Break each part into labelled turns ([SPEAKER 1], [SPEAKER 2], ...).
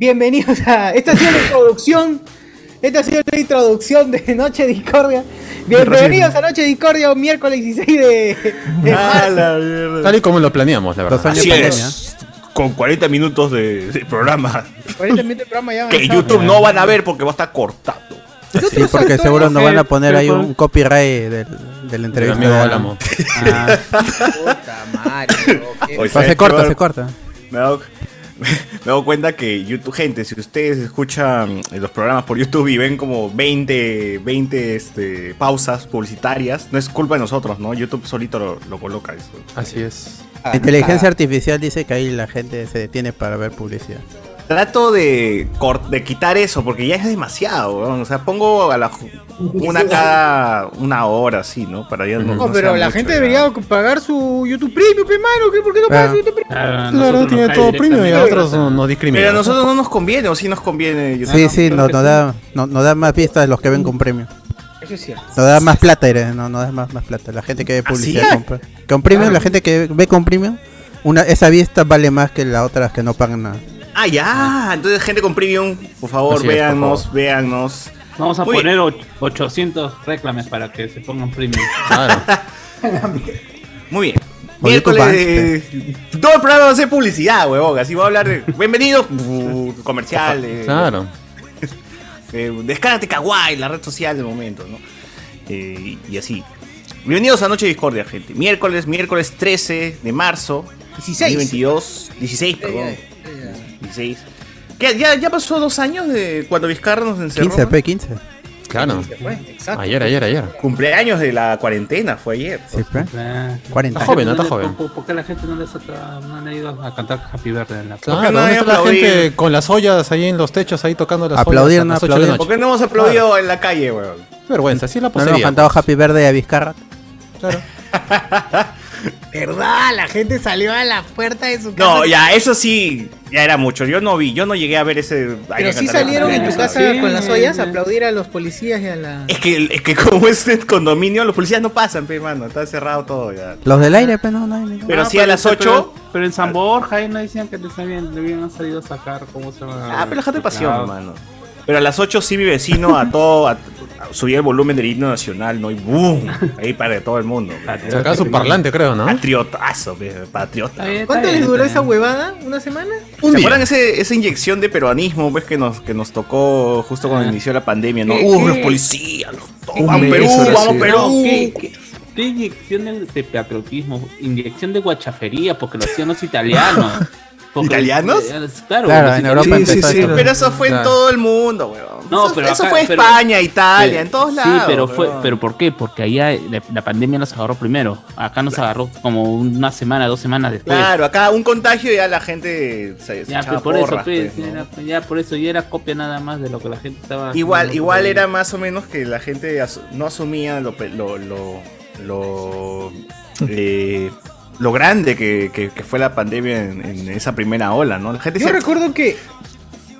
[SPEAKER 1] Bienvenidos a. Esta ha sido la introducción. Esta ha sido la introducción de Noche Discordia. Bienvenidos a Noche Discordia, un miércoles 16 de. de marzo.
[SPEAKER 2] Tal y como lo planeamos, la verdad.
[SPEAKER 3] Así es. Con 40 minutos de, de programa
[SPEAKER 1] Por ahí también el programa ya
[SPEAKER 3] que
[SPEAKER 1] avanzado.
[SPEAKER 3] YouTube no van a ver porque va a estar cortado.
[SPEAKER 1] Nosotros
[SPEAKER 4] Sí, porque
[SPEAKER 1] actores-
[SPEAKER 4] seguro nos van a
[SPEAKER 5] Pero-
[SPEAKER 4] poner
[SPEAKER 5] pero
[SPEAKER 4] ahí
[SPEAKER 5] con-
[SPEAKER 4] un copyright del, de la
[SPEAKER 2] Mi
[SPEAKER 4] entrevista.
[SPEAKER 2] amigo
[SPEAKER 4] de-
[SPEAKER 2] Álamo.
[SPEAKER 4] Ah,
[SPEAKER 1] Puta madre, bro, qué-
[SPEAKER 3] Oye,
[SPEAKER 4] pero se
[SPEAKER 3] ¿sabes qué
[SPEAKER 4] corta,
[SPEAKER 3] va-
[SPEAKER 4] se corta.
[SPEAKER 3] Me hago, me hago cuenta que YouTube, gente, si ustedes escuchan los programas por YouTube y ven como 20, 20 este, pausas publicitarias, no es culpa de nosotros, ¿no? YouTube solito lo, lo coloca eso.
[SPEAKER 2] Así es.
[SPEAKER 1] Ah,
[SPEAKER 4] La inteligencia artificial dice que ahí la gente se detiene para ver publicidad.
[SPEAKER 3] Trato de, cor- de quitar eso porque ya es demasiado, weón. O sea, pongo a la ju- una cada una hora, así, ¿no? Para ya
[SPEAKER 1] No,
[SPEAKER 3] no, no
[SPEAKER 1] pero
[SPEAKER 3] sea
[SPEAKER 1] la
[SPEAKER 3] mucho,
[SPEAKER 1] gente
[SPEAKER 3] ya.
[SPEAKER 1] debería pagar su YouTube Premium, pe, mano. ¿qué- ¿Por qué no pagas
[SPEAKER 4] Ah.
[SPEAKER 1] su YouTube Premium?
[SPEAKER 5] Claro,
[SPEAKER 2] Claro, tiene todo premio y a otros no, no discriminan.
[SPEAKER 3] Pero a nosotros no nos conviene, o sí nos conviene YouTube.
[SPEAKER 4] Sí, sí, nos nos da, no- nos da más vistas de los que ven con premio.
[SPEAKER 1] Eso es cierto.
[SPEAKER 4] Nos da más plata, Irene, no, nos da más, más plata. La gente que ve publicidad
[SPEAKER 3] ¿sí?
[SPEAKER 4] con, pre- con premium, la gente que ve con premium, una, esa vista vale más que las otras que no pagan nada.
[SPEAKER 3] Ah, ya. Entonces, gente con premium, por favor,
[SPEAKER 2] Así es, por
[SPEAKER 3] véannos,
[SPEAKER 2] favor.
[SPEAKER 3] véannos.
[SPEAKER 5] Vamos a
[SPEAKER 3] Muy bien.
[SPEAKER 5] poner och- 800 reclames para que se pongan premium.
[SPEAKER 2] Claro.
[SPEAKER 3] Muy bien.
[SPEAKER 4] Oye,
[SPEAKER 3] Miércoles
[SPEAKER 4] tu
[SPEAKER 3] de... Todo el programa va a ser publicidad, huevón. Así va a hablar de... Bienvenidos, bu- comercial. eh,
[SPEAKER 2] Claro.
[SPEAKER 3] eh, descárgate Kawaii, la red social del momento, ¿no? Eh, y así. Bienvenidos a Noche Discordia, gente. Miércoles, miércoles 13 de marzo.
[SPEAKER 1] 16.
[SPEAKER 3] 22, 16, perdón.
[SPEAKER 1] Ya, ya, ya.
[SPEAKER 3] 16. ¿Qué? ¿Ya, ya pasó dos años de cuando Vizcarra nos encerró?
[SPEAKER 4] 15,
[SPEAKER 3] ¿no?
[SPEAKER 4] P, 15.
[SPEAKER 2] Claro.
[SPEAKER 1] Se fue, Exacto.
[SPEAKER 2] Ayer, ayer, ayer.
[SPEAKER 3] Cumpleaños de la cuarentena, fue ayer.
[SPEAKER 4] Sí, pe.
[SPEAKER 5] Ah,
[SPEAKER 4] 40.
[SPEAKER 5] la
[SPEAKER 2] joven,
[SPEAKER 5] gente
[SPEAKER 2] está
[SPEAKER 5] le-
[SPEAKER 2] joven.
[SPEAKER 5] ¿Por por qué la gente no les ha, no le ha ido a cantar Happy Birthday en la
[SPEAKER 2] Claro,
[SPEAKER 3] Porque no
[SPEAKER 2] ¿dónde
[SPEAKER 3] hay
[SPEAKER 2] está la
[SPEAKER 3] aplaudir.
[SPEAKER 2] gente con las ollas ahí en los techos, ahí tocando las
[SPEAKER 4] Aplaudir,
[SPEAKER 2] ollas? a
[SPEAKER 4] no
[SPEAKER 2] las ocho
[SPEAKER 4] aplaudir.
[SPEAKER 2] de la
[SPEAKER 3] ¿Por
[SPEAKER 2] noche?
[SPEAKER 3] qué no hemos aplaudido en la calle, huevón?
[SPEAKER 2] Vergüenza, así es la
[SPEAKER 4] No le hemos
[SPEAKER 2] poseía.
[SPEAKER 4] cantado Happy Verde a Vizcarra.
[SPEAKER 1] ¿Verdad? La gente salió a la puerta de su casa.
[SPEAKER 3] No, ya, eso sí, ya era mucho. Yo no vi, yo no llegué a ver ese. Ay,
[SPEAKER 1] Pero
[SPEAKER 3] me
[SPEAKER 1] sí
[SPEAKER 3] encantaría
[SPEAKER 1] salieron en
[SPEAKER 3] cantar.
[SPEAKER 1] tu casa con las ollas a aplaudir a los policías y a la.
[SPEAKER 3] Es que, es que como es el condominio, los policías no pasan, pe, mano. Está cerrado todo ya.
[SPEAKER 4] Los del aire, pero no, no, hay-
[SPEAKER 3] Pero
[SPEAKER 5] Ah,
[SPEAKER 3] sí a las
[SPEAKER 5] pero-
[SPEAKER 3] 8.
[SPEAKER 5] Pero, pero en San Borja ahí no decían que les habían, le habían salido a sacar cómo se llama.
[SPEAKER 3] Ah, pero déjate pasión,
[SPEAKER 5] Ah,
[SPEAKER 3] mano. Pero a las 8 sí mi vecino a todo. A, a- subía el volumen del himno nacional, ¿no? Y ¡boom! Ahí para todo el mundo. pe.
[SPEAKER 2] Sacaba su parlante, creo, ¿no?
[SPEAKER 3] Patriotazo, pe, patriota.
[SPEAKER 5] está bien, está
[SPEAKER 1] ¿Cuánto
[SPEAKER 5] bien,
[SPEAKER 1] les duró
[SPEAKER 5] está
[SPEAKER 1] esa
[SPEAKER 5] bien.
[SPEAKER 1] huevada? ¿Una semana?
[SPEAKER 3] ¿Se acuerdan ese, esa inyección de peruanismo pues, que, nos, que nos tocó justo cuando
[SPEAKER 5] Ah.
[SPEAKER 3] inició la pandemia? ¿no?
[SPEAKER 5] Sí,
[SPEAKER 3] ¡Uh,
[SPEAKER 5] sí.
[SPEAKER 3] los policías! Los to-
[SPEAKER 5] Sí,
[SPEAKER 3] ¡Vamos
[SPEAKER 5] sí,
[SPEAKER 3] Perú!
[SPEAKER 5] eso era
[SPEAKER 3] ¡Vamos
[SPEAKER 5] así. No,
[SPEAKER 3] Perú!
[SPEAKER 5] ¿qué, qué- qué inyección de, de patriotismo? Inyección de guachafería, porque lo hacían los italianos. Porque-
[SPEAKER 3] ¿Italianos?
[SPEAKER 5] eh,
[SPEAKER 4] Claro,
[SPEAKER 5] Claro, los
[SPEAKER 4] en
[SPEAKER 5] italianos-
[SPEAKER 4] Europa
[SPEAKER 5] Sí,
[SPEAKER 4] empezó
[SPEAKER 5] sí, sí,
[SPEAKER 4] eso.
[SPEAKER 5] pero-
[SPEAKER 3] Pero eso fue en
[SPEAKER 2] Claro.
[SPEAKER 3] todo el mundo, weón.
[SPEAKER 5] No,
[SPEAKER 3] eso,
[SPEAKER 5] pero
[SPEAKER 3] eso
[SPEAKER 5] acá-
[SPEAKER 3] fue
[SPEAKER 5] pero-
[SPEAKER 3] España, Italia,
[SPEAKER 5] pero-
[SPEAKER 3] en todos
[SPEAKER 5] Sí,
[SPEAKER 3] lados.
[SPEAKER 5] pero fue,
[SPEAKER 3] weón.
[SPEAKER 5] pero ¿por qué? Porque allá la, la pandemia nos agarró primero. Acá nos agarró como una semana, dos semanas después.
[SPEAKER 3] Claro, acá un contagio y ya la gente se, se
[SPEAKER 5] Ya,
[SPEAKER 3] echaba
[SPEAKER 5] pues, por
[SPEAKER 3] porras,
[SPEAKER 5] eso, pues,
[SPEAKER 3] pues, ¿no?
[SPEAKER 5] era- ya por eso, y era copia nada más de lo que la gente estaba.
[SPEAKER 3] Igual,
[SPEAKER 5] haciendo.
[SPEAKER 3] igual era más o menos que la gente asu- no asumía lo pe- lo, lo, lo, eh, lo grande que, que- que fue la pandemia en, en esa primera ola, ¿no? La gente
[SPEAKER 1] Yo
[SPEAKER 3] se-
[SPEAKER 1] recuerdo que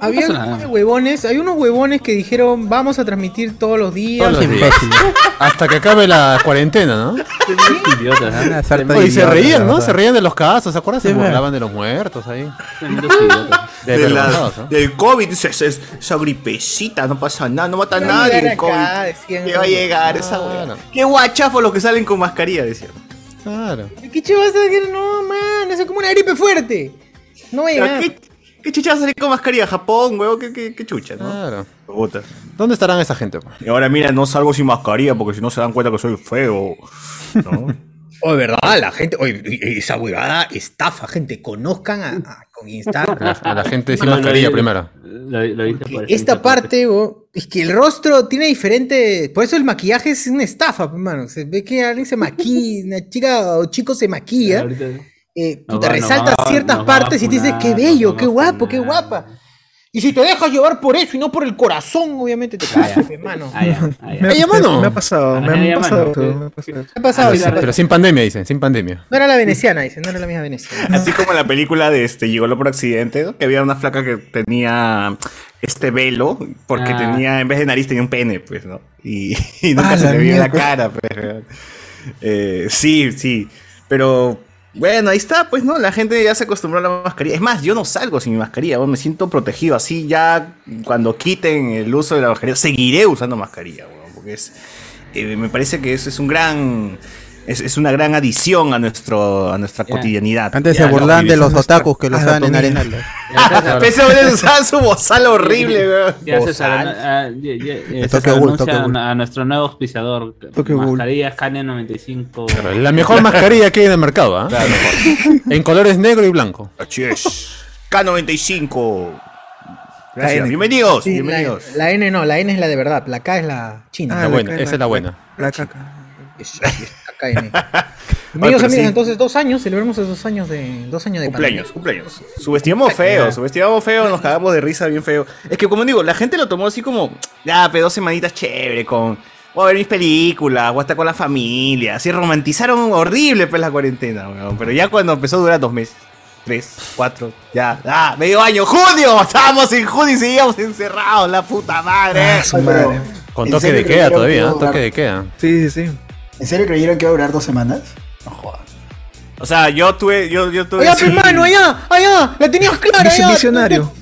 [SPEAKER 1] había
[SPEAKER 5] pasa nada.
[SPEAKER 1] unos huevones, hay unos huevones que dijeron vamos a transmitir todos los días.
[SPEAKER 2] Todos los
[SPEAKER 4] Qué
[SPEAKER 2] días.
[SPEAKER 4] imbécil.
[SPEAKER 2] Hasta que acabe la cuarentena, ¿no?
[SPEAKER 5] Idiotas, ¿ah?
[SPEAKER 4] Una sarta de
[SPEAKER 2] Y se
[SPEAKER 4] idiotas,
[SPEAKER 2] reían,
[SPEAKER 4] la
[SPEAKER 2] ¿no?
[SPEAKER 4] verdad.
[SPEAKER 2] Se reían de los casos, ¿se acuerdan? Se
[SPEAKER 4] Sí, bueno.
[SPEAKER 2] burlaban de los muertos ahí.
[SPEAKER 5] Tremendos idiotas.
[SPEAKER 2] De,
[SPEAKER 3] de la-
[SPEAKER 2] vergonzados, ¿no?
[SPEAKER 3] del COVID, dice, "Esa- esa gripecita, no pasa nada, no mata a
[SPEAKER 1] Va a
[SPEAKER 3] nadie
[SPEAKER 1] llegar
[SPEAKER 3] el
[SPEAKER 1] acá",
[SPEAKER 3] COVID.
[SPEAKER 1] decían.
[SPEAKER 3] ¿Qué va a llegar esa
[SPEAKER 2] Claro.
[SPEAKER 3] weá? Qué guachafos los que salen con mascarilla, decían.
[SPEAKER 2] Claro.
[SPEAKER 1] ¿Qué che vas a decir? No, man, eso es como una gripe fuerte. No va a
[SPEAKER 3] Pero
[SPEAKER 1] llegar.
[SPEAKER 3] ¿Qué, ¿Qué chucha va a salir con mascarilla? Japón, huevo, qué, qué- qué chucha, ¿no?
[SPEAKER 2] Claro.
[SPEAKER 3] Puta.
[SPEAKER 2] ¿Dónde estarán esa gente? pues?
[SPEAKER 3] Y ahora mira, no salgo sin mascarilla porque si no se dan cuenta que soy feo. ¿no?
[SPEAKER 1] Oye, verdad, la gente, oye, esa huevada estafa, gente, conozcan a, a- con
[SPEAKER 2] A
[SPEAKER 1] Instagram.
[SPEAKER 2] la, a la gente sin
[SPEAKER 5] No, lo
[SPEAKER 2] mascarilla
[SPEAKER 5] dije-
[SPEAKER 2] primero.
[SPEAKER 5] lo- lo dije por
[SPEAKER 1] Esta
[SPEAKER 5] ejemplo, porque-
[SPEAKER 1] parte, bo, es que el rostro tiene diferente. Por eso el maquillaje es una estafa, hermano. Se ve que alguien se maquilla, una chica o chico se maquilla,
[SPEAKER 5] Ahorita-
[SPEAKER 1] eh,
[SPEAKER 5] nos
[SPEAKER 1] puta,
[SPEAKER 5] va- nos
[SPEAKER 1] resalta
[SPEAKER 5] va-
[SPEAKER 1] ciertas
[SPEAKER 5] nos va a
[SPEAKER 1] partes y te dice,
[SPEAKER 5] funar,
[SPEAKER 1] qué
[SPEAKER 5] nos
[SPEAKER 1] bello,
[SPEAKER 5] va
[SPEAKER 1] qué
[SPEAKER 5] a
[SPEAKER 1] guapo, qué
[SPEAKER 5] funar".
[SPEAKER 1] guapa. Y si te dejas llevar por eso y no por el corazón, obviamente te pues, caes, hermano.
[SPEAKER 5] Ah, ya, ah, ya.
[SPEAKER 2] Me- Ay, mano.
[SPEAKER 6] me ha pasado,
[SPEAKER 5] Ah,
[SPEAKER 6] me
[SPEAKER 5] ya,
[SPEAKER 6] ha pasado,
[SPEAKER 5] mano.
[SPEAKER 6] me ha pasado.
[SPEAKER 1] ¿Qué ha pasado?
[SPEAKER 2] Pero,
[SPEAKER 1] Isa?
[SPEAKER 2] sin- Ah, pero sin pandemia, dicen, sin pandemia.
[SPEAKER 1] No era la veneciana, dice, no era la misma veneciana.
[SPEAKER 3] Así como en la película de este Gigolo por accidente, ¿no? que había una flaca que tenía este velo, porque
[SPEAKER 5] Ah.
[SPEAKER 3] tenía, en vez de nariz tenía un pene, pues, ¿no? Y, y nunca
[SPEAKER 6] Ah,
[SPEAKER 3] se
[SPEAKER 6] la
[SPEAKER 3] le vio la
[SPEAKER 6] mierda.
[SPEAKER 3] cara, pues. ¿verdad? Eh, sí, sí. Pero Bueno, ahí está, pues no, la gente ya se acostumbró a la mascarilla. Es más, yo no salgo sin mi mascarilla, weón, me siento protegido. Así ya cuando quiten el uso de la mascarilla, seguiré usando mascarilla, weón, porque es, eh, me parece que eso es un gran, es, es una gran adición a nuestro, a nuestra
[SPEAKER 5] Ya.
[SPEAKER 3] cotidianidad.
[SPEAKER 4] Antes
[SPEAKER 3] Ya,
[SPEAKER 4] se burlaban
[SPEAKER 3] ¿no?
[SPEAKER 4] de los
[SPEAKER 3] Esa es
[SPEAKER 4] otakus que lo
[SPEAKER 3] nuestra
[SPEAKER 4] usaban en
[SPEAKER 3] anatomía.
[SPEAKER 4] arenales.
[SPEAKER 3] Pese a haber usado su bozal horrible, weón.
[SPEAKER 5] Ya se ah,
[SPEAKER 3] Bozal.
[SPEAKER 4] Tokyo Ghoul,
[SPEAKER 5] anuncia
[SPEAKER 4] Tokyo Ghoul.
[SPEAKER 5] a, a nuestro nuevo auspiciador,
[SPEAKER 4] Tokyo Ghoul.
[SPEAKER 5] mascarillas KN95.
[SPEAKER 2] La mejor mascarilla que hay en el mercado, ¿ah?
[SPEAKER 3] Claro.
[SPEAKER 2] En colores negro y blanco.
[SPEAKER 3] Así es. K95. Gracias.
[SPEAKER 6] La N.
[SPEAKER 3] Bienvenidos,
[SPEAKER 1] Sí, la,
[SPEAKER 3] bienvenidos.
[SPEAKER 1] la N no, la N es la de verdad, la K es la
[SPEAKER 6] Ah,
[SPEAKER 1] china.
[SPEAKER 2] la
[SPEAKER 6] la
[SPEAKER 2] buena,
[SPEAKER 6] caca,
[SPEAKER 2] esa es la buena.
[SPEAKER 6] La caca.
[SPEAKER 1] Es- es la KN.
[SPEAKER 3] Oye,
[SPEAKER 1] amigos,
[SPEAKER 3] pero
[SPEAKER 1] amigos,
[SPEAKER 3] sí.
[SPEAKER 1] entonces dos años, celebremos esos años de dos años de
[SPEAKER 3] Cumpleaños, cumpleaños. Subestimamos feo, subestimamos feo, nos cagamos de risa bien feo. Es que como digo, la gente lo tomó así como, ya, pero dos semanitas chévere, con, voy a ver mis películas, voy a estar con la familia, así romantizaron horrible pues la cuarentena, weón. Pero ya cuando empezó a durar dos meses, tres, cuatro, ya, ah, medio año, junio, estábamos en junio y seguíamos encerrados, la puta madre.
[SPEAKER 6] Ah, Su madre.
[SPEAKER 2] Con
[SPEAKER 7] ¿En
[SPEAKER 2] toque
[SPEAKER 7] serio
[SPEAKER 2] de
[SPEAKER 7] que
[SPEAKER 2] queda
[SPEAKER 7] creo que
[SPEAKER 2] todavía,
[SPEAKER 7] va a
[SPEAKER 2] ¿ah? toque
[SPEAKER 7] durar?
[SPEAKER 2] de queda.
[SPEAKER 6] Sí, sí, sí.
[SPEAKER 7] ¿En serio creyeron que iba a durar dos semanas? No jodas.
[SPEAKER 3] O sea, yo tuve, yo, yo tuve...
[SPEAKER 1] Allá,
[SPEAKER 6] pues,
[SPEAKER 3] sí.
[SPEAKER 1] hermano, allá, allá, la tenías clara,
[SPEAKER 6] Vision-
[SPEAKER 1] allá.
[SPEAKER 6] visionario.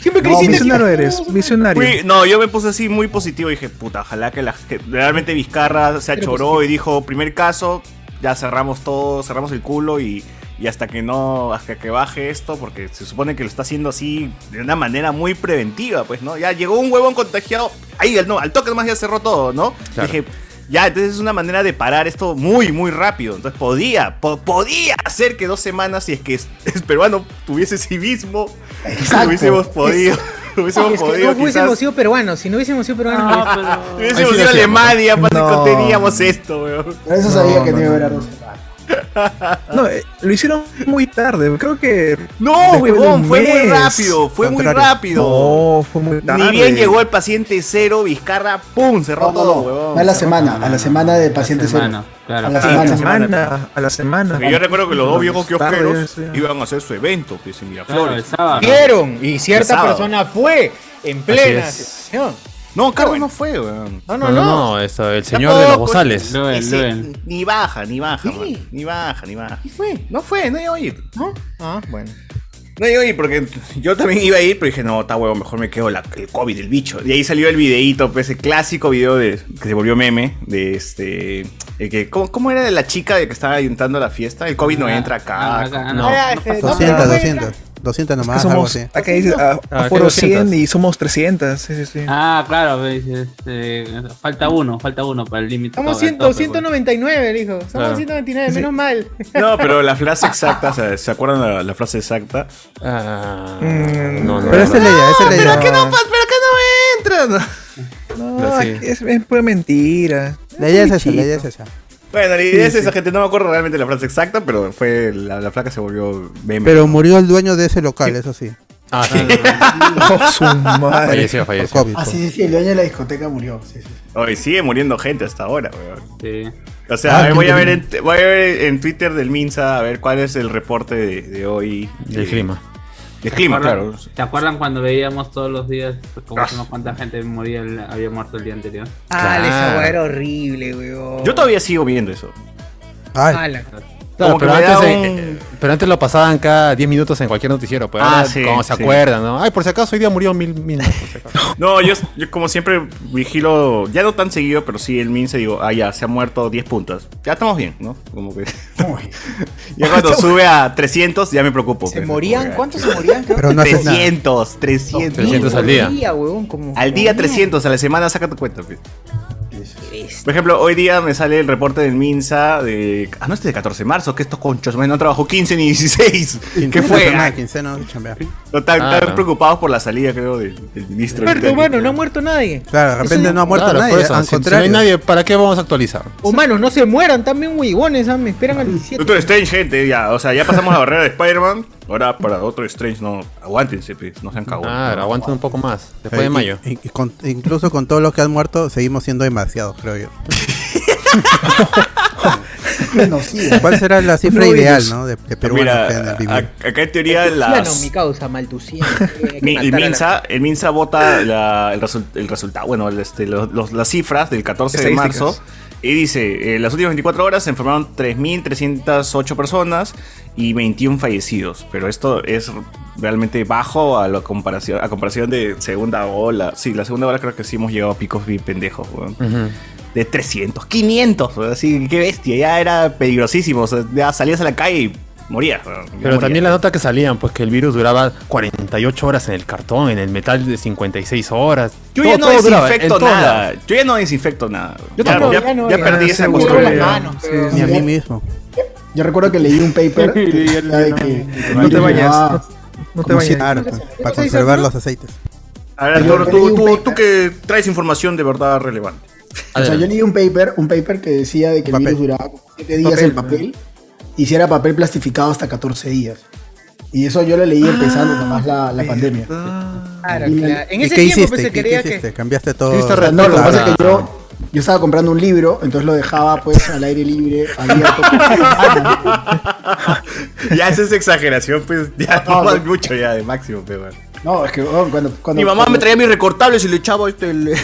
[SPEAKER 1] Siempre
[SPEAKER 7] No,
[SPEAKER 1] creciste.
[SPEAKER 6] Visionario eres, visionario.
[SPEAKER 3] Fui- no, yo me puse así muy positivo. Dije, puta, ojalá que la que realmente Vizcarra se achoró y dijo, primer caso, ya cerramos todo, cerramos el culo y, y hasta que no, hasta que baje esto, porque se supone que lo está haciendo así de una manera muy preventiva, pues, ¿no? Ya llegó un huevón contagiado, ahí al, no, al toque nomás ya cerró todo, ¿no?
[SPEAKER 2] Claro.
[SPEAKER 3] Dije, ya, entonces es una manera de parar esto muy, muy rápido. Entonces podía, po- podía hacer que dos semanas, si es que es- el peruano tuviese civismo,
[SPEAKER 7] Exacto.
[SPEAKER 3] hubiésemos podido.
[SPEAKER 1] Es
[SPEAKER 3] Hubiésemos
[SPEAKER 1] que
[SPEAKER 3] podido
[SPEAKER 1] no hubiésemos
[SPEAKER 3] quizás-
[SPEAKER 1] sido peruanos, si no hubiésemos sido peruanos.
[SPEAKER 5] No,
[SPEAKER 1] no-
[SPEAKER 5] pero-
[SPEAKER 3] Hubiésemos
[SPEAKER 2] Ahí sí
[SPEAKER 3] ido a
[SPEAKER 2] lo hacíamos.
[SPEAKER 3] Alemania, para
[SPEAKER 6] No.
[SPEAKER 3] que teníamos esto, weón.
[SPEAKER 7] Por eso
[SPEAKER 6] No,
[SPEAKER 7] sabía que
[SPEAKER 6] no,
[SPEAKER 7] no iba a
[SPEAKER 6] no,
[SPEAKER 7] durar
[SPEAKER 6] no.
[SPEAKER 7] dos semanas.
[SPEAKER 6] No, eh, lo hicieron muy tarde. Creo que.
[SPEAKER 3] No,
[SPEAKER 6] después de
[SPEAKER 3] huevón,
[SPEAKER 6] un
[SPEAKER 3] fue muy
[SPEAKER 6] mes.
[SPEAKER 3] rápido, fue muy
[SPEAKER 4] Contrario.
[SPEAKER 3] rápido.
[SPEAKER 6] No, fue muy tarde.
[SPEAKER 3] Ni bien llegó el paciente cero, Vizcarra, ¡pum!
[SPEAKER 7] No,
[SPEAKER 3] Cerró
[SPEAKER 7] no,
[SPEAKER 3] todo,
[SPEAKER 7] no.
[SPEAKER 3] weón.
[SPEAKER 7] No a la semana, a la semana de paciente
[SPEAKER 5] Paciente
[SPEAKER 7] cero.
[SPEAKER 5] cero. Claro.
[SPEAKER 7] A la
[SPEAKER 6] A la
[SPEAKER 7] semana.
[SPEAKER 6] semana, a la semana.
[SPEAKER 3] Porque yo recuerdo que los dos viejos
[SPEAKER 6] Tarde,
[SPEAKER 3] kiosqueros
[SPEAKER 6] sí.
[SPEAKER 3] iban a hacer su evento, pues
[SPEAKER 2] Ah,
[SPEAKER 3] en
[SPEAKER 5] Claro, el
[SPEAKER 3] Miraflores.
[SPEAKER 5] sábado.
[SPEAKER 1] Vieron, y cierta
[SPEAKER 3] Sábado.
[SPEAKER 1] persona fue en plena
[SPEAKER 2] es.
[SPEAKER 1] sesión.
[SPEAKER 3] No, Carlos no fue, weón.
[SPEAKER 1] No,
[SPEAKER 2] No,
[SPEAKER 1] no,
[SPEAKER 2] no,
[SPEAKER 1] no.
[SPEAKER 2] no, eso, el señor de los
[SPEAKER 3] Tampoco,
[SPEAKER 2] bozales.
[SPEAKER 5] Lo ven,
[SPEAKER 3] Ese-
[SPEAKER 5] lo ven.
[SPEAKER 3] Ni baja, ni baja,
[SPEAKER 1] Sí.
[SPEAKER 3] man. Ni baja, ni baja.
[SPEAKER 1] ¿Y fue?
[SPEAKER 3] No fue, no iba a ir.
[SPEAKER 1] ¿No? Ah, bueno.
[SPEAKER 3] No iba a ir porque yo también iba a ir, pero dije, no, está huevo, mejor me quedo la- el COVID, el bicho. Y ahí salió el videíto, pues, ese clásico video de, que se volvió meme, de este. el que, ¿cómo, cómo era de la chica de que estaba ayuntando a la fiesta? El COVID no
[SPEAKER 5] Ah,
[SPEAKER 3] entra
[SPEAKER 5] ah,
[SPEAKER 3] acá.
[SPEAKER 5] acá,
[SPEAKER 2] No.
[SPEAKER 1] Ah, este, no,
[SPEAKER 4] 200,
[SPEAKER 1] pero-
[SPEAKER 4] 200. 200
[SPEAKER 6] Es que
[SPEAKER 4] nomás, algo
[SPEAKER 6] somos.
[SPEAKER 4] así.
[SPEAKER 6] Acá dice a-
[SPEAKER 2] Ah,
[SPEAKER 6] aforo
[SPEAKER 2] que
[SPEAKER 6] 100
[SPEAKER 2] 200.
[SPEAKER 6] y somos 300. Sí, sí, sí.
[SPEAKER 5] Ah, claro, pues, este, falta uno, falta uno para el límite.
[SPEAKER 1] Somos
[SPEAKER 5] todo-
[SPEAKER 1] 100,
[SPEAKER 5] todo, pues,
[SPEAKER 1] 199, le dijo. Somos
[SPEAKER 2] Claro.
[SPEAKER 1] 199, menos mal.
[SPEAKER 3] No, pero la frase exacta, ¿se, se acuerdan la, la frase exacta? Ah,
[SPEAKER 2] Ah,
[SPEAKER 6] Mm,
[SPEAKER 2] no, no,
[SPEAKER 4] Pero esa es la idea, esa es la
[SPEAKER 3] Pero
[SPEAKER 4] idea.
[SPEAKER 3] que no, pa- pero que no entra.
[SPEAKER 6] Ah. No,
[SPEAKER 2] sí.
[SPEAKER 6] es, es pura mentira.
[SPEAKER 4] La idea es esa, la idea es esa.
[SPEAKER 3] Bueno, la idea es
[SPEAKER 6] sí.
[SPEAKER 3] esa gente, no me acuerdo realmente la frase exacta, pero fue la, la flaca se volvió meme.
[SPEAKER 4] Pero murió el dueño de ese local, eso sí.
[SPEAKER 2] Ah, sí,
[SPEAKER 6] Oh, su madre. pues.
[SPEAKER 2] falleció,
[SPEAKER 4] Por
[SPEAKER 2] falleció.
[SPEAKER 4] COVID.
[SPEAKER 7] Ah,
[SPEAKER 4] por-
[SPEAKER 7] sí, sí, sí, el dueño de la discoteca murió. Sí, sí.
[SPEAKER 3] Hoy sigue muriendo gente hasta ahora, weón.
[SPEAKER 5] este,
[SPEAKER 3] O sea,
[SPEAKER 6] Ah,
[SPEAKER 3] a ver,
[SPEAKER 6] qué
[SPEAKER 3] voy, a ver en, voy a ver en Twitter del Minsa a ver cuál es el reporte de, de hoy.
[SPEAKER 2] Del
[SPEAKER 3] De-
[SPEAKER 2] clima.
[SPEAKER 3] Del clima, claro. Ah.
[SPEAKER 5] ¿Te acuerdan cuando veíamos todos los días pues, como no cuánta gente moría el- había muerto el día anterior?
[SPEAKER 1] Ah, esa
[SPEAKER 2] Claro.
[SPEAKER 1] weá era horrible, weón.
[SPEAKER 3] Yo todavía sigo viendo eso.
[SPEAKER 4] Ay,
[SPEAKER 1] Ala.
[SPEAKER 2] Claro,
[SPEAKER 3] Como que
[SPEAKER 2] pero,
[SPEAKER 3] me da
[SPEAKER 2] antes,
[SPEAKER 3] un-
[SPEAKER 2] eh, pero antes lo pasaban cada 10 minutos en cualquier noticiero. Pues
[SPEAKER 3] Ah,
[SPEAKER 2] ahora
[SPEAKER 3] sí,
[SPEAKER 2] como se
[SPEAKER 3] sí.
[SPEAKER 2] acuerdan, ¿no? Ay, por si acaso hoy día murió mil. mil por si acaso.
[SPEAKER 3] No, yo, yo como siempre vigilo, ya no tan seguido, pero sí el Minsa digo, ah, ya, se ha muerto 10 puntas. Ya estamos bien, ¿no? Como que. ya cuando sube a 300, ya me preocupo.
[SPEAKER 1] ¿Se morían? ¿Cuántos
[SPEAKER 3] ¿Cuántos?
[SPEAKER 1] se morían? Creo
[SPEAKER 4] pero no haces nada.
[SPEAKER 3] 300, 300.
[SPEAKER 2] 300 al día.
[SPEAKER 1] weón, como-
[SPEAKER 3] Al día
[SPEAKER 1] como-
[SPEAKER 3] 300, a la semana saca tu cuenta. pues.
[SPEAKER 1] Bestia.
[SPEAKER 3] Por ejemplo, hoy día me sale el reporte del Minsa de. Ah, no, este es de 14 de marzo, que estos conchos, man, no trabajó 15 ni 16. ¿Qué fue?
[SPEAKER 4] Nada,
[SPEAKER 3] Ah,
[SPEAKER 4] quincena, no, chambear.
[SPEAKER 3] no, Están
[SPEAKER 2] Ah,
[SPEAKER 3] están
[SPEAKER 2] no.
[SPEAKER 3] preocupados por la salida, creo, del, del ministro.
[SPEAKER 1] Muerto
[SPEAKER 3] británico.
[SPEAKER 1] humano, no ha muerto nadie.
[SPEAKER 4] Claro, de repente
[SPEAKER 1] Eso-
[SPEAKER 4] no ha muerto
[SPEAKER 2] Claro, por
[SPEAKER 4] nadie,
[SPEAKER 2] eso,
[SPEAKER 4] al
[SPEAKER 2] si- si no hay
[SPEAKER 4] contrario.
[SPEAKER 2] nadie, ¿para qué vamos a actualizar?
[SPEAKER 1] Humanos, no se mueran también, huevones, ah, me esperan al 17.
[SPEAKER 3] Doctor Strange, gente, ya, o sea, ya pasamos la barrera de Spider-Man. Ahora para otro Strange, no, aguántense, pues, no sean cagones.
[SPEAKER 2] Claro, aguanten un poco más. Después de
[SPEAKER 4] Eh,
[SPEAKER 2] mayo.
[SPEAKER 4] y- y con- incluso con todos los que han muerto, seguimos siendo demasiados, creo yo.
[SPEAKER 7] Genocida.
[SPEAKER 4] ¿Cuál será la cifra
[SPEAKER 6] No,
[SPEAKER 4] ideal,
[SPEAKER 6] Dios.
[SPEAKER 4] no? De, de
[SPEAKER 3] Mira,
[SPEAKER 4] peruanos que han vivido?
[SPEAKER 3] a- acá en teoría
[SPEAKER 1] Maltusiano,
[SPEAKER 3] las,
[SPEAKER 1] mi causa, Maltusiano. Tiene que
[SPEAKER 3] Mi- el,
[SPEAKER 1] matar a la-
[SPEAKER 3] Minsa, el Minsa vota la- el, resul- el resultado, bueno, el- este, los- los- las cifras del 14 de
[SPEAKER 6] Estadísticas.
[SPEAKER 3] marzo Y dice, eh, las últimas 24 horas se enfermaron 3.308 personas y 21 fallecidos. Pero esto es realmente bajo a la comparación, a comparación de segunda ola. Sí, la segunda ola creo que sí hemos llegado a picos bien pendejos, weón. De 300, 500, weón, así, qué bestia. Ya era peligrosísimo. o sea, ya salías a la calle y morías. weón, ya
[SPEAKER 2] Pero también la
[SPEAKER 3] morías.
[SPEAKER 2] nota que salían, pues que el virus duraba 48 horas en el cartón, en el metal de 56 horas.
[SPEAKER 3] Yo
[SPEAKER 2] Todo-
[SPEAKER 3] ya no
[SPEAKER 2] todo duraba,
[SPEAKER 3] desinfecto
[SPEAKER 2] en todo
[SPEAKER 3] nada.
[SPEAKER 2] duraba.
[SPEAKER 3] Yo ya no desinfecto nada.
[SPEAKER 2] Yo
[SPEAKER 3] ya,
[SPEAKER 2] tampoco,
[SPEAKER 3] ya-
[SPEAKER 1] ya no,
[SPEAKER 3] ya
[SPEAKER 1] ya.
[SPEAKER 3] perdí esa
[SPEAKER 1] Me
[SPEAKER 7] Seguro.
[SPEAKER 3] costumbre.
[SPEAKER 1] lavo las
[SPEAKER 3] ya.
[SPEAKER 1] manos, pero-
[SPEAKER 4] Ni a mí mismo.
[SPEAKER 7] Yo recuerdo que leí un paper que decía de que
[SPEAKER 6] No te bañas.
[SPEAKER 7] Ah,
[SPEAKER 6] No te
[SPEAKER 4] Como si-
[SPEAKER 6] vayas.
[SPEAKER 4] claro, para conservar los aceites.
[SPEAKER 3] A ver, Arturo, tú, tú, tú que traes información de verdad relevante.
[SPEAKER 7] O sea, yo leí un paper, un paper que decía de que
[SPEAKER 4] Papel.
[SPEAKER 7] el virus duraba como 7 días
[SPEAKER 6] Papel,
[SPEAKER 7] el papel y si era papel plastificado hasta 14 días. Y eso yo lo leí empezando nomás la, la pandemia.
[SPEAKER 1] Ah, Claro,
[SPEAKER 7] Y-
[SPEAKER 1] claro. En
[SPEAKER 4] ¿Y
[SPEAKER 1] ese
[SPEAKER 4] qué
[SPEAKER 1] tiempo
[SPEAKER 4] hiciste?
[SPEAKER 1] pues, se
[SPEAKER 4] ¿Qué-
[SPEAKER 1] creía
[SPEAKER 4] qué hiciste?
[SPEAKER 1] que.
[SPEAKER 4] Cambiaste todo.
[SPEAKER 2] Tuviste
[SPEAKER 4] O
[SPEAKER 7] O
[SPEAKER 4] sea,
[SPEAKER 7] sea, no, lo que pasa
[SPEAKER 2] Para-
[SPEAKER 7] es que yo, yo estaba comprando un libro, entonces lo dejaba pues al aire libre, abierto.
[SPEAKER 3] ya esa es exageración, pues ya
[SPEAKER 7] No,
[SPEAKER 3] no más
[SPEAKER 7] no.
[SPEAKER 3] mucho ya de máximo, pero bueno.
[SPEAKER 7] No, es que oh, cuando, cuando...
[SPEAKER 3] Mi mamá
[SPEAKER 7] cuando-
[SPEAKER 3] me traía mis recortables y le echaba este el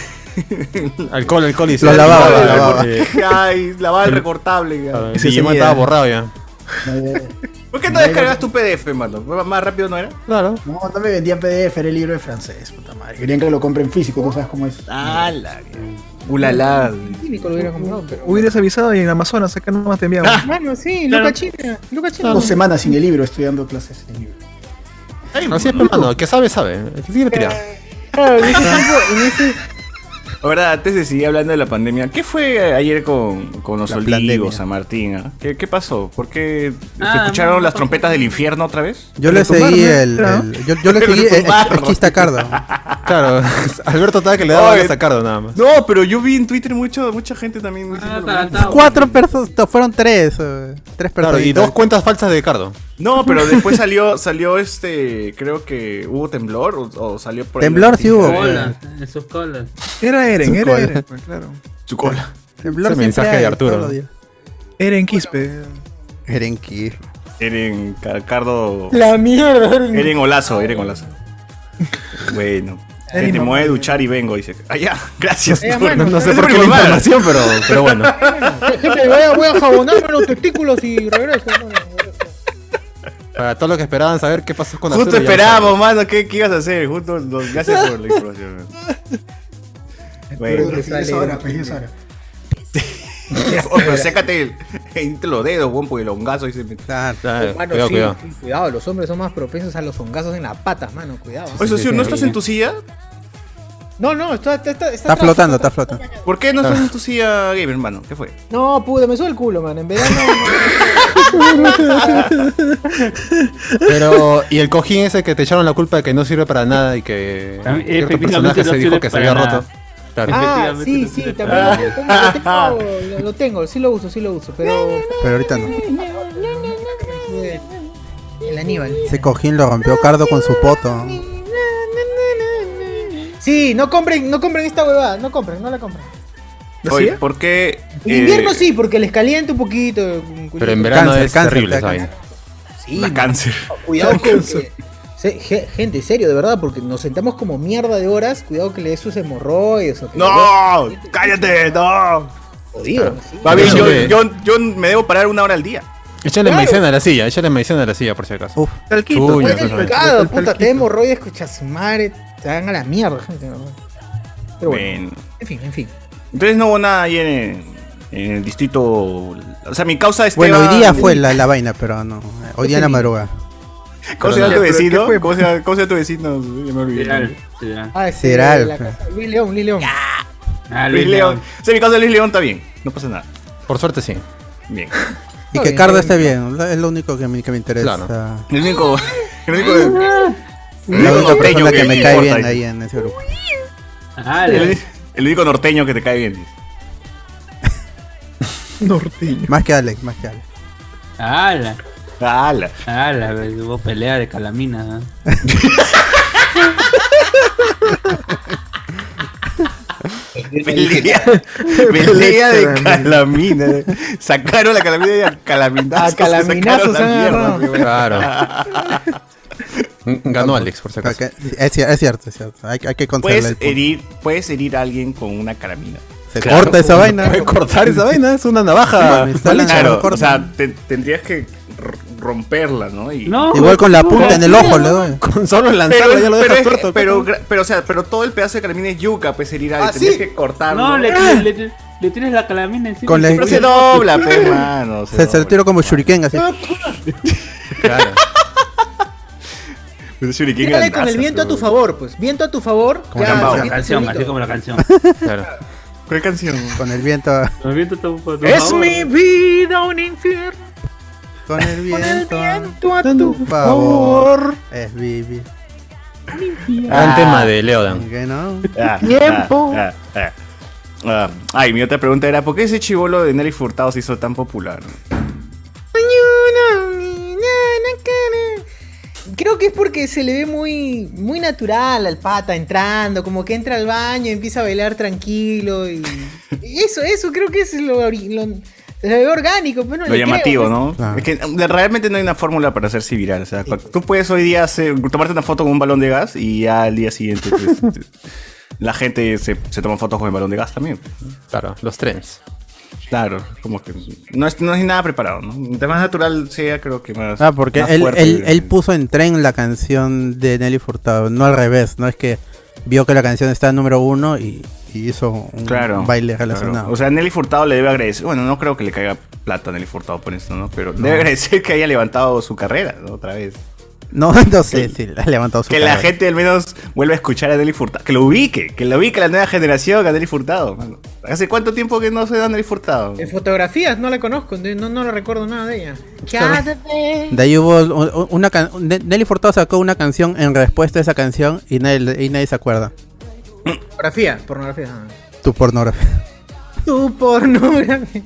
[SPEAKER 2] Alcohol, alcohol y
[SPEAKER 4] Lo lavaba, lo lavaba.
[SPEAKER 3] Ay, lavaba el recortable. ya.
[SPEAKER 2] Si
[SPEAKER 6] Sí,
[SPEAKER 2] Simón
[SPEAKER 6] ya.
[SPEAKER 2] estaba borrado ya.
[SPEAKER 3] ¿Por qué no descargas tu PDF, mano? ¿Fue Más rápido no era.
[SPEAKER 2] Claro.
[SPEAKER 7] No, no me vendían PDF, era el libro de francés, puta madre. Querían que lo compren físico, tú sabes cómo es.
[SPEAKER 3] Ah, la Ulala.
[SPEAKER 1] Sí, Nico lo hubiera comprado, pero.
[SPEAKER 6] Hubieras avisado y en Amazonas, acá nomás te enviaban.
[SPEAKER 3] Ah,
[SPEAKER 1] Mano, sí,
[SPEAKER 3] Claro.
[SPEAKER 1] Luca China. Luca China.
[SPEAKER 7] Dos semanas sin el libro, estudiando clases sin el libro.
[SPEAKER 2] Así es, pues, mano, el que sabe, sabe. El que
[SPEAKER 3] Eh,
[SPEAKER 2] sigue tirado.
[SPEAKER 1] Eh, Claro, en ese tiempo, en ese.
[SPEAKER 3] Ahora, antes de seguir hablando de la pandemia, ¿qué fue ayer con, con los olivos, San Martín? ah? ¿Qué, qué pasó? ¿Por qué se
[SPEAKER 5] Ah,
[SPEAKER 3] escucharon
[SPEAKER 5] no,
[SPEAKER 3] las
[SPEAKER 5] no.
[SPEAKER 3] trompetas del infierno otra vez?
[SPEAKER 4] Yo le
[SPEAKER 6] Retumbar,
[SPEAKER 4] seguí
[SPEAKER 6] ¿no?
[SPEAKER 4] el, el- yo, yo le seguí el, el- el chista Cardo.
[SPEAKER 2] Claro, Alberto estaba que le daba
[SPEAKER 3] Oye.
[SPEAKER 2] a Cardo nada más.
[SPEAKER 3] eh, No, pero yo vi en Twitter mucho, mucha gente también.
[SPEAKER 5] Ah,
[SPEAKER 3] diciendo lo mismo.
[SPEAKER 5] tarantado.
[SPEAKER 4] Cuatro personas, fueron tres, eh, tres
[SPEAKER 2] Claro,
[SPEAKER 4] personas.
[SPEAKER 2] y dos cuentas falsas de Cardo.
[SPEAKER 3] No, pero después salió, salió este, creo que hubo temblor o, o salió por ahí
[SPEAKER 4] Temblor
[SPEAKER 3] la
[SPEAKER 4] sí
[SPEAKER 3] noticia
[SPEAKER 4] hubo.
[SPEAKER 3] de-
[SPEAKER 5] Colas, en sus colas.
[SPEAKER 6] Era Eren,
[SPEAKER 2] Su
[SPEAKER 6] era
[SPEAKER 2] cola.
[SPEAKER 6] Eren, pues, claro.
[SPEAKER 3] Su cola.
[SPEAKER 4] Temblor
[SPEAKER 2] Ese
[SPEAKER 4] siempre
[SPEAKER 2] mensaje
[SPEAKER 4] hay,
[SPEAKER 2] de Arturo,
[SPEAKER 4] todos los
[SPEAKER 2] ¿no?
[SPEAKER 4] días.
[SPEAKER 6] Eren Quispe.
[SPEAKER 4] Erenki.
[SPEAKER 3] Eren Car- Cardo.
[SPEAKER 1] La mierda.
[SPEAKER 3] Eren Olazo, Eren Olazo. Bueno. Que te mueve a duchar y vengo, dice. Ah, ya, gracias.
[SPEAKER 1] Eh, mano,
[SPEAKER 2] No, no sé
[SPEAKER 3] Es
[SPEAKER 2] por qué la
[SPEAKER 3] mi madre.
[SPEAKER 2] información, pero, pero bueno.
[SPEAKER 1] Ah, Gente, voy a, voy a jabonarme los testículos y regreso. mano, regreso.
[SPEAKER 2] Para todos los que esperaban saber qué pasó con
[SPEAKER 3] Justo
[SPEAKER 2] Arturo, ya lo
[SPEAKER 3] esperábamos, mano, ¿qué, qué ibas a hacer? Justo, no, gracias por la información. man. Bueno,
[SPEAKER 7] Pero es ahora, pues, es ahora.
[SPEAKER 3] Oh, pero sécate el- ahí te los dedos, buen, porque el hongazo dice.
[SPEAKER 4] Claro.
[SPEAKER 2] saben. Ah,
[SPEAKER 1] Mano,
[SPEAKER 2] Cuidado,
[SPEAKER 1] sí,
[SPEAKER 2] cuidado.
[SPEAKER 1] sí, cuidado, los hombres son más propensos a los hongazos en las patas, mano, cuidado.
[SPEAKER 3] Oye, socio, ¿no estás en tu silla?
[SPEAKER 1] No, no, está, está, está,
[SPEAKER 4] Está flotando, está flotando.
[SPEAKER 3] ¿Por qué no
[SPEAKER 2] Ah.
[SPEAKER 3] estás en tu silla gamer, hermano? ¿Qué fue?
[SPEAKER 1] No, pude, me sube el culo, mano. En verano.
[SPEAKER 2] Pero, y el cojín ese que te echaron la culpa de que no sirve para nada y que
[SPEAKER 5] También,
[SPEAKER 2] cierto
[SPEAKER 5] efectivamente,
[SPEAKER 2] personaje
[SPEAKER 5] no
[SPEAKER 2] se dijo
[SPEAKER 5] sirve
[SPEAKER 2] que se
[SPEAKER 5] para
[SPEAKER 2] había
[SPEAKER 5] nada.
[SPEAKER 2] roto. Claro.
[SPEAKER 1] ah, sí,
[SPEAKER 5] Efectivamente,
[SPEAKER 1] sí,
[SPEAKER 5] no sirve
[SPEAKER 1] también.
[SPEAKER 5] para
[SPEAKER 1] lo tengo, Lo tengo, lo tengo, sí lo uso, sí lo uso, pero.
[SPEAKER 4] Pero ahorita no.
[SPEAKER 1] El Aníbal.
[SPEAKER 4] Ese cojín lo rompió Cardo con su
[SPEAKER 2] ¿Ah,
[SPEAKER 4] poto.
[SPEAKER 1] Sí, no compren, no compren esta huevada, no compren, no la compren.
[SPEAKER 3] Oye, ¿por qué?
[SPEAKER 1] En
[SPEAKER 3] eh,
[SPEAKER 1] invierno sí, porque les calienta un poquito. un
[SPEAKER 2] Pero en
[SPEAKER 1] culito.
[SPEAKER 2] verano
[SPEAKER 4] Cáncer,
[SPEAKER 2] es
[SPEAKER 4] cáncer,
[SPEAKER 2] terrible esa
[SPEAKER 4] cáncer.
[SPEAKER 2] vaina.
[SPEAKER 1] Sí,
[SPEAKER 3] La
[SPEAKER 1] mano.
[SPEAKER 3] cáncer.
[SPEAKER 1] Cuidado con que- se- ge- gente, serio, de verdad, porque nos sentamos como mierda de horas. Cuidado que le dé sus hemorroides. o que le dé
[SPEAKER 3] ¡No! ¡Cállate! ¡No!
[SPEAKER 1] jodido, sí.
[SPEAKER 3] Babi,
[SPEAKER 2] Eso
[SPEAKER 3] yo,
[SPEAKER 2] que-
[SPEAKER 3] yo, yo me debo parar una hora al día.
[SPEAKER 2] Échale
[SPEAKER 1] Claro.
[SPEAKER 2] maicena a la silla, échale maicena a la silla por si acaso.
[SPEAKER 4] Uf,
[SPEAKER 6] Talquito.
[SPEAKER 2] Uy,
[SPEAKER 6] pues,
[SPEAKER 1] Buen
[SPEAKER 2] eso es
[SPEAKER 6] talquito,
[SPEAKER 1] educado,
[SPEAKER 6] tal-
[SPEAKER 1] puta,
[SPEAKER 6] talquito.
[SPEAKER 1] te hemorroides, escucha su madre. Te van a la mierda, gente, de verdad. Pero bueno,
[SPEAKER 3] Bueno.
[SPEAKER 1] en fin, en fin.
[SPEAKER 3] Entonces no hubo nada ayer en, en el distrito. O sea, mi causa
[SPEAKER 2] Este
[SPEAKER 3] es.
[SPEAKER 4] Bueno, hoy día fue la, la vaina, pero no. eh, Hoy día en la madrugada.
[SPEAKER 3] ¿Cómo se
[SPEAKER 6] Pero no,
[SPEAKER 3] llama tu
[SPEAKER 6] ¿pero
[SPEAKER 3] vecino?
[SPEAKER 6] qué fue?
[SPEAKER 3] ¿Cómo se llama- cómo se llama tu vecino? Ya me olvidé.
[SPEAKER 5] Literal, literal.
[SPEAKER 1] Ah, sí,
[SPEAKER 4] Será,
[SPEAKER 1] la
[SPEAKER 4] fe.
[SPEAKER 1] casa- Luis León, Luis León.
[SPEAKER 5] Ah,
[SPEAKER 3] Luis León. O sea, mi causa Luis León está bien. No pasa nada.
[SPEAKER 2] Por suerte sí.
[SPEAKER 3] Bien.
[SPEAKER 4] Y
[SPEAKER 1] Está
[SPEAKER 4] que
[SPEAKER 1] bien,
[SPEAKER 4] Cardo
[SPEAKER 1] está
[SPEAKER 4] esté bien, es lo único que me, que me interesa.
[SPEAKER 3] El único. El único. El
[SPEAKER 4] La única
[SPEAKER 3] único norteño
[SPEAKER 4] persona que me cae bien
[SPEAKER 3] importa.
[SPEAKER 4] ahí en ese grupo.
[SPEAKER 5] Ah,
[SPEAKER 3] El, el único norteño que te cae bien. dice.
[SPEAKER 6] Norteño.
[SPEAKER 4] Más que Alex, más que Alex.
[SPEAKER 5] ala,
[SPEAKER 3] ¡Hala!
[SPEAKER 5] ala, Pues, hubo pelea de calamina. ¿eh?
[SPEAKER 3] Pelea, pelea de calamina. Sacaron la calamina y a calaminazos.
[SPEAKER 1] A calaminazos ah,
[SPEAKER 3] sacaron la
[SPEAKER 1] han
[SPEAKER 3] mierda,
[SPEAKER 1] agarrado.
[SPEAKER 3] pe, weón.
[SPEAKER 2] Claro. Ganó Alex por si acaso. Pues,
[SPEAKER 4] Porque- Es, cier- es cierto, es cierto. Hay, hay que concederle
[SPEAKER 3] Puedes
[SPEAKER 4] el punto.
[SPEAKER 3] herir, puedes herir a alguien con una calamina.
[SPEAKER 4] se
[SPEAKER 2] Claro,
[SPEAKER 4] corta esa
[SPEAKER 2] uno
[SPEAKER 4] vaina.
[SPEAKER 2] puede cortar esa vaina, es una navaja.
[SPEAKER 4] Mames, está la
[SPEAKER 3] Claro,
[SPEAKER 4] chava corta.
[SPEAKER 3] o sea, te- tendrías que r- romperla, ¿no? Y,
[SPEAKER 5] No,
[SPEAKER 4] Igual con la
[SPEAKER 5] no,
[SPEAKER 4] punta en el
[SPEAKER 5] no,
[SPEAKER 4] ojo le
[SPEAKER 5] no.
[SPEAKER 4] doy.
[SPEAKER 2] Con solo
[SPEAKER 3] Pero,
[SPEAKER 2] lanzarla ya lo
[SPEAKER 3] pero
[SPEAKER 2] dejas
[SPEAKER 3] es que-
[SPEAKER 2] tuerto.
[SPEAKER 3] pero, gra- pero, o sea, pero todo el pedazo de calamina es yuca, pues herida,
[SPEAKER 1] ¿Ah,
[SPEAKER 3] tendrías
[SPEAKER 1] sí?
[SPEAKER 3] que cortarlo.
[SPEAKER 5] No, le,
[SPEAKER 3] Pero
[SPEAKER 5] le, le- le tienes la calamina encima.
[SPEAKER 4] Ah. Con
[SPEAKER 5] y
[SPEAKER 4] la-
[SPEAKER 5] siempre
[SPEAKER 3] se
[SPEAKER 5] se-
[SPEAKER 3] dobla, pues, hermano.
[SPEAKER 4] Se, se lo tiro como shuriken así.
[SPEAKER 2] Claro.
[SPEAKER 1] Tírale con el viento a tu favor, pues. Viento a tu favor.
[SPEAKER 4] Como
[SPEAKER 1] ya,
[SPEAKER 3] Gambao.
[SPEAKER 1] se quita
[SPEAKER 5] Como la
[SPEAKER 1] el
[SPEAKER 5] canción, así
[SPEAKER 1] solito.
[SPEAKER 5] como la canción.
[SPEAKER 2] claro.
[SPEAKER 3] ¿Cuál canción?
[SPEAKER 4] Con el viento.
[SPEAKER 5] Lo viento todo por tu
[SPEAKER 2] Es
[SPEAKER 5] favor.
[SPEAKER 2] mi vida un infierno.
[SPEAKER 4] Con el viento.
[SPEAKER 1] Viento a tu
[SPEAKER 4] Por favor. Es Bibi.
[SPEAKER 2] Un tema de Leodan.
[SPEAKER 4] Ah. ¿Qué no?
[SPEAKER 1] Tiempo.
[SPEAKER 3] Ah, ah, ah. Ay, mi otra pregunta era: ¿por qué ese chivolo de Nelly Furtado se hizo tan popular?
[SPEAKER 1] Creo que es porque se le ve muy, muy natural al pata entrando, como que entra al baño, empieza a bailar tranquilo y y eso, eso creo que es lo, ori- lo, se le ve orgánico, pero no
[SPEAKER 3] Lo
[SPEAKER 1] le creo,
[SPEAKER 3] llamativo,
[SPEAKER 1] pues.
[SPEAKER 3] ¿no?
[SPEAKER 4] Claro.
[SPEAKER 3] Es que eh, realmente no hay una fórmula para hacerse viral. O sea, cua- tú puedes hoy día hacer, tomarte una foto con un balón de gas y ya al día siguiente pues, te- la gente se, se toma fotos con el balón de gas también.
[SPEAKER 2] Claro, los trends.
[SPEAKER 3] Claro, como que no es, no es nada preparado, ¿no? Mientras más natural sea, creo que más.
[SPEAKER 4] Ah, porque
[SPEAKER 3] más
[SPEAKER 4] él,
[SPEAKER 3] fuerte
[SPEAKER 4] él,
[SPEAKER 3] el-
[SPEAKER 4] él puso en tren la canción de Nelly Furtado, no al revés, no es que vio que la canción está en número uno y, y hizo un
[SPEAKER 3] Claro.
[SPEAKER 4] baile
[SPEAKER 3] claro.
[SPEAKER 4] relacionado.
[SPEAKER 3] O sea, Nelly Furtado le debe agradecer. Bueno, no creo que le caiga plata a Nelly Furtado por esto, ¿no? Pero debe agradecer que haya levantado su carrera, ¿no? Otra vez.
[SPEAKER 4] no, no sé si le ha levantado su
[SPEAKER 3] que la
[SPEAKER 4] cabeza.
[SPEAKER 3] gente al menos vuelva a escuchar a Nelly Furtado. Que lo ubique, que lo ubique la nueva generación a Nelly Furtado, mano. ¿Hace cuánto tiempo que no se da Nelly Furtado?
[SPEAKER 1] En fotografías no la conozco, no, no, no la recuerdo nada de ella. Cada vez.
[SPEAKER 4] De ahí hubo un- una can- Ne- Nelly Furtado sacó una canción en respuesta a esa canción y nadie, y nadie se acuerda.
[SPEAKER 1] Pornografía, pornografía. ah.
[SPEAKER 4] Tu pornografía.
[SPEAKER 1] Tu pornografía.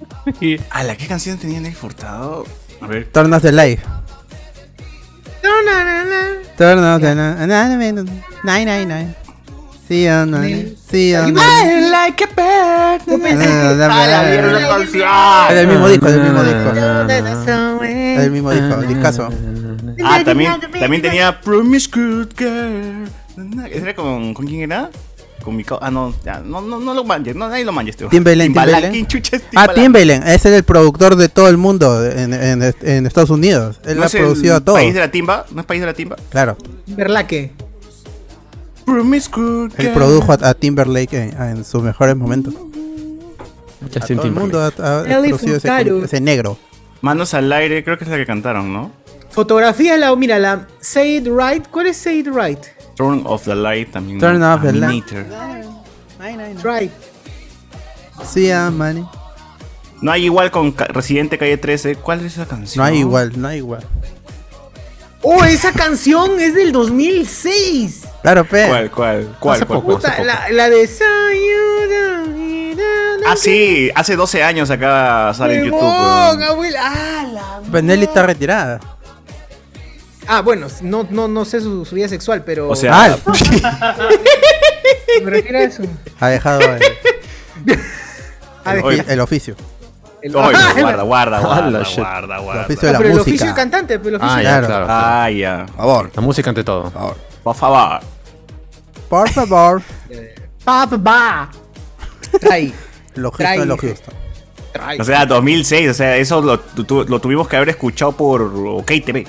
[SPEAKER 3] ¿A la qué canción tenía Nelly Furtado? A ver.
[SPEAKER 4] Tornas de live.
[SPEAKER 1] No, no, no, no.
[SPEAKER 4] Tornas de live. Nine, nine, nine. Sí, oh, no, sí, oh, no.
[SPEAKER 1] like a bird. Yo pensé que-
[SPEAKER 4] Ah, dame,
[SPEAKER 1] Ah, la
[SPEAKER 4] dame,
[SPEAKER 1] mierda,
[SPEAKER 4] dame.
[SPEAKER 1] canción.
[SPEAKER 4] Es del mismo disco, es del mismo disco. Es del
[SPEAKER 1] Ah,
[SPEAKER 4] mismo disco, discazo.
[SPEAKER 3] Ah, también, también tenía Promise Good Girl. ¿Era con, ¿con quién era? Con mi co- Ah, no, ya, no, no, no lo manches, no, nadie lo manches. tío.
[SPEAKER 4] Timbaland,
[SPEAKER 3] Timbaland,
[SPEAKER 4] Timbaland.
[SPEAKER 3] ¿quién chucha es
[SPEAKER 4] Ah,
[SPEAKER 3] Timbaland?
[SPEAKER 4] Tim Belen, es el productor de todo el mundo en, en- en Estados Unidos. Él
[SPEAKER 3] ¿No
[SPEAKER 4] ha
[SPEAKER 3] es el
[SPEAKER 4] producido a todos.
[SPEAKER 3] ¿País de la timba? ¿No es país de la timba?
[SPEAKER 4] Claro,
[SPEAKER 1] Berlaque.
[SPEAKER 3] Promise Good
[SPEAKER 4] él
[SPEAKER 3] Girl.
[SPEAKER 4] produjo a, a Timberlake en, en sus mejores momentos. A todo el mundo ha, ha- ha
[SPEAKER 1] Ellie
[SPEAKER 4] producido ese,
[SPEAKER 1] Furtado.
[SPEAKER 4] ese negro.
[SPEAKER 3] Manos al aire, creo que es la que cantaron, ¿no?
[SPEAKER 1] Fotografía la, mira, la Say It Right. ¿Cuál es Say It Right?
[SPEAKER 3] Turn off the light también. Ah,
[SPEAKER 4] Turn off the light.
[SPEAKER 3] Aminator.
[SPEAKER 1] Right.
[SPEAKER 4] Sí, ah, man.
[SPEAKER 3] No hay igual con Ca- Residente Calle 13. ¿Cuál es esa canción?
[SPEAKER 4] No hay igual, no hay igual.
[SPEAKER 1] Oh, esa canción es del 2006.
[SPEAKER 4] Claro, pe.
[SPEAKER 3] ¿Cuál, cuál, cuál?
[SPEAKER 2] Hace
[SPEAKER 3] cuál,
[SPEAKER 2] poco.
[SPEAKER 3] cuál?
[SPEAKER 1] Puta, la, la de Say You Don't Need a-
[SPEAKER 3] Ah, sí, hace 12 años acá sale en YouTube.
[SPEAKER 1] Huevón,
[SPEAKER 3] weón.
[SPEAKER 1] abuela. Ah, la
[SPEAKER 4] Pues Nelly está retirada.
[SPEAKER 1] Ah, bueno, no, no, no sé su, su vida sexual, pero.
[SPEAKER 3] O sea,
[SPEAKER 4] Ah,
[SPEAKER 1] me refiero a eso.
[SPEAKER 4] ha dejado el,
[SPEAKER 1] A
[SPEAKER 4] el
[SPEAKER 1] ver,
[SPEAKER 4] ofi- el oficio.
[SPEAKER 1] el-
[SPEAKER 3] Oye,
[SPEAKER 1] Ah,
[SPEAKER 3] guarda, guarda, guarda,
[SPEAKER 2] Hola, shit.
[SPEAKER 3] guarda, guarda.
[SPEAKER 4] oficio de la
[SPEAKER 1] pero el
[SPEAKER 4] música.
[SPEAKER 1] oficio de cantante, pero el oficio
[SPEAKER 2] Ah,
[SPEAKER 1] de-
[SPEAKER 2] ya,
[SPEAKER 4] Claro.
[SPEAKER 2] claro.
[SPEAKER 3] Ah, ya.
[SPEAKER 4] Por favor,
[SPEAKER 2] La música ante todo.
[SPEAKER 3] Por favor.
[SPEAKER 4] por favor.
[SPEAKER 1] Pap va. Trae,
[SPEAKER 4] Lo justo
[SPEAKER 1] Trae.
[SPEAKER 4] es lo justo.
[SPEAKER 1] trae.
[SPEAKER 3] O sea, 2006, o sea, eso lo, tu- tu- lo tuvimos que haber escuchado por OKTV.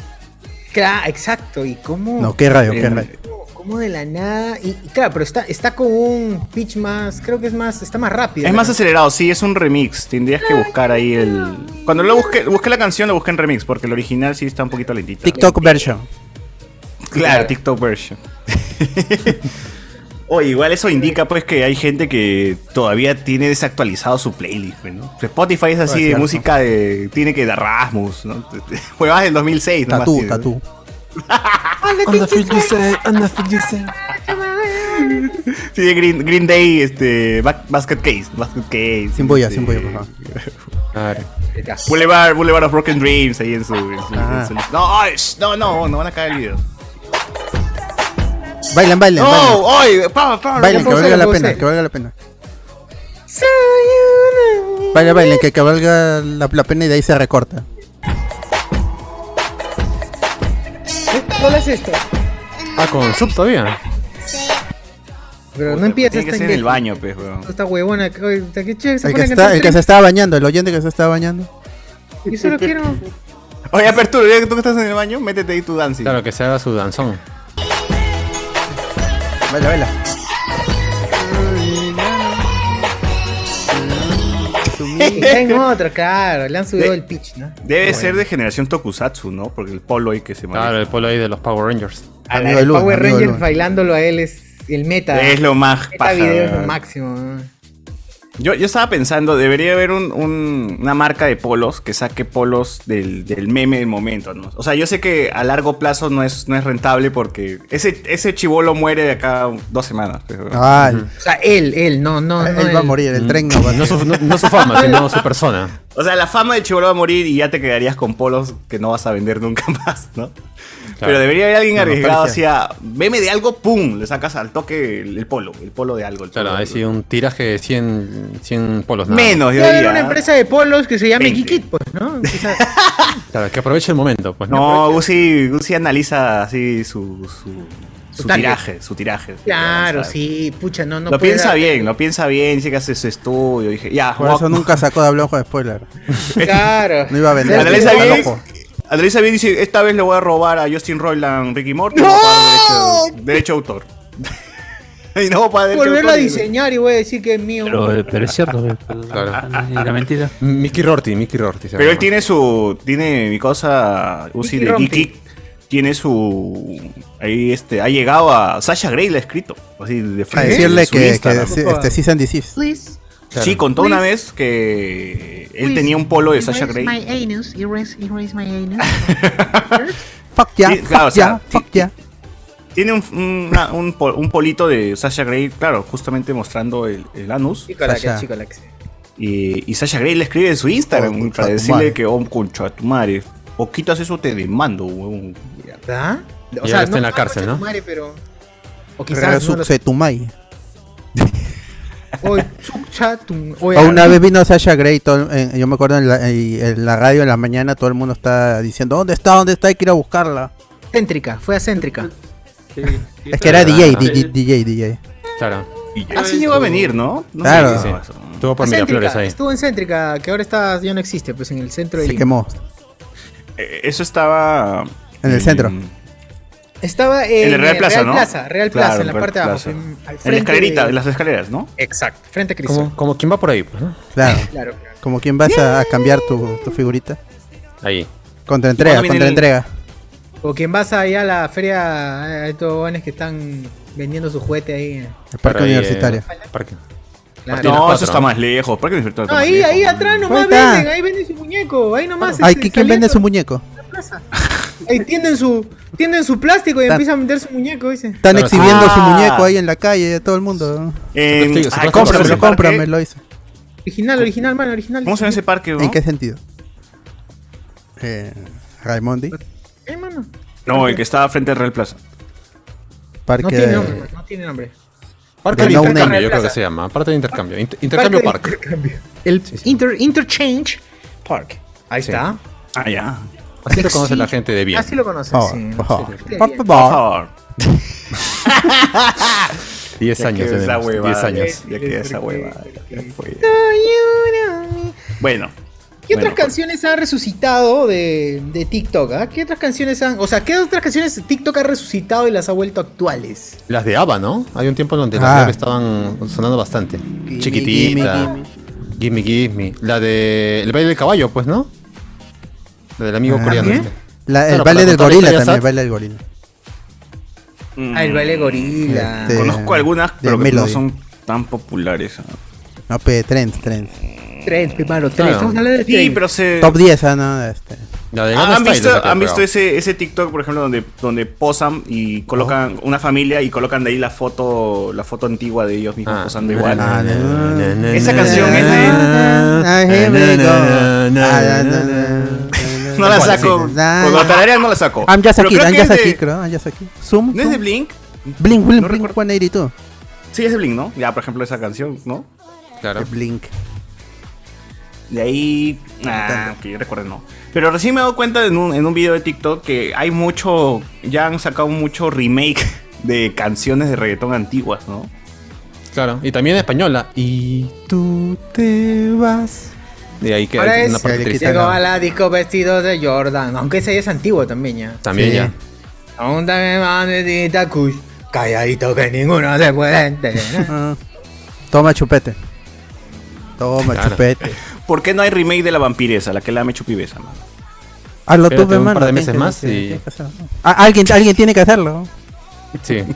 [SPEAKER 1] Cla- exacto, y cómo.
[SPEAKER 4] No, qué rayo, qué
[SPEAKER 3] En-
[SPEAKER 4] rayo.
[SPEAKER 1] Como de la nada. Y, y claro, pero está, está con un pitch más. Creo que es más. Está más rápido.
[SPEAKER 3] Es
[SPEAKER 1] la
[SPEAKER 3] más
[SPEAKER 1] canción.
[SPEAKER 3] acelerado, sí, es un remix. Tendrías que buscar ahí el. Cuando lo busqué, busqué la canción, lo busqué en remix, porque el original sí está un poquito lentito.
[SPEAKER 4] TikTok version.
[SPEAKER 3] Claro, TikTok version. Oye, igual eso indica pues que hay gente que todavía tiene desactualizado su playlist, pues, ¿no? Su Spotify es
[SPEAKER 4] Ah, es
[SPEAKER 3] así de
[SPEAKER 4] cierto.
[SPEAKER 3] música de. tiene que de Rasmus, ¿no? Juegas del 2006, nomás
[SPEAKER 4] Tatú,
[SPEAKER 3] tiene.
[SPEAKER 4] tatú.
[SPEAKER 3] Sí, Green, Green Day, este. Ba- Basket Case. Basket Case.
[SPEAKER 4] Sin bulla,
[SPEAKER 3] este,
[SPEAKER 4] sin bulla, por favor.
[SPEAKER 2] Claro.
[SPEAKER 3] Boulevard, Boulevard of Broken Dreams, ahí en su. en su-
[SPEAKER 4] Ah.
[SPEAKER 3] en su- no, ay, sh- no, no, no van a caer el video.
[SPEAKER 4] Bailen, bailen,
[SPEAKER 3] Oh, No, oye, pa, pa,
[SPEAKER 4] bailen. Bailen, que
[SPEAKER 1] pausé,
[SPEAKER 4] valga
[SPEAKER 1] ya
[SPEAKER 4] la
[SPEAKER 1] pausé.
[SPEAKER 4] pena, que valga la pena. Bailen, bailen, que, que valga la, la pena y de ahí se recorta.
[SPEAKER 1] ¿Eh? ¿Cuál es esto?
[SPEAKER 2] Ah, con sub todavía.
[SPEAKER 1] Pero no
[SPEAKER 3] Puta,
[SPEAKER 1] empieza
[SPEAKER 3] tiene que
[SPEAKER 1] hasta
[SPEAKER 3] ser en el baño, pues, weón.
[SPEAKER 1] Esta huevona, que- oye, qué chévere se
[SPEAKER 4] El
[SPEAKER 1] pone
[SPEAKER 4] que,
[SPEAKER 1] a
[SPEAKER 4] está,
[SPEAKER 1] cantar
[SPEAKER 4] el que se
[SPEAKER 1] tren.
[SPEAKER 4] estaba bañando, el oyente que se estaba bañando.
[SPEAKER 1] Yo solo quiero.
[SPEAKER 3] Oye, Apertura, ya que tú que estás en el baño, métete ahí tu dancing.
[SPEAKER 2] Claro, que se haga su danzón.
[SPEAKER 4] Baila, baila.
[SPEAKER 1] Está en otro, claro. Le han subido el pitch, ¿no?
[SPEAKER 3] Debe ser de generación Tokusatsu, ¿no? Porque el polo ahí que se
[SPEAKER 2] Claro,
[SPEAKER 3] maneja
[SPEAKER 2] el polo ahí de los Power Rangers.
[SPEAKER 1] A la
[SPEAKER 4] Amigo
[SPEAKER 1] de
[SPEAKER 4] de luz,
[SPEAKER 1] Power
[SPEAKER 4] amigo de
[SPEAKER 1] Ranger
[SPEAKER 4] luz.
[SPEAKER 1] bailándolo a él es el meta.
[SPEAKER 3] es lo más
[SPEAKER 1] Meta
[SPEAKER 3] paja.
[SPEAKER 1] video es lo
[SPEAKER 3] weón.
[SPEAKER 1] máximo. ¿no?
[SPEAKER 3] Yo, yo estaba pensando, debería haber un- un- una marca de polos que saque polos del, del meme del momento, ¿no? O sea, yo sé que a largo plazo no es, no es rentable porque ese, ese chivolo muere de acá dos semanas. pero-
[SPEAKER 4] Ah,
[SPEAKER 1] O sea, él, él, no, no. no,
[SPEAKER 4] él va a morir, el tren no va a
[SPEAKER 2] No su, no- no su fama, sino su persona.
[SPEAKER 3] O sea, la fama del chivolo va a morir y ya te quedarías con polos que no vas a vender nunca más, ¿no? Pero debería haber alguien
[SPEAKER 4] La
[SPEAKER 3] arriesgado
[SPEAKER 4] nostalgia.
[SPEAKER 3] hacia meme de algo, pum, le sacas al toque el, el polo, el polo de algo. el
[SPEAKER 2] Claro,
[SPEAKER 3] polo de
[SPEAKER 2] ahí
[SPEAKER 3] algo.
[SPEAKER 2] sí, un tiraje de 100, 100 polos. nada más.
[SPEAKER 3] Menos, yo
[SPEAKER 1] Debe haber
[SPEAKER 3] diría.
[SPEAKER 1] una empresa de polos que se llame
[SPEAKER 3] 20.
[SPEAKER 1] Kikit, pues, ¿no? O sea,
[SPEAKER 2] Claro, que aproveche el momento. Pues,
[SPEAKER 3] No, Gusi, Gusi analiza así su, su, su
[SPEAKER 1] target.
[SPEAKER 3] tiraje, su tiraje.
[SPEAKER 1] claro,
[SPEAKER 3] O sea,
[SPEAKER 1] sí, pucha, no, no.
[SPEAKER 3] lo
[SPEAKER 1] puede
[SPEAKER 3] piensa
[SPEAKER 1] dar-
[SPEAKER 3] bien, lo piensa bien, dice que hace su estudio. Dije, ya,
[SPEAKER 4] Por
[SPEAKER 3] voy a-
[SPEAKER 4] eso nunca sacó de hablar de spoiler.
[SPEAKER 1] Claro.
[SPEAKER 4] No iba a vender.
[SPEAKER 3] Analiza
[SPEAKER 4] Está
[SPEAKER 3] bien.
[SPEAKER 4] loco.
[SPEAKER 3] Analiza bien, dice, esta vez le voy a robar a Justin Roiland, Ricky Morton. voy a pagar Derecho, derecho a autor. y no, para derecho a
[SPEAKER 1] Volverlo a
[SPEAKER 3] autor. y-
[SPEAKER 1] diseñar y voy a decir que es mío.
[SPEAKER 5] Pero, eh, pero es cierto. que-
[SPEAKER 2] Claro.
[SPEAKER 5] La mentira.
[SPEAKER 2] Mickey Rorty, Mickey Rorty. se
[SPEAKER 3] Pero él
[SPEAKER 2] llama.
[SPEAKER 3] tiene su. Tiene mi cosa. Uzi
[SPEAKER 1] Mickey
[SPEAKER 3] de
[SPEAKER 1] Rompe.
[SPEAKER 3] Geeky. Tiene su. Ahí este. Ha llegado a. Sasha Gray la ha escrito. Así de
[SPEAKER 4] A
[SPEAKER 3] frente,
[SPEAKER 4] decirle
[SPEAKER 3] de su
[SPEAKER 4] que, que
[SPEAKER 3] Instagram.
[SPEAKER 4] sí, este, cease and desist.
[SPEAKER 8] Please,
[SPEAKER 3] Sí, contó una vez que. Él tenía un polo de Sasha
[SPEAKER 8] erase my
[SPEAKER 3] Gray.
[SPEAKER 8] anus, erase, erase my anus.
[SPEAKER 4] Fuck ya,
[SPEAKER 3] Sí,
[SPEAKER 4] fuck
[SPEAKER 3] claro, o sea,
[SPEAKER 4] ya,
[SPEAKER 3] sí.
[SPEAKER 4] fuck ya.
[SPEAKER 3] Tiene un, una- un, pol- un polito de Sasha Gray, claro, justamente mostrando el, el anus.
[SPEAKER 1] Chico la que,
[SPEAKER 4] Sasha.
[SPEAKER 1] chico la que.
[SPEAKER 3] Y, y Sasha Gray le escribe en su
[SPEAKER 4] Oh,
[SPEAKER 3] Instagram
[SPEAKER 4] concha
[SPEAKER 3] para
[SPEAKER 4] tu
[SPEAKER 3] decirle
[SPEAKER 4] madre.
[SPEAKER 3] que, oh, concha tu madre, o quitas eso te demando, huevón.
[SPEAKER 1] ¿Verdad?
[SPEAKER 2] Y ahora está en la cárcel, ¿no?
[SPEAKER 1] Madre, pero... O quizás no lo sé.
[SPEAKER 4] Resuxetumai.
[SPEAKER 1] Oye, chucha, tu- oye,
[SPEAKER 4] O una
[SPEAKER 1] a-
[SPEAKER 4] vez vino Sasha Gray, todo- en- yo me acuerdo en la, en- en la radio en la mañana todo el mundo está diciendo, ¿dónde está? ¿Dónde está? Hay que ir a buscarla.
[SPEAKER 1] Céntrica, fue acéntrica.
[SPEAKER 5] Sí, sí,
[SPEAKER 4] Es que era
[SPEAKER 5] pero-
[SPEAKER 4] DJ,
[SPEAKER 5] pero-
[SPEAKER 4] DJ, DJ, DJ.
[SPEAKER 2] Ah, Claro.
[SPEAKER 1] Ah,
[SPEAKER 3] Así llegó a venir, ¿no? no sé
[SPEAKER 4] Claro.
[SPEAKER 3] qué hizo
[SPEAKER 2] Sí.
[SPEAKER 3] eso.
[SPEAKER 2] Estuvo por Miraflores
[SPEAKER 1] Céntrica,
[SPEAKER 2] ahí.
[SPEAKER 1] estuvo en Céntrica, que ahora está, ya no existe, pues en el centro de
[SPEAKER 4] Se
[SPEAKER 1] Lima.
[SPEAKER 4] quemó.
[SPEAKER 3] Eh, Eso estaba.
[SPEAKER 4] En el centro.
[SPEAKER 1] Estaba en,
[SPEAKER 3] En el Real
[SPEAKER 1] eh,
[SPEAKER 3] Plaza,
[SPEAKER 1] Real
[SPEAKER 3] ¿no?
[SPEAKER 1] Plaza, Real
[SPEAKER 3] Claro,
[SPEAKER 1] Plaza, en la
[SPEAKER 3] Real
[SPEAKER 1] parte de abajo.
[SPEAKER 3] Plaza.
[SPEAKER 1] en- al
[SPEAKER 3] En la
[SPEAKER 1] frente
[SPEAKER 3] escalerita,
[SPEAKER 1] de-
[SPEAKER 3] en las escaleras, ¿no?
[SPEAKER 1] Exacto, frente a Cristo.
[SPEAKER 2] Como, como quien va por ahí. pues, ¿no?
[SPEAKER 4] Claro.
[SPEAKER 1] Claro, claro.
[SPEAKER 4] Como quien vas a, a cambiar tu, tu figurita.
[SPEAKER 2] Ahí.
[SPEAKER 4] Contra entrega,
[SPEAKER 3] Cuando viene
[SPEAKER 4] contra
[SPEAKER 3] el-
[SPEAKER 4] entrega.
[SPEAKER 1] O quien vas allá a la feria, eh, a estos jóvenes que están vendiendo su juguete ahí. eh.
[SPEAKER 4] El parque
[SPEAKER 2] Por ahí,
[SPEAKER 4] universitario.
[SPEAKER 2] eh, parque.
[SPEAKER 1] Claro.
[SPEAKER 2] Tiene
[SPEAKER 3] No,
[SPEAKER 2] cuatro,
[SPEAKER 3] eso está
[SPEAKER 2] ¿no?
[SPEAKER 3] más lejos. ¿Para qué me despertó?
[SPEAKER 1] No, ahí, ahí atrás nomás
[SPEAKER 4] Ahí está.
[SPEAKER 1] venden, ahí venden su muñeco, ahí nomás.
[SPEAKER 4] Ay,
[SPEAKER 1] este,
[SPEAKER 4] ¿quién
[SPEAKER 1] saliendo
[SPEAKER 4] vende su muñeco?
[SPEAKER 1] de la plaza. Ahí tienden su, tienden su plástico y
[SPEAKER 4] Tan-
[SPEAKER 1] empiezan a vender su muñeco, dice.
[SPEAKER 4] Están
[SPEAKER 2] Claro, sí.
[SPEAKER 4] exhibiendo su
[SPEAKER 3] Ah.
[SPEAKER 4] muñeco ahí en la calle, todo el mundo.
[SPEAKER 2] Sí,
[SPEAKER 3] En,
[SPEAKER 2] sí,
[SPEAKER 3] ay,
[SPEAKER 2] sí,
[SPEAKER 3] ¿cómo se llama
[SPEAKER 2] sí,
[SPEAKER 4] Cómpramelo,
[SPEAKER 3] ese
[SPEAKER 2] sí,
[SPEAKER 3] parque?
[SPEAKER 4] cómpramelo, dice.
[SPEAKER 1] Original, original, mano, original.
[SPEAKER 3] ¿Cómo se llama ese parque?
[SPEAKER 4] ¿En
[SPEAKER 3] no?
[SPEAKER 4] qué sentido? Eh, Raimondi,
[SPEAKER 1] Eh, mano.
[SPEAKER 3] No, el que estaba frente al Real Plaza.
[SPEAKER 4] parque
[SPEAKER 1] No tiene
[SPEAKER 4] de-
[SPEAKER 1] nombre, mano, no tiene nombre.
[SPEAKER 2] Parque
[SPEAKER 4] De
[SPEAKER 2] de
[SPEAKER 4] No
[SPEAKER 2] intercambio,
[SPEAKER 1] Name.
[SPEAKER 2] yo creo que se llama. Parque de intercambio. Inter- intercambio
[SPEAKER 1] Parque de
[SPEAKER 2] Park.
[SPEAKER 1] intercambio. El inter- Interchange Park. Ahí
[SPEAKER 2] Sí.
[SPEAKER 1] está.
[SPEAKER 3] Ah, ya.
[SPEAKER 2] Así lo conoce la gente de bien.
[SPEAKER 1] Así lo conoces.
[SPEAKER 4] Oh,
[SPEAKER 1] Ah, sí.
[SPEAKER 4] por favor.
[SPEAKER 1] Sí,
[SPEAKER 4] Por
[SPEAKER 1] bien.
[SPEAKER 3] Por
[SPEAKER 4] favor.
[SPEAKER 3] favor.
[SPEAKER 2] 10 años
[SPEAKER 3] quedó esa
[SPEAKER 2] tenemos. 10
[SPEAKER 3] huevada,
[SPEAKER 2] años.
[SPEAKER 3] Ya queda esa hueva. Bueno.
[SPEAKER 1] ¿Qué
[SPEAKER 3] Bueno,
[SPEAKER 1] otras canciones ha resucitado de, de TikTok? ah? ¿Qué otras canciones han.? O sea, ¿qué otras canciones TikTok ha resucitado y las ha vuelto actuales?
[SPEAKER 2] Las de ABBA, ¿no? Hay un tiempo donde las
[SPEAKER 4] Ah.
[SPEAKER 2] de ABBA estaban sonando bastante. Chiquitita. Gimme, gimme. La de El baile del caballo, pues, ¿no? La del amigo
[SPEAKER 4] Ah,
[SPEAKER 2] coreano.
[SPEAKER 1] ¿bien?
[SPEAKER 2] este.
[SPEAKER 4] La- el baile
[SPEAKER 2] Claro, para
[SPEAKER 4] del
[SPEAKER 2] contar
[SPEAKER 4] gorila
[SPEAKER 2] historias,
[SPEAKER 4] también, el
[SPEAKER 2] ¿sabes?
[SPEAKER 4] baile del gorila.
[SPEAKER 3] mm,
[SPEAKER 1] Ah, el baile gorila.
[SPEAKER 4] Este-
[SPEAKER 3] Conozco algunas,
[SPEAKER 4] de
[SPEAKER 3] pero que no
[SPEAKER 4] Melody.
[SPEAKER 3] son tan populares. ah.
[SPEAKER 4] No, pe, trends, trends.
[SPEAKER 1] Tres, primero, tres.
[SPEAKER 2] Claro.
[SPEAKER 1] Estamos hablando de tres.
[SPEAKER 3] Sí, pero se. Ah,
[SPEAKER 4] Top 10, ah, no, este.
[SPEAKER 2] La de Gangnam
[SPEAKER 3] ¿Han
[SPEAKER 2] Style es
[SPEAKER 3] visto,
[SPEAKER 2] la que
[SPEAKER 3] ¿han
[SPEAKER 2] ha
[SPEAKER 3] visto
[SPEAKER 2] pegado.
[SPEAKER 3] ese, ese TikTok, por ejemplo, donde, donde posan y colocan una familia y colocan de ahí la foto, la foto antigua de ellos mismos
[SPEAKER 2] Ah.
[SPEAKER 3] posando igual?
[SPEAKER 4] Ah,
[SPEAKER 3] Esa canción es de-
[SPEAKER 4] Ah, here we go.
[SPEAKER 2] Na,
[SPEAKER 4] Ah,
[SPEAKER 2] na, na,
[SPEAKER 4] na,
[SPEAKER 2] na,
[SPEAKER 4] na, na,
[SPEAKER 3] No la
[SPEAKER 4] na,
[SPEAKER 3] saco.
[SPEAKER 4] na,
[SPEAKER 3] Cuando
[SPEAKER 4] na.
[SPEAKER 3] tararean no la saco.
[SPEAKER 4] I'm just
[SPEAKER 3] Pero
[SPEAKER 4] aquí,
[SPEAKER 3] creo
[SPEAKER 4] I'm
[SPEAKER 3] que
[SPEAKER 4] just
[SPEAKER 3] es de-
[SPEAKER 4] aquí, creo. I'm just aquí. Zoom.
[SPEAKER 3] ¿No es de
[SPEAKER 4] zoom.
[SPEAKER 3] Blink?
[SPEAKER 4] Blink,
[SPEAKER 3] No
[SPEAKER 4] Blink, Blink
[SPEAKER 3] recuerdo.
[SPEAKER 4] 182.
[SPEAKER 3] Sí, es de Blink, ¿no? Ya, por ejemplo, esa canción, ¿no?
[SPEAKER 2] Claro.
[SPEAKER 4] De Blink.
[SPEAKER 3] De ahí. Ah, que yo recuerde, no. Pero recién me he dado cuenta en un, en un video de TikTok que hay mucho. Ya han sacado mucho remake de canciones de reggaetón antiguas, ¿no?
[SPEAKER 2] Claro, y también española. Y tú te vas. De ahí queda
[SPEAKER 1] Ahora
[SPEAKER 2] una
[SPEAKER 1] es,
[SPEAKER 2] parte triste.
[SPEAKER 1] llegó a la disco vestido de Jordan, aunque ese ya es antiguo también ya.
[SPEAKER 2] También
[SPEAKER 4] Sí.
[SPEAKER 2] ya.
[SPEAKER 1] Aún también van de Tita Kush, calladito que ninguno se puede enterar.
[SPEAKER 4] Ah. Toma chupete. Toma
[SPEAKER 2] Claro.
[SPEAKER 4] chupete.
[SPEAKER 3] ¿Por qué no hay remake de la vampiresa, la que la me chupivesa, mano?
[SPEAKER 4] Hazlo tú,
[SPEAKER 2] Espérate
[SPEAKER 4] ve,
[SPEAKER 2] un
[SPEAKER 4] Ah, mano,
[SPEAKER 2] par de
[SPEAKER 4] tienes
[SPEAKER 2] meses
[SPEAKER 4] que-
[SPEAKER 2] más
[SPEAKER 4] tienes
[SPEAKER 2] y-
[SPEAKER 4] que hacerlo. Ah, alguien, alguien tiene que hacerlo.
[SPEAKER 2] Sí.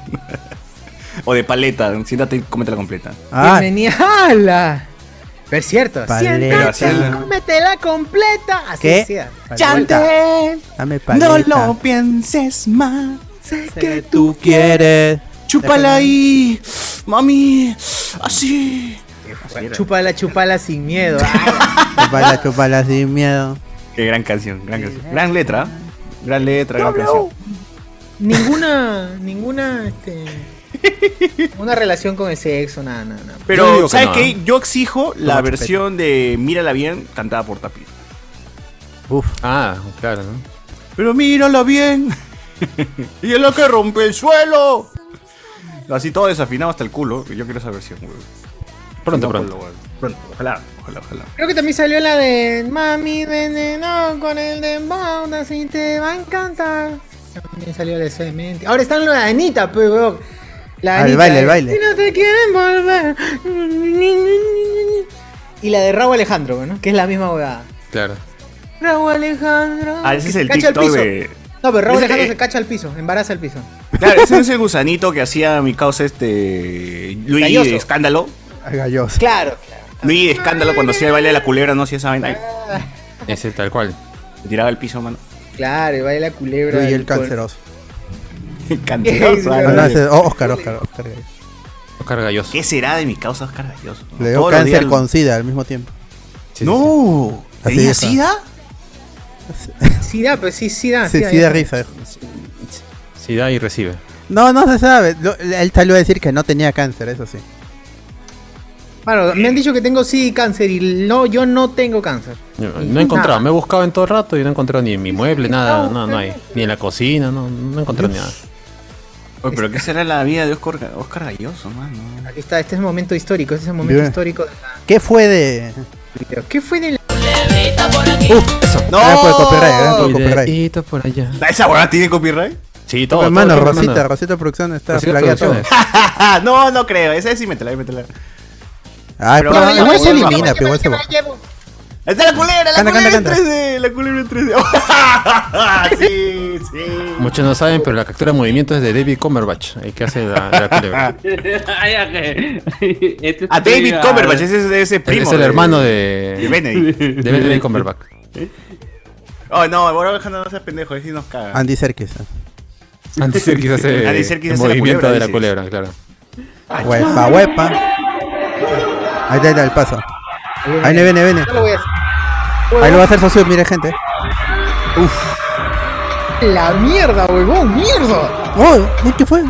[SPEAKER 3] O de paleta, siéntate y cómetela completa.
[SPEAKER 4] Ah,
[SPEAKER 1] Bienvenida a la. Pero es cierto,
[SPEAKER 4] Paleta.
[SPEAKER 1] siéntate, cómetela completa. Así
[SPEAKER 4] ¿Qué?
[SPEAKER 1] decía.
[SPEAKER 4] Chante, dame
[SPEAKER 3] No
[SPEAKER 4] paleta.
[SPEAKER 3] lo pienses más.
[SPEAKER 1] Sé
[SPEAKER 4] que
[SPEAKER 1] que
[SPEAKER 4] tú quieres.
[SPEAKER 3] Chúpala ahí, mami. Así.
[SPEAKER 1] Chupala, chupala sin miedo.
[SPEAKER 4] Chupala, chupala sin miedo.
[SPEAKER 3] Qué gran canción, gran canción. Gran letra. Gran letra, gran canción.
[SPEAKER 1] ninguna, ninguna, este, una relación con el sexo, nada, nada, nada.
[SPEAKER 2] Yo
[SPEAKER 3] Pero,
[SPEAKER 2] digo que
[SPEAKER 3] ¿sabes
[SPEAKER 2] no,
[SPEAKER 3] qué?
[SPEAKER 2] ¿eh?
[SPEAKER 3] Yo exijo la
[SPEAKER 4] Toma,
[SPEAKER 3] versión de Mírala bien, cantada por Tapir.
[SPEAKER 4] Uf.
[SPEAKER 2] Ah, claro, ¿no?
[SPEAKER 3] Pero mírala bien. y es lo que rompe el suelo. Así todo desafinado hasta el culo. Yo quiero esa versión, güey.
[SPEAKER 2] Pronto,
[SPEAKER 3] No,
[SPEAKER 2] pronto.
[SPEAKER 3] por lo- Pronto, ojalá, ojalá, ojalá.
[SPEAKER 1] Creo que también salió la de Mami veneno con el dembow, así te va a encantar. También salió la de Semente. Ahora está la de Anita, pues, weón. La
[SPEAKER 4] Ah, el
[SPEAKER 1] Anita,
[SPEAKER 4] baile,
[SPEAKER 1] eh.
[SPEAKER 4] el baile.
[SPEAKER 1] Si no te quieren volver. Y la de Raúl Alejandro, bueno, que es la misma huevada.
[SPEAKER 2] Claro.
[SPEAKER 1] Raúl Alejandro.
[SPEAKER 3] Ah, ese
[SPEAKER 1] que
[SPEAKER 3] es
[SPEAKER 1] se
[SPEAKER 3] el
[SPEAKER 1] cacha al
[SPEAKER 3] TikTok
[SPEAKER 1] piso.
[SPEAKER 3] de.
[SPEAKER 1] No, pero Raúl
[SPEAKER 3] ese-
[SPEAKER 1] Alejandro
[SPEAKER 3] eh.
[SPEAKER 1] se cacha al piso, embaraza al piso.
[SPEAKER 3] Claro, ese es el gusanito que hacía mi causa este. Luis
[SPEAKER 1] Galloso.
[SPEAKER 3] de Escándalo.
[SPEAKER 4] Galloso.
[SPEAKER 1] Claro, claro.
[SPEAKER 3] Luis de Escándalo cuando hacía el baile de la culebra, no hacía esa vaina. ahí.
[SPEAKER 2] Ese tal cual.
[SPEAKER 3] Me tiraba al piso, mano.
[SPEAKER 1] Claro, y baila culebra.
[SPEAKER 4] y el
[SPEAKER 1] con-
[SPEAKER 4] canceroso.
[SPEAKER 3] Canceroso,
[SPEAKER 1] Sí,
[SPEAKER 3] ah,
[SPEAKER 4] Ah, no,
[SPEAKER 3] no.
[SPEAKER 4] ese- oh, Oscar, Oscar, Oscar. Galloso.
[SPEAKER 2] Oscar Galloso.
[SPEAKER 3] ¿Qué será de mi causa Oscar Galloso?
[SPEAKER 4] Le dio
[SPEAKER 3] Todos los
[SPEAKER 4] cáncer
[SPEAKER 3] días-
[SPEAKER 4] con SIDA al mismo tiempo.
[SPEAKER 2] Sí, sí,
[SPEAKER 3] ¡No!
[SPEAKER 4] Así
[SPEAKER 3] ¿Tenía
[SPEAKER 4] es, ah.
[SPEAKER 3] sida?
[SPEAKER 1] Sí da, pues sí, sí da.
[SPEAKER 4] Sí, eh.
[SPEAKER 1] da,
[SPEAKER 4] sí,
[SPEAKER 1] ya.
[SPEAKER 4] de risa. dijo.
[SPEAKER 2] sí. Sí da y recibe.
[SPEAKER 4] No, no se sabe. Lo- él salió a decir que no tenía cáncer, eso sí.
[SPEAKER 1] Claro,
[SPEAKER 3] Eh.
[SPEAKER 1] me han dicho que tengo sí cáncer y no, yo no tengo cáncer.
[SPEAKER 2] No, no
[SPEAKER 1] Nada.
[SPEAKER 2] he encontrado, me he buscado en todo rato y no he encontrado ni en mi mueble, nada,
[SPEAKER 1] no,
[SPEAKER 2] no, no hay. Ni en la cocina, no, no he encontrado nada.
[SPEAKER 3] Oye, pero ¿qué será la vida de Oscar, Ga- Oscar Galloso, mano?
[SPEAKER 1] Aquí está, este es el momento histórico, este es el momento
[SPEAKER 4] Bien.
[SPEAKER 1] histórico de la-
[SPEAKER 4] ¿Qué fue de.?
[SPEAKER 1] pero, ¿Qué fue de la...
[SPEAKER 4] Uf, eso.
[SPEAKER 3] ¡No!
[SPEAKER 4] Gran por el copyright, gran por el copyright.
[SPEAKER 2] Videíto por allá.
[SPEAKER 3] ¿Esa weá tiene copyright?
[SPEAKER 2] Sí, todo.
[SPEAKER 4] Toma,
[SPEAKER 2] todo,
[SPEAKER 4] hermano,
[SPEAKER 2] todo,
[SPEAKER 4] Rosita,
[SPEAKER 2] hermano.
[SPEAKER 4] Rosita Producción está
[SPEAKER 2] Rosita
[SPEAKER 4] flaquea todo.
[SPEAKER 2] Producciones.
[SPEAKER 3] no, no creo. Esa sí, métela, ahí, métela.
[SPEAKER 4] Ay,
[SPEAKER 3] Pero
[SPEAKER 4] Ah, pero
[SPEAKER 3] vale,
[SPEAKER 4] igual se
[SPEAKER 3] vale, vale,
[SPEAKER 4] elimina, pero igual se va.
[SPEAKER 3] Ahí está la culebra, la
[SPEAKER 4] Canta,
[SPEAKER 3] culebra
[SPEAKER 4] canta,
[SPEAKER 3] en 3D, la culebra en 3D. sí, sí.
[SPEAKER 2] Muchos no saben, pero la captura de movimiento es de David Cumberbatch, el que hace la, la culebra.
[SPEAKER 5] Ay, a que- este
[SPEAKER 3] A David
[SPEAKER 5] estoy-
[SPEAKER 3] Cumberbatch, ese es ese primo.
[SPEAKER 2] es el
[SPEAKER 3] de-
[SPEAKER 2] hermano de,
[SPEAKER 3] de Benedict.
[SPEAKER 2] de Benedict Cumberbatch.
[SPEAKER 3] Oh, no, ahora Alejandro no seas pendejo, ese sí nos caga.
[SPEAKER 4] Andy Serkis.
[SPEAKER 2] Andy Serkis hace
[SPEAKER 3] Andy Serkis
[SPEAKER 2] el
[SPEAKER 3] hace la
[SPEAKER 2] movimiento
[SPEAKER 3] culebra,
[SPEAKER 2] de la
[SPEAKER 3] dices.
[SPEAKER 2] culebra, claro.
[SPEAKER 4] Huepa, huepa. Ahí está, ahí está, el paso. Ahí viene, viene, viene.
[SPEAKER 1] No lo voy a hacer.
[SPEAKER 4] Ahí lo va a hacer socio, mire, gente.
[SPEAKER 1] La mierda, huevón, mierda.
[SPEAKER 4] Oh, ¿qué fue?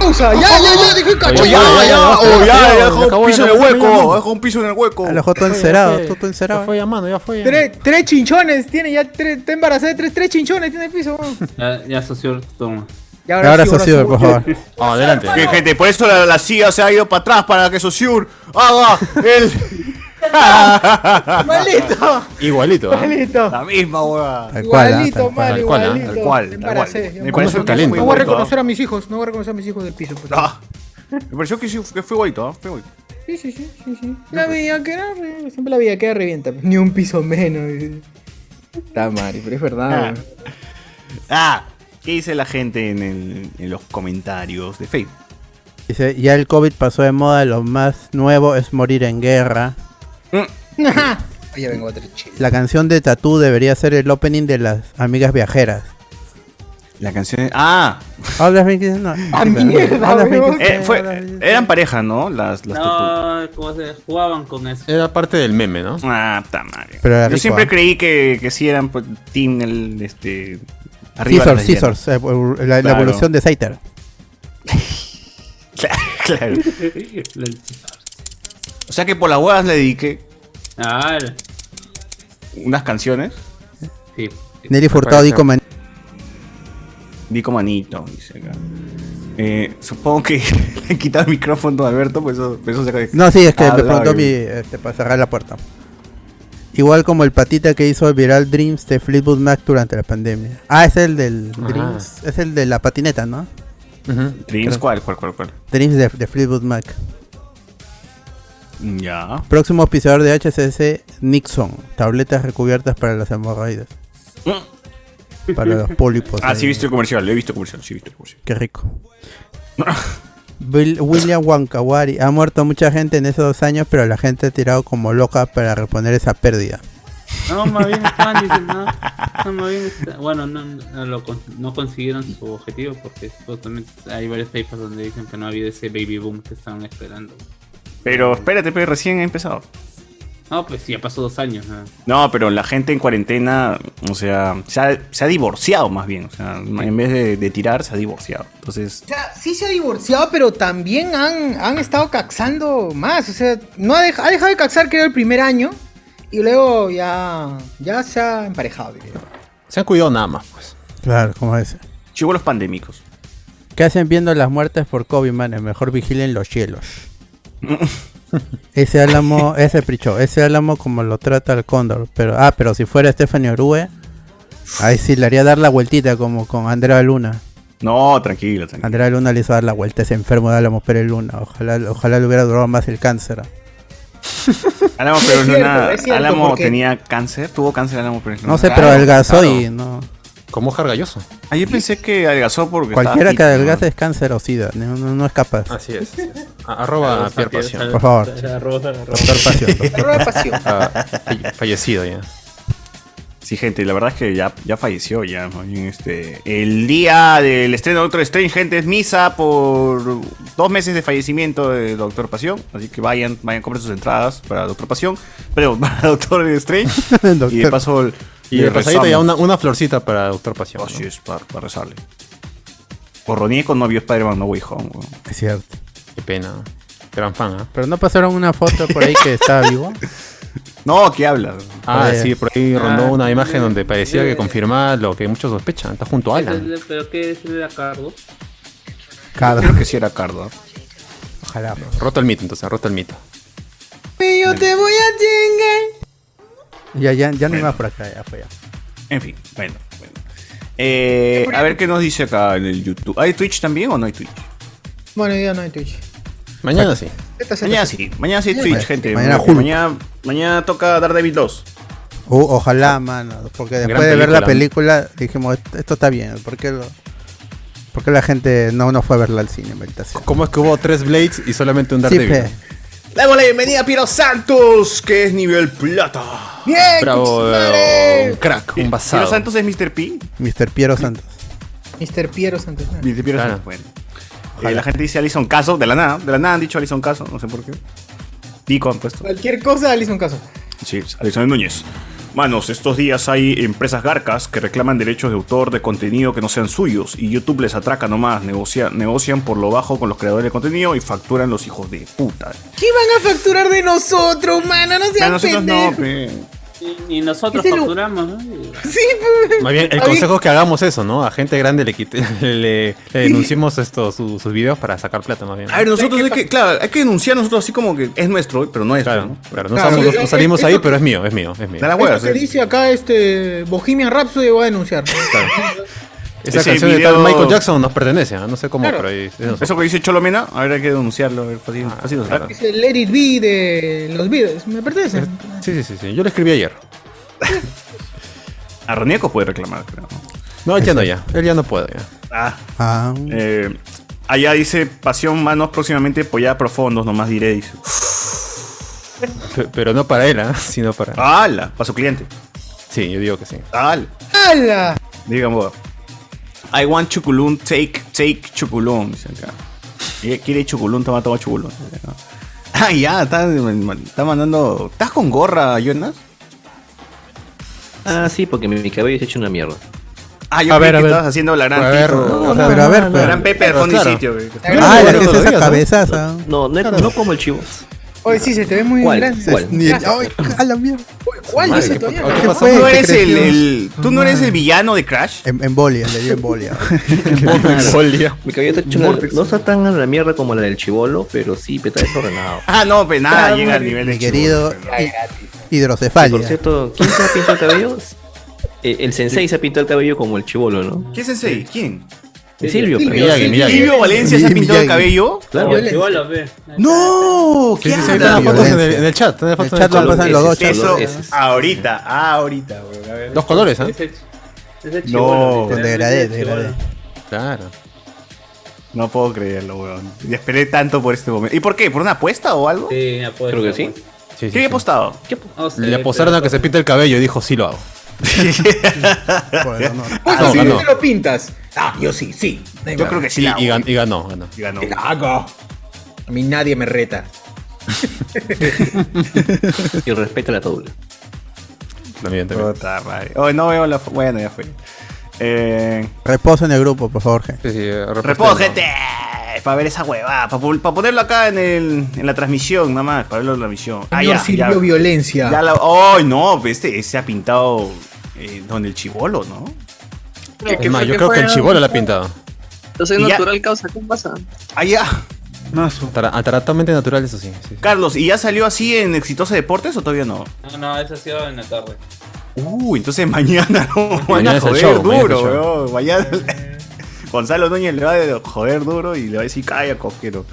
[SPEAKER 1] Pausa, ya, ya, ya, dejó el cacho.
[SPEAKER 2] Oye, ya, ya, ya,
[SPEAKER 3] oh,
[SPEAKER 2] ya,
[SPEAKER 3] dejó
[SPEAKER 2] ya,
[SPEAKER 3] un piso en el
[SPEAKER 2] ya, ya,
[SPEAKER 3] hueco,
[SPEAKER 2] ya.
[SPEAKER 3] dejó un piso en el hueco.
[SPEAKER 4] Ah, Lo dejó todo encerado, todo todo encerado.
[SPEAKER 2] fue llamando, ya fue.
[SPEAKER 1] Tres, tres chinchones, tiene ya tres, está embarazada de tres, tres chinchones, tiene el piso. huevón.
[SPEAKER 5] Ya, ya socio, toma.
[SPEAKER 1] Y
[SPEAKER 4] Y Ahora
[SPEAKER 1] sí,
[SPEAKER 4] socio,
[SPEAKER 1] sí.
[SPEAKER 4] por favor.
[SPEAKER 2] adelante.
[SPEAKER 3] Que, Oh, gente, por eso la, la CIA se ha ido para atrás para que Sosur haga el.
[SPEAKER 1] Malito,
[SPEAKER 2] Igualito. ¿ah?
[SPEAKER 1] malito.
[SPEAKER 3] la misma hueá.
[SPEAKER 4] Tal cual, ah,
[SPEAKER 1] Igualito,
[SPEAKER 4] tal cual.
[SPEAKER 1] mal,
[SPEAKER 2] Tal cual, ah,
[SPEAKER 1] igualito. Me
[SPEAKER 3] Tal cual, tal cual.
[SPEAKER 1] embaracé, ya
[SPEAKER 3] Me
[SPEAKER 1] me
[SPEAKER 3] parece
[SPEAKER 2] un
[SPEAKER 1] embaracé.
[SPEAKER 2] talento.
[SPEAKER 1] No voy a reconocer a mis hijos, no voy a reconocer a mis hijos del piso. pues.
[SPEAKER 3] Ah, me pareció que, sí, que fue igualito, ¿ah? Fue igualito.
[SPEAKER 1] Sí, sí, sí, sí, sí. La vida que era, re- siempre la vida queda revienta. pues. Ni un piso menos. dice. Está Mari, pero es verdad. weón.
[SPEAKER 3] Ah, ¿qué dice la gente en, el- en los comentarios de Facebook?
[SPEAKER 4] Dice, ya el COVID pasó de moda, lo más nuevo es morir en guerra.
[SPEAKER 1] Oye, vengo otro chile.
[SPEAKER 4] La canción de Tatú debería ser el opening de las amigas viajeras.
[SPEAKER 3] La canción. Ah,
[SPEAKER 4] Hablas bien que no. Ah,
[SPEAKER 1] mierda,
[SPEAKER 4] Hablas bien
[SPEAKER 1] weón.
[SPEAKER 4] que-
[SPEAKER 3] eh, fue, eran pareja, ¿no? Las, las tortugas.
[SPEAKER 5] No, ¿cómo se jugaban con eso?
[SPEAKER 2] Era parte del meme, ¿no?
[SPEAKER 3] Ah, puta madre.
[SPEAKER 4] Pero era
[SPEAKER 3] Yo
[SPEAKER 4] rico,
[SPEAKER 3] siempre
[SPEAKER 4] ¿ah?
[SPEAKER 3] creí que, que sí eran pues, Team el este.
[SPEAKER 4] Scissors,
[SPEAKER 3] Arriba las lesbianas.
[SPEAKER 4] Scissors, eh, eh, la, la
[SPEAKER 3] Claro.
[SPEAKER 4] evolución de Saiter.
[SPEAKER 3] Claro. O sea que por las huevas le dediqué
[SPEAKER 5] Ah,
[SPEAKER 3] unas canciones.
[SPEAKER 5] sí.
[SPEAKER 4] Nelly Furtado,
[SPEAKER 2] parece.
[SPEAKER 4] Dico Man-
[SPEAKER 3] Dico Manito, dice acá. Eh, supongo que le han quitado el micrófono a Alberto, por eso, por eso se
[SPEAKER 4] No, sí, es que
[SPEAKER 3] Ah,
[SPEAKER 4] me
[SPEAKER 3] la-
[SPEAKER 4] preguntó mi. Este, para cerrar la puerta. Igual como el patita que hizo Viral Dreams de Fleetwood Mac durante la pandemia. Ah, es el del
[SPEAKER 3] Ah.
[SPEAKER 4] Dreams. Es el de la patineta, ¿no?
[SPEAKER 3] Dreams, ¿cuál, cuál, cuál, cuál?
[SPEAKER 4] Dreams de, de Fleetwood Mac.
[SPEAKER 3] Ya.
[SPEAKER 4] Próximo auspiciador de HSS, Nixon. Tabletas recubiertas para las hemorroides. Para los pólipos.
[SPEAKER 3] Ah, sí, he
[SPEAKER 4] ahí.
[SPEAKER 3] visto el comercial, lo he visto el comercial, sí, he visto el comercial.
[SPEAKER 4] Qué rico. Will- William Wankawari. Ha muerto mucha gente en esos dos años, pero la gente ha tirado como loca para reponer esa pérdida.
[SPEAKER 5] No, más bien estaban diciendo, no, no, más bien está- bueno, no, no, lo con- no consiguieron su objetivo porque supuestamente hay varios papers donde dicen que no ha habido ese baby boom que estaban esperando.
[SPEAKER 3] Pero espérate, pero recién he empezado.
[SPEAKER 5] No, pues ya pasó dos años. ¿no?
[SPEAKER 3] No, pero la gente en cuarentena, o sea, se ha, se ha divorciado más bien. O sea, en vez de, de tirar, se ha divorciado. Entonces,
[SPEAKER 1] O sea, sí se ha divorciado, pero también han, han estado caxando más. O sea, no ha, dej- ha dejado de caxar, creo, el primer año. Y luego ya, ya se ha emparejado. creo.
[SPEAKER 2] Se han cuidado nada más, pues.
[SPEAKER 4] Claro, como es.
[SPEAKER 3] llegó los pandémicos.
[SPEAKER 4] ¿Qué hacen viendo las muertes por COVID, manes? Mejor vigilen los cielos. ese álamo, ese pricho, ese álamo como lo trata el cóndor. Pero, ah, pero si fuera Stephanie Orue, ahí sí le haría dar la vueltita como con Andrea Luna.
[SPEAKER 3] No, tranquilo, tranquilo.
[SPEAKER 4] Andrea Luna le hizo dar la vuelta, ese enfermo de álamo Pérez Luna. Ojalá, ojalá le hubiera durado más el cáncer.
[SPEAKER 3] Álamo Perón
[SPEAKER 1] Es cierto,
[SPEAKER 3] Luna-
[SPEAKER 1] es cierto,
[SPEAKER 3] Álamo
[SPEAKER 1] porque-
[SPEAKER 3] tenía cáncer, tuvo cáncer Álamo Perón Luna?
[SPEAKER 4] No sé,
[SPEAKER 3] Claro,
[SPEAKER 4] pero adelgazó
[SPEAKER 3] claro.
[SPEAKER 4] y no.
[SPEAKER 2] Como Oscar Galloso.
[SPEAKER 3] Ah, yo pensé que adelgazó porque
[SPEAKER 4] Cualquiera
[SPEAKER 3] estaba
[SPEAKER 4] que
[SPEAKER 3] fit,
[SPEAKER 4] adelgace es cáncer o sida, no, no- no es capaz.
[SPEAKER 2] Así es. Arroba Pierre Pasión.
[SPEAKER 4] Por favor. Doctor Pasión.
[SPEAKER 1] Error de pasión.
[SPEAKER 2] Ah, falle- fallecido ya.
[SPEAKER 3] ¿no? Sí, gente, la verdad es que ya, ya falleció ya. más bien, Este, el día del estreno de Doctor Strange, gente, es misa por dos meses de fallecimiento de Doctor Pasión. Así que vayan, vayan, compren sus entradas para Doctor Pasión, pero para Doctor Strange. Y de
[SPEAKER 4] Doctor-
[SPEAKER 3] paso el-
[SPEAKER 2] Y
[SPEAKER 3] le
[SPEAKER 2] de pasadita
[SPEAKER 3] rezamos.
[SPEAKER 2] ya una, una florcita para Doctor Pasión. ¿no?
[SPEAKER 3] Así es, para, para rezarle. Corronieco no vio Spider-Man No Way Home, weón.
[SPEAKER 4] Es cierto.
[SPEAKER 2] Qué pena. Gran fan, ¿ah?
[SPEAKER 4] Pero no pasaron una foto por ahí que estaba vivo.
[SPEAKER 3] No, ¿qué habla?
[SPEAKER 2] Ah,
[SPEAKER 4] Joder.
[SPEAKER 2] sí, por ahí rondó
[SPEAKER 5] Ah,
[SPEAKER 2] una imagen
[SPEAKER 5] eh,
[SPEAKER 2] donde parecía
[SPEAKER 5] eh.
[SPEAKER 2] que confirmaba lo que muchos sospechan. Está junto a
[SPEAKER 5] Ese es
[SPEAKER 2] Alan.
[SPEAKER 5] el- ¿Pero qué es el cargo?
[SPEAKER 4] Cada.
[SPEAKER 3] Creo que sí era Eh, Cardo.
[SPEAKER 4] Ojalá.
[SPEAKER 2] Roto el mito, entonces, roto el mito.
[SPEAKER 1] Y yo te voy a chingar.
[SPEAKER 4] Ya, ya, ya no iba por acá, ya fue ya.
[SPEAKER 3] En fin, bueno. bueno. Eh, a ver qué nos dice acá en el YouTube. ¿Hay Twitch también o no hay Twitch?
[SPEAKER 1] Bueno, yo no hay Twitch.
[SPEAKER 2] Mañana sí.
[SPEAKER 1] Zeta, zeta,
[SPEAKER 3] Mañana
[SPEAKER 1] zeta.
[SPEAKER 3] sí, mañana sí hay Twitch, gente.
[SPEAKER 4] Mañana
[SPEAKER 3] Mañana,
[SPEAKER 4] Hulk.
[SPEAKER 3] mañana, mañana toca Daredevil 2.
[SPEAKER 4] O- Uh, ojalá, mano. Porque después de ver la película dijimos, "Esto- esto está bien. ¿Por qué, lo- por qué la gente no, no fue a verla al cine, maldita sea?
[SPEAKER 2] ¿Cómo es que hubo tres Blades y solamente un
[SPEAKER 4] Sí,
[SPEAKER 2] Daredevil?
[SPEAKER 4] fe.
[SPEAKER 3] Damos la bienvenida a Piero Santos, que es nivel plata. Eh,
[SPEAKER 1] Bien,
[SPEAKER 2] Bravo,
[SPEAKER 1] madre.
[SPEAKER 2] un crack, un
[SPEAKER 3] Piero
[SPEAKER 2] basado.
[SPEAKER 3] Santos es Mr. P.
[SPEAKER 4] Mr. Piero Santos.
[SPEAKER 1] Mr. Piero Santos. Ah.
[SPEAKER 3] Mr. Piero
[SPEAKER 2] Claro.
[SPEAKER 3] Santos, bueno. Eh, la gente dice Alison Caso, de la nada. De la nada han dicho Alison Caso, no sé por qué. pues. Pico han puesto.
[SPEAKER 1] Cualquier cosa, Alison Caso.
[SPEAKER 3] Sí, Alexander Núñez. Manos, estos días hay empresas garcas que reclaman derechos de autor de contenido que no sean suyos y YouTube les atraca nomás, negocia- negocian por lo bajo con los creadores de contenido y facturan los hijos de puta.
[SPEAKER 1] ¿Qué van a facturar de nosotros, mano? No
[SPEAKER 3] Pero
[SPEAKER 1] sean
[SPEAKER 3] nosotros
[SPEAKER 1] pendejos.
[SPEAKER 3] no, pe.
[SPEAKER 5] Y, y nosotros
[SPEAKER 1] Ese lo-
[SPEAKER 5] facturamos, ¿no? Y-
[SPEAKER 1] Sí, pues.
[SPEAKER 2] Más bien, el
[SPEAKER 1] Más bien-
[SPEAKER 2] consejo es que hagamos eso, ¿no? A gente grande le, quite- le, le denunciemos esto, su- sus videos para sacar plata, más bien.
[SPEAKER 3] A ver, nosotros hay que, claro, hay que denunciar nosotros así como que es nuestro, pero no es.
[SPEAKER 2] Claro,
[SPEAKER 3] ¿no?
[SPEAKER 2] claro, no,
[SPEAKER 1] Claro,
[SPEAKER 2] sabemos-
[SPEAKER 1] sí,
[SPEAKER 2] no
[SPEAKER 1] sí,
[SPEAKER 2] salimos
[SPEAKER 1] sí,
[SPEAKER 2] ahí,
[SPEAKER 1] sí.
[SPEAKER 2] pero es mío, es mío, es mío.
[SPEAKER 3] Da la hueá.
[SPEAKER 1] Esto que dice acá este Bohemian Rhapsody voy a denunciar.
[SPEAKER 2] Claro. Esa
[SPEAKER 3] Ese
[SPEAKER 2] canción de
[SPEAKER 3] video-
[SPEAKER 2] tal Michael Jackson nos pertenece, ¿ah? no sé cómo, pero ahí. es de nosotros. Ah,
[SPEAKER 3] Eso que dice Cholomena, ahora hay que denunciarlo. a ver, Fácil, fácil nos saca.
[SPEAKER 1] Dice Let It Be de los Beatles. Me pertenece.
[SPEAKER 2] Sí, sí, sí, sí. Yo lo escribí ayer.
[SPEAKER 3] A Ronieco puede reclamar, creo. ¿no?
[SPEAKER 2] No, ya no, ya. Él ya no puede. Ya.
[SPEAKER 3] Ah,
[SPEAKER 4] Ah,
[SPEAKER 3] eh, allá dice Pasión Manos próximamente, pollada profundos, nomás diré, dice.
[SPEAKER 2] Pe- Pero no para él, ¿ah? sino para.
[SPEAKER 3] ¡Hala! Para su cliente.
[SPEAKER 2] Sí, yo digo que sí.
[SPEAKER 3] ¡Hala!
[SPEAKER 1] ¡Hala!
[SPEAKER 3] Digamos, I want chuculun, take, take chuculun. Dice acá. Quiere- Quiere chuculun, toma, toma chuculun. dice acá. Ah, ya, está, está mandando. ¿Estás con gorra, Jonas?
[SPEAKER 9] Ah, sí, porque mi, mi cabello se ha hecho una mierda.
[SPEAKER 3] Ah, yo
[SPEAKER 4] A
[SPEAKER 3] vi
[SPEAKER 4] ver,
[SPEAKER 3] que
[SPEAKER 4] a ver.
[SPEAKER 3] estabas haciendo la gran
[SPEAKER 2] A ver,
[SPEAKER 3] Tito-
[SPEAKER 2] no,
[SPEAKER 4] no, pero a ver,
[SPEAKER 3] la
[SPEAKER 4] pero-
[SPEAKER 3] gran Pepe
[SPEAKER 2] pero
[SPEAKER 3] de fondo y
[SPEAKER 2] claro.
[SPEAKER 3] sitio. güey.
[SPEAKER 4] Ah, la que es
[SPEAKER 2] Todavía,
[SPEAKER 4] esa
[SPEAKER 2] ¿no?
[SPEAKER 4] cabezaza.
[SPEAKER 9] No, no, he- no como el chivo.
[SPEAKER 1] Oye, sí, se te ve muy
[SPEAKER 9] ¿Cuál?
[SPEAKER 1] grande.
[SPEAKER 9] ¿Cuál?
[SPEAKER 4] Ni el-
[SPEAKER 1] Ay,
[SPEAKER 4] Ay, a la mierda.
[SPEAKER 1] ¿Cuál? Yo
[SPEAKER 9] Madre,
[SPEAKER 1] sé todavía.
[SPEAKER 4] ¿Qué
[SPEAKER 1] no.
[SPEAKER 4] fue?
[SPEAKER 3] ¿Tú no
[SPEAKER 4] ¿Qué
[SPEAKER 3] eres
[SPEAKER 4] crees
[SPEAKER 3] el,
[SPEAKER 4] que-
[SPEAKER 3] el- ¿Tú no eres el villano de Crash?
[SPEAKER 4] En, en bolia, le dio en bolia.
[SPEAKER 2] Solia.
[SPEAKER 9] Mi cabello está hecho una- no está tan a la mierda como la del chivolo, pero sí, peta desordenado.
[SPEAKER 3] Ah, no, pues nada, llega al nivel de pues,
[SPEAKER 4] Mi querido
[SPEAKER 3] Chibolo,
[SPEAKER 4] hi-
[SPEAKER 9] Por
[SPEAKER 4] hidrocefalia.
[SPEAKER 9] cierto, ¿quién se ha pintado el cabello? Eh, El sensei se ha pintado el cabello como el chivolo, ¿no?
[SPEAKER 3] pero- ¿Qué es ese? ¿Quién?
[SPEAKER 1] Silvio,
[SPEAKER 9] Silvio, pero-
[SPEAKER 2] Miyagi, Miyagi.
[SPEAKER 3] ¿Silvio Valencia se ha
[SPEAKER 4] Miyagi.
[SPEAKER 3] pintado el cabello?
[SPEAKER 9] Claro,
[SPEAKER 5] Yo-
[SPEAKER 1] le-
[SPEAKER 5] yo lo veo.
[SPEAKER 3] ¡No!
[SPEAKER 2] Sí, sí,
[SPEAKER 3] ¿Qué
[SPEAKER 2] sí, ahí
[SPEAKER 3] habla?
[SPEAKER 2] están las fotos en el,
[SPEAKER 4] violencia.
[SPEAKER 2] en el chat. están las
[SPEAKER 4] El
[SPEAKER 2] fotos
[SPEAKER 4] chat
[SPEAKER 2] en
[SPEAKER 4] lo
[SPEAKER 2] el
[SPEAKER 4] pasan los dos
[SPEAKER 9] Ese,
[SPEAKER 4] chatos.
[SPEAKER 3] Eso,
[SPEAKER 9] Ese es-
[SPEAKER 3] ahorita, ahorita, weón. A ver.
[SPEAKER 2] Dos colores, ¿ah?
[SPEAKER 5] Ese ch- ese
[SPEAKER 3] No.
[SPEAKER 5] chibolo,
[SPEAKER 4] Con
[SPEAKER 5] literalmente
[SPEAKER 4] degradé,
[SPEAKER 5] el chibolo.
[SPEAKER 4] degradé.
[SPEAKER 2] Claro.
[SPEAKER 3] No puedo creerlo, weón. Y esperé tanto por este momento. ¿Y por qué? ¿Por una apuesta o algo?
[SPEAKER 5] Sí, apuesto,
[SPEAKER 9] Creo que sí.
[SPEAKER 5] apuesto.
[SPEAKER 2] Sí, sí,
[SPEAKER 3] ¿Qué había
[SPEAKER 2] sí.
[SPEAKER 3] pues. apostado? Oh,
[SPEAKER 5] No sé,
[SPEAKER 2] Le apostaron a que se pinte el cabello y dijo, sí lo hago.
[SPEAKER 4] Por el honor.
[SPEAKER 1] Pues
[SPEAKER 2] Ah,
[SPEAKER 1] si
[SPEAKER 2] no,
[SPEAKER 1] tú
[SPEAKER 2] no.
[SPEAKER 1] te lo pintas. Ah, yo sí, sí. Nadie
[SPEAKER 3] Yo
[SPEAKER 1] me-
[SPEAKER 3] creo que sí.
[SPEAKER 2] Y,
[SPEAKER 3] la
[SPEAKER 2] y
[SPEAKER 3] hago.
[SPEAKER 2] gan- y ganó, ganó.
[SPEAKER 3] Y ganó.
[SPEAKER 1] Te la hago. A mí nadie me reta.
[SPEAKER 9] Y respeta la tabla.
[SPEAKER 2] También, también.
[SPEAKER 3] Puta madre. Oh, no veo la. fo- Bueno, ya fue. Eh,
[SPEAKER 4] Reposo en el grupo, por favor, gente.
[SPEAKER 2] Sí, sí, eh, reposta,
[SPEAKER 3] reposo,
[SPEAKER 2] ¿no?
[SPEAKER 3] gente. Para ver esa huevada. Para ponerlo acá en, el, en la transmisión, nada más. Para verlo en la transmisión. Ah,
[SPEAKER 1] Señor
[SPEAKER 3] ya.
[SPEAKER 1] Silvio
[SPEAKER 3] ya,
[SPEAKER 1] Violencia.
[SPEAKER 3] ya la- oh, no. pues Este se ha pintado. eh, don el Chibolo, ¿no?
[SPEAKER 2] Es más, yo creo que el chivolo la ha pintado.
[SPEAKER 10] Entonces
[SPEAKER 3] Y ya-
[SPEAKER 10] natural causa, ¿qué pasa?
[SPEAKER 3] Ah, ya.
[SPEAKER 6] Mazo.
[SPEAKER 2] Atara- Ataratamente natural, eso sí. sí, sí.
[SPEAKER 3] Carlos, ¿y ya salió así en Exitosa Deportes o todavía no?
[SPEAKER 5] No, no, eso ha sido en la tarde.
[SPEAKER 3] Uh, entonces mañana no van
[SPEAKER 2] Mañana
[SPEAKER 3] a
[SPEAKER 2] es el
[SPEAKER 3] joder
[SPEAKER 2] show, mañana es el
[SPEAKER 3] duro,
[SPEAKER 2] show.
[SPEAKER 3] weón. Mañana Gonzalo Núñez le va a joder duro y le va a decir, calla, coquero.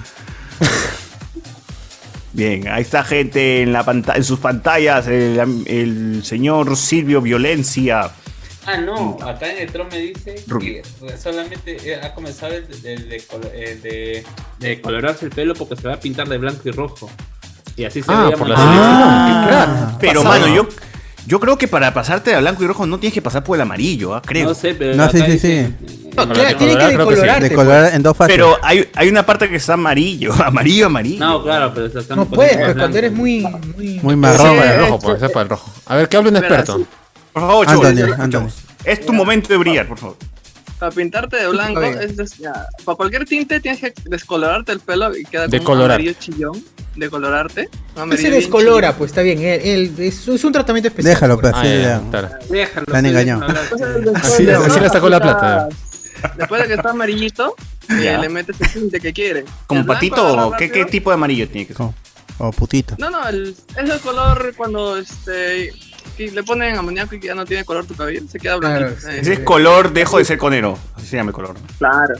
[SPEAKER 3] Bien, ahí está gente en, la panta- en sus pantallas, el, el señor Silvio Violencia.
[SPEAKER 5] Ah, no, acá en el tron me dice
[SPEAKER 3] Rubio.
[SPEAKER 5] que solamente eh, ha comenzado el, el de, colo- eh, de- de colorarse el pelo porque se va a pintar de blanco y rojo. Y así se
[SPEAKER 2] Ah,
[SPEAKER 5] veía
[SPEAKER 2] por
[SPEAKER 5] más-
[SPEAKER 2] la
[SPEAKER 4] Ah.
[SPEAKER 2] selección. Claro.
[SPEAKER 3] Pero,
[SPEAKER 2] Pasado.
[SPEAKER 3] mano, yo, yo creo que para pasarte a blanco y rojo no tienes que pasar por el amarillo, ah, creo.
[SPEAKER 5] No sé, pero.
[SPEAKER 4] No,
[SPEAKER 5] acá
[SPEAKER 4] sí, sí,
[SPEAKER 5] dice-
[SPEAKER 1] No,
[SPEAKER 5] eh,
[SPEAKER 1] claro,
[SPEAKER 2] Colorado,
[SPEAKER 1] tiene que
[SPEAKER 2] creo que sí.
[SPEAKER 1] decolorarte.
[SPEAKER 4] De color en dos fases.
[SPEAKER 3] pues. Pero hay, hay una parte que está amarillo, amarillo, amarillo.
[SPEAKER 5] No, claro, pero se están
[SPEAKER 1] No
[SPEAKER 5] poniendo
[SPEAKER 1] puedes,
[SPEAKER 5] más
[SPEAKER 1] pues, cuando
[SPEAKER 5] blancos.
[SPEAKER 1] eres muy. Muy,
[SPEAKER 4] Muy
[SPEAKER 2] Ese es
[SPEAKER 4] marrón. eh.
[SPEAKER 2] para el rojo, pues, ese es para el rojo. A ver, que hable un experto.
[SPEAKER 3] Por favor, chavos,
[SPEAKER 4] Antonio,
[SPEAKER 3] escuchamos.
[SPEAKER 4] Antonio.
[SPEAKER 3] Es tu momento de brillar, por favor.
[SPEAKER 10] Para pintarte de blanco,
[SPEAKER 1] Está bien.
[SPEAKER 10] es des- ya, para cualquier tinte tienes que descolorarte el pelo y queda como un
[SPEAKER 2] Decolorar.
[SPEAKER 10] amarillo chillón. Decolorarte. un
[SPEAKER 1] Él
[SPEAKER 10] amarillo
[SPEAKER 1] se
[SPEAKER 10] bien
[SPEAKER 1] descolora, pues está bien. Él, él- es, es un tratamiento especial.
[SPEAKER 4] Déjalo,
[SPEAKER 1] pues.
[SPEAKER 4] pero
[SPEAKER 2] Ah,
[SPEAKER 4] sí,
[SPEAKER 2] ya,
[SPEAKER 4] ya.
[SPEAKER 2] claro.
[SPEAKER 5] Déjalo,
[SPEAKER 4] La han
[SPEAKER 5] sí,
[SPEAKER 4] engañado.
[SPEAKER 5] déjalo hablar.
[SPEAKER 10] chillón. Entonces,
[SPEAKER 2] Así-
[SPEAKER 10] después
[SPEAKER 2] así
[SPEAKER 10] de-
[SPEAKER 2] le sacó la plata.
[SPEAKER 10] Después de que está amarillito, eh,
[SPEAKER 3] Ya.
[SPEAKER 10] le metes el tinte que quieres.
[SPEAKER 3] ¿Como
[SPEAKER 10] El blanco
[SPEAKER 3] patito
[SPEAKER 10] agarra
[SPEAKER 3] o qué, qué
[SPEAKER 10] rápido.
[SPEAKER 3] tipo de amarillo tiene que ser?
[SPEAKER 4] Como- O Oh, putito.
[SPEAKER 10] No, no, el- es el color cuando este, que le ponen amoníaco y que ya no tiene color tu cabello, se queda
[SPEAKER 1] Claro,
[SPEAKER 10] blanco.
[SPEAKER 1] sí.
[SPEAKER 3] Ese es color, dejo de ser conero. Así se llama el color. ¿no?
[SPEAKER 10] Claro.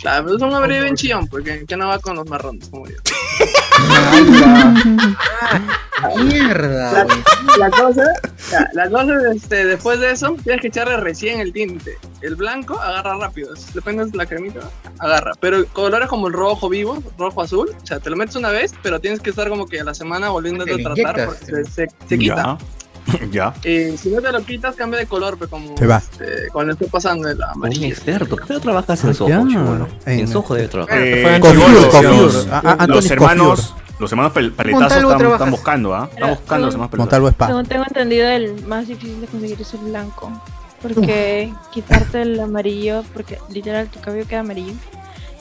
[SPEAKER 10] Claro, pero es un amarillo bien chillón, porque que no va con los marrones, como yo.
[SPEAKER 1] Mierda, güey.
[SPEAKER 10] La cosa, la, la cosa es, este, después de eso, tienes que echarle recién el tinte. El blanco agarra rápido, le pones la cremita, agarra. Pero colores como el rojo vivo, rojo azul, o sea, te lo metes una vez, pero tienes que estar como que a la semana volviéndote
[SPEAKER 1] Te
[SPEAKER 10] a
[SPEAKER 1] lo
[SPEAKER 10] tratar,
[SPEAKER 1] inyectas,
[SPEAKER 10] porque se, se- se quita.
[SPEAKER 3] Ya. ya.
[SPEAKER 10] Eh, si no te lo quitas, cambia de color, pero como
[SPEAKER 4] Se va.
[SPEAKER 10] este, cuando esté pasando el
[SPEAKER 9] Un
[SPEAKER 10] amarillo.
[SPEAKER 9] experto. ¿Qué no trabajas en Soho,
[SPEAKER 4] ya.
[SPEAKER 9] chivolo? En
[SPEAKER 4] En-
[SPEAKER 9] Soho debes trabajar.
[SPEAKER 3] Eh,
[SPEAKER 2] fue en
[SPEAKER 3] Chibolo,
[SPEAKER 2] Chibolo,
[SPEAKER 4] Confuse,
[SPEAKER 2] Chibolo.
[SPEAKER 4] confuse.
[SPEAKER 2] Ah,
[SPEAKER 4] A- a-
[SPEAKER 3] Los
[SPEAKER 4] Anthony
[SPEAKER 3] hermanos, los hermanos pel- paletazos
[SPEAKER 1] Montalvo
[SPEAKER 3] están,
[SPEAKER 1] trabaja.
[SPEAKER 3] están buscando, ¿ah? Están buscando los
[SPEAKER 4] Confuse.
[SPEAKER 3] hermanos paletazos.
[SPEAKER 4] Montalvo Spa.
[SPEAKER 11] Según tengo entendido, el más difícil de conseguir es el blanco. Porque quitarte el amarillo, porque literal tu cabello queda amarillo,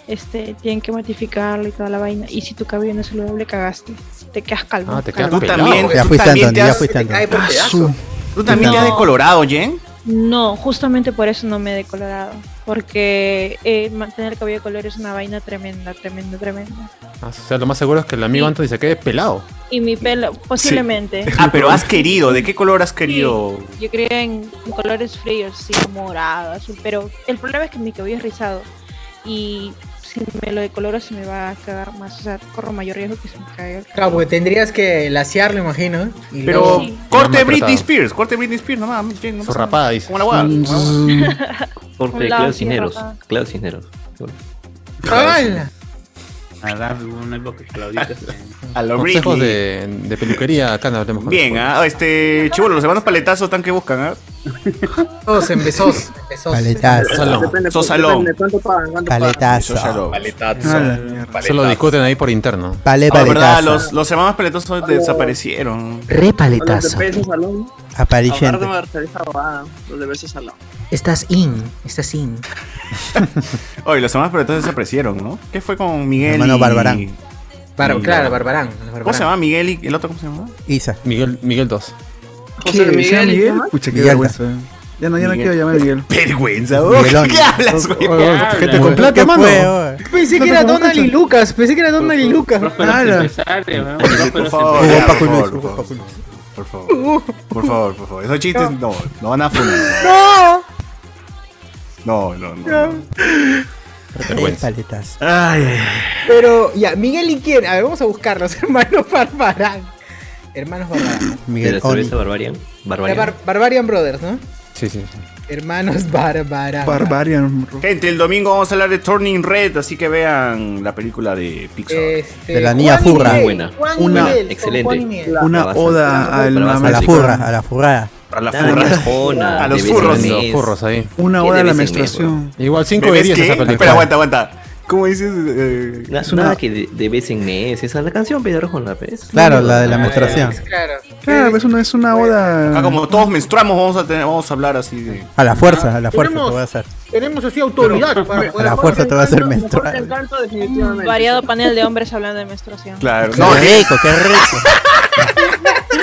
[SPEAKER 11] este, tienen que modificarlo y toda la vaina. Y si tu cabello no es saludable, cagaste. Te quedas calvo.
[SPEAKER 2] Ah, te quedas
[SPEAKER 11] calvo.
[SPEAKER 3] Tú
[SPEAKER 2] pelado.
[SPEAKER 3] también,
[SPEAKER 4] Ya
[SPEAKER 3] tú
[SPEAKER 4] fuiste,
[SPEAKER 3] también te
[SPEAKER 4] Antonio, ya
[SPEAKER 3] has,
[SPEAKER 4] fuiste,
[SPEAKER 1] Te cae
[SPEAKER 4] Antonio.
[SPEAKER 1] por pedazos.
[SPEAKER 3] tú también te has
[SPEAKER 11] No.
[SPEAKER 3] decolorado, Jen.
[SPEAKER 11] No, justamente por eso no me he decolorado. Porque eh, mantener el cabello de color es una vaina tremenda, tremenda, tremenda.
[SPEAKER 2] Ah, O sea, lo más seguro es que el amigo
[SPEAKER 11] Sí.
[SPEAKER 2] Anthony se quede pelado.
[SPEAKER 11] Y mi pelo, posiblemente.
[SPEAKER 3] Ah, pero has querido. ¿De qué color has querido?
[SPEAKER 11] Yo creo en colores fríos, sí, morado, azul, pero el problema es que mi cabello es rizado y si me lo decoloro se me va a cagar más, o sea, corro mayor riesgo que se me caiga
[SPEAKER 1] Claro,
[SPEAKER 11] el cabello.
[SPEAKER 1] porque Ah, pues tendrías que lasearlo, imagino. y
[SPEAKER 3] Pero
[SPEAKER 1] luego-
[SPEAKER 11] Sí.
[SPEAKER 3] corte
[SPEAKER 2] Me han
[SPEAKER 3] Britney
[SPEAKER 2] maltratado.
[SPEAKER 3] Spears, corte Britney Spears, no mames, Jen, no
[SPEAKER 2] Su
[SPEAKER 3] pasa
[SPEAKER 2] rapada, dice.
[SPEAKER 3] Como la Mm. hueá.
[SPEAKER 11] Un
[SPEAKER 9] Corte de
[SPEAKER 11] lado
[SPEAKER 9] Claudio
[SPEAKER 11] sí,
[SPEAKER 9] Cisneros.
[SPEAKER 11] roja.
[SPEAKER 9] Claudio Cisneros.
[SPEAKER 1] ¡Hala!
[SPEAKER 5] Ahora, hubo una época que Claudita se-
[SPEAKER 3] A lo
[SPEAKER 2] Consejos
[SPEAKER 3] Britney.
[SPEAKER 2] de, de peluquería, acá no hablemos con
[SPEAKER 3] Bien,
[SPEAKER 2] los
[SPEAKER 3] ¿ah? Este, chivolo, los hermanos paletazos están que buscan, ¿ah?
[SPEAKER 1] Todos en besos. en besos.
[SPEAKER 4] Paletazo.
[SPEAKER 2] Salón.
[SPEAKER 10] Depende, depende
[SPEAKER 3] Sos salón.
[SPEAKER 10] de cuánto pagan, cuánto pagan.
[SPEAKER 4] Paletazo. Ah,
[SPEAKER 3] Paletazo.
[SPEAKER 2] Eso lo discuten ahí por interno.
[SPEAKER 4] Pale,
[SPEAKER 3] Ah, verdad,
[SPEAKER 4] paletazo.
[SPEAKER 3] los, los hermanos paletazos desaparecieron.
[SPEAKER 10] Los de
[SPEAKER 1] Repaletazo.
[SPEAKER 10] peso salón. Aparte
[SPEAKER 4] Apariciente.
[SPEAKER 10] me gustaría esa bobada, los de beso salón.
[SPEAKER 1] Estás in. Estás in.
[SPEAKER 3] Oh, Oye, los demás pero entonces desaparecieron, ¿no? ¿Qué fue con Miguel?
[SPEAKER 4] Hermano
[SPEAKER 3] y...
[SPEAKER 4] Barbarán.
[SPEAKER 1] Bar-
[SPEAKER 3] Y-
[SPEAKER 1] claro, Barbarán.
[SPEAKER 3] ¿Cómo se llama Miguel y el otro cómo se llama?
[SPEAKER 4] Isa.
[SPEAKER 2] Miguel, Miguel 2.
[SPEAKER 6] ¿Qué?
[SPEAKER 10] José Miguel.
[SPEAKER 6] ¿Se llama
[SPEAKER 10] y
[SPEAKER 6] Miguel?
[SPEAKER 10] demás.
[SPEAKER 6] Pucha, qué
[SPEAKER 2] Miguel.
[SPEAKER 6] vergüenza. Ya no, ya no
[SPEAKER 2] Miguel.
[SPEAKER 6] quiero llamar a Miguel.
[SPEAKER 3] Vergüenza, oh,
[SPEAKER 6] Miguelón.
[SPEAKER 3] ¿qué hablas, güey?
[SPEAKER 6] Oh, oh,
[SPEAKER 3] Gente con plata,
[SPEAKER 6] ¿Qué
[SPEAKER 3] mano.
[SPEAKER 6] fue, oh?
[SPEAKER 1] Pensé que era Donald y Lucas, pensé que era Donald y Lucas.
[SPEAKER 3] Por favor,
[SPEAKER 6] Hugo
[SPEAKER 3] ya,
[SPEAKER 6] Paco
[SPEAKER 3] por
[SPEAKER 6] Inés,
[SPEAKER 3] favor,
[SPEAKER 6] Hugo
[SPEAKER 3] por favor. Por favor, por favor, por favor. Esos chistes no, no van a funcionar.
[SPEAKER 1] ¡No!
[SPEAKER 3] No, no, no.
[SPEAKER 2] Vergüenza.
[SPEAKER 4] Paletas.
[SPEAKER 1] Pero ya, Miguel y quién? A ver, vamos a buscarlos, hermanos Barbarán. Hermanos Barbarán.
[SPEAKER 9] ¿De la cerveza Barbarian? Barbarian.
[SPEAKER 1] Bar- Barbarian Brothers, ¿no?
[SPEAKER 2] Sí, sí.
[SPEAKER 1] Hermanos Barbarán.
[SPEAKER 6] Barbarian.
[SPEAKER 3] Gente, el domingo vamos a hablar de Turning Red, así que vean la película de Pixar.
[SPEAKER 1] Este,
[SPEAKER 4] De la niña
[SPEAKER 1] Juan y
[SPEAKER 4] furra.
[SPEAKER 1] Miguel,
[SPEAKER 4] Buena.
[SPEAKER 1] Juan y
[SPEAKER 4] Una-
[SPEAKER 1] Miguel,
[SPEAKER 9] excelente.
[SPEAKER 1] Juan y Miguel.
[SPEAKER 6] Una oda al
[SPEAKER 4] A la furra, a la furra.
[SPEAKER 3] Ah, A la
[SPEAKER 9] Dale,
[SPEAKER 3] furra.
[SPEAKER 9] Arjona,
[SPEAKER 3] A los
[SPEAKER 9] de
[SPEAKER 3] furros.
[SPEAKER 9] Besanés.
[SPEAKER 2] Los furros ahí.
[SPEAKER 6] Una
[SPEAKER 9] ¿Qué
[SPEAKER 6] hora de la
[SPEAKER 9] debes en mes,
[SPEAKER 6] menstruación.
[SPEAKER 2] Igual 5 de
[SPEAKER 3] ¿Bebes
[SPEAKER 2] 10
[SPEAKER 3] qué?
[SPEAKER 2] esa
[SPEAKER 3] Espera,
[SPEAKER 2] película.
[SPEAKER 3] aguanta, aguanta. ¿Cómo dices? Eh,
[SPEAKER 9] No es una que de, de vez en mes. Esa es la canción, Pedro Arjona, pues.
[SPEAKER 4] Claro, la de la
[SPEAKER 9] Ah,
[SPEAKER 4] menstruación.
[SPEAKER 1] Claro.
[SPEAKER 6] Claro, es una, es una
[SPEAKER 3] acá
[SPEAKER 6] oda.
[SPEAKER 3] como todos menstruamos, vamos a, tener, vamos a hablar así de.
[SPEAKER 4] A la fuerza, a la fuerza te
[SPEAKER 1] Tenemos-
[SPEAKER 4] voy a hacer.
[SPEAKER 1] Tenemos así autoridad para
[SPEAKER 4] A
[SPEAKER 1] poder
[SPEAKER 4] la
[SPEAKER 1] hablar.
[SPEAKER 4] fuerza te va a hacer
[SPEAKER 10] Mejor te
[SPEAKER 4] menstrual.
[SPEAKER 10] encanto, definitivamente.
[SPEAKER 11] Variado panel de hombres hablando de menstruación.
[SPEAKER 3] Claro.
[SPEAKER 4] Qué
[SPEAKER 3] No, eh,
[SPEAKER 4] rico, qué rico.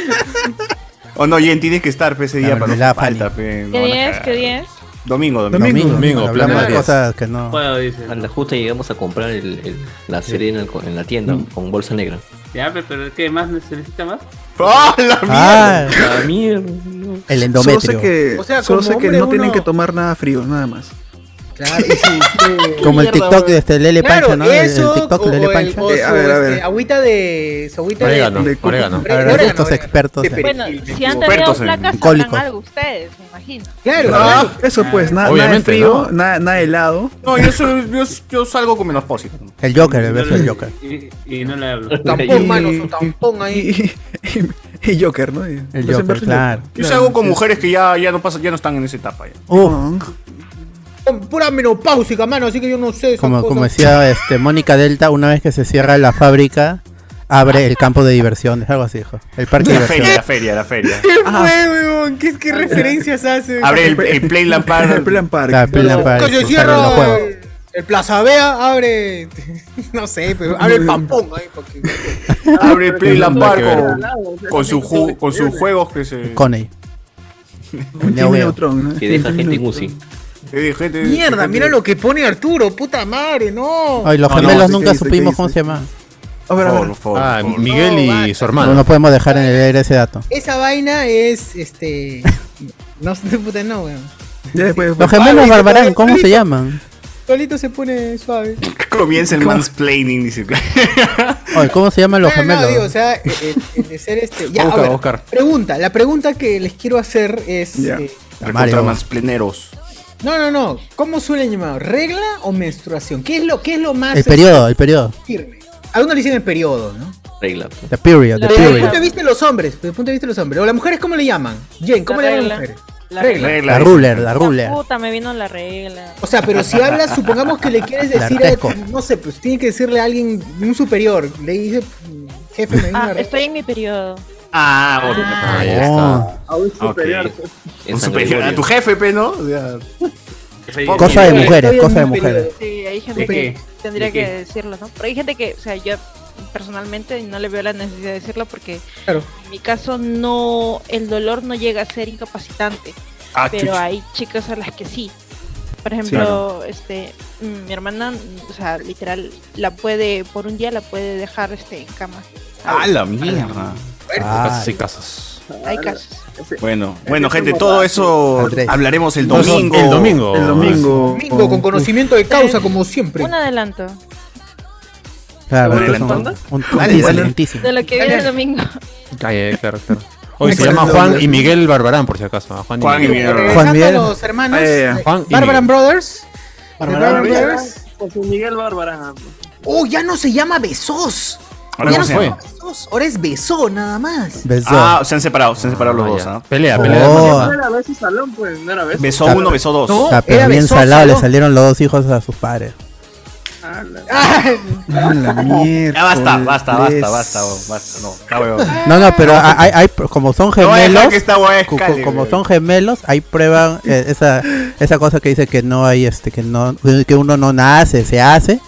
[SPEAKER 3] o no, Jen, tienes que estar pe, ese día
[SPEAKER 4] La
[SPEAKER 3] para
[SPEAKER 4] mermelada
[SPEAKER 3] no falta, pe, no
[SPEAKER 11] ¿Qué
[SPEAKER 3] van a
[SPEAKER 11] 10?
[SPEAKER 3] cagar.
[SPEAKER 11] ¿Qué 10?
[SPEAKER 3] Domingo, domingo.
[SPEAKER 6] Domingo.
[SPEAKER 2] Domingo,
[SPEAKER 4] Hablamos de
[SPEAKER 2] planarias.
[SPEAKER 4] cosas que no.
[SPEAKER 5] Puedo, dice.
[SPEAKER 9] Anda, justo llegamos a comprar el, el- la serie en, el- en la tienda con bolsa negra.
[SPEAKER 5] Ya, pe- pero ¿qué más se necesita más?
[SPEAKER 3] ¡Ah, la mierda!
[SPEAKER 4] Ah,
[SPEAKER 9] A mí, no.
[SPEAKER 4] el
[SPEAKER 6] Solo sé
[SPEAKER 4] endometrio.
[SPEAKER 6] que,
[SPEAKER 1] O sea,
[SPEAKER 6] solo
[SPEAKER 1] como
[SPEAKER 6] sé que
[SPEAKER 1] hombre
[SPEAKER 6] no tienen
[SPEAKER 1] uno-
[SPEAKER 6] que tomar nada frío, nada más.
[SPEAKER 1] Claro, y sí, sí.
[SPEAKER 4] Como el
[SPEAKER 1] Mierda,
[SPEAKER 4] TikTok
[SPEAKER 1] weón.
[SPEAKER 4] de este Lele
[SPEAKER 1] Claro,
[SPEAKER 4] Pancha, ¿no? El- El
[SPEAKER 1] eso,
[SPEAKER 4] TikTok
[SPEAKER 1] o-
[SPEAKER 4] Lele
[SPEAKER 1] o el-
[SPEAKER 4] Pancha.
[SPEAKER 1] o
[SPEAKER 6] Eh, a
[SPEAKER 1] su,
[SPEAKER 6] ver, a
[SPEAKER 1] este,
[SPEAKER 6] ver.
[SPEAKER 1] agüita de. Su agüita de-
[SPEAKER 2] Orégano,
[SPEAKER 6] de-
[SPEAKER 2] orégano.
[SPEAKER 1] Orégano, este
[SPEAKER 4] Ahora, estos
[SPEAKER 1] orégano.
[SPEAKER 4] expertos. en-
[SPEAKER 1] Pero-
[SPEAKER 11] Bueno, si han tenido
[SPEAKER 3] Expertos en
[SPEAKER 11] placas, sabrán
[SPEAKER 4] cólicos.
[SPEAKER 11] algo ustedes, me imagino.
[SPEAKER 1] Claro,
[SPEAKER 6] Ah,
[SPEAKER 1] claro.
[SPEAKER 6] eso pues, nada, nada de
[SPEAKER 2] Obviamente,
[SPEAKER 6] frío,
[SPEAKER 2] ¿no?
[SPEAKER 6] nada, nada de helado.
[SPEAKER 3] No, yo, soy- yo, yo salgo con menos pósito.
[SPEAKER 4] El Joker, el beso del Joker.
[SPEAKER 5] Y, y no le hablo.
[SPEAKER 1] Tampón,
[SPEAKER 6] Y-
[SPEAKER 1] mano, su tampón ahí.
[SPEAKER 6] Y, y- y Joker, ¿no? Y-
[SPEAKER 4] El
[SPEAKER 6] pues, en
[SPEAKER 4] Joker,
[SPEAKER 6] versión-
[SPEAKER 4] claro.
[SPEAKER 3] Yo salgo con mujeres que ya, ya, no pasan, ya no están en esa etapa. Ya.
[SPEAKER 4] Uf,
[SPEAKER 1] Con Pura menopáusica, mano, así que yo no sé. esas
[SPEAKER 4] como, como
[SPEAKER 1] cosas.
[SPEAKER 4] decía este, Mónica Delta, una vez que se cierra la fábrica, abre el campo de diversiones, algo así, dijo. El parque de
[SPEAKER 3] La feria,
[SPEAKER 4] diversiones.
[SPEAKER 3] la feria, la feria.
[SPEAKER 1] ¿Qué
[SPEAKER 4] Ah.
[SPEAKER 1] fue, weón? ¿Qué, qué referencias hace?
[SPEAKER 3] Abre el, el Playland Park.
[SPEAKER 6] El Plan Park.
[SPEAKER 4] Claro, plan
[SPEAKER 1] Pero
[SPEAKER 4] para
[SPEAKER 1] que se
[SPEAKER 4] disfrutar de los
[SPEAKER 1] cierra
[SPEAKER 4] juegos.
[SPEAKER 1] el, el Plaza Vea, abre. No sé, pero abre el pampón ahí. Porque...
[SPEAKER 3] Abre el Playland
[SPEAKER 2] Nada
[SPEAKER 3] Park
[SPEAKER 2] que ver.
[SPEAKER 3] con, con, su ju- con sus juegos que se.
[SPEAKER 4] Coney.
[SPEAKER 6] Un
[SPEAKER 4] Ya
[SPEAKER 6] Jimmy
[SPEAKER 4] veo.
[SPEAKER 6] Neutron, ¿no?
[SPEAKER 9] Que deja gente en UCI.
[SPEAKER 3] Eh, gente-
[SPEAKER 1] Mierda,
[SPEAKER 3] gente-
[SPEAKER 1] mira lo que pone Arturo, puta madre, no.
[SPEAKER 4] Ay, los
[SPEAKER 3] No, no,
[SPEAKER 4] gemelos
[SPEAKER 6] sí,
[SPEAKER 4] nunca
[SPEAKER 6] sí, sí,
[SPEAKER 4] supimos
[SPEAKER 6] sí,
[SPEAKER 4] cómo
[SPEAKER 6] sí.
[SPEAKER 4] se llama.
[SPEAKER 6] A ver,
[SPEAKER 3] Por
[SPEAKER 6] a
[SPEAKER 3] favor,
[SPEAKER 6] ver.
[SPEAKER 3] por favor,
[SPEAKER 2] Ah,
[SPEAKER 3] por favor.
[SPEAKER 2] Miguel y su
[SPEAKER 4] No,
[SPEAKER 2] hermano.
[SPEAKER 4] no podemos dejar en el aire ese dato.
[SPEAKER 1] Esa vaina es este. No sé, puta, no, weón.
[SPEAKER 6] Ya después.
[SPEAKER 4] Los
[SPEAKER 6] pues,
[SPEAKER 4] gemelos
[SPEAKER 1] Ay,
[SPEAKER 4] Barbarán,
[SPEAKER 1] ay,
[SPEAKER 4] ¿cómo
[SPEAKER 1] ay.
[SPEAKER 4] se llaman?
[SPEAKER 1] Solito se pone suave.
[SPEAKER 3] Comienza el mansplaining, dice.
[SPEAKER 4] Ay, ¿Cómo se llaman los
[SPEAKER 1] No, no, digo, o
[SPEAKER 4] gemelos?
[SPEAKER 1] sea, eh, el, el de ser este. Ya,
[SPEAKER 2] Oscar,
[SPEAKER 1] a ver,
[SPEAKER 2] Oscar.
[SPEAKER 1] Pregunta, la pregunta que les quiero hacer es.
[SPEAKER 6] Ya.
[SPEAKER 1] eh,
[SPEAKER 3] Recontra mansplaneros.
[SPEAKER 1] no, no, no. ¿Cómo suelen llamar? ¿Regla o menstruación? ¿Qué es lo, qué es lo más
[SPEAKER 4] El periodo, el periodo.
[SPEAKER 1] firme? Algunos le dicen el periodo, ¿no?
[SPEAKER 9] Regla.
[SPEAKER 4] The period, the
[SPEAKER 11] La
[SPEAKER 1] Desde el punto
[SPEAKER 4] period.
[SPEAKER 1] de vista de los hombres, desde el punto de vista de los hombres. ¿O las mujeres cómo le llaman? Jen, ¿cómo
[SPEAKER 11] La
[SPEAKER 1] le llaman las
[SPEAKER 11] regla.
[SPEAKER 1] mujeres?
[SPEAKER 11] La
[SPEAKER 1] Regla.
[SPEAKER 4] La ruler, la ruler.
[SPEAKER 11] La puta, me vino la regla.
[SPEAKER 1] O sea, pero si hablas, supongamos que le quieres
[SPEAKER 4] La
[SPEAKER 1] decir
[SPEAKER 4] Tesco.
[SPEAKER 1] a, no sé, pues tiene que decirle a alguien, un superior. Le dice, "Mm, jefe, me dio una
[SPEAKER 11] Ah,
[SPEAKER 1] regla.
[SPEAKER 11] estoy en mi periodo.
[SPEAKER 3] Ah, bueno.
[SPEAKER 2] Ahí
[SPEAKER 4] Oh.
[SPEAKER 2] está.
[SPEAKER 10] A un superior.
[SPEAKER 9] Ok. En
[SPEAKER 3] Un
[SPEAKER 9] San
[SPEAKER 3] superior. A
[SPEAKER 9] Gregorio.
[SPEAKER 3] tu jefe, pe, ¿no? O sea,
[SPEAKER 4] Cosa de
[SPEAKER 1] Estoy en
[SPEAKER 4] mujeres,
[SPEAKER 1] un
[SPEAKER 4] cosa
[SPEAKER 1] periodo.
[SPEAKER 4] de mujeres.
[SPEAKER 11] Sí, hay
[SPEAKER 5] ¿De
[SPEAKER 11] gente
[SPEAKER 5] qué?
[SPEAKER 11] que tendría
[SPEAKER 5] ¿De qué?
[SPEAKER 11] que decirlo, ¿no? Pero hay gente que, o sea, yo personalmente no le veo la necesidad de decirlo porque
[SPEAKER 1] Claro.
[SPEAKER 11] en mi caso no, el dolor no llega a ser incapacitante,
[SPEAKER 3] ah,
[SPEAKER 11] pero
[SPEAKER 3] chucha.
[SPEAKER 11] hay chicas a las que sí. Por ejemplo,
[SPEAKER 3] claro.
[SPEAKER 11] este, mm, mi hermana, mm, o sea, literal, la puede, por un día la puede dejar, este, en cama.
[SPEAKER 3] Ah, la mierda.
[SPEAKER 4] Ah,
[SPEAKER 2] Casos y casos. Este
[SPEAKER 11] Hay casos.
[SPEAKER 3] Bueno, bueno, gente, todo eso
[SPEAKER 4] Andrés.
[SPEAKER 3] hablaremos el domingo.
[SPEAKER 2] El domingo.
[SPEAKER 6] El domingo.
[SPEAKER 1] Domingo con conocimiento de causa, como siempre.
[SPEAKER 11] Un adelanto
[SPEAKER 4] claro,
[SPEAKER 3] ¿Sobre
[SPEAKER 4] esto es
[SPEAKER 3] la
[SPEAKER 4] un,
[SPEAKER 3] tanda?
[SPEAKER 4] Ah, un,
[SPEAKER 3] Dale,
[SPEAKER 4] un-
[SPEAKER 3] dale.
[SPEAKER 4] un teasing.
[SPEAKER 11] de lo que viene el domingo.
[SPEAKER 2] Ah, ya, claro, claro. Hoy se llama Juan y Miguel Barbarán, por si acaso. a Juan y
[SPEAKER 3] Juan y
[SPEAKER 2] Miguel.
[SPEAKER 3] Miguel.
[SPEAKER 1] Regresando
[SPEAKER 4] Juan Miguel.
[SPEAKER 1] a los hermanos.
[SPEAKER 6] Ah, ya, ya.
[SPEAKER 1] eh,
[SPEAKER 2] Juan y
[SPEAKER 1] Barbara
[SPEAKER 2] Miguel.
[SPEAKER 1] Brothers. The
[SPEAKER 7] Barbara
[SPEAKER 1] Barbara
[SPEAKER 7] Brothers.
[SPEAKER 1] Brothers.
[SPEAKER 10] José Miguel Barbarán.
[SPEAKER 1] Oh, ya no se llama Besos.
[SPEAKER 3] Ahora
[SPEAKER 1] ya
[SPEAKER 3] cómo
[SPEAKER 1] no
[SPEAKER 3] se
[SPEAKER 1] se
[SPEAKER 3] llama.
[SPEAKER 1] llama Besos. Ahora es Besó nada más.
[SPEAKER 4] Beso.
[SPEAKER 3] Ah, se han separado, se han separado los
[SPEAKER 2] Ah,
[SPEAKER 3] dos,
[SPEAKER 2] ya.
[SPEAKER 3] ¿ah?
[SPEAKER 2] Pelea, pelea.
[SPEAKER 4] Oh,
[SPEAKER 10] No era a veces salón, pues. No era a veces.
[SPEAKER 3] Besó uno, besó dos.
[SPEAKER 1] No.
[SPEAKER 4] está,
[SPEAKER 1] era
[SPEAKER 4] Ah, pero bien
[SPEAKER 1] beso,
[SPEAKER 4] salado, le
[SPEAKER 1] salón.
[SPEAKER 4] salieron los dos hijos a sus padres.
[SPEAKER 10] Ah, la-
[SPEAKER 6] Ah, la mierda.
[SPEAKER 3] Ya basta, basta, basta, basta, oh, basta. No, está huevón. Ah,
[SPEAKER 4] No, no, pero
[SPEAKER 1] Ah.
[SPEAKER 4] hay, hay- como son
[SPEAKER 3] No voy a dejar
[SPEAKER 4] gemelos,
[SPEAKER 3] que esta hueá
[SPEAKER 4] co- co-
[SPEAKER 3] escale,
[SPEAKER 4] como
[SPEAKER 3] huevón.
[SPEAKER 4] son gemelos, hay prueba eh, esa esa cosa que dice que no hay este que no que uno no nace, se hace.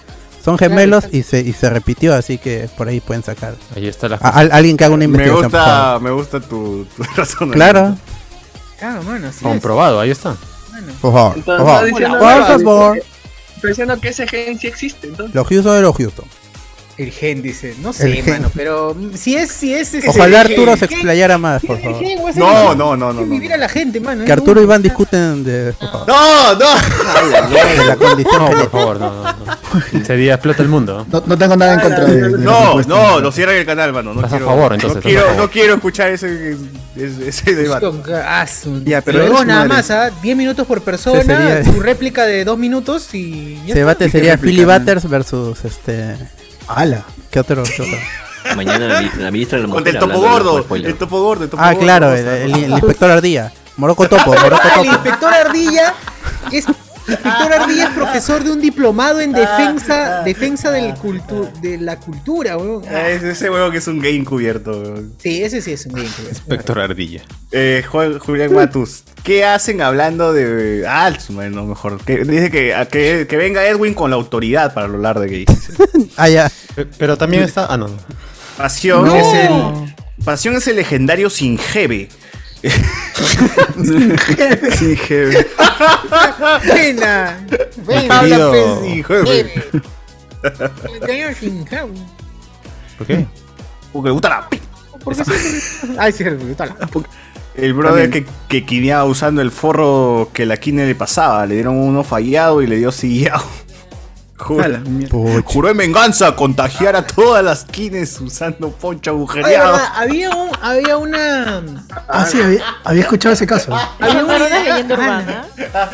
[SPEAKER 4] Son gemelos y se, y se repitió, así que por ahí pueden sacar.
[SPEAKER 2] Ahí está la
[SPEAKER 4] A- al- alguien que haga una investigación.
[SPEAKER 3] Me
[SPEAKER 4] por favor.
[SPEAKER 3] gusta, me gusta tu, tu razonamiento.
[SPEAKER 4] Claro.
[SPEAKER 1] Claro, mano, así es.
[SPEAKER 2] Comprobado, ahí está.
[SPEAKER 4] Por favor, por
[SPEAKER 10] Entonces, está
[SPEAKER 4] favor.
[SPEAKER 10] diciendo,
[SPEAKER 4] Por
[SPEAKER 10] está
[SPEAKER 4] favor.
[SPEAKER 10] diciendo que ese gen sí existe, entonces.
[SPEAKER 4] Los Houston de los Houston.
[SPEAKER 1] El gen dice, no sé,
[SPEAKER 4] El gen.
[SPEAKER 1] mano, pero mm, si es, si es. este,
[SPEAKER 4] Ojalá
[SPEAKER 1] el gen-
[SPEAKER 4] Arturo se
[SPEAKER 1] gen-
[SPEAKER 4] explayara más, por
[SPEAKER 1] el
[SPEAKER 4] favor.
[SPEAKER 1] gen, o sea,
[SPEAKER 3] No, no, no, no.
[SPEAKER 1] que
[SPEAKER 3] no.
[SPEAKER 1] Vivir a la gente, mano.
[SPEAKER 4] Que
[SPEAKER 1] es
[SPEAKER 4] Arturo y Iván discuten de, por favor,
[SPEAKER 3] No, no.
[SPEAKER 4] de la condición.
[SPEAKER 2] No, por favor, no, no, no. Sería explota el mundo.
[SPEAKER 7] No, no tengo nada en contra de. de la
[SPEAKER 3] No,
[SPEAKER 7] propuesta.
[SPEAKER 3] no, lo cierran el canal, mano. No
[SPEAKER 2] Estás a
[SPEAKER 3] quiero,
[SPEAKER 2] favor, entonces,
[SPEAKER 3] No
[SPEAKER 2] estás a
[SPEAKER 3] quiero,
[SPEAKER 2] favor.
[SPEAKER 3] no quiero escuchar ese, ese, ese debate.
[SPEAKER 1] Con- ah, su-
[SPEAKER 6] Ya, pero
[SPEAKER 1] Luego
[SPEAKER 6] eres su
[SPEAKER 1] nada
[SPEAKER 6] madre.
[SPEAKER 1] más, ¿ah? 10 minutos por
[SPEAKER 4] Ese
[SPEAKER 1] persona,
[SPEAKER 4] sería-
[SPEAKER 1] su réplica de 2 minutos y. ya
[SPEAKER 4] Ese debate sería Philly
[SPEAKER 6] replicar,
[SPEAKER 4] Butters versus este.
[SPEAKER 7] Ala.
[SPEAKER 4] ¿Qué otro? qué otro?
[SPEAKER 9] Mañana la, mi- la ministra de la
[SPEAKER 3] Con
[SPEAKER 9] Mujer
[SPEAKER 3] el topo
[SPEAKER 9] hablando de los
[SPEAKER 3] gordo.
[SPEAKER 9] spoilers.
[SPEAKER 3] El topo gordo. El topo
[SPEAKER 4] Ah,
[SPEAKER 3] gordo,
[SPEAKER 4] claro,
[SPEAKER 3] o
[SPEAKER 4] el,
[SPEAKER 3] sea,
[SPEAKER 4] el- el inspector Ardilla. Moroco Topo, Moroco
[SPEAKER 1] está. Ah, El
[SPEAKER 4] Topo.
[SPEAKER 1] inspector Ardilla es. Inspector Ardilla es profesor de un diplomado en defensa, defensa del cultu- de la cultura, weón.
[SPEAKER 3] ah, es- Ese huevo que es un game cubierto. weón.
[SPEAKER 1] Sí, ese sí es un bien. creo.
[SPEAKER 2] Inspector Ardilla.
[SPEAKER 3] Eh, Juan- Julián Matus, ¿qué hacen hablando de. Ah, su madre, no, mejor. Que, dice que, a- que, que venga Edwin con la autoridad para hablar de gays.
[SPEAKER 4] Ah, ya.
[SPEAKER 2] Pe- Pero también está. Ah, no. no.
[SPEAKER 3] Pasión es el. Pasión es el legendario sin jebe. sin jebe. Ah,
[SPEAKER 1] Buena. Ven,
[SPEAKER 2] Querido- ¿Por qué?
[SPEAKER 3] Porque le gusta la pi-
[SPEAKER 1] Ay, sí, está la-
[SPEAKER 3] El brother que, que quineaba usando el forro que la quine le pasaba. Le dieron uno fallado y le dio sillado.
[SPEAKER 6] A la
[SPEAKER 3] Juró,
[SPEAKER 6] mierda.
[SPEAKER 4] Puch.
[SPEAKER 3] juró en venganza contagiar a todas las quines usando poncho
[SPEAKER 1] Oye,
[SPEAKER 3] agujereado.
[SPEAKER 1] ¿verdad? había, un, había una.
[SPEAKER 7] Ah, sí, había, había escuchado ese caso.
[SPEAKER 1] Había una
[SPEAKER 11] Una
[SPEAKER 1] idea-
[SPEAKER 11] leyenda
[SPEAKER 1] ah,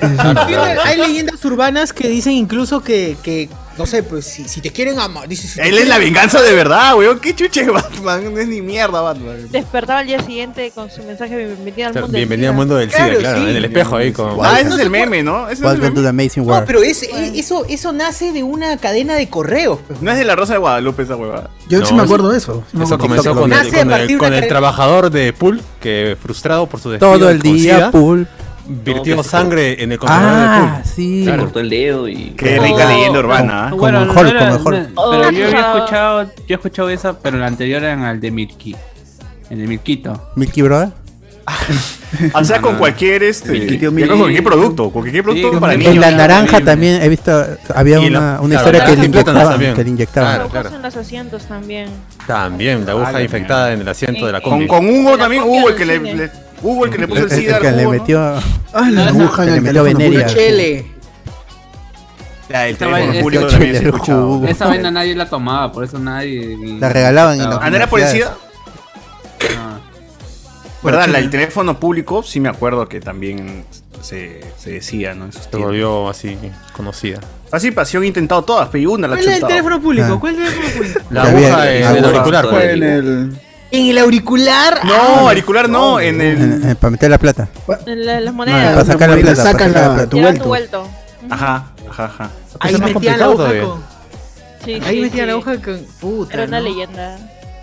[SPEAKER 11] urbana.
[SPEAKER 1] Hay- Hay leyendas urbanas que dicen incluso que, que, no sé, pues si, si te quieren amar, dice, si te
[SPEAKER 3] Él es la
[SPEAKER 1] quieren-
[SPEAKER 3] venganza de verdad, weón. Qué chuche Batman. No es ni mierda, Batman.
[SPEAKER 11] Despertaba al día siguiente con su mensaje bienvenida al mundo. del
[SPEAKER 2] Bienvenido al
[SPEAKER 11] SIDA".
[SPEAKER 2] mundo del
[SPEAKER 1] Claro,
[SPEAKER 2] cine, claro.
[SPEAKER 1] sí.
[SPEAKER 2] En el espejo ahí con.
[SPEAKER 3] Ah, ese es el meme, ¿no? Ese es el
[SPEAKER 4] Welcome to
[SPEAKER 3] meme.
[SPEAKER 4] the Amazing
[SPEAKER 1] No,
[SPEAKER 4] World.
[SPEAKER 1] pero es, es- eso, eso nace de una cadena de correos. pues.
[SPEAKER 3] No es de la Rosa de Guadalupe esa huevada.
[SPEAKER 7] Yo sí
[SPEAKER 2] No,
[SPEAKER 7] me acuerdo de eso. sí me
[SPEAKER 2] Eso
[SPEAKER 7] acuerdo.
[SPEAKER 2] comenzó con el,
[SPEAKER 1] Nace
[SPEAKER 2] con
[SPEAKER 1] a
[SPEAKER 2] el-
[SPEAKER 1] partir
[SPEAKER 2] con
[SPEAKER 1] de
[SPEAKER 2] el
[SPEAKER 1] que-
[SPEAKER 2] trabajador de Pool, que frustrado por su despido
[SPEAKER 4] Todo el
[SPEAKER 2] con
[SPEAKER 4] día,
[SPEAKER 2] SIDA,
[SPEAKER 4] pool.
[SPEAKER 2] virtió
[SPEAKER 9] No, que-
[SPEAKER 2] sangre en el contenedor
[SPEAKER 4] Ah,
[SPEAKER 2] de
[SPEAKER 4] sí.
[SPEAKER 9] Se cortó el dedo y.
[SPEAKER 3] Qué
[SPEAKER 5] Oh.
[SPEAKER 3] rica leyenda urbana. ¿eh?
[SPEAKER 5] Bueno,
[SPEAKER 4] Hulk,
[SPEAKER 5] no era-
[SPEAKER 4] como Hulk.
[SPEAKER 5] no- pero yo había
[SPEAKER 11] Oh.
[SPEAKER 5] escuchado, yo he escuchado esa, pero la anterior era en el de Milky. En el de Milquito.
[SPEAKER 4] Milky Brother.
[SPEAKER 3] O sea, con cualquier este.
[SPEAKER 6] Milky, tío,
[SPEAKER 3] ya Con cualquier
[SPEAKER 5] Milky.
[SPEAKER 3] producto. Con cualquier producto
[SPEAKER 5] Sí,
[SPEAKER 3] para
[SPEAKER 5] con
[SPEAKER 3] niños.
[SPEAKER 4] En la
[SPEAKER 5] Milky.
[SPEAKER 4] naranja
[SPEAKER 5] horrible.
[SPEAKER 4] también he visto. Había
[SPEAKER 2] Y
[SPEAKER 4] una,
[SPEAKER 2] la-
[SPEAKER 4] una
[SPEAKER 2] claro,
[SPEAKER 4] historia que
[SPEAKER 2] la
[SPEAKER 4] le
[SPEAKER 2] naranja y plátano
[SPEAKER 4] inyectaban.
[SPEAKER 2] también.
[SPEAKER 4] Que le inyectaban.
[SPEAKER 2] Claro,
[SPEAKER 11] Agujas
[SPEAKER 2] claro.
[SPEAKER 11] en los asientos también.
[SPEAKER 4] Ah,
[SPEAKER 2] pool. También, la aguja
[SPEAKER 5] la
[SPEAKER 2] infectada en el asiento de la
[SPEAKER 3] Con,
[SPEAKER 2] combi.
[SPEAKER 3] con Hugo
[SPEAKER 11] La
[SPEAKER 3] también,
[SPEAKER 11] copia
[SPEAKER 3] Hugo
[SPEAKER 11] del
[SPEAKER 3] el que le,
[SPEAKER 11] cine.
[SPEAKER 3] le- Hugo el que le puso el
[SPEAKER 4] El, el
[SPEAKER 3] SIDA. al
[SPEAKER 4] que le
[SPEAKER 3] Hugo, ¿no?
[SPEAKER 4] metió.
[SPEAKER 7] Ah, la aguja en
[SPEAKER 4] que le
[SPEAKER 7] el
[SPEAKER 4] metió
[SPEAKER 7] teléfono
[SPEAKER 4] veneria.
[SPEAKER 7] público.
[SPEAKER 1] Chele.
[SPEAKER 3] Ya, el
[SPEAKER 5] Esta
[SPEAKER 3] teléfono
[SPEAKER 5] vaina-
[SPEAKER 3] público
[SPEAKER 4] este
[SPEAKER 3] también se
[SPEAKER 4] chile,
[SPEAKER 3] escuchaba.
[SPEAKER 4] Hugo.
[SPEAKER 5] Esa vaina nadie la tomaba, por eso nadie. ni-
[SPEAKER 4] La regalaban y
[SPEAKER 5] estaba.
[SPEAKER 3] Ah, ¿no era por el SIDA?
[SPEAKER 5] No.
[SPEAKER 3] ¿Verdad? La- el teléfono público, sí me acuerdo que también se, se decía, ¿no? Esos
[SPEAKER 2] Se
[SPEAKER 3] tiempos.
[SPEAKER 2] volvió así conocida.
[SPEAKER 3] Así pasión he intentado todas, pero una la
[SPEAKER 1] ¿Cuál es el
[SPEAKER 3] chutaba.
[SPEAKER 1] teléfono público?
[SPEAKER 4] Ah.
[SPEAKER 1] ¿Cuál es el teléfono público?
[SPEAKER 2] La
[SPEAKER 4] Ya
[SPEAKER 2] aguja
[SPEAKER 4] había-
[SPEAKER 2] en
[SPEAKER 4] aguja.
[SPEAKER 2] el auricular,
[SPEAKER 9] Fue
[SPEAKER 2] ¿cuál?
[SPEAKER 6] En el.
[SPEAKER 1] En el auricular. Ah,
[SPEAKER 3] No, auricular no, en el.
[SPEAKER 4] En- en- para meter la plata.
[SPEAKER 11] La- las
[SPEAKER 7] Ah,
[SPEAKER 11] monedas.
[SPEAKER 4] Para sacar la
[SPEAKER 7] Saca
[SPEAKER 4] plata, para sacar la
[SPEAKER 7] la-
[SPEAKER 4] plata.
[SPEAKER 7] tu
[SPEAKER 11] Llevan tu
[SPEAKER 7] vuelto.
[SPEAKER 11] vuelto.
[SPEAKER 3] Ajá, ajá, ajá.
[SPEAKER 1] Ahí
[SPEAKER 2] Eso es más
[SPEAKER 1] metían la
[SPEAKER 2] complicado
[SPEAKER 1] hoja
[SPEAKER 2] todavía.
[SPEAKER 1] con.
[SPEAKER 11] Sí,
[SPEAKER 1] Ahí
[SPEAKER 11] sí,
[SPEAKER 1] metían
[SPEAKER 11] sí.
[SPEAKER 1] la hoja con. Puta.
[SPEAKER 11] Era una
[SPEAKER 1] ¿no?
[SPEAKER 11] leyenda.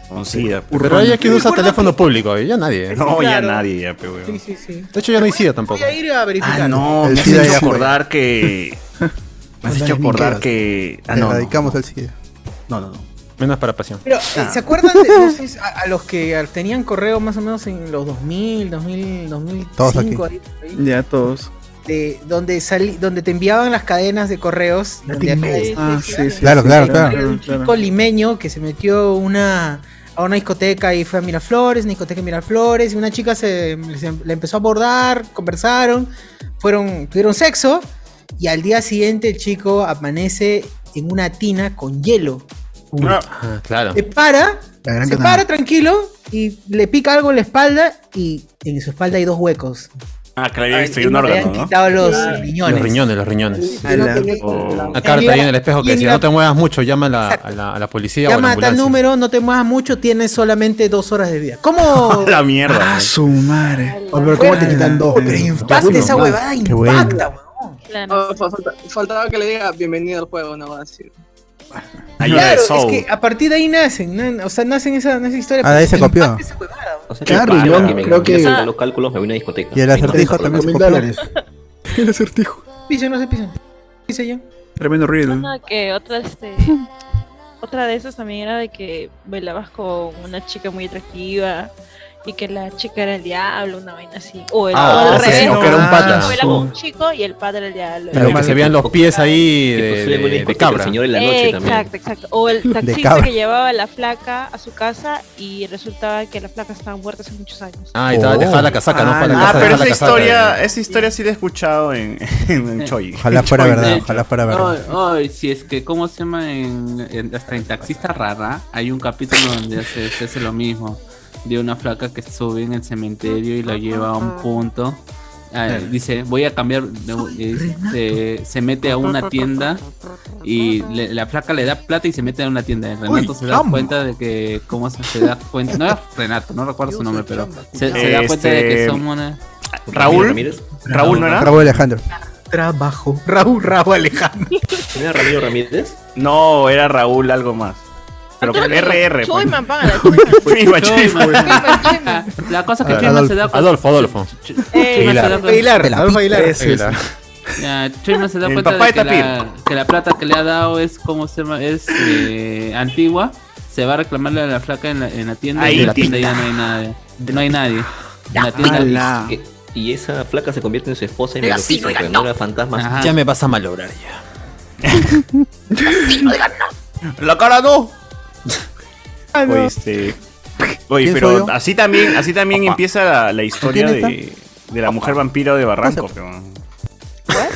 [SPEAKER 3] Con SIDA. pe.
[SPEAKER 2] Pero hay quien
[SPEAKER 1] Yo
[SPEAKER 2] usa
[SPEAKER 1] recuerdo
[SPEAKER 2] teléfono público, eh, ya nadie.
[SPEAKER 3] No, ya
[SPEAKER 1] claro.
[SPEAKER 3] nadie, ya, pero.
[SPEAKER 1] Sí, sí, sí.
[SPEAKER 2] De hecho, ya no hay SIDA tampoco.
[SPEAKER 1] Voy a ir a verificar.
[SPEAKER 3] Ah, no,
[SPEAKER 4] El
[SPEAKER 3] me has
[SPEAKER 4] SIDA
[SPEAKER 3] hecho
[SPEAKER 4] ya fue.
[SPEAKER 3] acordar que. Me has hecho acordar que. Ah, no. No,
[SPEAKER 4] Erradicamos el SIDA.
[SPEAKER 3] no, no. no.
[SPEAKER 2] Menos para pasión.
[SPEAKER 1] Pero, eh,
[SPEAKER 4] Ah.
[SPEAKER 1] ¿se acuerdan de no sé, a, a los que a- tenían correo más o menos en los 2000, 2000, 2005?
[SPEAKER 4] Todos aquí.
[SPEAKER 1] ahí, ahí,
[SPEAKER 6] Ya todos.
[SPEAKER 1] de, donde, salí, donde te enviaban las cadenas de correos. Donde
[SPEAKER 11] Inglés.
[SPEAKER 1] había
[SPEAKER 6] Ah, sí, sí.
[SPEAKER 4] Claro,
[SPEAKER 6] sí,
[SPEAKER 4] claro,
[SPEAKER 1] había un chico limeño que se metió una, a una discoteca y fue a Miraflores, una discoteca en Miraflores, y una chica se, se- le empezó a abordar, conversaron, fueron, tuvieron sexo, y al día siguiente el chico amanece en una tina con hielo.
[SPEAKER 2] Ah, claro.
[SPEAKER 1] Se para,
[SPEAKER 7] La gran
[SPEAKER 1] se
[SPEAKER 7] katana.
[SPEAKER 1] para tranquilo y le pica algo en la espalda y en su espalda hay dos huecos.
[SPEAKER 3] Ah, que le había
[SPEAKER 1] Le
[SPEAKER 3] destruido un órgano,
[SPEAKER 1] habían
[SPEAKER 3] ¿no?
[SPEAKER 1] quitado los
[SPEAKER 11] Sí.
[SPEAKER 1] riñones.
[SPEAKER 2] Los riñones, los riñones.
[SPEAKER 6] A la-
[SPEAKER 3] O-
[SPEAKER 2] Una carta ahí en el espejo que
[SPEAKER 1] Y en
[SPEAKER 2] decía,
[SPEAKER 1] la-
[SPEAKER 2] no te muevas mucho, llama a la, a la, a la policía o a la
[SPEAKER 1] Llama a tal
[SPEAKER 2] ambulancia.
[SPEAKER 1] número, no te muevas mucho, tienes solamente dos horas de vida. ¿Cómo?
[SPEAKER 3] La mierda.
[SPEAKER 6] Ah,
[SPEAKER 3] ¿no?
[SPEAKER 6] su madre.
[SPEAKER 7] Oh, pero ¿cómo te quitan dos? eh. Tres
[SPEAKER 1] Impacta esa
[SPEAKER 7] Uno,
[SPEAKER 1] huevada,
[SPEAKER 4] Qué bueno.
[SPEAKER 1] impacta, weón.
[SPEAKER 11] Claro.
[SPEAKER 10] Oh, fa- falta- faltaba que le diga bienvenido al juego, no va a decir.
[SPEAKER 3] Hay una de
[SPEAKER 1] Claro, es
[SPEAKER 4] Oh.
[SPEAKER 3] Soul.
[SPEAKER 1] que a partir de ahí nacen, nan- o sea, nacen esa, esa historia.
[SPEAKER 4] Ah, de ahí se
[SPEAKER 1] pero
[SPEAKER 4] copió.
[SPEAKER 1] impacta esa huevada, weón.
[SPEAKER 9] O sea,
[SPEAKER 7] Claro,
[SPEAKER 9] que-
[SPEAKER 7] yo
[SPEAKER 9] que me-
[SPEAKER 7] creo
[SPEAKER 9] que me
[SPEAKER 7] que-
[SPEAKER 9] hacen los cálculos me voy a una discoteca.
[SPEAKER 4] Y el acertijo
[SPEAKER 7] Cuatro
[SPEAKER 4] también se
[SPEAKER 7] mil
[SPEAKER 4] copió.
[SPEAKER 7] dólares.
[SPEAKER 6] El acertijo.
[SPEAKER 1] Pisen, no se pisen. Dice yo.
[SPEAKER 6] Tremendo
[SPEAKER 2] Mm.
[SPEAKER 6] reel.
[SPEAKER 11] Una que otra este otra de esas también era de que bailabas con una chica muy atractiva y que la chica era el diablo, una vaina así. O el,
[SPEAKER 2] Ah,
[SPEAKER 11] o al
[SPEAKER 2] o sea,
[SPEAKER 11] revés,
[SPEAKER 2] sino que era un pata.
[SPEAKER 11] Bailaba con un chico y el padre era el diablo.
[SPEAKER 2] Pero que se veían los pies ahí
[SPEAKER 9] Que
[SPEAKER 2] de,
[SPEAKER 9] posee
[SPEAKER 2] de-
[SPEAKER 9] buena
[SPEAKER 2] de
[SPEAKER 9] escorte,
[SPEAKER 2] cabra.
[SPEAKER 9] el señor en la noche
[SPEAKER 11] exacto, exacto. O el taxista
[SPEAKER 2] cabra.
[SPEAKER 11] que llevaba a la flaca a su casa y resultaba que la flaca estaba muerta hace muchos años.
[SPEAKER 2] Ah, y estaba
[SPEAKER 3] Oh.
[SPEAKER 2] dejada la casaca, ¿no?
[SPEAKER 3] Ah,
[SPEAKER 2] Para la
[SPEAKER 3] ah,
[SPEAKER 2] casa,
[SPEAKER 3] pero
[SPEAKER 2] dejada
[SPEAKER 3] esa
[SPEAKER 2] la casaca.
[SPEAKER 3] historia, esa historia sí la he escuchado en, en, en Choi.
[SPEAKER 4] Ojalá fuera
[SPEAKER 3] Choi,
[SPEAKER 4] verdad,
[SPEAKER 3] de hecho.
[SPEAKER 4] ojalá fuera verdad.
[SPEAKER 5] No, no, si es que, ¿cómo se llama? En, en- hasta en Taxista Rara hay un capítulo donde se, se hace lo mismo. De una flaca que sube en el cementerio y la lleva a un punto. Ah,
[SPEAKER 3] Eh.
[SPEAKER 5] dice, voy a cambiar. no, eh, se, se mete a una tienda y le- la flaca le da plata y se mete a una tienda. Renato se da
[SPEAKER 12] chamba.
[SPEAKER 5] cuenta de que, ¿cómo se, se da cuenta? No era Renato, no recuerdo su nombre, pero se, se da cuenta de que
[SPEAKER 3] Este,
[SPEAKER 5] son una.
[SPEAKER 3] Raúl, Ramírez. Raúl, ¿no era?
[SPEAKER 4] Raúl Alejandro.
[SPEAKER 3] Trabajo. Raúl, Raúl Alejandro.
[SPEAKER 9] ¿Era Ramiro Ramírez? Ah,
[SPEAKER 3] No, era Raúl algo más. Pero con RR. pues.
[SPEAKER 11] Chuyman, págala,
[SPEAKER 3] Chuyman, Chuyman.
[SPEAKER 5] La cosa que
[SPEAKER 2] Ah,
[SPEAKER 5] Chuyman
[SPEAKER 2] Adolfo,
[SPEAKER 5] se da
[SPEAKER 2] Adolfo, Adolfo.
[SPEAKER 11] Eh,
[SPEAKER 5] Chuyman se da
[SPEAKER 2] Aguilar,
[SPEAKER 5] cuenta-
[SPEAKER 2] Adolfo Aguilar.
[SPEAKER 5] Ese es.
[SPEAKER 2] Aguilar.
[SPEAKER 5] Ya, Chuyman se da
[SPEAKER 2] El
[SPEAKER 5] cuenta
[SPEAKER 2] papá
[SPEAKER 5] de
[SPEAKER 2] de
[SPEAKER 5] que la, que la plata que le ha dado es como se llama, es eh, antigua. Se va a reclamarle a la flaca en la, en la tienda
[SPEAKER 9] Ahí
[SPEAKER 5] y en la
[SPEAKER 9] pinta.
[SPEAKER 5] tienda ya no hay nadie. No hay nadie. En la tienda
[SPEAKER 9] Ah, y, y esa flaca se convierte en su esposa y me
[SPEAKER 5] Era
[SPEAKER 9] lo
[SPEAKER 5] así,
[SPEAKER 9] quiso,
[SPEAKER 5] oiga,
[SPEAKER 9] pero no
[SPEAKER 5] no.
[SPEAKER 9] era fantasma.
[SPEAKER 5] Ajá. Ya
[SPEAKER 2] me vas a malograr
[SPEAKER 3] La cara no.
[SPEAKER 4] no.
[SPEAKER 3] Oye, este, oye
[SPEAKER 4] ¿Quién soy
[SPEAKER 3] pero
[SPEAKER 4] yo?
[SPEAKER 3] así también, así también empieza la, la historia
[SPEAKER 4] ¿Quién
[SPEAKER 3] de, de la mujer vampiro de Barranco. peón.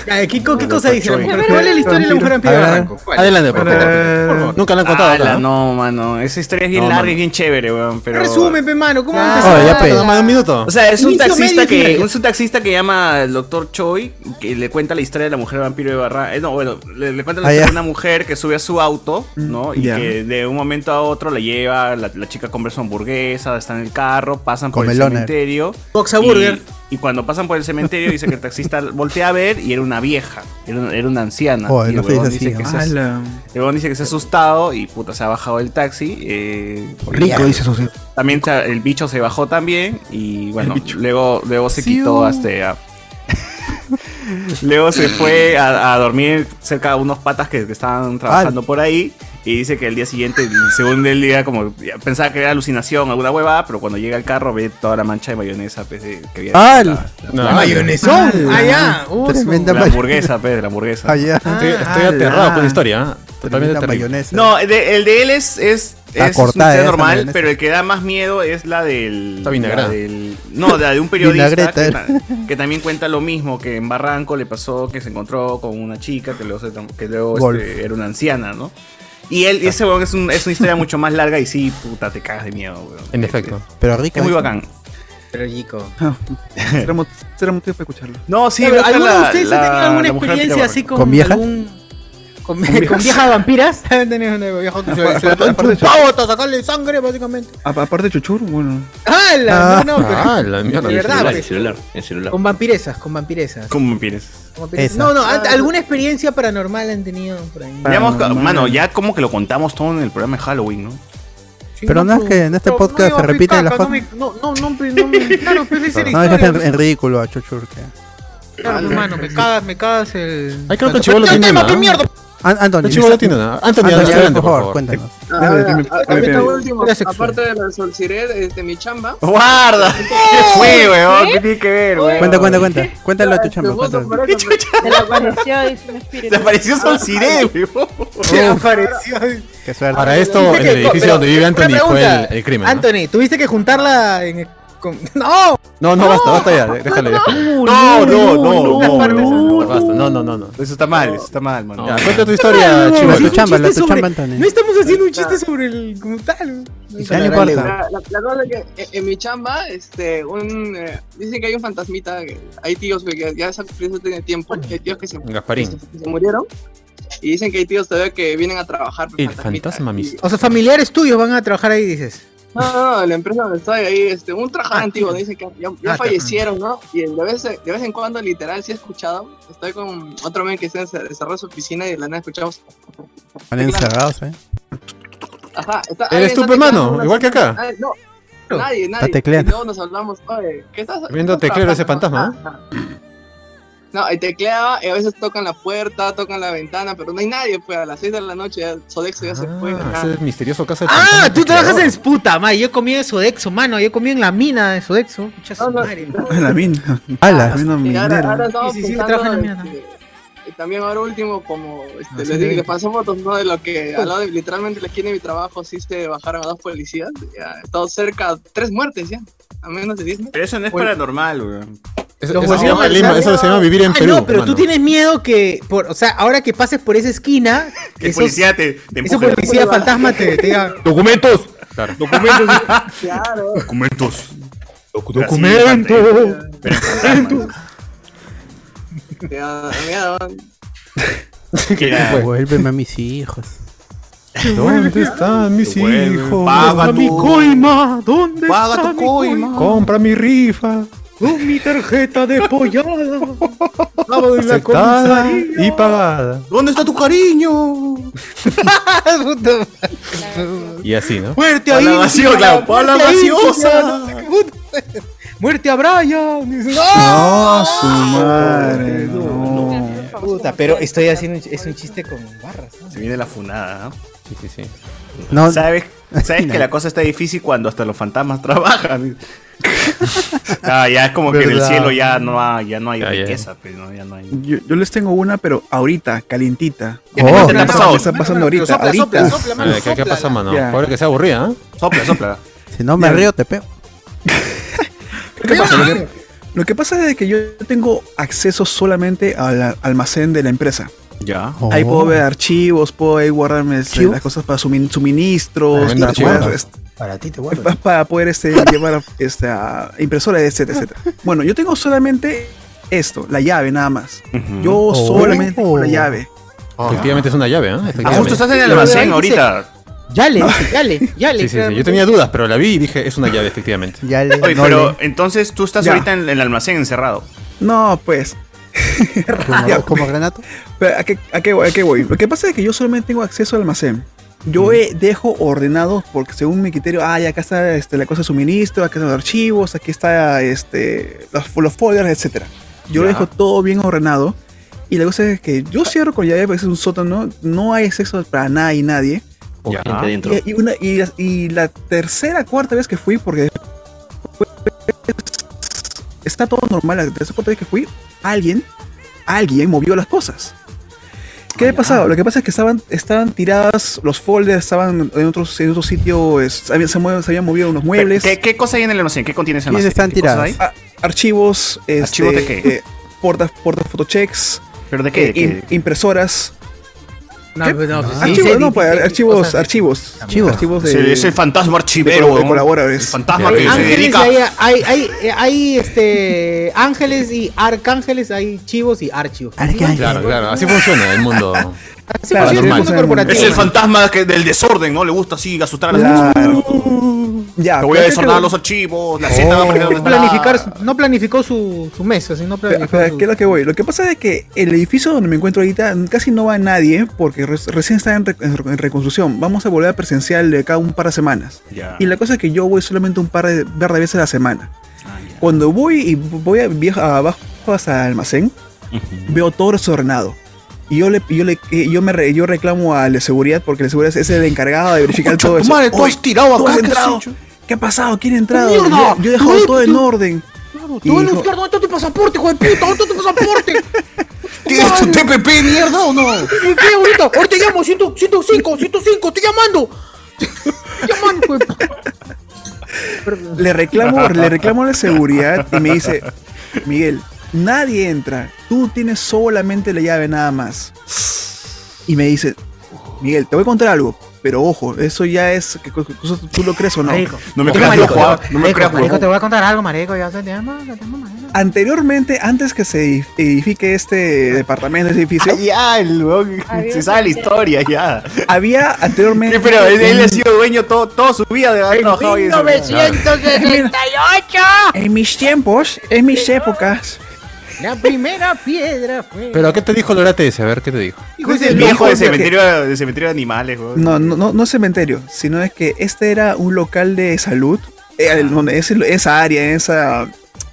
[SPEAKER 1] Ah, ¿Qué, co- qué
[SPEAKER 3] Pero
[SPEAKER 1] cosa
[SPEAKER 3] con
[SPEAKER 1] dice la
[SPEAKER 3] Choi.
[SPEAKER 1] mujer? ¿Cuál es la historia de la mujer vampiro de
[SPEAKER 3] A ver,
[SPEAKER 1] Barranco? ¿Cuál?
[SPEAKER 2] Adelante, por favor.
[SPEAKER 3] Eh,
[SPEAKER 2] Por favor. Nunca la han contado.
[SPEAKER 3] ala,
[SPEAKER 2] acá, ¿no?
[SPEAKER 3] no, mano. Esa historia es bien
[SPEAKER 2] No,
[SPEAKER 3] larga
[SPEAKER 2] mano.
[SPEAKER 3] y bien chévere, weón. Pero...
[SPEAKER 1] Resume, pe mano, ¿cómo
[SPEAKER 2] Ah,
[SPEAKER 1] empezó?
[SPEAKER 2] ya, pe. Más de un minuto.
[SPEAKER 3] O sea, es un
[SPEAKER 1] pues. Inicio, medio
[SPEAKER 3] taxista
[SPEAKER 1] y
[SPEAKER 3] que
[SPEAKER 1] final.
[SPEAKER 3] un un taxista que llama al doctor Choi que le cuenta la historia de la mujer vampiro de Barra. eh, no, bueno, le, le cuenta la
[SPEAKER 4] Ah,
[SPEAKER 3] historia
[SPEAKER 4] ya. Mm,
[SPEAKER 3] de una mujer que sube a su auto, ¿no? Y
[SPEAKER 4] ya.
[SPEAKER 3] que de un momento a otro la lleva, la, la chica come su hamburguesa, está en el carro, pasan por
[SPEAKER 4] Comelona.
[SPEAKER 3] el cementerio.
[SPEAKER 1] Boxa
[SPEAKER 3] y-
[SPEAKER 1] burger.
[SPEAKER 3] Y, cuando pasan por el cementerio dice que el taxista voltea a ver y era una vieja, era, una- era una anciana.
[SPEAKER 4] Oh,
[SPEAKER 3] y el
[SPEAKER 4] no se
[SPEAKER 3] huevón
[SPEAKER 4] dice
[SPEAKER 3] dice
[SPEAKER 4] así,
[SPEAKER 3] que
[SPEAKER 4] ¿no?
[SPEAKER 3] se-
[SPEAKER 4] Ala.
[SPEAKER 3] el huevón dice que se ha asustado y puta, se ha bajado del taxi. eh, porque
[SPEAKER 4] Rico,
[SPEAKER 3] ya-
[SPEAKER 4] dice eso, sí.
[SPEAKER 3] También se- el bicho se bajó también y bueno,
[SPEAKER 4] bicho.
[SPEAKER 3] luego, luego se
[SPEAKER 4] Sí,
[SPEAKER 3] quitó
[SPEAKER 4] oh.
[SPEAKER 3] hasta... a- luego se fue a, a dormir cerca de unos patas que, que
[SPEAKER 4] Ah.
[SPEAKER 3] estaban trabajando por ahí y dice que el día siguiente, según él, era como ya pensaba que era alucinación, alguna huevada, pero cuando llega al carro ve toda la mancha de mayonesa pues, de- que había...
[SPEAKER 4] ¡Al!
[SPEAKER 3] la-
[SPEAKER 2] No.
[SPEAKER 1] Mayonesón.
[SPEAKER 3] Ah,
[SPEAKER 1] Ah, ya. Uh,
[SPEAKER 4] Tremenda
[SPEAKER 3] la
[SPEAKER 4] may-
[SPEAKER 3] hamburguesa, pues, de la hamburguesa.
[SPEAKER 4] Ah, ya.
[SPEAKER 2] Estoy, estoy
[SPEAKER 4] Ah,
[SPEAKER 2] aterrado
[SPEAKER 4] la.
[SPEAKER 2] con la historia. ¿eh? Totalmente
[SPEAKER 4] Tremenda
[SPEAKER 2] aterrado.
[SPEAKER 4] mayonesa.
[SPEAKER 3] No, el de, el de él es, es,
[SPEAKER 2] Está
[SPEAKER 3] es una
[SPEAKER 2] cortada
[SPEAKER 3] historia
[SPEAKER 2] esa
[SPEAKER 3] normal,
[SPEAKER 2] mayonesa.
[SPEAKER 3] pero el que da más miedo es la del.
[SPEAKER 2] Está vinagrada.
[SPEAKER 3] la del- no, la de un periodista
[SPEAKER 4] Vinagreta,
[SPEAKER 3] que,
[SPEAKER 4] eh.
[SPEAKER 3] ta- que también cuenta lo mismo, que en Barranco le pasó que se encontró con una chica que luego, se tom- que luego
[SPEAKER 4] Golf.
[SPEAKER 3] este, era una anciana, ¿no? Y él, y ese weón es, un- es una historia mucho más larga y sí, puta, te cagas de miedo, weón.
[SPEAKER 2] En efecto.
[SPEAKER 4] Pero rico.
[SPEAKER 3] Es muy bacán.
[SPEAKER 1] Pero chico.
[SPEAKER 6] Será mo- será motivo para escucharlo.
[SPEAKER 3] No, sí,
[SPEAKER 1] Pero,
[SPEAKER 3] busca
[SPEAKER 1] ¿Alguno de
[SPEAKER 3] la-
[SPEAKER 1] ustedes
[SPEAKER 3] la-
[SPEAKER 1] ha tenido alguna
[SPEAKER 3] la mujer
[SPEAKER 1] experiencia
[SPEAKER 3] Peter
[SPEAKER 1] así
[SPEAKER 3] Parker.
[SPEAKER 1] con,
[SPEAKER 4] ¿Con viejas?
[SPEAKER 1] algún- con, con
[SPEAKER 6] viejas?
[SPEAKER 1] viejas? vampiras? ¿Han tenido una vieja que se- se la toman por un pavo hasta sacarle sangre, básicamente? Ah,
[SPEAKER 6] A- Aparte de Chuchur, bueno.
[SPEAKER 1] ¡Hala! no, no, pero-
[SPEAKER 2] la mierda.
[SPEAKER 1] De verdad,
[SPEAKER 9] celular,
[SPEAKER 1] pues.
[SPEAKER 9] en celular, en celular.
[SPEAKER 1] Con vampiresas, con vampiresas.
[SPEAKER 3] ¿Cómo me pides?
[SPEAKER 1] Con vampiresas.
[SPEAKER 4] Esa.
[SPEAKER 1] No, no, ¿han- ¿alguna experiencia paranormal han tenido por ahí?
[SPEAKER 3] Ya hemos- mano, ya como que lo contamos todo en el programa de Halloween, ¿no?
[SPEAKER 4] Pero no es que en este
[SPEAKER 1] Pero
[SPEAKER 4] podcast
[SPEAKER 1] no iba
[SPEAKER 4] se
[SPEAKER 1] a
[SPEAKER 4] repiten
[SPEAKER 1] picar,
[SPEAKER 4] las
[SPEAKER 1] pero No,
[SPEAKER 4] cosas.
[SPEAKER 1] me- no, no, no, pe- no me- claro, pero es pues,
[SPEAKER 4] No dejes en, en ridículo a Chuchur. que-
[SPEAKER 1] Claro, hermano, me cagas, me cagas el...
[SPEAKER 2] Ahí creo que el
[SPEAKER 1] el
[SPEAKER 2] chivolo tiene
[SPEAKER 1] tema,
[SPEAKER 2] una,
[SPEAKER 1] qué
[SPEAKER 2] ¿no?
[SPEAKER 1] mierda!
[SPEAKER 4] An- Anthony.
[SPEAKER 2] El chivo
[SPEAKER 4] ¿listo?
[SPEAKER 2] latino, ¿no? Anthony, adelante,
[SPEAKER 4] por,
[SPEAKER 2] por
[SPEAKER 4] favor,
[SPEAKER 2] favor.
[SPEAKER 4] cuéntanos.
[SPEAKER 10] Ah,
[SPEAKER 6] Déjame decirme-
[SPEAKER 10] ah,
[SPEAKER 6] déjame-
[SPEAKER 10] esta última,
[SPEAKER 1] Era sexual.
[SPEAKER 10] aparte de la solcired este, mi chamba.
[SPEAKER 3] ¡Guarda! ¿Qué fue, weón? ¿Qué
[SPEAKER 10] ¿Qué?
[SPEAKER 3] tiene que ver, weón?
[SPEAKER 4] Cuenta, cuenta, cuenta. Cuéntalo a tu chamba.
[SPEAKER 10] Me gusta
[SPEAKER 4] cuéntalo.
[SPEAKER 10] por eso, pero-
[SPEAKER 11] Se le apareció y se me espíritu.
[SPEAKER 3] Te apareció Sol Siré, weón.
[SPEAKER 1] Se apareció.
[SPEAKER 4] Qué suerte.
[SPEAKER 2] Para esto,
[SPEAKER 1] Tuviste
[SPEAKER 2] en
[SPEAKER 1] Oh. que-
[SPEAKER 2] el edificio
[SPEAKER 1] pero,
[SPEAKER 2] donde vive
[SPEAKER 1] una
[SPEAKER 2] Anthony fue
[SPEAKER 1] pregunta.
[SPEAKER 2] el, el crimen. ¿no?
[SPEAKER 1] Anthony, tuviste que juntarla en... con- ¡No!
[SPEAKER 2] No, no, basta, basta ya. Déjale, déjale. No, no, no, no, no, basta. No, no, no, no.
[SPEAKER 3] Eso está mal, eso está mal, mano.
[SPEAKER 2] Ya, cuenta tu historia,
[SPEAKER 4] Chivo,
[SPEAKER 2] chivo.
[SPEAKER 4] la tu
[SPEAKER 1] es un
[SPEAKER 4] chamba, la
[SPEAKER 1] chiste
[SPEAKER 4] tu
[SPEAKER 1] sobre-
[SPEAKER 4] chamba, Anthony.
[SPEAKER 1] No estamos haciendo un chiste sobre el... como tal.
[SPEAKER 4] Y si no importa.
[SPEAKER 10] La, la- la cosa es que en, en mi chamba, este, un, eh, dicen que hay un fantasmita, que hay tíos, güey, que ya esa actriz no tiene tiempo, que hay tíos que se,
[SPEAKER 2] Gasparín.
[SPEAKER 10] que se murieron, y dicen que hay tíos todavía que vienen a trabajar. pues,
[SPEAKER 2] El
[SPEAKER 10] fantasmita.
[SPEAKER 2] fantasma misterioso.
[SPEAKER 1] O sea, familiares tuyos van a trabajar ahí, dices.
[SPEAKER 10] No, no, no, la empresa donde estoy ahí, este, un
[SPEAKER 2] Ah,
[SPEAKER 10] trabajador antiguo, dicen que ya, ya
[SPEAKER 1] Ah,
[SPEAKER 10] fallecieron, ¿no? Y de vez, de vez en cuando, literal, sí he escuchado, estoy con otro men que se cerró su oficina y de la nada escuchamos,
[SPEAKER 4] Están encerrados, eh.
[SPEAKER 10] ajá. Está,
[SPEAKER 2] Eres
[SPEAKER 10] alguien
[SPEAKER 2] tú,
[SPEAKER 10] está
[SPEAKER 2] pe, mano,
[SPEAKER 10] tecleando una-
[SPEAKER 2] igual que acá.
[SPEAKER 10] Ah, no, nadie, nadie.
[SPEAKER 4] tecleando.
[SPEAKER 10] Y luego nos hablamos, oye, ¿qué estás
[SPEAKER 2] Viendo teclero ese ¿eh?
[SPEAKER 10] trabajando?
[SPEAKER 2] fantasma,
[SPEAKER 10] Ah, ah. No, y tecleaba, y a veces tocan la puerta, tocan la ventana, pero no hay nadie, pues a las 6 de la noche ya Sodexo ya se fue.
[SPEAKER 2] Ah, ese es el misterioso caso de
[SPEAKER 1] Ah, tú trabajas en puta, man. Yo comí en Sodexo, mano. Yo comí en la mina de Sodexo. Pucha su madre, man.
[SPEAKER 6] La mina.
[SPEAKER 4] Ala.
[SPEAKER 6] La mina
[SPEAKER 10] Y ahora, ahora
[SPEAKER 6] minera.
[SPEAKER 10] estamos
[SPEAKER 1] Sí, sí, sí,
[SPEAKER 10] pensando
[SPEAKER 1] trabaja en la
[SPEAKER 10] en que- y también ahora último, como este,
[SPEAKER 6] sí,
[SPEAKER 10] les dije,
[SPEAKER 6] sí.
[SPEAKER 10] les pasé fotos ¿no? de lo que al lado de, literalmente la esquina de mi trabajo sí se bajaron a dos policías. Ya, he estado cerca, tres muertes ya, a menos de 10 metros.
[SPEAKER 3] Pero eso no es paranormal, weón.
[SPEAKER 2] Eso,
[SPEAKER 1] Los
[SPEAKER 2] eso se
[SPEAKER 1] vecinos
[SPEAKER 2] llama Lima,
[SPEAKER 1] marcianos-
[SPEAKER 2] eso se llama vivir en
[SPEAKER 1] Ah,
[SPEAKER 2] Perú.
[SPEAKER 1] No, pero
[SPEAKER 2] mano.
[SPEAKER 1] tú tienes miedo que, por, o sea, ahora que pases por esa esquina,
[SPEAKER 3] Que el
[SPEAKER 1] esos-
[SPEAKER 3] policía te, te
[SPEAKER 1] ese
[SPEAKER 3] empuje.
[SPEAKER 1] policía fantasma te, te diga,
[SPEAKER 2] ¡Documentos!
[SPEAKER 3] Documentos.
[SPEAKER 10] Claro.
[SPEAKER 3] Documentos. Docu-
[SPEAKER 2] ¡Documentos!
[SPEAKER 3] Pero fantasma.
[SPEAKER 10] Ya, mira, man.
[SPEAKER 3] Mira,
[SPEAKER 4] Vuélveme a mis hijos.
[SPEAKER 2] ¿Dónde están mis
[SPEAKER 3] Devuelve,
[SPEAKER 2] hijos?
[SPEAKER 3] paga
[SPEAKER 2] Compra mi
[SPEAKER 3] tu-
[SPEAKER 2] coima. ¿Dónde
[SPEAKER 3] Paga
[SPEAKER 2] está
[SPEAKER 3] tu
[SPEAKER 2] mi
[SPEAKER 3] coima.
[SPEAKER 2] Compra mi rifa.
[SPEAKER 1] Con mi tarjeta de pollada. Vamos en la
[SPEAKER 2] Aceptada
[SPEAKER 1] comisaría.
[SPEAKER 2] y pagada.
[SPEAKER 3] ¿Dónde está tu cariño?
[SPEAKER 1] Puta madre.
[SPEAKER 2] Y así, ¿no?
[SPEAKER 1] Muerte ahí.
[SPEAKER 3] Pala vacío, claro. Pala
[SPEAKER 1] muerte ahí,
[SPEAKER 3] vaciosa.
[SPEAKER 1] puta. Puta. Muerte a Brian. Dice, ¡No!
[SPEAKER 6] No, su madre. No.
[SPEAKER 1] Puta, pero estoy haciendo un ch- es un chiste con barras. ¿no?
[SPEAKER 3] Se viene la funada, ¿no?
[SPEAKER 2] Sí, sí, sí.
[SPEAKER 4] No,
[SPEAKER 3] ¿Sabes, sabes que la cosa está difícil cuando hasta los fantasmas trabajan? ah, ya es como que en el
[SPEAKER 4] Verdad.
[SPEAKER 3] cielo ya no, ha- ya no hay
[SPEAKER 2] Ah, Ya, ya.
[SPEAKER 3] riqueza, pues, ¿no? ya no hay.
[SPEAKER 6] Yo, yo les tengo una, pero ahorita, calientita.
[SPEAKER 4] Oh.
[SPEAKER 6] Ahorita
[SPEAKER 4] Está
[SPEAKER 3] pasado.
[SPEAKER 6] está pasando ahorita.
[SPEAKER 1] Sopla,
[SPEAKER 6] ahorita.
[SPEAKER 1] sopla, sopla,
[SPEAKER 2] A
[SPEAKER 1] mano,
[SPEAKER 2] ver, Eh, ¿Qué, qué
[SPEAKER 1] sopla.
[SPEAKER 2] pasa, mano?
[SPEAKER 6] Ya.
[SPEAKER 2] Ahora que sea aburrida, ¿eh?
[SPEAKER 3] Sopla, sopla.
[SPEAKER 4] si no me
[SPEAKER 6] Ya.
[SPEAKER 4] río, te peo.
[SPEAKER 6] ¿Qué pasa? Lo que, lo que pasa es que yo tengo acceso solamente al almacén de la empresa.
[SPEAKER 3] Ya.
[SPEAKER 6] Ahí
[SPEAKER 4] Oh.
[SPEAKER 6] puedo ver archivos, puedo ahí guardarme este,
[SPEAKER 4] ¿Archivos?
[SPEAKER 6] las cosas para sumin- suministros,
[SPEAKER 2] Tremendo
[SPEAKER 6] para
[SPEAKER 2] archivo.
[SPEAKER 6] poder,
[SPEAKER 7] pues,
[SPEAKER 6] este,
[SPEAKER 4] Para ti te
[SPEAKER 6] pa- para poder este, llevar este, a impresoras, etcétera, etcétera. Bueno, yo tengo solamente esto, la llave nada más. Yo
[SPEAKER 4] Oh.
[SPEAKER 6] solamente tengo la llave.
[SPEAKER 2] Efectivamente es una llave, ¿eh?
[SPEAKER 3] Ah,
[SPEAKER 2] Efectivamente.
[SPEAKER 3] justo estás en el
[SPEAKER 1] Pero de ahí
[SPEAKER 3] almacén
[SPEAKER 1] dice-
[SPEAKER 3] ahorita.
[SPEAKER 1] Ya le, ya le, ya le.
[SPEAKER 2] Sí, sí, sí. Yo tenía dudas, pero la vi y dije, es una llave, efectivamente.
[SPEAKER 4] Ya le,
[SPEAKER 3] Oye,
[SPEAKER 4] no
[SPEAKER 3] pero entonces tú estás
[SPEAKER 6] Ya.
[SPEAKER 3] ahorita en en el almacén encerrado.
[SPEAKER 6] No, pues,
[SPEAKER 4] le- como, como Renato.
[SPEAKER 6] pero ¿a qué, a qué voy, a qué voy? Lo que pasa es que yo solamente tengo acceso al almacén. Yo he- dejo ordenados porque según mi criterio, ay, acá está este, la cosa de suministro, acá están los archivos, aquí está este, los, los folders, etcétera. Yo
[SPEAKER 3] Ya.
[SPEAKER 6] dejo todo bien ordenado. Y la cosa es que yo cierro con llave porque es un sótano, no hay acceso para nada y nadie.
[SPEAKER 9] Con
[SPEAKER 2] Ya.
[SPEAKER 3] Ah.
[SPEAKER 9] gente dentro.
[SPEAKER 6] Y, y una, y, la- y la tercera, cuarta vez que fui, porque después- está todo normal, la tercera, cuarta vez que fui, alguien, alguien movió las cosas.
[SPEAKER 3] Ah,
[SPEAKER 6] ¿Qué ha pasado? Lo que pasa es que estaban, estaban tiradas, los folders estaban en otros, en otro sitio, es- se habían- se, mue- se habían movido unos muebles,
[SPEAKER 3] ¿Qué, qué cosa hay en el almacén? ¿Qué contiene ese
[SPEAKER 4] ¿Quiénes están
[SPEAKER 3] almacén? ¿Qué cosas
[SPEAKER 4] tiradas?
[SPEAKER 3] hay?
[SPEAKER 6] a- archivos,
[SPEAKER 3] ¿Archivos de qué?
[SPEAKER 6] eh, porta, porta photochecks,
[SPEAKER 3] ¿Pero de qué? ¿De
[SPEAKER 6] eh, im-
[SPEAKER 3] qué?
[SPEAKER 6] impresoras,
[SPEAKER 1] No,
[SPEAKER 6] ¿Qué?
[SPEAKER 1] no, sí,
[SPEAKER 6] archivos,
[SPEAKER 1] sí,
[SPEAKER 6] no,
[SPEAKER 1] sí,
[SPEAKER 6] pues,
[SPEAKER 1] sí, sí,
[SPEAKER 6] archivos,
[SPEAKER 1] cosas-
[SPEAKER 6] archivos,
[SPEAKER 4] Archivos.
[SPEAKER 6] archivos
[SPEAKER 3] Es
[SPEAKER 6] de...
[SPEAKER 3] el, es el fantasma
[SPEAKER 6] de
[SPEAKER 3] archivero,
[SPEAKER 6] col- de
[SPEAKER 3] weón.
[SPEAKER 6] colaboradores.
[SPEAKER 3] El fantasma
[SPEAKER 2] Ya,
[SPEAKER 3] que se
[SPEAKER 1] Ángeles,
[SPEAKER 3] dedica.
[SPEAKER 1] y hay, hay, hay, hay, este, ángeles y arcángeles, hay chivos y archivos.
[SPEAKER 2] Claro, claro. Así funciona el mundo.
[SPEAKER 1] Así
[SPEAKER 2] Así
[SPEAKER 1] funciona el mundo
[SPEAKER 6] normal.
[SPEAKER 1] corporativo.
[SPEAKER 3] Es el fantasma que- del desorden, ¿no? Le gusta así asustar a las
[SPEAKER 6] Claro. Ya,
[SPEAKER 3] Te voy
[SPEAKER 6] pero creo que
[SPEAKER 3] a
[SPEAKER 6] Oh.
[SPEAKER 3] desordenar
[SPEAKER 6] lo-
[SPEAKER 3] los archivos, la Z va a perder donde
[SPEAKER 1] No
[SPEAKER 3] está.
[SPEAKER 1] planificar, su- no planificó su, su mesa, sino
[SPEAKER 6] Espera,
[SPEAKER 1] planificó
[SPEAKER 6] espera,
[SPEAKER 1] su-
[SPEAKER 6] ¿qué es lo que voy? Lo que pasa es que el edificio donde me encuentro ahorita casi no va nadie porque re- recién está en, re- en re- en reconstrucción. Vamos a volver a presencial de acá un par de semanas.
[SPEAKER 3] Ya.
[SPEAKER 6] Y la cosa es que yo voy solamente un par de, par de veces a la semana.
[SPEAKER 3] Ah,
[SPEAKER 6] Cuando voy y voy a viajo abajo hasta el almacén, veo todo desordenado. Y yo le, yo le eh, yo me re- yo reclamo al de seguridad porque el de seguridad es el encargado de verificar todo eso.
[SPEAKER 3] Madre, tú
[SPEAKER 6] Oye,
[SPEAKER 3] has tirado
[SPEAKER 6] ¿tú has
[SPEAKER 3] acá. ¿qué has
[SPEAKER 6] entrado?
[SPEAKER 3] hecho?
[SPEAKER 6] ¿Qué ha pasado? ¿Quién ha entrado?
[SPEAKER 1] ¡Mierda!
[SPEAKER 6] Yo, yo he dejado
[SPEAKER 1] ¡Ay,
[SPEAKER 6] todo en
[SPEAKER 1] tú!
[SPEAKER 6] orden.
[SPEAKER 1] Claro, todo en la
[SPEAKER 6] Hijo.
[SPEAKER 1] izquierda, ¿dónde está tu pasaporte, hijo de puta? ¿Dónde está tu pasaporte?
[SPEAKER 3] ¿Tienes tu TPP, mierda o no?
[SPEAKER 1] ¿Qué, qué, ahorita? Ahorita llamo, 100, 105, 105, estoy llamando. Estoy llamando, hijo de puta.
[SPEAKER 6] Le reclamo, le reclamo a la seguridad y me dice, Miguel, nadie entra, tú tienes solamente la llave nada más. Y me dice, Miguel, te voy a contar algo, pero ojo, eso ya es, que co- co- tú lo crees o no.
[SPEAKER 1] Marico.
[SPEAKER 3] No me
[SPEAKER 1] Oye,
[SPEAKER 3] creas,
[SPEAKER 1] marico,
[SPEAKER 3] loco, ah, no me
[SPEAKER 1] marico,
[SPEAKER 3] creas,
[SPEAKER 1] marico,
[SPEAKER 3] huevón.
[SPEAKER 1] te voy a contar algo, marico. Ya se te llama, te llama, marico.
[SPEAKER 6] Anteriormente, antes que se edifique este departamento, este edificio,
[SPEAKER 3] Ya, el weón.
[SPEAKER 11] Adiós.
[SPEAKER 3] Se sabe la historia, ya.
[SPEAKER 6] había anteriormente...
[SPEAKER 3] Sí, pero él, él
[SPEAKER 6] un-
[SPEAKER 3] ha sido dueño todo, toda su vida de haber trabajado y eso.
[SPEAKER 6] en mis tiempos, en mis épocas.
[SPEAKER 1] La primera piedra fue.
[SPEAKER 2] Pero ¿qué te dijo Lorate ese? A ver, ¿qué te dijo?
[SPEAKER 1] Hijo
[SPEAKER 3] Es el viejo de cementerio, de cementerio de animales, weón.
[SPEAKER 6] No, no, no, no cementerio, sino es que este era un local de salud, eh,
[SPEAKER 3] Ah.
[SPEAKER 6] el- donde ese- esa área, esa,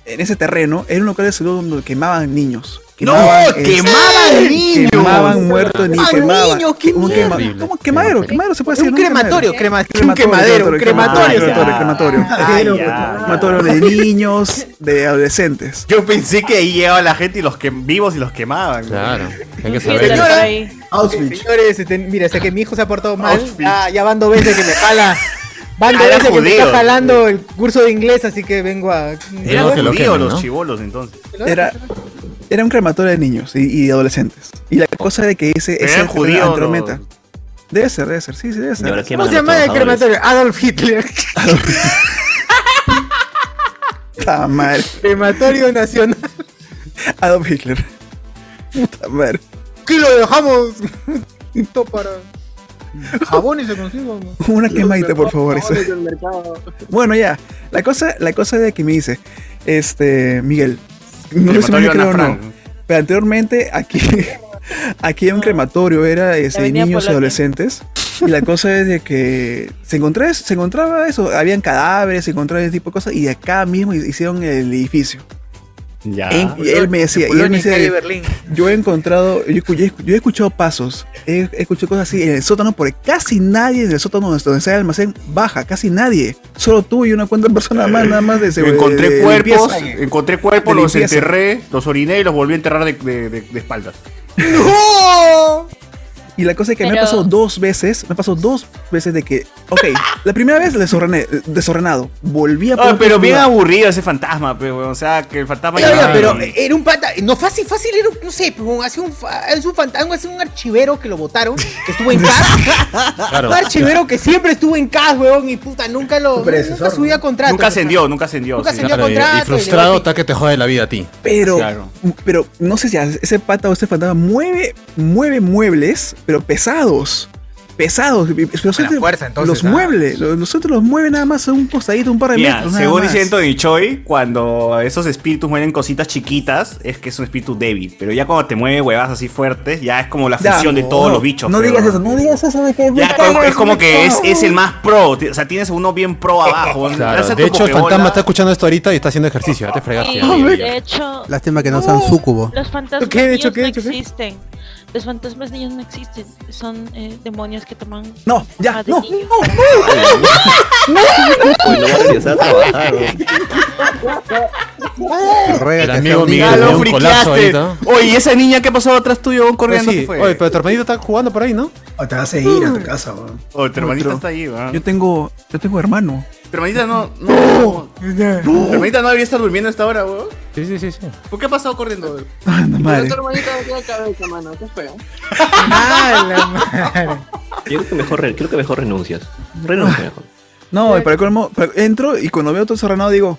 [SPEAKER 6] en ese terreno, era un local de salud donde quemaban niños. Quemaban,
[SPEAKER 3] ¡No!
[SPEAKER 6] eh,
[SPEAKER 3] ¡Quemaban niños!
[SPEAKER 6] Quemaban muertos niños.
[SPEAKER 3] ¡Quemaban
[SPEAKER 6] quemaban.
[SPEAKER 3] niños! ¡Qué
[SPEAKER 6] ¿Cómo
[SPEAKER 3] mierda!
[SPEAKER 6] quema-
[SPEAKER 3] Horrible.
[SPEAKER 6] ¿Cómo quemadero? Quemadero se puede decir.
[SPEAKER 1] Un
[SPEAKER 6] ¿no?
[SPEAKER 1] crematorio, crema- un quemadero,
[SPEAKER 6] crematorio,
[SPEAKER 1] un crematorio.
[SPEAKER 6] crematorio,
[SPEAKER 3] Ah,
[SPEAKER 6] crematorio. Crematorio de niños, de adolescentes.
[SPEAKER 3] Yo pensé que ahí llegaba la gente y los que, vivos y los quemaban.
[SPEAKER 2] Claro, hay que
[SPEAKER 1] Señora, señores, este, mira, sé que mi hijo se ha portado mal. Ya, ya van dos veces que me jala. Van dos
[SPEAKER 3] Ah, era
[SPEAKER 1] veces que me está
[SPEAKER 3] judío.
[SPEAKER 1] jalando el curso de inglés, así que vengo a.
[SPEAKER 3] Eran
[SPEAKER 6] que lo
[SPEAKER 3] judíos
[SPEAKER 6] quemen,
[SPEAKER 3] los
[SPEAKER 6] ¿no?
[SPEAKER 3] chivolos entonces.
[SPEAKER 6] Era, era un crematorio de niños y, y adolescentes. Y la cosa de que ese,
[SPEAKER 3] Pero
[SPEAKER 6] ese
[SPEAKER 3] eran judíos
[SPEAKER 6] antrometa- Debe ser, debe ser, sí, sí, debe ser.
[SPEAKER 9] ahora
[SPEAKER 1] ¿Cómo se llama el crematorio? Ah, Adolf Hitler.
[SPEAKER 6] Puta madre.
[SPEAKER 1] Crematorio nacional.
[SPEAKER 6] Adolf Hitler. Puta madre.
[SPEAKER 1] Aquí lo dejamos. Esto para. Jabones se consigo. ¿no?
[SPEAKER 6] Una quemadita, por favor. eso. Bueno, ya. La cosa, la cosa de que me dice, este, Miguel, no sé si me
[SPEAKER 3] Crematorio
[SPEAKER 6] creo o
[SPEAKER 3] Ana
[SPEAKER 6] no,
[SPEAKER 3] Frank.
[SPEAKER 6] pero anteriormente aquí, aquí en un crematorio era este,
[SPEAKER 3] Avenida
[SPEAKER 6] niños y
[SPEAKER 3] Polonia.
[SPEAKER 6] adolescentes. Y la cosa es de que se, encontré, se encontraba eso, habían cadáveres, se encontraba ese tipo de cosas, y de acá mismo hicieron el edificio.
[SPEAKER 3] Ya.
[SPEAKER 6] En- y él me decía, y él me
[SPEAKER 1] Polonia, calle
[SPEAKER 6] decía
[SPEAKER 1] Berlín.
[SPEAKER 6] yo he encontrado, yo, escu- yo he escu- yo he escuchado pasos, he, he escuchado cosas así en el sótano, porque casi nadie en el sótano donde donde está el almacén baja, casi nadie, solo tú y una cuanta persona más, nada más de
[SPEAKER 3] Yo
[SPEAKER 6] seguridad.
[SPEAKER 3] encontré cuerpos, encontré cuerpos,
[SPEAKER 6] De
[SPEAKER 3] los
[SPEAKER 6] limpieza.
[SPEAKER 3] enterré, los oriné y los volví a enterrar de, de- de- de espaldas.
[SPEAKER 6] Y la cosa es que me
[SPEAKER 11] Pero-
[SPEAKER 6] ha pasado dos veces, me pasó dos veces de que, ok, la primera vez desordené, desordenado, volví a
[SPEAKER 3] Ah,
[SPEAKER 6] poner
[SPEAKER 3] pero bien
[SPEAKER 6] lugar.
[SPEAKER 3] aburrido ese fantasma, pe, weón, o sea, que el fantasma...
[SPEAKER 1] Ya, ya,
[SPEAKER 3] llegaba
[SPEAKER 1] pero
[SPEAKER 6] eh,
[SPEAKER 3] y-
[SPEAKER 1] era un pata, no fácil, fácil era, un- no sé, pero hace un, fa- hace un fantasma, hace un archivero que lo votaron, que estuvo en CAS.
[SPEAKER 3] Claro.
[SPEAKER 1] Un archivero que siempre estuvo en CAS, weón, y puta, nunca lo, nunca subía a contrato.
[SPEAKER 3] Nunca ascendió, nunca ascendió.
[SPEAKER 1] Nunca
[SPEAKER 3] sí.
[SPEAKER 1] ascendió a
[SPEAKER 2] Claro, y, y
[SPEAKER 1] contrato,
[SPEAKER 2] frustrado está que te jode la vida a ti.
[SPEAKER 6] Pero,
[SPEAKER 2] Claro.
[SPEAKER 6] pero no sé si ese pata o ese fantasma mueve, mueve muebles, pero pesados. Pesados. Pero solamente
[SPEAKER 1] fuerza, entonces,
[SPEAKER 6] los
[SPEAKER 1] ah.
[SPEAKER 6] muebles, los, los otros los mueven nada más a un costadito, un par de
[SPEAKER 3] Mira,
[SPEAKER 6] metros. nada
[SPEAKER 3] según
[SPEAKER 6] más.
[SPEAKER 3] dice Anthony Choi, cuando esos espíritus mueren cositas chiquitas, es que es un espíritu débil. Pero ya cuando te mueve huevas así fuertes, ya es como la
[SPEAKER 6] Ya,
[SPEAKER 3] fusión de
[SPEAKER 6] no,
[SPEAKER 3] todos
[SPEAKER 6] no,
[SPEAKER 3] los bichos.
[SPEAKER 6] No
[SPEAKER 3] pe,
[SPEAKER 6] digas
[SPEAKER 3] weón.
[SPEAKER 6] eso, no digas eso de que
[SPEAKER 3] Ya, como- es como que es, es el más pro. O sea, tienes uno bien pro abajo. weón. Gracias
[SPEAKER 2] Claro.
[SPEAKER 3] a
[SPEAKER 2] De
[SPEAKER 3] tu
[SPEAKER 2] hecho, el
[SPEAKER 3] Pokébola.
[SPEAKER 2] fantasma está escuchando esto ahorita y está haciendo ejercicio. Ya te fregaste.
[SPEAKER 11] Y, de hecho, uh,
[SPEAKER 4] Lástima que no sean sucubo.
[SPEAKER 11] los fantasmas
[SPEAKER 4] ¿Qué he hecho?
[SPEAKER 11] niños
[SPEAKER 4] ¿Qué he hecho?
[SPEAKER 11] no
[SPEAKER 4] ¿Qué?
[SPEAKER 11] existen. Los fantasmas niños no existen. Son eh, demonios que toman.
[SPEAKER 6] No, ya,
[SPEAKER 11] no,
[SPEAKER 9] Uy, no voy a regresar a trabajar, weón.
[SPEAKER 2] El amigo Miguel
[SPEAKER 3] Ya
[SPEAKER 2] tenía
[SPEAKER 3] lo
[SPEAKER 2] un colapso
[SPEAKER 3] friqueaste.
[SPEAKER 2] ahorita.
[SPEAKER 3] este, Oye, ¿y esa niña que ha pasado atrás tuyo, weón, corriendo?
[SPEAKER 2] Oye, Pues sí.
[SPEAKER 3] ¿Qué fue?
[SPEAKER 2] Oye, pero Tormedito está jugando por ahí, ¿no? Ah.
[SPEAKER 7] O Oh, te vas a ir a tu casa, weón.
[SPEAKER 3] Oye, Oh, tu hermanita
[SPEAKER 6] Otro.
[SPEAKER 3] está ahí, weón.
[SPEAKER 6] Yo tengo, yo tengo hermano.
[SPEAKER 3] Tu hermanita no. no, Tu hermanita no debería estar durmiendo a esta hora, weón.
[SPEAKER 2] Sí, sí, sí. sí.
[SPEAKER 3] ¿Por qué ha pasado corriendo, weón?
[SPEAKER 6] Anda, madre.
[SPEAKER 10] Tu hermanita no tiene cabeza, mano. Qué feo.
[SPEAKER 9] Yo creo que mejor, re- creo que mejor renuncias. Renuncia mejor.
[SPEAKER 6] No, y para el colmo, para- entro y cuando veo todo desordenado digo,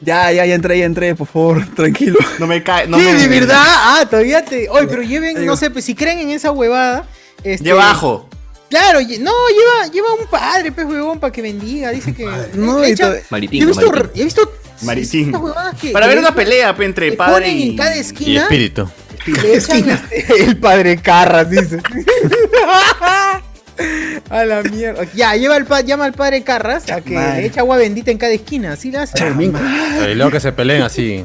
[SPEAKER 6] ya, ya, ya entré, ya entré, por favor, tranquilo.
[SPEAKER 3] No me cae,
[SPEAKER 1] Sí, de verdad, ah, todavía te. Oye, pero lleven, no sé, pues si creen en esa huevada. Este,
[SPEAKER 3] Lleva ajo.
[SPEAKER 1] Claro, lle- no, lleva, lleva un padre, pues, huevón, para que bendiga. Dice que.
[SPEAKER 6] No, y
[SPEAKER 1] echa-
[SPEAKER 6] to-
[SPEAKER 9] Maritín,
[SPEAKER 1] Yo he visto,
[SPEAKER 9] maritín.
[SPEAKER 1] he visto
[SPEAKER 3] Maritín.
[SPEAKER 1] estas huevadas que.
[SPEAKER 3] Para
[SPEAKER 1] que
[SPEAKER 3] ver una
[SPEAKER 1] echan-
[SPEAKER 3] pelea pe, entre
[SPEAKER 1] que
[SPEAKER 3] padre
[SPEAKER 1] ponen
[SPEAKER 3] y,
[SPEAKER 1] en cada esquina.
[SPEAKER 2] Y espíritu.
[SPEAKER 1] Le echan este, el padre Carras, dice. a la mierda. Ya, lleva al pa- llama al padre Carras a que
[SPEAKER 6] Madre.
[SPEAKER 1] le eche agua bendita en cada esquina. Así la hace.
[SPEAKER 2] Y luego que se peleen así.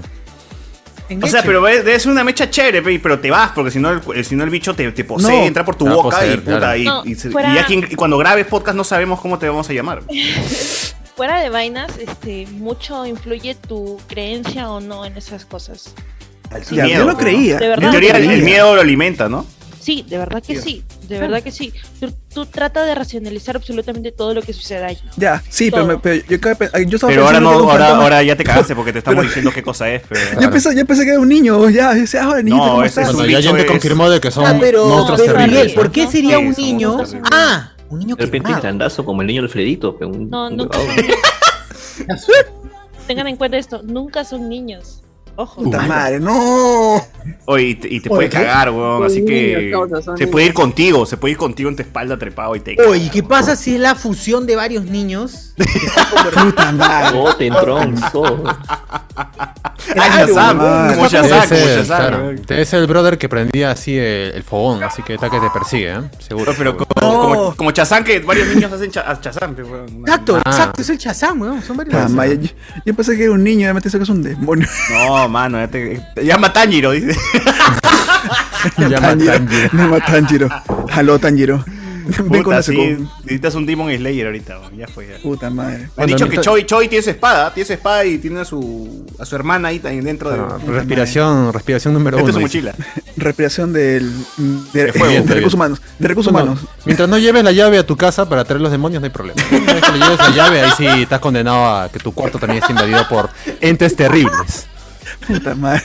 [SPEAKER 1] En
[SPEAKER 3] O sea,
[SPEAKER 1] leche.
[SPEAKER 3] pero es es una mecha chévere, pe, pero te vas, porque si no el, el- si no el bicho te, te posee,
[SPEAKER 6] No.
[SPEAKER 3] entra por tu
[SPEAKER 2] Te va a
[SPEAKER 3] boca y
[SPEAKER 2] poseer,
[SPEAKER 3] puta,
[SPEAKER 2] claro.
[SPEAKER 3] y,
[SPEAKER 11] No,
[SPEAKER 3] y se- y
[SPEAKER 11] fuera-
[SPEAKER 3] ya quien- y cuando grabes podcast no sabemos cómo te vamos a llamar.
[SPEAKER 11] Fuera de vainas, este, mucho influye tu creencia o no en esas cosas.
[SPEAKER 3] Tu
[SPEAKER 6] Ya, yo no creía.
[SPEAKER 11] De
[SPEAKER 6] yo
[SPEAKER 11] verdad.
[SPEAKER 6] no
[SPEAKER 3] En teoría el,
[SPEAKER 6] creía.
[SPEAKER 3] el miedo lo alimenta, ¿no?
[SPEAKER 11] Sí, de verdad que sí, de verdad que sí. Tú, tú trata de racionalizar absolutamente todo lo que sucede allí.
[SPEAKER 6] Ya, sí, pero, me-
[SPEAKER 11] Todo.
[SPEAKER 6] pero yo, acabé pe- yo estaba
[SPEAKER 3] Pero ahora
[SPEAKER 6] pensando
[SPEAKER 3] no,
[SPEAKER 6] que era un
[SPEAKER 3] ahora,
[SPEAKER 6] fantasma.
[SPEAKER 3] ahora ya te cagaste porque te estamos
[SPEAKER 6] Pero-
[SPEAKER 3] diciendo qué cosa es, pero
[SPEAKER 6] Yo pensé, yo pensé que era un niño, ya, yo decía, ah, hola, niñito,
[SPEAKER 3] No,
[SPEAKER 6] ¿cómo
[SPEAKER 3] es- es
[SPEAKER 6] estás?
[SPEAKER 3] un
[SPEAKER 2] Cuando ya
[SPEAKER 3] bicho
[SPEAKER 2] gente
[SPEAKER 3] es-
[SPEAKER 2] confirmó de que son
[SPEAKER 1] Ah, pero,
[SPEAKER 2] monstruos
[SPEAKER 1] pero Miguel,
[SPEAKER 2] terribles.
[SPEAKER 1] ¿por qué sería
[SPEAKER 3] Sí,
[SPEAKER 1] un
[SPEAKER 3] son
[SPEAKER 1] niño?
[SPEAKER 3] monstruos terribles.
[SPEAKER 1] Ah, un niño
[SPEAKER 9] De repente
[SPEAKER 1] quemado.
[SPEAKER 9] grandazo como el niño Alfredito. pe, un-
[SPEAKER 11] No,
[SPEAKER 9] un
[SPEAKER 11] nunca
[SPEAKER 9] huevado.
[SPEAKER 11] son niños. Tengan en cuenta esto, nunca son niños. Ojo.
[SPEAKER 6] Puta madre, no.
[SPEAKER 3] Ah, Oye, y te, y te
[SPEAKER 7] Oye,
[SPEAKER 3] puede
[SPEAKER 7] ¿qué?
[SPEAKER 3] cagar, weón, así
[SPEAKER 10] Son
[SPEAKER 3] que
[SPEAKER 10] niños, causa, son
[SPEAKER 3] se
[SPEAKER 10] niños.
[SPEAKER 3] puede ir contigo, se puede ir contigo en tu espalda trepado y te
[SPEAKER 1] Oye, ¿qué pasa si es la fusión de varios niños?
[SPEAKER 6] Puta madre.
[SPEAKER 9] Oh, te entronzó.
[SPEAKER 2] Ah, Shazam,
[SPEAKER 3] Ah,
[SPEAKER 2] como
[SPEAKER 3] Shazam,
[SPEAKER 2] Shazam,
[SPEAKER 3] como
[SPEAKER 2] como
[SPEAKER 3] Shazam.
[SPEAKER 2] Es el brother que prendía así el, el fogón, así que ataque te persigue, ¿eh? Seguro.
[SPEAKER 3] Pero
[SPEAKER 2] seguro.
[SPEAKER 3] Como, como, como Chazán, que varios niños hacen cha- Chazán. pe, weón.
[SPEAKER 1] Exacto,
[SPEAKER 2] Ah.
[SPEAKER 1] exacto, es el Shazam, weón. Son varios.
[SPEAKER 6] Caramba, yo, yo pensé que era un niño, ya me que es un demonio.
[SPEAKER 3] No, mano, ya te, te llama Tanjiro, dice.
[SPEAKER 6] Llama a Tanjiro. Llama a Tanjiro. Aló, Tanjiro. Ven con
[SPEAKER 3] Puta,
[SPEAKER 6] la
[SPEAKER 3] sí,
[SPEAKER 6] secu-
[SPEAKER 3] necesitas un Demon Slayer ahorita, weón, ya fue. ya.
[SPEAKER 6] Puta madre.
[SPEAKER 3] Me han dicho que Choi, Choi tiene su espada, tiene su espada y tiene a su, a su hermana ahí también dentro de...
[SPEAKER 2] Ah, Respiración, respiración número
[SPEAKER 3] Esta
[SPEAKER 2] uno.
[SPEAKER 3] es su
[SPEAKER 2] dice.
[SPEAKER 3] mochila.
[SPEAKER 6] Respiración del, de,
[SPEAKER 2] De fuego,
[SPEAKER 6] de
[SPEAKER 2] está
[SPEAKER 6] recursos
[SPEAKER 2] bien.
[SPEAKER 6] humanos. De recursos
[SPEAKER 2] No, no.
[SPEAKER 6] humanos.
[SPEAKER 2] Mientras no lleves la llave a tu casa para traer los demonios, no hay problema. Una vez que le lleves la llave, ahí sí estás condenado a que tu cuarto también esté invadido por entes terribles.
[SPEAKER 6] Puta madre.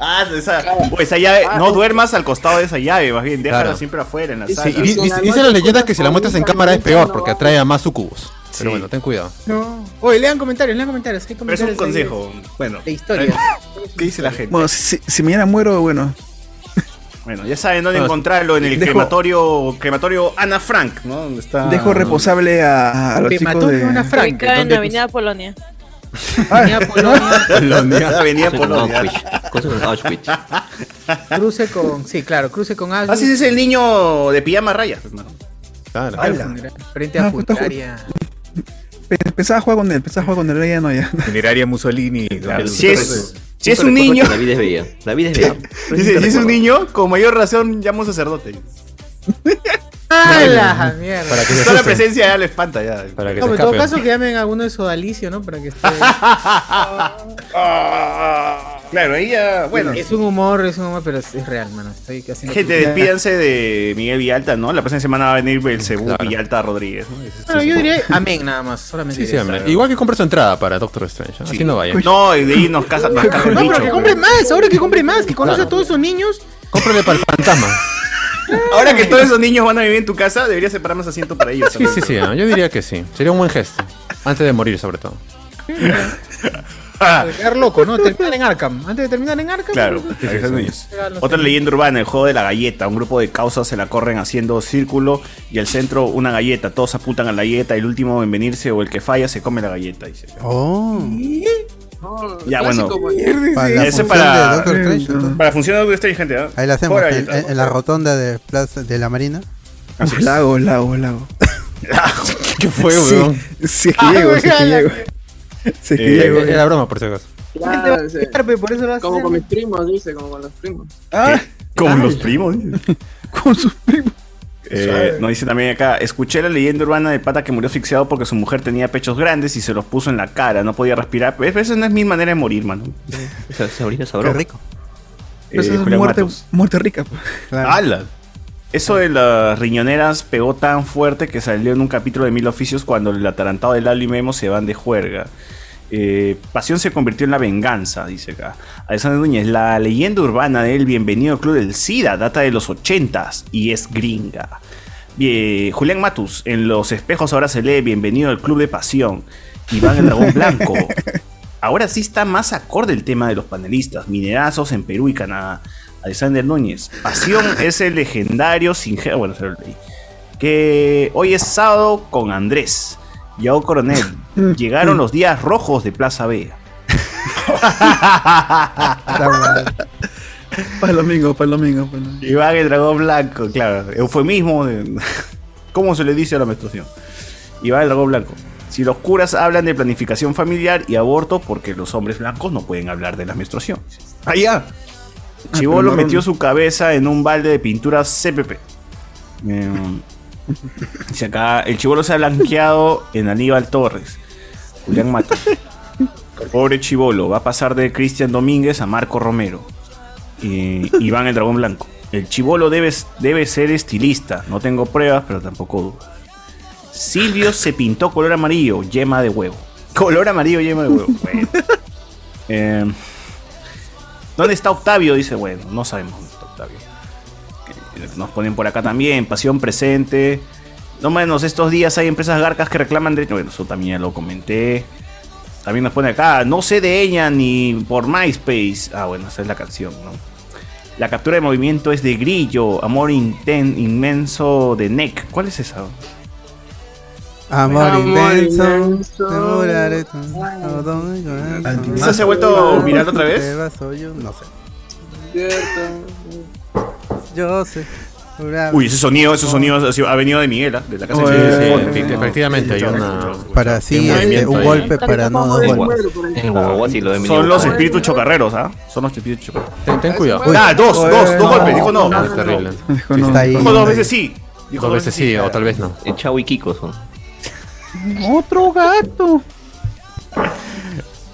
[SPEAKER 3] Ah, esa, o esa llave, no duermas al costado de esa llave, más bien, déjala
[SPEAKER 2] Claro.
[SPEAKER 3] siempre afuera en la
[SPEAKER 2] Sí,
[SPEAKER 3] sala.
[SPEAKER 2] y di- di- dice la leyenda que si la muestras en cámara es peor porque atrae a más sucubos. Pero bueno, ten cuidado.
[SPEAKER 1] No. Oye, lean comentarios, lean comentarios. hay
[SPEAKER 3] Pero es un
[SPEAKER 1] comentarios ahí de-
[SPEAKER 3] consejo, bueno.
[SPEAKER 1] De historia.
[SPEAKER 3] ¿Qué dice la gente?
[SPEAKER 6] Bueno, si, si mañana muero, bueno.
[SPEAKER 3] Bueno, ya saben dónde
[SPEAKER 6] Ah,
[SPEAKER 3] encontrarlo, en el
[SPEAKER 6] dejo-
[SPEAKER 3] crematorio crematorio Ana Frank, ¿no? Donde está...
[SPEAKER 6] Dejo reposable a, a los chicos de.
[SPEAKER 11] Ubicada en Avenida Polonia.
[SPEAKER 3] Polonia. Avenida
[SPEAKER 9] Cruce con
[SPEAKER 3] Polonia.
[SPEAKER 9] Auschwitz. Cruce con Auschwitz.
[SPEAKER 1] Cruce con. Sí, claro, cruce con algo.
[SPEAKER 3] Así Ah, es el niño de pijama rayas, hermano.
[SPEAKER 2] Claro.
[SPEAKER 1] Frente a
[SPEAKER 6] Ah, puta,
[SPEAKER 1] funeraria.
[SPEAKER 6] Pe- Pensaba jugar con él, pensaba jugar con él, ahora ya no, ya.
[SPEAKER 12] Funeraria Mussolini.
[SPEAKER 3] Si es, si es un niño...
[SPEAKER 9] La vida es bella. La vida es bella.
[SPEAKER 3] Dice, si es un niño, con mayor razón llamo a un sacerdote.
[SPEAKER 1] ¡Ah, la mierda!
[SPEAKER 2] Para que se
[SPEAKER 3] Solo la
[SPEAKER 2] asusten.
[SPEAKER 3] presencia ya le espanta ya.
[SPEAKER 2] Para que
[SPEAKER 1] No, pero
[SPEAKER 2] se
[SPEAKER 1] en todo
[SPEAKER 2] escapen.
[SPEAKER 1] caso que llamen a alguno de Sodalicio, ¿no? Para que esté...
[SPEAKER 3] Ah, Claro, ahí ya, bueno.
[SPEAKER 1] Es un humor, es un humor, pero es, es real, mano. Estoy haciendo...
[SPEAKER 3] Gente, despídanse de Miguel Villalta, ¿no? La próxima semana va a venir el Cebú Villalta Rodríguez, ¿no? Es-
[SPEAKER 1] Bueno, yo diría amén nada más, solamente
[SPEAKER 2] Sí, sí,
[SPEAKER 1] diré eso.
[SPEAKER 2] hombre. Igual que compre su entrada para Doctor Strange. ¿eh? Así no vaya.
[SPEAKER 3] No, y de ahí nos caza, nos caza el
[SPEAKER 1] No, pero
[SPEAKER 3] bicho.
[SPEAKER 1] que compre más, ahora que compre más, que conoce
[SPEAKER 2] Claro.
[SPEAKER 1] a todos sus niños.
[SPEAKER 2] Cómprale para el fantasma.
[SPEAKER 3] Ahora que todos esos niños van a vivir en tu casa, deberías separar más asiento para ellos.
[SPEAKER 2] Sí, sí, sí. ¿eh? Yo diría que sí. Sería un buen gesto. Antes de morir, sobre todo.
[SPEAKER 1] Para quedar loco, ¿no? Terminar en Arkham. Antes de terminar en Arkham.
[SPEAKER 3] Claro,
[SPEAKER 1] pues,
[SPEAKER 3] ahí están ellos.
[SPEAKER 1] regalo.
[SPEAKER 3] Otra leyenda urbana, el juego de la galleta. Un grupo de causas se la corren haciendo círculo y al centro una galleta. Todos apuntan a la galleta. El último en venirse o el que falla se come la galleta. dice.
[SPEAKER 4] Oh.
[SPEAKER 3] Ya,
[SPEAKER 4] Clásico,
[SPEAKER 3] bueno.
[SPEAKER 4] Para la
[SPEAKER 3] Ese
[SPEAKER 4] función de
[SPEAKER 3] para.
[SPEAKER 4] Doctor Strange, ¿no?
[SPEAKER 3] Para funcionar Doctor Strange, gente. ¿ah?
[SPEAKER 4] Ahí la hacemos,
[SPEAKER 3] Fuera
[SPEAKER 4] en,
[SPEAKER 3] galleta.
[SPEAKER 4] en- en la rotonda de, plaza, de la Marina.
[SPEAKER 3] Así es.
[SPEAKER 6] Lago, lago, lago.
[SPEAKER 2] ¿Qué
[SPEAKER 6] fue,
[SPEAKER 2] weón?
[SPEAKER 6] Si es que
[SPEAKER 1] Ah,
[SPEAKER 6] llego, si es que
[SPEAKER 1] weón, la-
[SPEAKER 6] llego. Si es que
[SPEAKER 2] Eh,
[SPEAKER 6] llego.
[SPEAKER 2] era broma, por si acaso.
[SPEAKER 10] Claro, sí.
[SPEAKER 1] por eso
[SPEAKER 10] Como con mis primos, dice, como con los primos.
[SPEAKER 6] Ah,
[SPEAKER 3] Con los primos.
[SPEAKER 6] con sus primos.
[SPEAKER 3] Eh, nos dice también acá, escuché la leyenda urbana del pata que murió asfixiado porque su mujer tenía pechos grandes y se los puso en la cara, no podía respirar. Pero esa no es mi manera de morir, mano.
[SPEAKER 9] Esa esa orina sabrosa.
[SPEAKER 6] Pero
[SPEAKER 3] Eh,
[SPEAKER 6] eso es
[SPEAKER 3] Julián
[SPEAKER 6] muerte,
[SPEAKER 3] Matos.
[SPEAKER 6] muerte rica. pues.
[SPEAKER 3] ¡Hala! Eso de las riñoneras pegó tan fuerte que salió en un capítulo de Mil Oficios cuando el atarantado de Lalo y Memo se van de juerga. Eh, pasión se convirtió en la venganza, dice acá. Alessandro Núñez, la leyenda urbana del bienvenido club del SIDA data de los 80s y es gringa. Bien, Julián Matus, en los espejos ahora se lee Bienvenido al Club de Pasión. Iván el Dragón Blanco. Ahora sí está más acorde el tema de los panelistas, minerazos en Perú y Canadá. Alexander Núñez, Pasión es el legendario sin ge- Bueno, se lo leí. Que hoy es sábado con Andrés. Yao Coronel, llegaron los días rojos de Plaza Vega.
[SPEAKER 6] Para el domingo, para el domingo. pues, para el domingo.
[SPEAKER 3] Iván el dragón blanco, claro. Eufemismo de. ¿Cómo se le dice a la menstruación? Iván el dragón blanco. Si los curas hablan de planificación familiar y aborto, porque los hombres blancos no pueden hablar de la menstruación. Allá.
[SPEAKER 6] Ah,
[SPEAKER 3] Chivolo
[SPEAKER 6] pero no-
[SPEAKER 3] metió su cabeza en un balde de pintura CPP. Em, dice acá, el chivolo se ha blanqueado en Aníbal Torres. Julián Mata. Pobre chivolo, va a pasar de Cristian Domínguez a Marco Romero. Eh, Iván el Dragón Blanco. El chivolo debe, debe ser estilista. No tengo pruebas, pero tampoco dudas. Silvio se pintó color amarillo, yema de huevo. Color amarillo, yema de huevo. Bueno. Eh, ¿Dónde está Octavio? Dice, bueno, no sabemos dónde está Octavio. Eh, Nos ponen por acá también, pasión presente. No menos, estos días hay empresas garcas que reclaman derechos. Bueno, eso también ya lo comenté. También nos pone acá, no sé de ella ni por MySpace. Ah, bueno, esa es la canción, ¿no? La captura de movimiento es de Grillo, amor inten- inmenso de Neck. ¿Cuál es esa?
[SPEAKER 4] Amor
[SPEAKER 10] Amor
[SPEAKER 4] intenso.
[SPEAKER 10] intenso.
[SPEAKER 4] te enamoraré tanto, todo mi corazón.
[SPEAKER 3] ¿Eso se ha vuelto viral otra vez?
[SPEAKER 4] Te vas hoy, yo No sé.
[SPEAKER 10] Cierto.
[SPEAKER 4] Yo sé.
[SPEAKER 3] Uy, ese sonido, esos sonidos ha sido- ha venido de Miguel, ¿ah? de la casa
[SPEAKER 4] Bueno,
[SPEAKER 3] de
[SPEAKER 4] bueno.
[SPEAKER 3] Sí,
[SPEAKER 2] Efectivamente, hay una-
[SPEAKER 4] Para sí,
[SPEAKER 3] Tiene
[SPEAKER 4] este,
[SPEAKER 3] movimiento
[SPEAKER 4] un
[SPEAKER 3] ahí.
[SPEAKER 4] golpe para no dos golpes.
[SPEAKER 9] En Guagua sí lo he venido
[SPEAKER 3] Son los
[SPEAKER 9] buscando.
[SPEAKER 3] espíritus chocarreros, ¿ah? Son los espíritus chocarreros.
[SPEAKER 2] Ten, ten cuidado.
[SPEAKER 3] Ah, dos, dos, dos golpes. Dijo no.
[SPEAKER 2] Es Ah, terrible.
[SPEAKER 4] Dijo no. Está ahí.
[SPEAKER 3] Dijo dos veces sí. Dijo
[SPEAKER 2] Dos veces sí, o tal vez no.
[SPEAKER 9] El Chau y Kiko son.
[SPEAKER 6] Otro gato.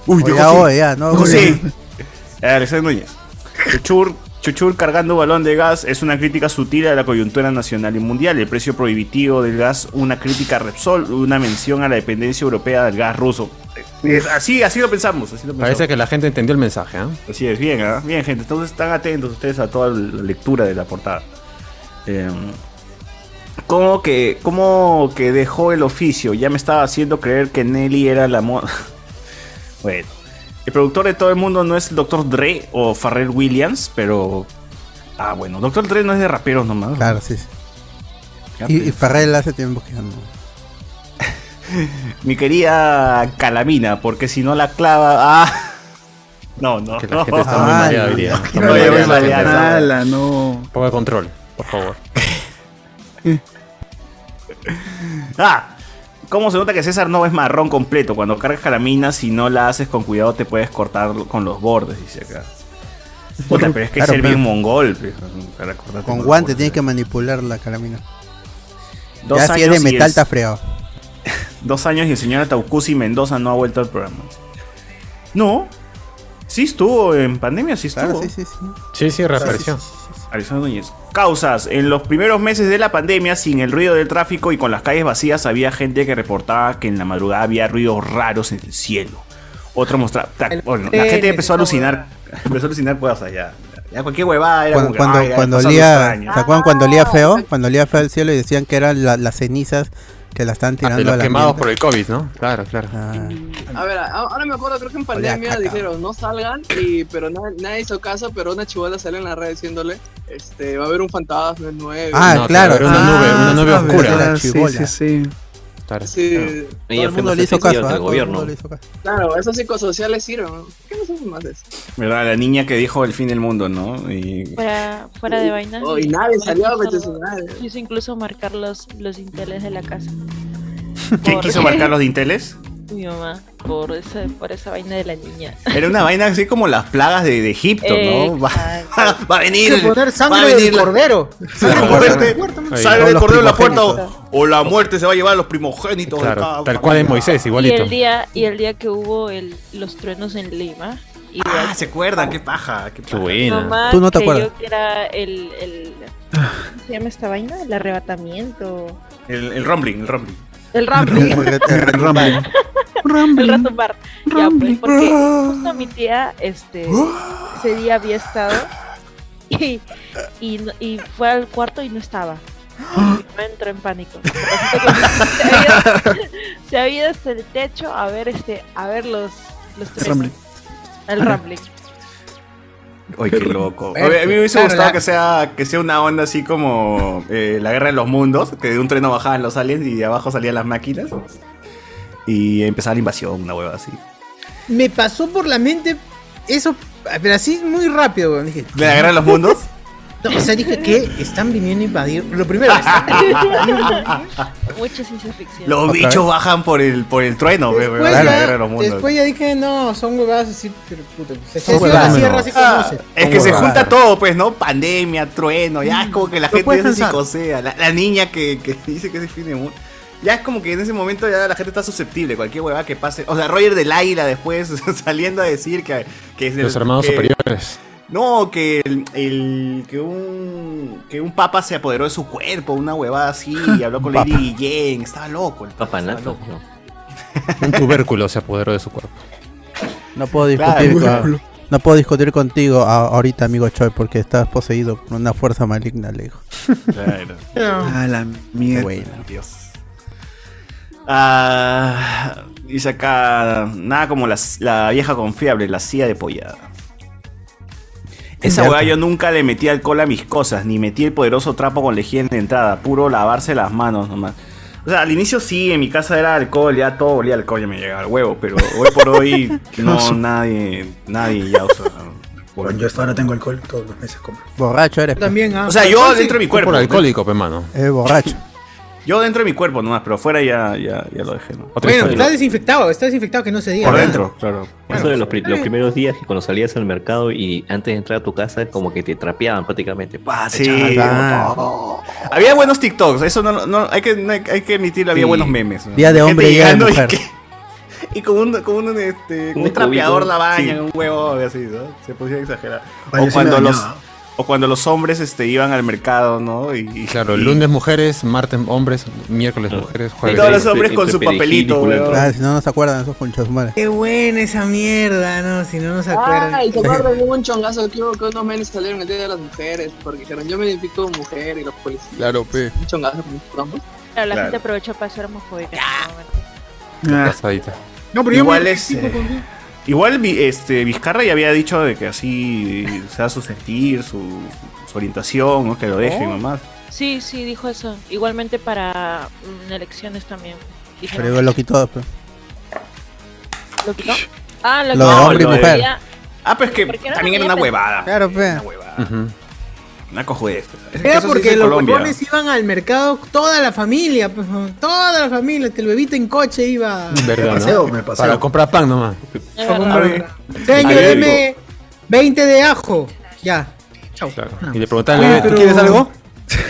[SPEAKER 3] Uy,
[SPEAKER 4] Oye, ya, oye, ya, no,
[SPEAKER 3] Dijo
[SPEAKER 4] oye.
[SPEAKER 3] sí. Alexander Núñez. Chuchur, Chuchur cargando balón de gas es una crítica sutil a la coyuntura nacional y mundial. El precio prohibitivo del gas, una crítica a Repsol, una mención a la dependencia europea del gas ruso. Es- así, así lo pensamos. Así lo pensamos.
[SPEAKER 2] Parece que la gente entendió el mensaje, ¿ah?
[SPEAKER 3] Así es, bien, ¿ah? bien gente. Entonces están atentos ustedes a toda la lectura de la portada. Eh, ¿cómo, que, ¿Cómo que dejó el oficio? Ya me estaba haciendo creer que Nelly era la moda. bueno, el productor de todo el mundo no es el Dr. Dre o Farrell Williams, pero... Ah, bueno, Dr. Dre no es de raperos nomás.
[SPEAKER 4] Claro, sí. sí. Y, y Farrell hace tiempo que no.
[SPEAKER 3] Mi querida Calamina, porque si no la clava... Ah. No, no.
[SPEAKER 2] Que la gente está muy
[SPEAKER 3] no.
[SPEAKER 2] mareada hoy día.
[SPEAKER 3] No,
[SPEAKER 2] Está
[SPEAKER 3] no,
[SPEAKER 2] muy
[SPEAKER 3] yo voy
[SPEAKER 2] mareada la
[SPEAKER 3] mareada,
[SPEAKER 2] gente.
[SPEAKER 3] ¿sabes?
[SPEAKER 6] Ala, no.
[SPEAKER 2] Ponga control, por favor.
[SPEAKER 3] Ah, ¿cómo se nota que César no es marrón completo? Cuando cargas calamina, si no la haces con cuidado, te puedes cortar con los bordes, dice acá. Puta, pero es que
[SPEAKER 4] Claro,
[SPEAKER 3] es el
[SPEAKER 4] pero-
[SPEAKER 3] bien mongol, pe, para cortarte
[SPEAKER 4] Con
[SPEAKER 3] los
[SPEAKER 4] guante
[SPEAKER 3] bordes.
[SPEAKER 4] tienes que manipular la calamina.
[SPEAKER 3] Dos
[SPEAKER 4] ya si es de
[SPEAKER 3] años y
[SPEAKER 4] metal
[SPEAKER 3] es-
[SPEAKER 4] está fregado.
[SPEAKER 3] Dos años y el señor Taucusi Mendoza no ha vuelto al programa. No, sí estuvo en pandemia, sí estuvo.
[SPEAKER 4] Claro, sí, sí, sí.
[SPEAKER 2] Sí, sí,
[SPEAKER 3] reapareció.
[SPEAKER 2] reapareció.
[SPEAKER 3] Alexander Núñez. Causas. En los primeros meses de la pandemia, sin el ruido del tráfico y con las calles vacías, había gente que reportaba que en la madrugada había ruidos raros en el cielo. Otro mostraba. bueno, la
[SPEAKER 1] tren,
[SPEAKER 3] gente empezó
[SPEAKER 1] esa
[SPEAKER 3] a alucinar. Empezó a alucinar cosas allá. Ya cualquier huevada era
[SPEAKER 4] Cuando,
[SPEAKER 3] como
[SPEAKER 4] cuando,
[SPEAKER 3] que, "Ay, ya
[SPEAKER 4] cuando
[SPEAKER 3] pasó algo
[SPEAKER 4] olía,
[SPEAKER 3] extraño".
[SPEAKER 4] ¿se acuerdan cuando olía feo? Cuando olía feo el cielo y decían que eran la- las cenizas que la están
[SPEAKER 2] Ah,
[SPEAKER 4] tirando
[SPEAKER 2] de
[SPEAKER 4] a
[SPEAKER 2] los
[SPEAKER 4] la
[SPEAKER 2] quemados por el COVID, ¿no? Claro, claro.
[SPEAKER 10] A ver, a- ahora me acuerdo, creo que en pandemia dijeron no salgan, y, pero na- nadie hizo caso, pero una chivola salió en la red diciéndole, este, va a haber un fantasma en nueve.
[SPEAKER 4] Ah,
[SPEAKER 2] No,
[SPEAKER 4] claro.
[SPEAKER 2] claro, era una nube, una nube
[SPEAKER 4] ah,
[SPEAKER 2] oscura.
[SPEAKER 4] era la
[SPEAKER 6] Sí, sí,
[SPEAKER 4] chibola.
[SPEAKER 6] sí.
[SPEAKER 2] Claro.
[SPEAKER 10] Sí,
[SPEAKER 4] Todo
[SPEAKER 9] Ella
[SPEAKER 4] el
[SPEAKER 9] fue
[SPEAKER 4] mundo
[SPEAKER 9] más
[SPEAKER 4] le hizo caso,
[SPEAKER 9] efectiva que
[SPEAKER 4] ¿ah?
[SPEAKER 9] el
[SPEAKER 4] Todo el
[SPEAKER 9] gobierno.
[SPEAKER 4] mundo le hizo caso.
[SPEAKER 10] claro, esos psicosociales sirven. ¿no? ¿Qué no hacemos más de eso?
[SPEAKER 3] ¿Verdad? La niña que dijo el fin del mundo, ¿no? Y
[SPEAKER 11] Fuera, fuera de vaina. pues,
[SPEAKER 10] Oh, y nadie salió, coche su madre.
[SPEAKER 11] Quiso incluso marcar los, los inteles de la casa.
[SPEAKER 3] ¿Quién
[SPEAKER 11] Por-
[SPEAKER 3] quiso marcar los dinteles?
[SPEAKER 11] Mi mamá, por esa, por esa vaina de la niña.
[SPEAKER 3] Era una vaina así como las plagas de, de Egipto, ¿no? Va, va a venir.
[SPEAKER 1] Hay que poner
[SPEAKER 3] va a
[SPEAKER 1] sangre
[SPEAKER 3] venir
[SPEAKER 1] del
[SPEAKER 3] la-
[SPEAKER 1] cordero.
[SPEAKER 3] Sangre del cordero, Sangre del
[SPEAKER 4] Los
[SPEAKER 3] cordero en la puerta
[SPEAKER 4] primogénitos.
[SPEAKER 3] o, o la muerte se va a llevar a los primogénitos. de cada
[SPEAKER 2] Claro, tal cual es
[SPEAKER 3] familia.
[SPEAKER 2] Moisés,
[SPEAKER 11] Y el
[SPEAKER 2] igualito.
[SPEAKER 11] día, y el día que hubo el, los truenos en Lima, igual.
[SPEAKER 3] Ah, se acuerdan, qué paja, qué
[SPEAKER 2] Qué
[SPEAKER 3] paja.
[SPEAKER 2] buena.
[SPEAKER 11] mamá
[SPEAKER 4] Tú no te
[SPEAKER 11] creyó
[SPEAKER 4] acuerdas.
[SPEAKER 11] que era el, el ¿cómo se llama esta vaina? El arrebatamiento.
[SPEAKER 3] El, el rumbling, el rumbling.
[SPEAKER 11] El rambling. el retumbar. Ya, pues, porque justo mi tía, este, ese día había estado y, y, no- y fue al cuarto y no estaba. Y mi mamá entró en pánico. Se había, ido- se había ido hasta el techo a ver este, a ver los, los truenos.
[SPEAKER 6] Rumbling.
[SPEAKER 11] El rambling.
[SPEAKER 3] Ay, qué loco. A mí, a mí me hubiese
[SPEAKER 1] Claro,
[SPEAKER 3] gustado
[SPEAKER 1] la-
[SPEAKER 3] que, sea, que sea una onda así como eh, la guerra de los mundos, que de un tren no bajaban los aliens y de abajo salían las máquinas. Y empezaba la invasión, una hueva así.
[SPEAKER 1] Me pasó por la mente eso, pero así muy rápido, weón. Dije,
[SPEAKER 3] ¿De la guerra de los mundos?
[SPEAKER 1] no, o sea, dije que están viniendo a invadir. Lo primero, ¿están viniendo a invadir?
[SPEAKER 11] Mucha ciencia ficción.
[SPEAKER 3] Los
[SPEAKER 4] ¿Otra
[SPEAKER 3] bichos
[SPEAKER 4] vez?
[SPEAKER 3] bajan por el, por el trueno, güey,
[SPEAKER 1] Después,
[SPEAKER 3] la
[SPEAKER 1] ya,
[SPEAKER 3] guerra de los mundos.
[SPEAKER 1] después ya dije, no, son huevadas así, pero puta, se se-
[SPEAKER 4] Son
[SPEAKER 1] se-
[SPEAKER 4] huevadas,
[SPEAKER 1] la sierra así
[SPEAKER 3] Ah,
[SPEAKER 1] conoce.
[SPEAKER 3] es que se junta todo, pues, ¿no? Pandemia, trueno, ya es como que la
[SPEAKER 4] Mm. Lo
[SPEAKER 3] gente
[SPEAKER 4] puedes
[SPEAKER 3] ya se
[SPEAKER 4] pensar.
[SPEAKER 3] psicosea. La, la niña que, que dice que se fin de mundo. Ya es como que en ese momento ya la gente está susceptible, cualquier huevada que pase. O sea, Roger del Águila después saliendo a decir que, que es el-
[SPEAKER 2] Los hermanos
[SPEAKER 3] que-
[SPEAKER 2] superiores.
[SPEAKER 3] No, que el, el- que un que un papa se apoderó de su cuerpo, una huevada así, y habló con
[SPEAKER 2] Papa.
[SPEAKER 3] Lady Jane, estaba loco el papa, estaba
[SPEAKER 9] Papanato.
[SPEAKER 3] loco.
[SPEAKER 9] no.
[SPEAKER 2] Un tubérculo se apoderó de su cuerpo.
[SPEAKER 4] No puedo discutir
[SPEAKER 3] Claro.
[SPEAKER 4] con- no puedo discutir contigo a- ahorita, amigo Choi, porque estás poseído por una fuerza maligna, le dijo.
[SPEAKER 3] Claro.
[SPEAKER 6] A la mierda.
[SPEAKER 4] Bueno.
[SPEAKER 3] Dios. Ah, dice acá, nada como la, la vieja confiable, la silla de pollada. Esa
[SPEAKER 4] Cierto.
[SPEAKER 3] hueá yo nunca le metí alcohol a mis cosas, ni metí el poderoso trapo con lejía en la entrada, puro lavarse las manos nomás. O sea, al inicio sí, en mi casa era alcohol, ya todo olía a alcohol, ya me llegaba el huevo, pero hoy por hoy no, nadie, nadie ya usa. ah,
[SPEAKER 7] Bueno, yo hasta ahora tengo alcohol todos los meses compro.
[SPEAKER 4] Borracho eres.
[SPEAKER 1] También,
[SPEAKER 3] O sea, yo dentro de mi cuerpo.
[SPEAKER 2] Por alcohólico, pe mano.
[SPEAKER 4] Es borracho.
[SPEAKER 3] Yo dentro de mi cuerpo nomás, pero afuera ya, ya, ya lo dejé. ¿no?
[SPEAKER 1] Bueno, está desinfectado, está desinfectado que no se diga.
[SPEAKER 3] Por
[SPEAKER 1] ¿verdad?
[SPEAKER 3] dentro, claro.
[SPEAKER 9] Eso de los, pri- los primeros días que cuando salías al mercado y antes de entrar a tu casa, como que te trapeaban prácticamente.
[SPEAKER 4] Ah,
[SPEAKER 9] ¡Pah! te echaban
[SPEAKER 3] Sí,
[SPEAKER 9] todo.
[SPEAKER 3] Había buenos TikToks, eso no, no hay que, no hay, hay que admitirlo, había
[SPEAKER 9] Sí.
[SPEAKER 3] buenos memes. ¿no?
[SPEAKER 4] Día de
[SPEAKER 3] Gente
[SPEAKER 4] hombre y día de
[SPEAKER 3] llegando
[SPEAKER 4] mujer.
[SPEAKER 3] Y con un, con un, este, con
[SPEAKER 9] Un
[SPEAKER 3] un trapeador
[SPEAKER 9] escobito,
[SPEAKER 3] la baña,
[SPEAKER 9] sí.
[SPEAKER 3] un huevo así, ¿no? Se pusieron a exagerar.
[SPEAKER 2] Ah, yo
[SPEAKER 3] O
[SPEAKER 2] sí me
[SPEAKER 3] cuando, los,
[SPEAKER 2] bañaba.
[SPEAKER 3] o cuando los hombres este, iban al mercado, ¿no? Y, y-
[SPEAKER 2] Claro,
[SPEAKER 3] y-
[SPEAKER 2] lunes mujeres, martes hombres, miércoles mujeres, jueves.
[SPEAKER 3] Y todos los hombres con su papelito, weón.
[SPEAKER 4] Ah, si no, no se acuerdan esos conchos, madre.
[SPEAKER 1] Qué buena esa mierda, no, si no nos acuerdan.
[SPEAKER 10] Ay, ¿te acuerdas de un chongazo que hubo que unos menes salieron el día de las mujeres? Porque dijeron, yo me identifico como mujer y los policías.
[SPEAKER 2] Claro, pe.
[SPEAKER 10] Un chongazo con los trombos.
[SPEAKER 11] Claro, la
[SPEAKER 2] Claro.
[SPEAKER 11] gente aprovechó para ser homofóbica.
[SPEAKER 3] Ah.
[SPEAKER 2] Pasadita.
[SPEAKER 1] No,
[SPEAKER 3] pero yo Igual me es, identifico eh, Igual vi- este, Vizcarra ya había dicho de que así eh, sea su sentir, su, su orientación, ¿no? que lo dejen
[SPEAKER 11] Oh.
[SPEAKER 3] nomás.
[SPEAKER 11] Sí, sí, dijo eso. Igualmente para mm, elecciones también. Dijeron,
[SPEAKER 4] Pero igual lo quitó. pe.
[SPEAKER 11] ¿Lo quitó? Ah, lo,
[SPEAKER 4] Lo de
[SPEAKER 11] quitó.
[SPEAKER 4] hombre y
[SPEAKER 11] porque
[SPEAKER 4] mujer.
[SPEAKER 11] ya-
[SPEAKER 3] Ah, pues que
[SPEAKER 11] ¿Por qué no
[SPEAKER 3] también era
[SPEAKER 11] tenía
[SPEAKER 3] una huevada.
[SPEAKER 4] Claro, pe.
[SPEAKER 3] Una cojudez. pues. Es que
[SPEAKER 1] Era
[SPEAKER 3] eso se dice
[SPEAKER 1] porque
[SPEAKER 3] en
[SPEAKER 1] los
[SPEAKER 3] Colombia.
[SPEAKER 1] huevones iban al mercado toda la familia, pues, toda la familia, hasta el bebito en coche iba.
[SPEAKER 2] Verdad, ¿no?
[SPEAKER 7] paseo, me paseo.
[SPEAKER 2] Para comprar pan nomás.
[SPEAKER 11] Es
[SPEAKER 1] Para
[SPEAKER 11] verdad.
[SPEAKER 1] comprar. Señor,
[SPEAKER 2] Ahí
[SPEAKER 1] deme 20 de ajo. Ya. Chau.
[SPEAKER 2] Y le preguntaban,
[SPEAKER 1] Oye, pero-
[SPEAKER 2] ¿quieres algo?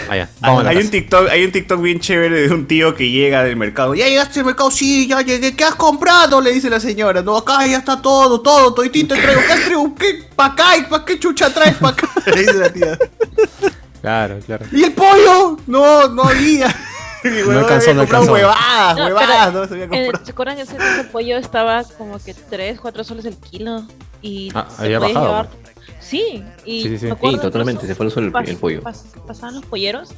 [SPEAKER 2] Ah, ya. Vamos a la
[SPEAKER 3] hay, un
[SPEAKER 4] pues.
[SPEAKER 2] casa.
[SPEAKER 3] TikTok, hay un TikTok bien chévere de un tío que llega del mercado. Ya llegaste al mercado, sí, ya llegué. ¿Qué has comprado? Le dice la señora. No, acá ya está todo, todo, toditito traigo. ¿Qué has traído? ¿Qué? ¿Pa' acá? ¿Y pa' qué chucha traes pa' acá? Le dice la tía.
[SPEAKER 2] Claro, claro.
[SPEAKER 3] ¿Y el pollo? No, no había. Y huevón,
[SPEAKER 2] alcanzó, no
[SPEAKER 3] había comprado
[SPEAKER 2] alcanzó.
[SPEAKER 3] Huevadas,
[SPEAKER 11] No,
[SPEAKER 3] Ah, huevadas,
[SPEAKER 11] pero,
[SPEAKER 3] no se había
[SPEAKER 11] eh,
[SPEAKER 3] comprado.
[SPEAKER 11] ¿Se acuerdan ese, ese pollo estaba como que 3, 4 soles el kilo? Y
[SPEAKER 9] Ah,
[SPEAKER 11] se
[SPEAKER 9] había
[SPEAKER 11] podía
[SPEAKER 9] bajado.
[SPEAKER 11] Sí, y
[SPEAKER 9] Sí, sí, sí.
[SPEAKER 11] me acuerdo
[SPEAKER 9] Sí, totalmente,
[SPEAKER 11] incluso
[SPEAKER 9] se fue el sol el-
[SPEAKER 11] pas-
[SPEAKER 9] el pollo.
[SPEAKER 11] pas- pasaban los polleros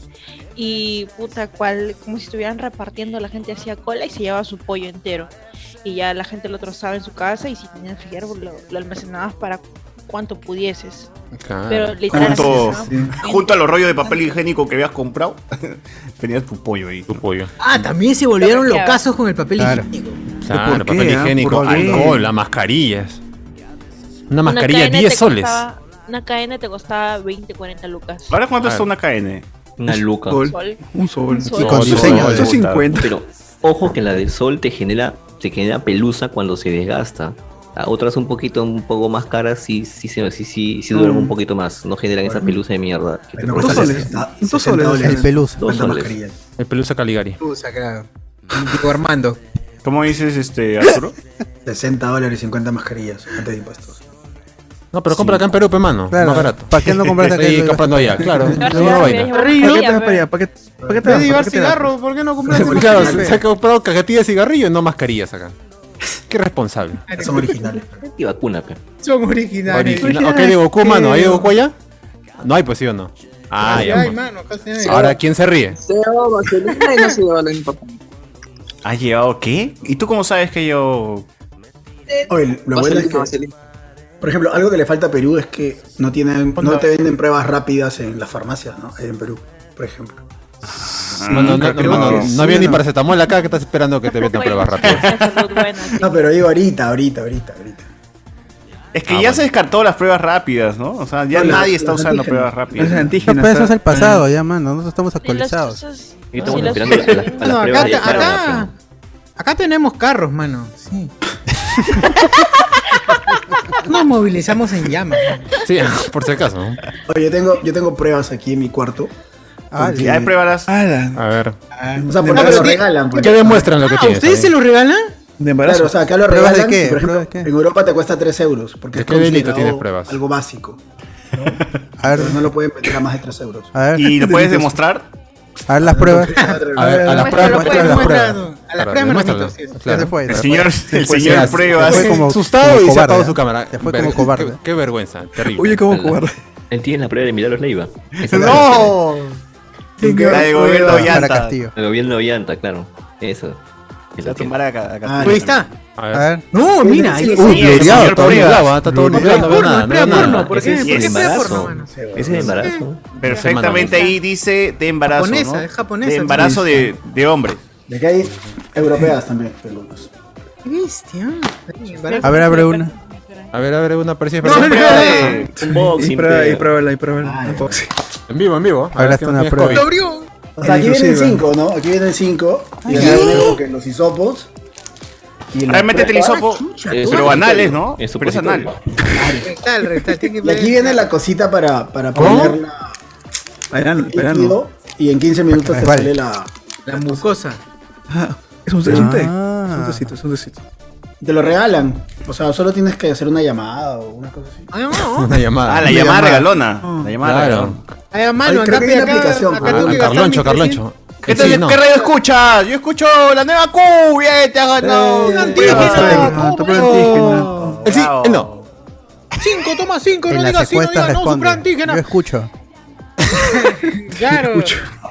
[SPEAKER 11] y puta cual, como si estuvieran repartiendo, la gente hacía cola y se llevaba su pollo entero. Y ya la gente lo trozaba en su casa y si tenías frijol lo, lo almacenabas para cuanto pudieses.
[SPEAKER 2] Claro.
[SPEAKER 11] Pero literal,
[SPEAKER 3] Junto,
[SPEAKER 11] almacenabas
[SPEAKER 3] junto a los rollos de papel higiénico que habías comprado, tenías tu pollo ahí.
[SPEAKER 2] Tu pollo.
[SPEAKER 1] Ah, también se volvieron
[SPEAKER 11] Lo que
[SPEAKER 1] locazos con el papel
[SPEAKER 4] Claro.
[SPEAKER 1] higiénico.
[SPEAKER 2] Claro,
[SPEAKER 4] ¿Por qué,
[SPEAKER 2] papel
[SPEAKER 4] ah?
[SPEAKER 2] higiénico,
[SPEAKER 4] ¿Por qué?
[SPEAKER 2] alcohol, las mascarillas. Una
[SPEAKER 11] Una
[SPEAKER 2] mascarilla
[SPEAKER 11] cadena
[SPEAKER 2] 10
[SPEAKER 11] te
[SPEAKER 2] soles.
[SPEAKER 11] costaba- una cadena te costaba 20, 40 lucas.
[SPEAKER 3] ¿Ahora cuánto
[SPEAKER 2] Claro.
[SPEAKER 3] está una KN?
[SPEAKER 9] Una luca.
[SPEAKER 6] Sol.
[SPEAKER 11] Sol.
[SPEAKER 6] Un sol.
[SPEAKER 11] sol.
[SPEAKER 4] Y con
[SPEAKER 2] Sol,
[SPEAKER 4] su
[SPEAKER 2] sol,
[SPEAKER 4] seña.
[SPEAKER 2] sol.
[SPEAKER 6] Eso es 50.
[SPEAKER 9] Pero ojo que la del sol te genera, te genera pelusa cuando se desgasta. A otras un poquito, un poco más caras sí, sí, sí, sí, sí, sí
[SPEAKER 3] Mm.
[SPEAKER 9] duran un poquito más. No generan esa pelusa de mierda. que te
[SPEAKER 7] Me
[SPEAKER 9] provoca.
[SPEAKER 7] cuesta
[SPEAKER 6] soles.
[SPEAKER 7] 60,
[SPEAKER 6] Dos
[SPEAKER 7] 60
[SPEAKER 6] soles.
[SPEAKER 7] dólares.
[SPEAKER 4] El pelusa.
[SPEAKER 9] Dos
[SPEAKER 7] Cuánta
[SPEAKER 9] soles.
[SPEAKER 7] mascarilla.
[SPEAKER 2] El pelusa Caligari.
[SPEAKER 1] Usa, claro. Digo Armando.
[SPEAKER 3] ¿Cómo dices, este, Arturo?
[SPEAKER 7] 60 dólares y 50 mascarillas antes de impuestos.
[SPEAKER 2] No, pero compra acá en Perú, pe mano.
[SPEAKER 4] Claro.
[SPEAKER 2] Más barato.
[SPEAKER 4] ¿Para qué no compraste acá?
[SPEAKER 2] Estoy comprando allá, claro.
[SPEAKER 11] Ahora sí,
[SPEAKER 2] Una
[SPEAKER 11] ahora
[SPEAKER 2] vaina.
[SPEAKER 11] sí,
[SPEAKER 6] ¿Para
[SPEAKER 11] ahora sí,
[SPEAKER 6] qué te
[SPEAKER 11] a
[SPEAKER 6] vas
[SPEAKER 11] ver.
[SPEAKER 6] para allá? ¿Para qué
[SPEAKER 1] En
[SPEAKER 6] para qué te vas?
[SPEAKER 1] vez de
[SPEAKER 6] ¿Para
[SPEAKER 1] llevar
[SPEAKER 6] qué te vas?
[SPEAKER 1] cigarros, ¿por qué no compraste
[SPEAKER 2] Porque,
[SPEAKER 1] mascarilla?
[SPEAKER 2] Claro, se se ha comprado cajetilla de cigarrillo y no mascarillas acá. Qué responsable.
[SPEAKER 7] Son originales.
[SPEAKER 9] Y vacuna, pe.
[SPEAKER 1] Son Ah, originales.
[SPEAKER 2] Original. Ok, de Goku, mano. ¿Hay de Goku allá? No hay, pues sí o no. Ah,
[SPEAKER 1] Ay,
[SPEAKER 2] ya. pues.
[SPEAKER 1] mano, casi no hay.
[SPEAKER 2] Ahora, ¿quién se ríe?
[SPEAKER 10] Se llevaba vaselina y no se llevaba la mi papá.
[SPEAKER 3] ¿Has llevado qué? ¿Y tú cómo sabes que yo
[SPEAKER 7] Oye, lo bueno es
[SPEAKER 10] Vaselina,
[SPEAKER 7] que,
[SPEAKER 10] vaselina.
[SPEAKER 7] por ejemplo, algo que le falta a Perú es que no tienen, no te venden pruebas rápidas en las farmacias, ¿no? En Perú, por ejemplo.
[SPEAKER 2] Mano, no,
[SPEAKER 7] creo que
[SPEAKER 2] no, mano,
[SPEAKER 7] no.
[SPEAKER 2] no
[SPEAKER 7] Sí,
[SPEAKER 2] había ni
[SPEAKER 7] no.
[SPEAKER 2] paracetamol acá que estás esperando que te metan pruebas rápidas.
[SPEAKER 11] De salud, bueno, sí.
[SPEAKER 7] No, pero digo ahorita, ahorita, ahorita, ahorita.
[SPEAKER 3] Es que
[SPEAKER 2] Ah,
[SPEAKER 3] ya
[SPEAKER 2] bueno.
[SPEAKER 3] se descartó las pruebas rápidas, ¿no? O sea, ya
[SPEAKER 7] No, las-
[SPEAKER 3] nadie está
[SPEAKER 7] las
[SPEAKER 3] usando
[SPEAKER 7] antígenas.
[SPEAKER 3] pruebas
[SPEAKER 6] Los
[SPEAKER 3] rápidas.
[SPEAKER 4] No,
[SPEAKER 6] antígenos.
[SPEAKER 4] pero eso es el
[SPEAKER 6] está-
[SPEAKER 4] pasado ya, mano. Nosotros estamos
[SPEAKER 11] Sí, las
[SPEAKER 4] actualizados.
[SPEAKER 11] cosas-
[SPEAKER 9] Y estamos
[SPEAKER 11] sí, las
[SPEAKER 9] esperando a la- a la- a
[SPEAKER 11] cosas-
[SPEAKER 9] las
[SPEAKER 1] No,
[SPEAKER 9] pruebas
[SPEAKER 1] acá,
[SPEAKER 9] de
[SPEAKER 1] acá,
[SPEAKER 9] disparo,
[SPEAKER 1] acá, tenemos carros, mano. Sí. Nos movilizamos en llamas.
[SPEAKER 2] Sí, por si acaso. ¿no?
[SPEAKER 7] Oye, yo tengo, yo tengo pruebas aquí en mi cuarto.
[SPEAKER 4] Ah,
[SPEAKER 7] porque-
[SPEAKER 3] Ya hay pruebas.
[SPEAKER 6] Ala,
[SPEAKER 2] A ver.
[SPEAKER 7] O sea, porque
[SPEAKER 1] Ah, pero
[SPEAKER 7] lo
[SPEAKER 1] ti-
[SPEAKER 7] regalan. pues.
[SPEAKER 2] ¿Qué demuestran lo que
[SPEAKER 1] Ah,
[SPEAKER 2] tienes?
[SPEAKER 1] ¿ustedes se
[SPEAKER 2] ahí?
[SPEAKER 1] lo regalan?
[SPEAKER 6] de embarazo.
[SPEAKER 7] Claro, o sea, acá lo
[SPEAKER 4] ¿Pruebas de
[SPEAKER 7] regalan.
[SPEAKER 4] qué?
[SPEAKER 7] Por ejemplo,
[SPEAKER 4] ¿Pruebas de qué?
[SPEAKER 7] En Europa te cuesta 3 euros. Porque
[SPEAKER 2] ¿De
[SPEAKER 7] es
[SPEAKER 2] qué delito
[SPEAKER 7] considerado
[SPEAKER 2] tienes pruebas?
[SPEAKER 7] Algo básico.
[SPEAKER 4] A ver,
[SPEAKER 7] Pero no lo pueden meter a más de 3 euros.
[SPEAKER 4] a ver,
[SPEAKER 3] ¿Y lo puedes demostrar?
[SPEAKER 4] a ver las pruebas.
[SPEAKER 2] A ver, a las
[SPEAKER 4] Muéstralo, pues,
[SPEAKER 2] pruebas, muéstralo, las
[SPEAKER 1] muéstralo.
[SPEAKER 2] pruebas.
[SPEAKER 1] A las pruebas me
[SPEAKER 2] demuéstralo.
[SPEAKER 1] remito, sí, sí.
[SPEAKER 4] Ya se
[SPEAKER 2] Claro.
[SPEAKER 4] fue.
[SPEAKER 3] El
[SPEAKER 4] se
[SPEAKER 3] señor,
[SPEAKER 4] fue.
[SPEAKER 3] el
[SPEAKER 4] Se fue,
[SPEAKER 3] señor
[SPEAKER 4] se fue
[SPEAKER 3] pruebas.
[SPEAKER 4] como-
[SPEAKER 2] asustado
[SPEAKER 4] como
[SPEAKER 2] y se
[SPEAKER 4] cobarde,
[SPEAKER 2] apagó
[SPEAKER 4] ¿eh?
[SPEAKER 2] su cámara.
[SPEAKER 4] Se fue
[SPEAKER 2] Verga,
[SPEAKER 4] como cobarde.
[SPEAKER 2] Qué, qué vergüenza,
[SPEAKER 9] Ah,
[SPEAKER 2] terrible.
[SPEAKER 6] Oye, cómo
[SPEAKER 9] Ala.
[SPEAKER 6] jugar.
[SPEAKER 9] Él tiene la prueba de Milagros Leiva. Esa es la que
[SPEAKER 3] ¡No! La de gobierno
[SPEAKER 4] Para
[SPEAKER 3] llanta.
[SPEAKER 4] Castillo.
[SPEAKER 9] tiene. El gobierno llanta, claro. Eso. Que
[SPEAKER 3] La
[SPEAKER 9] la tiene.
[SPEAKER 3] tumbará acá. acá.
[SPEAKER 7] Ah,
[SPEAKER 1] Ahí está.
[SPEAKER 2] A
[SPEAKER 4] A
[SPEAKER 2] ver.
[SPEAKER 4] ver.
[SPEAKER 1] No, mira. ahí-
[SPEAKER 3] sí,
[SPEAKER 2] Uy,
[SPEAKER 3] el
[SPEAKER 2] bloqueado,
[SPEAKER 3] señor
[SPEAKER 2] todo
[SPEAKER 3] pruebas.
[SPEAKER 2] nublado, ¿eh? está todo nublado, no veo
[SPEAKER 1] Porno,
[SPEAKER 2] nada,
[SPEAKER 1] es
[SPEAKER 2] no veo
[SPEAKER 1] preporno,
[SPEAKER 2] nada.
[SPEAKER 1] ¿por qué?
[SPEAKER 9] Ese
[SPEAKER 1] ¿Por
[SPEAKER 9] sí
[SPEAKER 1] qué
[SPEAKER 9] es
[SPEAKER 1] es preporno,
[SPEAKER 9] embarazo.
[SPEAKER 1] mano?
[SPEAKER 9] Ese es embarazo.
[SPEAKER 3] Perfectamente ahí dice de embarazo.
[SPEAKER 1] Japonesa,
[SPEAKER 3] ¿no?
[SPEAKER 1] es japonesa,
[SPEAKER 3] De embarazo de, de hombre.
[SPEAKER 7] De que hay europeas también, peludas.
[SPEAKER 1] Cristian.
[SPEAKER 4] A ver, abre una.
[SPEAKER 2] A ver, abre una, parece
[SPEAKER 6] No, no, no,
[SPEAKER 2] no.
[SPEAKER 6] Unboxing, Y pruébala, y pruébala, y pruébala. Unboxing.
[SPEAKER 2] En vivo, en vivo.
[SPEAKER 4] Ahora está una prueba.
[SPEAKER 1] Lo abrió.
[SPEAKER 7] O sea,
[SPEAKER 6] El
[SPEAKER 7] aquí vienen
[SPEAKER 6] inclusive.
[SPEAKER 7] cinco, ¿no? Aquí vienen cinco.
[SPEAKER 1] Ay.
[SPEAKER 7] Y acá vienen como que los hisopos. Y la-
[SPEAKER 3] Realmente te lo hizo eh, pero anales, ¿no?
[SPEAKER 9] Es
[SPEAKER 3] Pero es anal.
[SPEAKER 1] Rectal, rectal. Tiene
[SPEAKER 7] Y
[SPEAKER 1] que
[SPEAKER 7] aquí viene la cosita para, para
[SPEAKER 2] ¿Cómo?
[SPEAKER 7] ponerla
[SPEAKER 6] Verán, verán.
[SPEAKER 7] líquido. Y en 15 minutos te
[SPEAKER 4] resbale.
[SPEAKER 7] sale la.
[SPEAKER 1] La mucosa.
[SPEAKER 6] Ah, es un, es un té.
[SPEAKER 4] Ah.
[SPEAKER 6] Es un tecito, es un tecito.
[SPEAKER 7] Te lo regalan. O sea, solo tienes que hacer una llamada o una cosa así.
[SPEAKER 1] Ay, no.
[SPEAKER 2] Una llamada.
[SPEAKER 3] Ah,
[SPEAKER 2] Una
[SPEAKER 3] la llamada
[SPEAKER 2] llamada.
[SPEAKER 3] regalona. La llamada regalona.
[SPEAKER 2] Claro.
[SPEAKER 1] Ay, mano,
[SPEAKER 7] Ay, creo
[SPEAKER 1] acá,
[SPEAKER 7] que hay una
[SPEAKER 1] acá-
[SPEAKER 7] aplicación,
[SPEAKER 1] acá
[SPEAKER 7] ¿no?
[SPEAKER 1] tengo
[SPEAKER 2] Ah,
[SPEAKER 1] que gastar
[SPEAKER 2] Carloncho,
[SPEAKER 1] mis
[SPEAKER 2] Carloncho.
[SPEAKER 3] Entonces,
[SPEAKER 2] Sí, no.
[SPEAKER 3] ¿qué radio escuchas? Yo escucho la nueva Q, bien, te hago no,
[SPEAKER 7] Eh,
[SPEAKER 3] no,
[SPEAKER 1] antígeno,
[SPEAKER 6] Ah, está por antígeno.
[SPEAKER 2] Él sí, él no.
[SPEAKER 1] 5, toma 5,
[SPEAKER 4] En
[SPEAKER 1] no
[SPEAKER 4] las
[SPEAKER 1] digas sí, no
[SPEAKER 4] encuestas
[SPEAKER 1] digas no, supra
[SPEAKER 4] responde. Yo
[SPEAKER 1] antígena.
[SPEAKER 4] escucho.
[SPEAKER 1] Claro.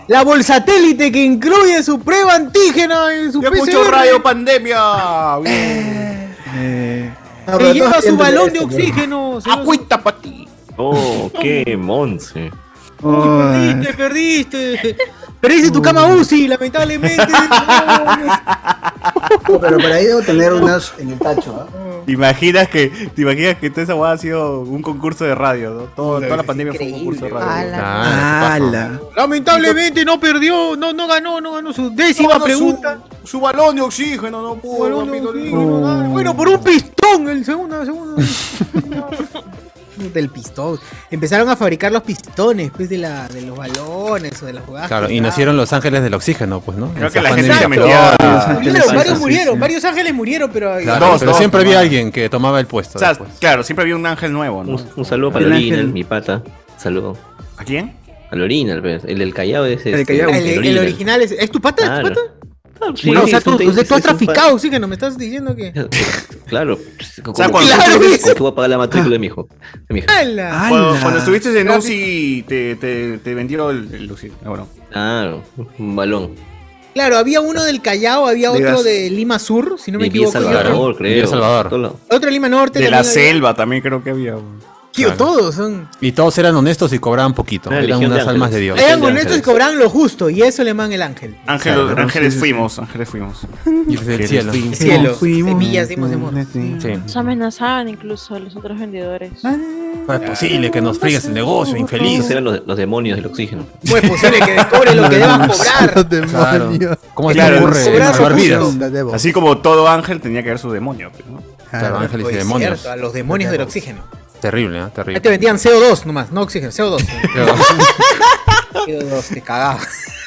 [SPEAKER 1] La bolsatélite que incluye su prueba antígena en su
[SPEAKER 3] Yo escucho
[SPEAKER 1] PCR,
[SPEAKER 3] radio pandemia.
[SPEAKER 4] Ah,
[SPEAKER 7] No, pero
[SPEAKER 1] Que lleva
[SPEAKER 7] todos
[SPEAKER 1] su
[SPEAKER 7] tienen
[SPEAKER 1] balón de
[SPEAKER 7] esto, pero-
[SPEAKER 1] oxígeno. señor.
[SPEAKER 3] Acuita para ti.
[SPEAKER 9] Oh, qué monce.
[SPEAKER 6] Ay.
[SPEAKER 1] Perdiste, perdiste. Perdiste tu cama
[SPEAKER 4] Uh.
[SPEAKER 1] UCI, lamentablemente.
[SPEAKER 7] No, pero por ahí debo tener unas en el tacho. ¿ah?
[SPEAKER 3] ¿Te imaginas que, te imaginas que toda esa hueá ha sido un concurso de radio, ¿no? Todo- toda la pandemia fue un concurso de radio.
[SPEAKER 2] Ah, ¿qué pasó?
[SPEAKER 6] ¡Hala!
[SPEAKER 1] Lamentablemente no perdió, no, no ganó, no ganó su décima pregunta.
[SPEAKER 3] Su, balón de oxígeno, no pudo.
[SPEAKER 1] Bueno, no, bueno, por un pistón, el segundo, el segundo. Del pistón. Empezaron a fabricar los pistones, pues, de, la, de los balones o de las jugadas.
[SPEAKER 2] Claro, y
[SPEAKER 1] pesadas.
[SPEAKER 2] nacieron los ángeles del oxígeno, pues, ¿no?
[SPEAKER 3] Creo
[SPEAKER 2] Esa
[SPEAKER 3] que la gente
[SPEAKER 2] pandemia.
[SPEAKER 3] se metía.
[SPEAKER 1] Murieron, varios
[SPEAKER 6] Sí,
[SPEAKER 1] murieron,
[SPEAKER 6] sí.
[SPEAKER 1] varios ángeles murieron, pero.
[SPEAKER 2] Claro,
[SPEAKER 3] Dos,
[SPEAKER 2] pero
[SPEAKER 3] dos,
[SPEAKER 2] siempre había
[SPEAKER 3] nomás.
[SPEAKER 2] alguien que tomaba el puesto.
[SPEAKER 3] O sea,
[SPEAKER 2] después.
[SPEAKER 3] claro, siempre había un ángel nuevo, ¿no?
[SPEAKER 9] Un, un saludo para
[SPEAKER 6] El
[SPEAKER 9] Lorinal,
[SPEAKER 6] ángel.
[SPEAKER 9] mi pata. Saludo.
[SPEAKER 3] ¿A quién?
[SPEAKER 9] Al Lorinal, pues. El del Callao es este,
[SPEAKER 6] El del Callao.
[SPEAKER 1] El, el
[SPEAKER 9] Lorinal.
[SPEAKER 1] original es. ¿Es tu pata? ¿Es tu
[SPEAKER 9] Claro.
[SPEAKER 1] pata?
[SPEAKER 9] Ah, sí,
[SPEAKER 1] no, o sea,
[SPEAKER 9] es un
[SPEAKER 1] tú,
[SPEAKER 9] te-
[SPEAKER 1] o sea, tú
[SPEAKER 9] es
[SPEAKER 1] has
[SPEAKER 9] un pa-
[SPEAKER 1] traficado, sí, que no me estás diciendo que.
[SPEAKER 9] Claro.
[SPEAKER 3] O sea,
[SPEAKER 9] ¿Cómo-
[SPEAKER 3] cuando-
[SPEAKER 9] cómo-
[SPEAKER 1] Claro,
[SPEAKER 9] ¿Cómo tú vas a pagar la matrícula de mi hijo? De mi hija.
[SPEAKER 1] ¡Hala!
[SPEAKER 6] ¡Hala!
[SPEAKER 3] Cuando, cuando estuviste en UCI, te, te, te vendieron el, el oxígeno. Ah, bueno.
[SPEAKER 9] Claro. Un balón.
[SPEAKER 1] Claro, había uno del Callao, había
[SPEAKER 6] De
[SPEAKER 1] otro
[SPEAKER 6] las-
[SPEAKER 1] de Lima Sur, si no me
[SPEAKER 9] de Villa
[SPEAKER 1] equivoco. y otro,
[SPEAKER 9] Salvador, creo.
[SPEAKER 2] Villa Salvador.
[SPEAKER 9] Todo lo-
[SPEAKER 1] otro de Lima Norte.
[SPEAKER 3] De la
[SPEAKER 1] también había-
[SPEAKER 3] selva también creo que había. güey.
[SPEAKER 1] Tío,
[SPEAKER 2] Claro.
[SPEAKER 1] todos son.
[SPEAKER 2] Y todos eran honestos y cobraban poquito.
[SPEAKER 9] Una
[SPEAKER 2] eran
[SPEAKER 9] legión de
[SPEAKER 2] unas almas
[SPEAKER 9] ángeles.
[SPEAKER 2] de Dios.
[SPEAKER 9] Ay,
[SPEAKER 1] Eran honestos y cobraban lo justo, y eso le man el ángel.
[SPEAKER 3] Ángel,
[SPEAKER 2] Claro,
[SPEAKER 3] ángeles
[SPEAKER 6] sí, sí, sí.
[SPEAKER 3] fuimos, ángeles fuimos.
[SPEAKER 2] Y del cielo.
[SPEAKER 1] El cielo,
[SPEAKER 6] Fuimos.
[SPEAKER 1] semillas, dimos de amor.
[SPEAKER 2] Sí.
[SPEAKER 11] Nos amenazaban incluso a los otros vendedores.
[SPEAKER 2] No es posible que nos friegues el negocio,
[SPEAKER 9] Esos
[SPEAKER 2] infeliz.
[SPEAKER 9] eran los, los demonios del oxígeno.
[SPEAKER 1] ¿Cómo es posible que descubre lo que debas
[SPEAKER 4] Los
[SPEAKER 1] cobrar?
[SPEAKER 2] Claro.
[SPEAKER 4] demonios.
[SPEAKER 2] ¿Cómo se
[SPEAKER 3] Claro,
[SPEAKER 2] te ocurre
[SPEAKER 1] cobrar
[SPEAKER 2] salvar
[SPEAKER 1] su
[SPEAKER 2] vidas?
[SPEAKER 4] La debo.
[SPEAKER 3] Así como todo ángel tenía que haber su demonio. pues, ¿no?
[SPEAKER 2] Claro,
[SPEAKER 4] Claro.
[SPEAKER 2] ángeles y
[SPEAKER 1] Oye,
[SPEAKER 2] demonios.
[SPEAKER 1] cierto, a los demonios del oxígeno.
[SPEAKER 2] Terrible, ¿eh?
[SPEAKER 1] Ahí te
[SPEAKER 2] Terrible.
[SPEAKER 1] vendían CO2 nomás, no oxígeno, CO2. CO2, te cagaba.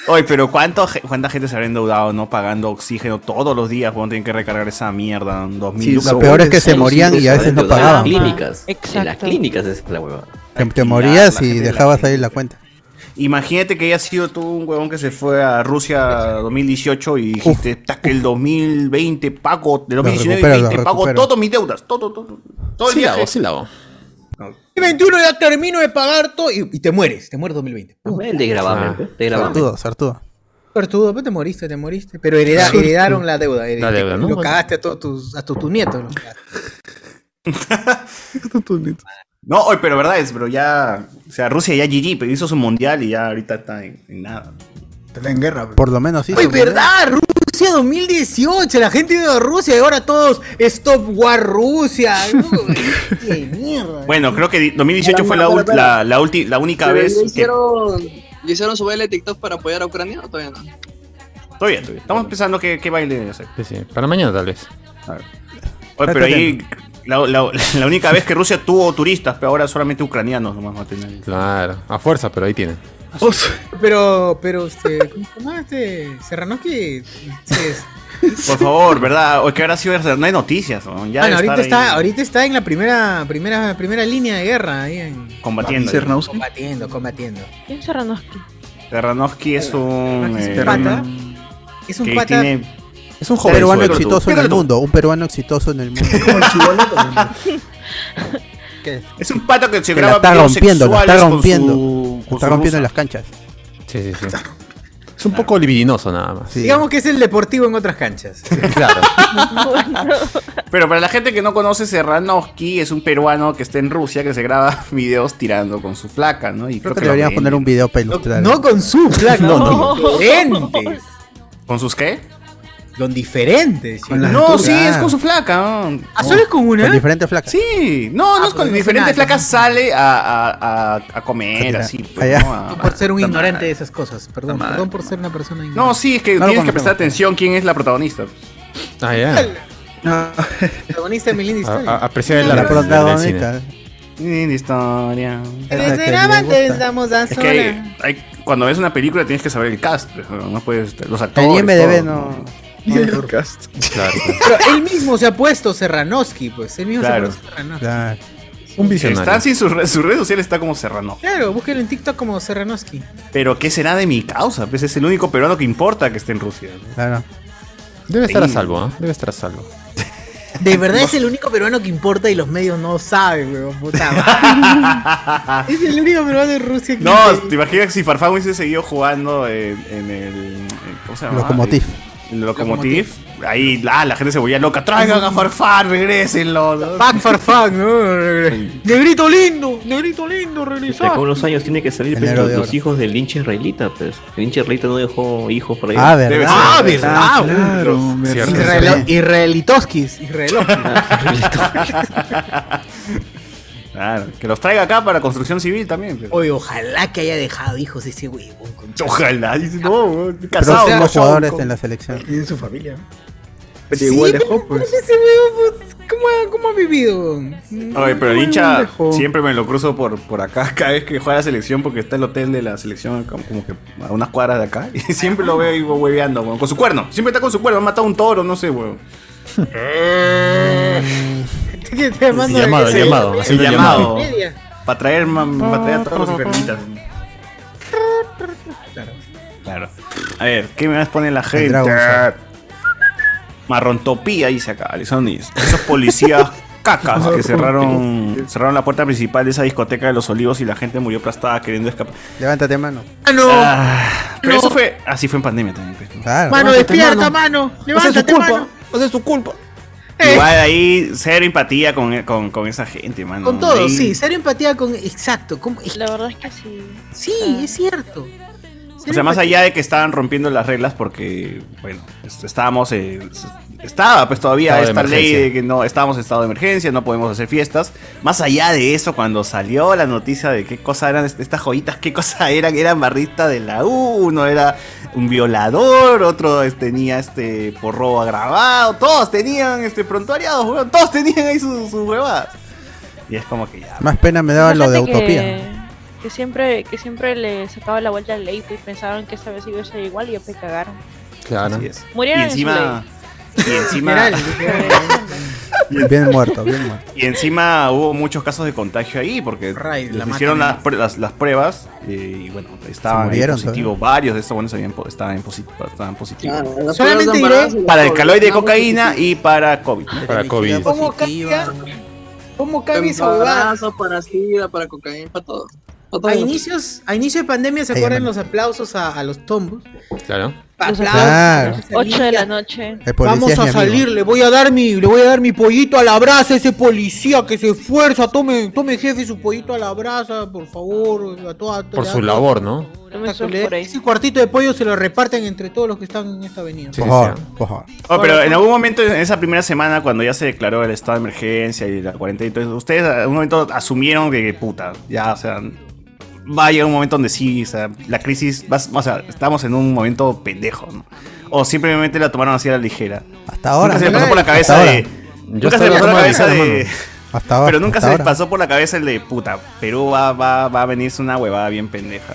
[SPEAKER 3] Oye, pero ¿cuánto, ge- ¿cuánta gente se habrá endeudado no pagando oxígeno todos los días? Cuando tienen que recargar esa mierda, dos
[SPEAKER 6] Sí,
[SPEAKER 3] mil
[SPEAKER 6] lo
[SPEAKER 4] Lo peor es que se
[SPEAKER 9] Son los
[SPEAKER 4] morían y a
[SPEAKER 9] hijos
[SPEAKER 4] veces no
[SPEAKER 9] adentro de
[SPEAKER 4] pagaban. pues.
[SPEAKER 9] Las clínicas.
[SPEAKER 11] Exacto.
[SPEAKER 9] En las clínicas es la hueva.
[SPEAKER 4] Te, te
[SPEAKER 3] La-
[SPEAKER 4] morías
[SPEAKER 3] la
[SPEAKER 4] y
[SPEAKER 3] gente de la
[SPEAKER 4] dejabas
[SPEAKER 3] calle.
[SPEAKER 4] ahí la cuenta.
[SPEAKER 3] Imagínate que hayas sido tú un huevón que se fue a Rusia 2018 y dijiste, "Ta, que el 2020 pago, de 2019 y
[SPEAKER 4] recupero, lo
[SPEAKER 3] 2020 pago
[SPEAKER 4] recupero".
[SPEAKER 3] todas mis deudas, todo, todo, todo el
[SPEAKER 2] Sí la
[SPEAKER 3] viaje.
[SPEAKER 2] hago, sí la hago.
[SPEAKER 1] 2021 ya termino de pagar todo y, y te mueres, te mueres 2020.
[SPEAKER 9] El desgravame.
[SPEAKER 2] Ah.
[SPEAKER 9] desgravame.
[SPEAKER 4] Sartudo, sartudo.
[SPEAKER 1] Pelotudo, pues te moriste, te moriste. Pero hereda- heredaron la deuda. hered-
[SPEAKER 2] La deuda, ¿no?
[SPEAKER 1] Lo cagaste a todos tus, a todos tus nietos. lo cagaste.
[SPEAKER 3] No, oye, pero verdad es, pero ya, o sea, Rusia ya GG, pero hizo su mundial y ya ahorita está en, en nada.
[SPEAKER 7] Está en guerra.
[SPEAKER 4] Por lo menos sí.
[SPEAKER 1] Oye, verdad, Rusia 2018, la gente de Rusia y ahora todos Stop War Rusia. No, qué mierda.
[SPEAKER 3] Bueno, creo que di- 2018 fue la,
[SPEAKER 7] Espera,
[SPEAKER 3] ul-
[SPEAKER 7] espera,
[SPEAKER 3] la, la ulti- la única
[SPEAKER 10] Pero
[SPEAKER 3] vez
[SPEAKER 10] ya
[SPEAKER 3] que...
[SPEAKER 10] hicieron, ya hicieron su baile de TikTok para apoyar a Ucrania o todavía no?
[SPEAKER 3] Todavía, todavía. Estamos pensando qué, qué baile hacer.
[SPEAKER 2] Sí, sí. Para mañana tal vez.
[SPEAKER 3] Oye, pero ahí la, la- la única vez que Rusia tuvo turistas, pero ahora solamente ucranianos nomás va a tener.
[SPEAKER 2] Claro. A fuerza, pero ahí tienen.
[SPEAKER 1] pues, Pero, pero, este, ¿cómo se llama este? Serranoski. se-
[SPEAKER 3] Por favor, ¿verdad? Oye, que ahora sí no hay noticias, ¿no? Ya
[SPEAKER 1] Bueno,
[SPEAKER 3] de
[SPEAKER 1] ahorita
[SPEAKER 3] estar
[SPEAKER 1] está,
[SPEAKER 3] ahí
[SPEAKER 1] ahorita está en la primera, primera, primera línea de guerra, ahí en-
[SPEAKER 3] combatiendo.
[SPEAKER 6] Cernowski.
[SPEAKER 1] combatiendo, combatiendo.
[SPEAKER 11] ¿Quién Serranoski?
[SPEAKER 3] Serranovsky es un
[SPEAKER 1] Es
[SPEAKER 3] eh,
[SPEAKER 1] un pata. Es un
[SPEAKER 3] que
[SPEAKER 1] pata.
[SPEAKER 3] tiene
[SPEAKER 2] Es un
[SPEAKER 4] Un
[SPEAKER 2] joven.
[SPEAKER 4] peruano
[SPEAKER 3] Pero tú,
[SPEAKER 4] exitoso en
[SPEAKER 3] pero
[SPEAKER 4] el
[SPEAKER 3] tú.
[SPEAKER 4] mundo. Un peruano exitoso en el mundo.
[SPEAKER 7] Como el chibolo, pero-
[SPEAKER 3] es un pata que se
[SPEAKER 4] Que la
[SPEAKER 3] graba
[SPEAKER 4] está
[SPEAKER 3] videos
[SPEAKER 4] rompiendo, la está
[SPEAKER 3] sexuales con
[SPEAKER 4] rompiendo.
[SPEAKER 3] su- con
[SPEAKER 4] Está
[SPEAKER 3] su
[SPEAKER 4] rompiendo en
[SPEAKER 3] rusa.
[SPEAKER 4] las canchas.
[SPEAKER 2] Sí, sí, sí. Es un poco libidinoso nada más.
[SPEAKER 4] Sí.
[SPEAKER 1] Digamos que es el deportivo en otras canchas.
[SPEAKER 2] Claro.
[SPEAKER 3] Pero para la gente que no conoce Serranovsky es un peruano que está en Rusia que se graba videos tirando con su flaca, ¿no? Y
[SPEAKER 4] Creo que deberíamos
[SPEAKER 3] lo
[SPEAKER 4] poner
[SPEAKER 3] vende.
[SPEAKER 4] un video para
[SPEAKER 1] No,
[SPEAKER 4] ilustrar.
[SPEAKER 1] no con su flaco,
[SPEAKER 2] No,
[SPEAKER 1] no, diferentes.
[SPEAKER 3] con sus qué? Con diferentes.
[SPEAKER 1] Con
[SPEAKER 3] ¿sí?
[SPEAKER 1] la
[SPEAKER 3] no,
[SPEAKER 1] altura.
[SPEAKER 3] sí, es con su flaca. ¿no?
[SPEAKER 1] ¿Ah, solo es con una? Con
[SPEAKER 4] diferentes flacas.
[SPEAKER 3] Sí, no, no es
[SPEAKER 1] pues
[SPEAKER 3] con
[SPEAKER 1] no es nada.
[SPEAKER 3] diferentes flacas. Sale a, a- a- a comer, así. pues, ¿no? A-
[SPEAKER 1] Por ser un
[SPEAKER 3] a-
[SPEAKER 1] ignorante de esas cosas, perdón.
[SPEAKER 3] madre.
[SPEAKER 1] Perdón por ser una persona ignorante.
[SPEAKER 3] No, sí, es que
[SPEAKER 1] No lo
[SPEAKER 3] tienes
[SPEAKER 1] conocemos.
[SPEAKER 3] que prestar atención quién es la protagonista.
[SPEAKER 2] Ah, ya.
[SPEAKER 1] Protagonista de mi linda historia.
[SPEAKER 2] Ah, Apreciar el
[SPEAKER 3] La
[SPEAKER 2] arte del- del
[SPEAKER 3] protagonista.
[SPEAKER 2] cine.
[SPEAKER 3] Linda historia.
[SPEAKER 1] Desde la amante estamos a
[SPEAKER 3] Es que hay-
[SPEAKER 1] solas.
[SPEAKER 3] hay- cuando ves una película tienes que saber el cast. pues, No No puedes. Los actores.
[SPEAKER 4] En IMDB
[SPEAKER 3] todo,
[SPEAKER 4] no.
[SPEAKER 3] El cast. Claro.
[SPEAKER 1] Pero él mismo se ha puesto Serranoski, pues. Él mismo se
[SPEAKER 3] Claro.
[SPEAKER 1] ha puesto Serranoski.
[SPEAKER 4] Claro.
[SPEAKER 1] Un
[SPEAKER 2] visionario.
[SPEAKER 3] Está sin su, red, su red social está como serrano.
[SPEAKER 1] Claro, búsquelo en TikTok como Serranoski.
[SPEAKER 3] Pero ¿qué será de mi causa? Pues es el único peruano que importa que esté en Rusia.
[SPEAKER 4] Claro.
[SPEAKER 2] Debe estar a
[SPEAKER 3] Sí.
[SPEAKER 2] salvo, ¿ah? Debe estar a salvo.
[SPEAKER 1] De verdad es el único peruano que importa y los medios no saben, weón. Puta madre. es el único peruano de Rusia que.
[SPEAKER 3] No, te imaginas si Farfán hubiese seguido jugando en, en el. en- ¿Cómo se llama?
[SPEAKER 4] Locomotiv.
[SPEAKER 3] El Locomotiv. Ahí ah, la gente se volvía loca. Traigan a Farfán, regrésenlo.
[SPEAKER 1] Back Farfán, ¿no? Negrito lindo, negrito lindo,
[SPEAKER 9] De acá a
[SPEAKER 1] regresar.
[SPEAKER 9] unos años tiene que salir pues,
[SPEAKER 4] Enero
[SPEAKER 9] los,
[SPEAKER 4] de
[SPEAKER 9] los
[SPEAKER 4] oro.
[SPEAKER 9] hijos del hincha israelita, pues. El hincha israelita no dejó hijos por ahí.
[SPEAKER 4] Ah, verdad. Debe ser.
[SPEAKER 9] Ah,
[SPEAKER 4] Ah,
[SPEAKER 9] verdad.
[SPEAKER 4] Cierto.
[SPEAKER 1] Israelo- Israelitoskis, Israelitoskis.
[SPEAKER 3] Claro, que los traiga acá para construcción civil también. pues.
[SPEAKER 1] Oye, ojalá que haya dejado hijos ese huevón. concha.
[SPEAKER 3] Ojalá, dice, no, weón,
[SPEAKER 4] Pero
[SPEAKER 3] casado.
[SPEAKER 4] son
[SPEAKER 3] ¿no?
[SPEAKER 4] los jugadores
[SPEAKER 3] Con-
[SPEAKER 4] en la selección.
[SPEAKER 13] Y de su familia.
[SPEAKER 1] Sí,
[SPEAKER 13] igual
[SPEAKER 1] pero
[SPEAKER 13] dejó, pues.
[SPEAKER 1] ese huevón, pues, ¿cómo, ha- cómo ha vivido?
[SPEAKER 3] Oye, pero el hincha siempre me lo cruzo por, por acá cada vez que juega la selección porque está el hotel de la selección como, como que a unas cuadras de acá y siempre lo veo ahí hueveando, weón, con su cuerno. Siempre está con su cuerno, ha matado un toro, no sé, weón.
[SPEAKER 1] Te- te mando-
[SPEAKER 3] llamado,
[SPEAKER 1] ese-
[SPEAKER 3] llamado, así
[SPEAKER 1] ese-
[SPEAKER 3] llamado.
[SPEAKER 1] media.
[SPEAKER 3] Para traer, mam- para traer a todos los enfermitas. Claro. A ver, ¿qué me vas a poner la gente? Marrontopía, dice acá, Alexandris. Esos policías cacas que cerraron, cerraron la puerta principal de esa discoteca de los olivos y la gente murió aplastada queriendo escapar.
[SPEAKER 4] Levántate, mano.
[SPEAKER 1] Ah, no.
[SPEAKER 3] Pero
[SPEAKER 1] No.
[SPEAKER 3] eso fue. Así fue en pandemia también. pues, ¿no?
[SPEAKER 4] Claro.
[SPEAKER 1] Mano,
[SPEAKER 4] Levántate,
[SPEAKER 1] despierta, mano. Levántate, mano.
[SPEAKER 3] es tu culpa. Igual ahí, cero empatía con, con, con esa gente, mano.
[SPEAKER 1] Con todo,
[SPEAKER 3] Ahí-
[SPEAKER 1] sí, ser empatía con. Exacto. La verdad es que sí. Sí, es cierto.
[SPEAKER 3] O sea, más allá de que estaban rompiendo las reglas porque, bueno, est- estábamos, eh, s- estaba pues todavía
[SPEAKER 2] Estado de
[SPEAKER 3] esta ley
[SPEAKER 2] emergencia.
[SPEAKER 3] de que no, estábamos en estado de emergencia, no podemos hacer fiestas. Más allá de eso, cuando salió la noticia de qué cosa eran est- estas joyitas, qué cosa eran, eran barristas de la U, uno era un violador, otro es- tenía este por robo agravado, todos tenían este prontuariados, weón, todos tenían ahí sus, sus huevadas. Y es como que ya.
[SPEAKER 4] Más pena me daba lo de
[SPEAKER 11] Fíjate que-
[SPEAKER 4] Utopía.
[SPEAKER 11] Que siempre, que siempre le sacaba la vuelta al ley y pensaron que esta vez iba a ser igual y ya me cagaron.
[SPEAKER 2] Claro.
[SPEAKER 11] Murieron
[SPEAKER 3] y
[SPEAKER 11] en su
[SPEAKER 3] encima. Y encima.
[SPEAKER 11] Literal,
[SPEAKER 4] Bien muerto, bien muerto.
[SPEAKER 3] Y encima hubo muchos casos de contagio ahí porque
[SPEAKER 1] Right,
[SPEAKER 3] les
[SPEAKER 1] la
[SPEAKER 3] hicieron las,
[SPEAKER 1] matan.
[SPEAKER 3] prue- las, las pruebas eh, y bueno, estaban
[SPEAKER 4] murieron,
[SPEAKER 3] positivos. Varios de estos buenos habían po- estaban, posi- estaban positivos.
[SPEAKER 1] Claro, las Solamente pruebas diré- son
[SPEAKER 3] para
[SPEAKER 1] para
[SPEAKER 3] el calor de cocaína y para COVID.
[SPEAKER 2] Para COVID.
[SPEAKER 1] ¿Cómo cambia? ¿Cómo cambia esa huevada?
[SPEAKER 10] Embarazo, para sida, para cocaína, para todo. Para todo.
[SPEAKER 1] A inicios, a inicio de pandemia se
[SPEAKER 2] Ahí,
[SPEAKER 1] acuerdan
[SPEAKER 2] hermano.
[SPEAKER 1] los aplausos a, a los tombos.
[SPEAKER 2] Claro.
[SPEAKER 3] Ah.
[SPEAKER 1] Aplausos.
[SPEAKER 11] 8 de la noche.
[SPEAKER 4] El policía
[SPEAKER 1] Vamos
[SPEAKER 4] es mi
[SPEAKER 1] a
[SPEAKER 4] amigo.
[SPEAKER 1] salir, le voy a dar mi, le voy a dar mi pollito a la brasa a ese policía que se esfuerza, tome, tome jefe su pollito a la brasa, por favor, a toda,
[SPEAKER 2] Por
[SPEAKER 1] a
[SPEAKER 2] su
[SPEAKER 1] toda-
[SPEAKER 2] labor, ¿no?
[SPEAKER 1] Exacto, le- Ese cuartito de pollo se lo reparten entre todos los que están en esta avenida.
[SPEAKER 4] Por favor, por favor.
[SPEAKER 3] Oh, pero en algún momento, en esa primera semana, cuando ya se declaró el estado de emergencia y la cuarentena, entonces ustedes en algún momento asumieron que, que puta, ya, o sea, va a llegar un momento donde sí, o sea, la crisis, va, o sea, estamos en un momento pendejo, ¿no? O simplemente la tomaron así a la ligera.
[SPEAKER 4] Hasta ahora.
[SPEAKER 3] Nunca se le pasó por la
[SPEAKER 4] Hasta
[SPEAKER 3] cabeza
[SPEAKER 4] ahora.
[SPEAKER 3] de.
[SPEAKER 4] Yo
[SPEAKER 3] Nunca
[SPEAKER 4] hasta
[SPEAKER 3] se le
[SPEAKER 4] ahora
[SPEAKER 3] pasó por la
[SPEAKER 4] tomo
[SPEAKER 3] cabeza
[SPEAKER 4] avisar,
[SPEAKER 3] de.
[SPEAKER 4] hermano. Hasta ahora,
[SPEAKER 3] Pero nunca
[SPEAKER 4] hasta
[SPEAKER 3] se les
[SPEAKER 4] ahora.
[SPEAKER 3] pasó por la cabeza el de puta, Perú va, va, va a venirse una huevada bien pendeja.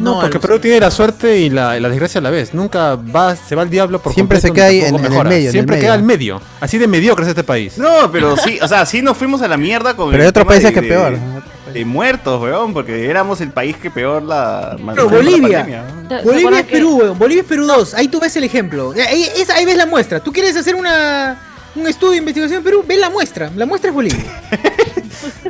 [SPEAKER 2] No, porque Perú tiene la suerte y la, la desgracia a la vez. Nunca va, se va al diablo por
[SPEAKER 4] Siempre se
[SPEAKER 2] completo,
[SPEAKER 4] queda ahí
[SPEAKER 2] ni
[SPEAKER 4] en- en
[SPEAKER 2] tampoco
[SPEAKER 4] el
[SPEAKER 2] mejora.
[SPEAKER 4] medio, en el
[SPEAKER 2] Siempre
[SPEAKER 4] medio.
[SPEAKER 2] queda al medio. Así de mediocre es este país.
[SPEAKER 3] No, pero sí, o sea, sí nos fuimos a la mierda con
[SPEAKER 4] Pero hay
[SPEAKER 3] el
[SPEAKER 4] otros
[SPEAKER 3] tema
[SPEAKER 4] países
[SPEAKER 3] de-
[SPEAKER 4] que
[SPEAKER 3] de-
[SPEAKER 4] peor.
[SPEAKER 3] De muertos, weón, porque éramos el país que peor la.
[SPEAKER 1] Pero
[SPEAKER 3] manejó la
[SPEAKER 1] Bolivia.
[SPEAKER 3] pandemia,
[SPEAKER 11] ¿Te-
[SPEAKER 3] weón.
[SPEAKER 11] te
[SPEAKER 1] Bolivia
[SPEAKER 11] acuerdas
[SPEAKER 1] es Perú, weón. Bolivia es Perú 2. Ahí tú ves el ejemplo. Eh, Ahí, es- ahí ves la muestra. ¿Tú quieres hacer una, un estudio de investigación en Perú? Ve la muestra. La muestra es Bolivia.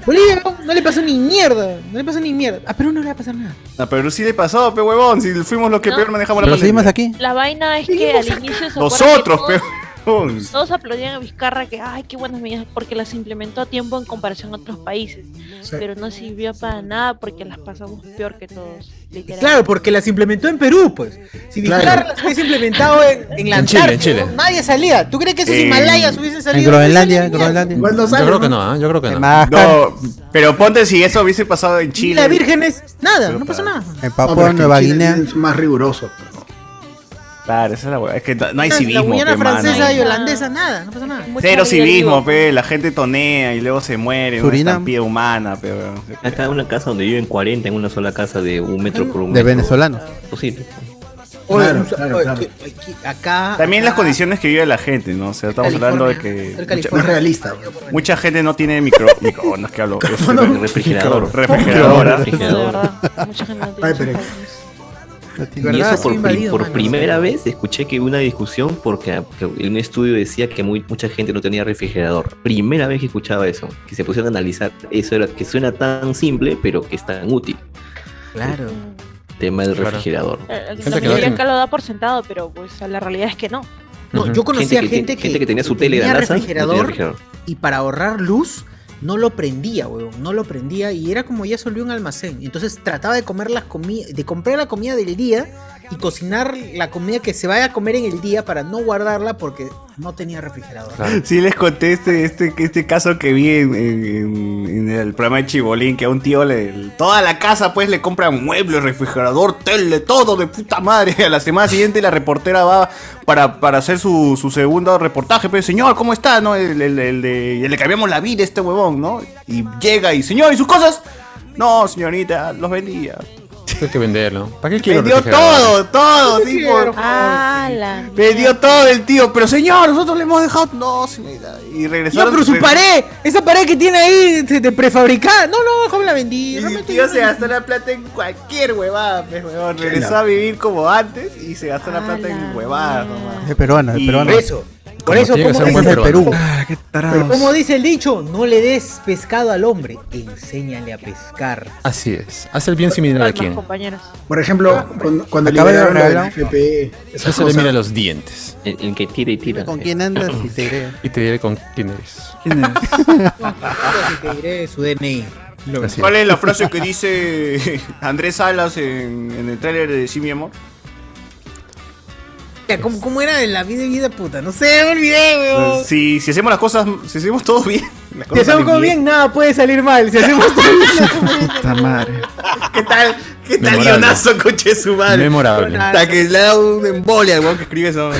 [SPEAKER 1] Bolivia no, no le pasó ni mierda. No le pasó ni mierda. A Perú no le va a pasar nada.
[SPEAKER 3] A Perú sí le pasó, pe huevón, si fuimos los que peor manejamos la
[SPEAKER 4] Pero
[SPEAKER 3] pandemia.
[SPEAKER 4] seguimos aquí.
[SPEAKER 11] La vaina es que al inicio se acuerdan que
[SPEAKER 3] Nosotros,
[SPEAKER 11] todos-
[SPEAKER 3] peor.
[SPEAKER 9] Pues,
[SPEAKER 11] Todos aplaudían a Vizcarra que, ay, qué buenas medidas, porque las implementó a tiempo en comparación a otros países.
[SPEAKER 1] Sí.
[SPEAKER 11] Pero no sirvió para nada porque las pasamos peor que todos, literalmente.
[SPEAKER 1] Claro, porque las implementó en Perú, pues. Si Vizcarra
[SPEAKER 11] Claro.
[SPEAKER 1] las hubiese implementado en, en la
[SPEAKER 2] En Chile, en
[SPEAKER 1] Antártida,
[SPEAKER 2] Chile.
[SPEAKER 1] nadie salía. ¿Tú crees que esos
[SPEAKER 2] En-
[SPEAKER 1] Himalayas hubiesen salido?
[SPEAKER 4] Groenlandia, Groenlandia.
[SPEAKER 2] Yo creo que no, ¿eh? yo creo que no.
[SPEAKER 4] Madagascar.
[SPEAKER 3] No, pero ponte si eso hubiese pasado en
[SPEAKER 1] Y
[SPEAKER 3] Chile.
[SPEAKER 1] las vírgenes, nada, no pasa nada.
[SPEAKER 4] En
[SPEAKER 3] No,
[SPEAKER 4] Papua
[SPEAKER 3] pero es que
[SPEAKER 4] Nueva
[SPEAKER 3] Chile
[SPEAKER 4] Guinea.
[SPEAKER 7] Es más riguroso.
[SPEAKER 3] Claro, esa es la hueá. Es que no hay
[SPEAKER 1] la
[SPEAKER 3] civismo,
[SPEAKER 1] Guyana
[SPEAKER 3] pe, mano.
[SPEAKER 1] francesa y holandesa, nada, no pasa nada.
[SPEAKER 3] Cero civismo, pe. La gente tonea y luego se muere.
[SPEAKER 9] Surinam.
[SPEAKER 3] Una estampida humana, pe. weón.
[SPEAKER 9] Acá en una casa donde viven 40 en una sola casa de un metro por un
[SPEAKER 4] Mm, De
[SPEAKER 9] metro.
[SPEAKER 4] venezolanos.
[SPEAKER 9] Posible.
[SPEAKER 1] Oye,
[SPEAKER 9] Claro,
[SPEAKER 1] o sea, oye, que- aquí- acá.
[SPEAKER 3] También las
[SPEAKER 1] acá-
[SPEAKER 3] condiciones que vive la gente, ¿no? O sea, estamos hablando de que.
[SPEAKER 1] Ser
[SPEAKER 3] mucha-
[SPEAKER 1] California.
[SPEAKER 3] Mucha gente no tiene micro, microondas, que hablo. Este,
[SPEAKER 9] No, no. Refrigerador.
[SPEAKER 2] ¿eh?
[SPEAKER 3] Refrigeradora.
[SPEAKER 9] Refrigerador.
[SPEAKER 11] Mucha gente no
[SPEAKER 7] Ay, pero-
[SPEAKER 9] Y
[SPEAKER 7] ¿Verdad?
[SPEAKER 9] eso por,
[SPEAKER 7] Soy
[SPEAKER 9] pri-
[SPEAKER 7] invadido,
[SPEAKER 9] por
[SPEAKER 7] mano.
[SPEAKER 9] primera vez escuché que hubo una discusión porque que un estudio decía que muy- mucha gente no tenía refrigerador. Primera vez que escuchaba eso, que se pusieron a analizar eso era que suena tan simple pero que es tan útil.
[SPEAKER 1] Claro.
[SPEAKER 9] Tema del
[SPEAKER 2] Claro.
[SPEAKER 9] refrigerador.
[SPEAKER 11] Eh,
[SPEAKER 9] Gente
[SPEAKER 11] La
[SPEAKER 9] que no
[SPEAKER 11] mayoría
[SPEAKER 9] tiene-
[SPEAKER 11] acá lo da por sentado, pero pues la realidad es que no.
[SPEAKER 1] No,
[SPEAKER 9] Ujú.
[SPEAKER 1] yo conocía
[SPEAKER 9] Gente
[SPEAKER 1] gente, que,
[SPEAKER 9] que tiene- gente que tenía su tele de la NASA, no tenía refrigerador.
[SPEAKER 1] y para ahorrar luz no lo prendía, huevón, no lo prendía y era como ya se volvió un almacén. Entonces trataba de comer las comi- de comprar la comida del día y cocinar la comida que se vaya a comer en el día para no guardarla porque no tenía refrigerador.
[SPEAKER 3] Sí les conté este, este, este caso que vi en, en- en el programa de Chibolín, que a un tío le, toda la casa pues le compran muebles, refrigerador, tele, todo de puta madre. A la semana siguiente la reportera va para, para hacer su, su segundo reportaje, pero señor, ¿cómo está? ¿No? El, el- el de- le cambiamos la vida a este huevón, ¿no? Y llega y, señor, ¿y sus cosas? No, señorita, los vendía.
[SPEAKER 2] Hay que venderlo. ¿Para qué quiero
[SPEAKER 3] Vendió todo, todo,
[SPEAKER 1] Sí,
[SPEAKER 3] tipo.
[SPEAKER 1] quiero,
[SPEAKER 11] Ah, la.
[SPEAKER 3] Vendió todo el tío, pero señor, nosotros le hemos dejado. No, señorita. Y
[SPEAKER 1] No,
[SPEAKER 3] regresaron.
[SPEAKER 1] pero su
[SPEAKER 3] re-
[SPEAKER 1] pared, esa pared que tiene ahí de, de prefabricada. No, no, joven, la vendí.
[SPEAKER 3] Mi
[SPEAKER 1] Realmente
[SPEAKER 3] tío
[SPEAKER 1] yo
[SPEAKER 3] se
[SPEAKER 1] no-
[SPEAKER 3] gastó la plata en cualquier huevada, pues, huevón. Regresó a vivir como antes y se gastó la plata en huevadas, nomás.
[SPEAKER 4] Es peruano, es
[SPEAKER 3] Y-
[SPEAKER 4] peruano.
[SPEAKER 3] Por eso,
[SPEAKER 1] Por eso,
[SPEAKER 4] tiene que
[SPEAKER 1] ¿cómo Ah,
[SPEAKER 4] ser un
[SPEAKER 1] dice-
[SPEAKER 4] buen peruano.
[SPEAKER 1] Pero como dice el dicho, no le des pescado al hombre, enséñale a pescar.
[SPEAKER 2] Así es. Hace el bien sin mirar a quién.
[SPEAKER 11] compañeros.
[SPEAKER 7] Por ejemplo, cuando, cuando
[SPEAKER 2] Acaba de
[SPEAKER 7] liberaron lo del E,
[SPEAKER 2] regalar.
[SPEAKER 7] FPE, esas
[SPEAKER 2] No se le
[SPEAKER 7] cosas,
[SPEAKER 2] mira los dientes.
[SPEAKER 9] El, el que tira y tira.
[SPEAKER 4] ¿Con quién andas? Y te diré.
[SPEAKER 2] Y te diré con quién eres.
[SPEAKER 1] Te diré su DNI.
[SPEAKER 2] Así
[SPEAKER 3] ¿Cuál es la frase que dice Andrés Salas en, en el tráiler de Sí, mi amor?
[SPEAKER 1] Ya, ¿Cómo, cómo era de la vida y vida puta? No sé, me olvidé, weón.
[SPEAKER 3] Si, si hacemos las cosas, si hacemos todo bien. las
[SPEAKER 1] Si
[SPEAKER 3] cosas
[SPEAKER 1] hacemos
[SPEAKER 3] salen
[SPEAKER 1] como bien, nada puede salir mal. Si hacemos todo bien, nada puede salir
[SPEAKER 6] Puta madre.
[SPEAKER 3] ¿Qué tal? ¿Qué tal
[SPEAKER 2] Memorable.
[SPEAKER 3] guionazo, coche su madre?
[SPEAKER 2] Memorable.
[SPEAKER 3] Hasta que le da un embole al weón que escribe eso.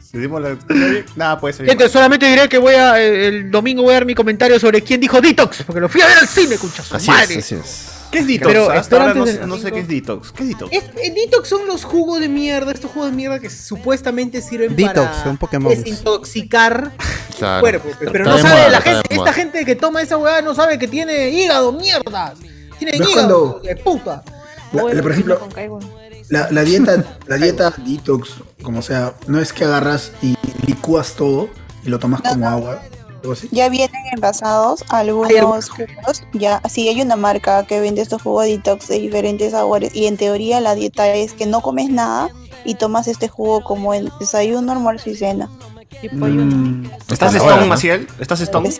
[SPEAKER 3] Si hacemos las cosas bien, nada puede salir.
[SPEAKER 1] Gente, solamente diré que voy a, eh, el domingo voy a dar mi comentario sobre quién dijo Detox, porque lo fui a ver al cine, cucha su
[SPEAKER 2] Así
[SPEAKER 1] madre.
[SPEAKER 2] es, así es.
[SPEAKER 3] ¿Qué es detox?
[SPEAKER 1] Pero
[SPEAKER 3] Hasta
[SPEAKER 1] espera
[SPEAKER 3] ahora no,
[SPEAKER 1] antes de-
[SPEAKER 3] no sé qué es detox. ¿Qué es detox?
[SPEAKER 1] Es- eh, detox son los jugos de mierda, estos jugos de mierda que supuestamente sirven
[SPEAKER 4] Detox,
[SPEAKER 1] para
[SPEAKER 4] son Pokémon.
[SPEAKER 1] desintoxicar
[SPEAKER 2] Claro.
[SPEAKER 1] cuerpo. Pero,
[SPEAKER 2] Está
[SPEAKER 1] no
[SPEAKER 2] de
[SPEAKER 1] sabe
[SPEAKER 2] moda,
[SPEAKER 1] la
[SPEAKER 2] está de
[SPEAKER 1] gente,
[SPEAKER 2] moda.
[SPEAKER 1] esta gente que toma esa weá no sabe que tiene hígado, mierda. Tiene
[SPEAKER 7] ¿No es
[SPEAKER 1] hígado, de puta.
[SPEAKER 7] la- la- por ejemplo, la, la dieta, la dieta detox, como sea, no es que agarras y licúas todo y lo tomas
[SPEAKER 3] Ah,
[SPEAKER 7] como agua. algo así.
[SPEAKER 14] Ya vienen envasados algunos jugos. Ya, sí, hay una marca que vende estos jugos detox de diferentes sabores. Y en teoría, la dieta es que no comes nada y tomas este jugo como en desayuno, almuerzo y cena.
[SPEAKER 9] Mm.
[SPEAKER 3] Mm, ¿Estás
[SPEAKER 9] Hasta
[SPEAKER 3] stone,
[SPEAKER 9] ahora, ¿no?
[SPEAKER 3] Maciel? ¿Estás stone?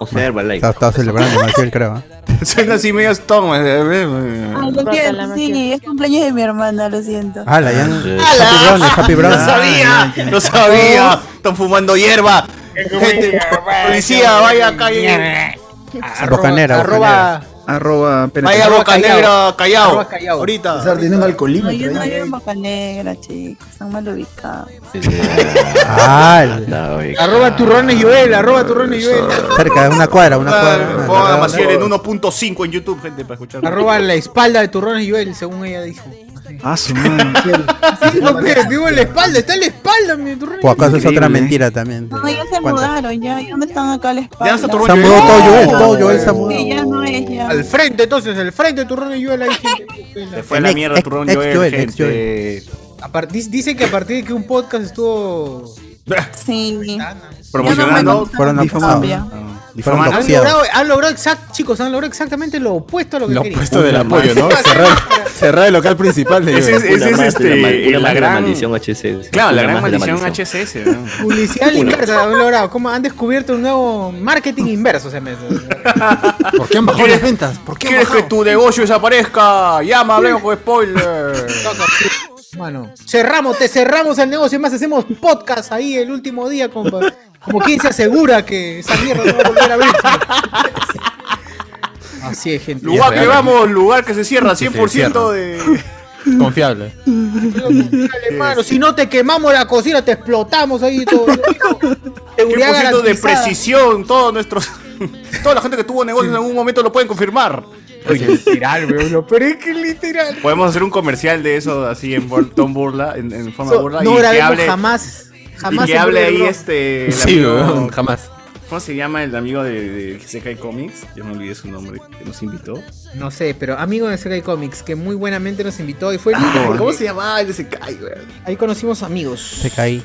[SPEAKER 9] O sea, Herbalife.
[SPEAKER 4] Está, está celebrando Marcial, creo. ¿eh?
[SPEAKER 3] Suena así medio eh, stone. Maciel.
[SPEAKER 14] Ay, lo siento, sí, es cumpleaños de mi hermana, lo siento.
[SPEAKER 4] Ah, la ya.
[SPEAKER 3] ¡Ala!
[SPEAKER 4] Happy Brownie, Happy Brownie.
[SPEAKER 3] ¡No sabía! ¡No sabía! Están fumando hierba. Gente, policía, vaya a calle.
[SPEAKER 4] Bocanera,
[SPEAKER 1] Arroba,
[SPEAKER 6] Arroba pero-
[SPEAKER 3] Vaya a
[SPEAKER 1] Arroba
[SPEAKER 3] Boca
[SPEAKER 1] Callao.
[SPEAKER 3] Negra, Callao.
[SPEAKER 1] Arroba Callao.
[SPEAKER 3] Ahorita.
[SPEAKER 7] César tiene un
[SPEAKER 14] No,
[SPEAKER 7] alcoholímetro.
[SPEAKER 14] yo no
[SPEAKER 7] ¿eh?
[SPEAKER 14] vivo en Boca Negra, chicos, están mal ubicados.
[SPEAKER 4] Ah,
[SPEAKER 1] arroba turrones Joel, arroba turrones Joel.
[SPEAKER 4] cerca, una cuadra, una cuadra.
[SPEAKER 3] Pongan a Maciel en 1.5 en YouTube, gente, para escuchar.
[SPEAKER 1] Arroba la espalda de turrones Joel, según ella dijo.
[SPEAKER 6] Ah, su madre.
[SPEAKER 1] No, pero vivo en la espalda, está en la espalda, mi turrones
[SPEAKER 4] O acaso es
[SPEAKER 6] Increíble,
[SPEAKER 4] otra
[SPEAKER 6] ¿eh?
[SPEAKER 4] mentira también.
[SPEAKER 14] No, ya se
[SPEAKER 4] Este, ¿Cuántas?
[SPEAKER 14] mudaron, ya, ya no están acá a la espalda.
[SPEAKER 3] Ya se
[SPEAKER 4] Se ha mudado todo Joel, todo Joel se ha mudado.
[SPEAKER 14] Sí, ya no es, ya.
[SPEAKER 1] Al frente, entonces, al frente de turrones Joel hay gente.
[SPEAKER 3] Se fue a la
[SPEAKER 4] Ex-
[SPEAKER 3] mierda,
[SPEAKER 4] ex-
[SPEAKER 3] turrón
[SPEAKER 4] ex
[SPEAKER 3] Joel,
[SPEAKER 4] Joel, ex
[SPEAKER 3] gente.
[SPEAKER 1] A par- dic- Dicen que a partir de que un podcast estuvo
[SPEAKER 14] Sí.
[SPEAKER 3] Promocionando.
[SPEAKER 4] Fueron acusados.
[SPEAKER 3] Ah,
[SPEAKER 4] Fueron
[SPEAKER 1] Han
[SPEAKER 4] doxeados.
[SPEAKER 1] logrado, han logrado exact- chicos, han logrado exactamente lo opuesto a lo que
[SPEAKER 2] Lo
[SPEAKER 1] querían.
[SPEAKER 2] opuesto del apoyo, ¿no? Cerrar, cerrar el local principal. le
[SPEAKER 3] Ese es-
[SPEAKER 2] digo.
[SPEAKER 3] ese es, este, la gran-
[SPEAKER 9] maldición HCS.
[SPEAKER 3] Claro, la
[SPEAKER 9] Una
[SPEAKER 3] gran
[SPEAKER 9] más de
[SPEAKER 3] maldición HSS. ¿no?
[SPEAKER 1] Publicidad inversa han logrado. ¿Cómo han descubierto un nuevo marketing inverso? Se me...
[SPEAKER 2] ¿Por qué han bajado las ventas? ¿Por qué han
[SPEAKER 12] ¿Quieres que
[SPEAKER 2] bajado?
[SPEAKER 12] tu negocio desaparezca? Llama, hablemos con spoiler.
[SPEAKER 1] Mano, cerramos, te cerramos el negocio. Es más, hacemos podcast ahí el último día. Como, pa- como quien se asegura que esa mierda no va a volver a abrir. Así es, gente.
[SPEAKER 12] Lugar que
[SPEAKER 1] Es real.
[SPEAKER 12] vamos, lugar que se cierra,
[SPEAKER 1] Que se
[SPEAKER 12] 100% de...
[SPEAKER 2] Confiable.
[SPEAKER 1] Hermano, si no te quemamos la cocina, te explotamos ahí todo. Seguridad
[SPEAKER 12] 100% de
[SPEAKER 1] garantizada.
[SPEAKER 12] precisión, todos nuestros... Toda la gente que tuvo negocios en algún momento lo pueden confirmar.
[SPEAKER 1] literal, weón, pero es que literal.
[SPEAKER 3] Podemos hacer un comercial de eso así en bol- ton burla, en, en forma
[SPEAKER 1] So,
[SPEAKER 3] burla.
[SPEAKER 1] no
[SPEAKER 3] y que
[SPEAKER 1] grabemos
[SPEAKER 3] hable,
[SPEAKER 1] jamás. Jamás.
[SPEAKER 3] y que
[SPEAKER 1] en
[SPEAKER 3] hable
[SPEAKER 1] Burger
[SPEAKER 3] ahí
[SPEAKER 1] Rock.
[SPEAKER 3] este. el
[SPEAKER 2] Sí,
[SPEAKER 3] amigo-
[SPEAKER 2] weón, jamás.
[SPEAKER 3] ¿Cómo se llama el amigo de, de Sekai Comics? Yo me olvidé su nombre, que nos invitó.
[SPEAKER 1] No sé, pero amigo de Sekai Comics, que muy buenamente nos invitó y fue el
[SPEAKER 3] Ah,
[SPEAKER 1] único,
[SPEAKER 3] ¿Cómo
[SPEAKER 1] porque
[SPEAKER 3] se llamaba el de Sekai, weón?
[SPEAKER 1] Ahí conocimos amigos.
[SPEAKER 4] Se caí.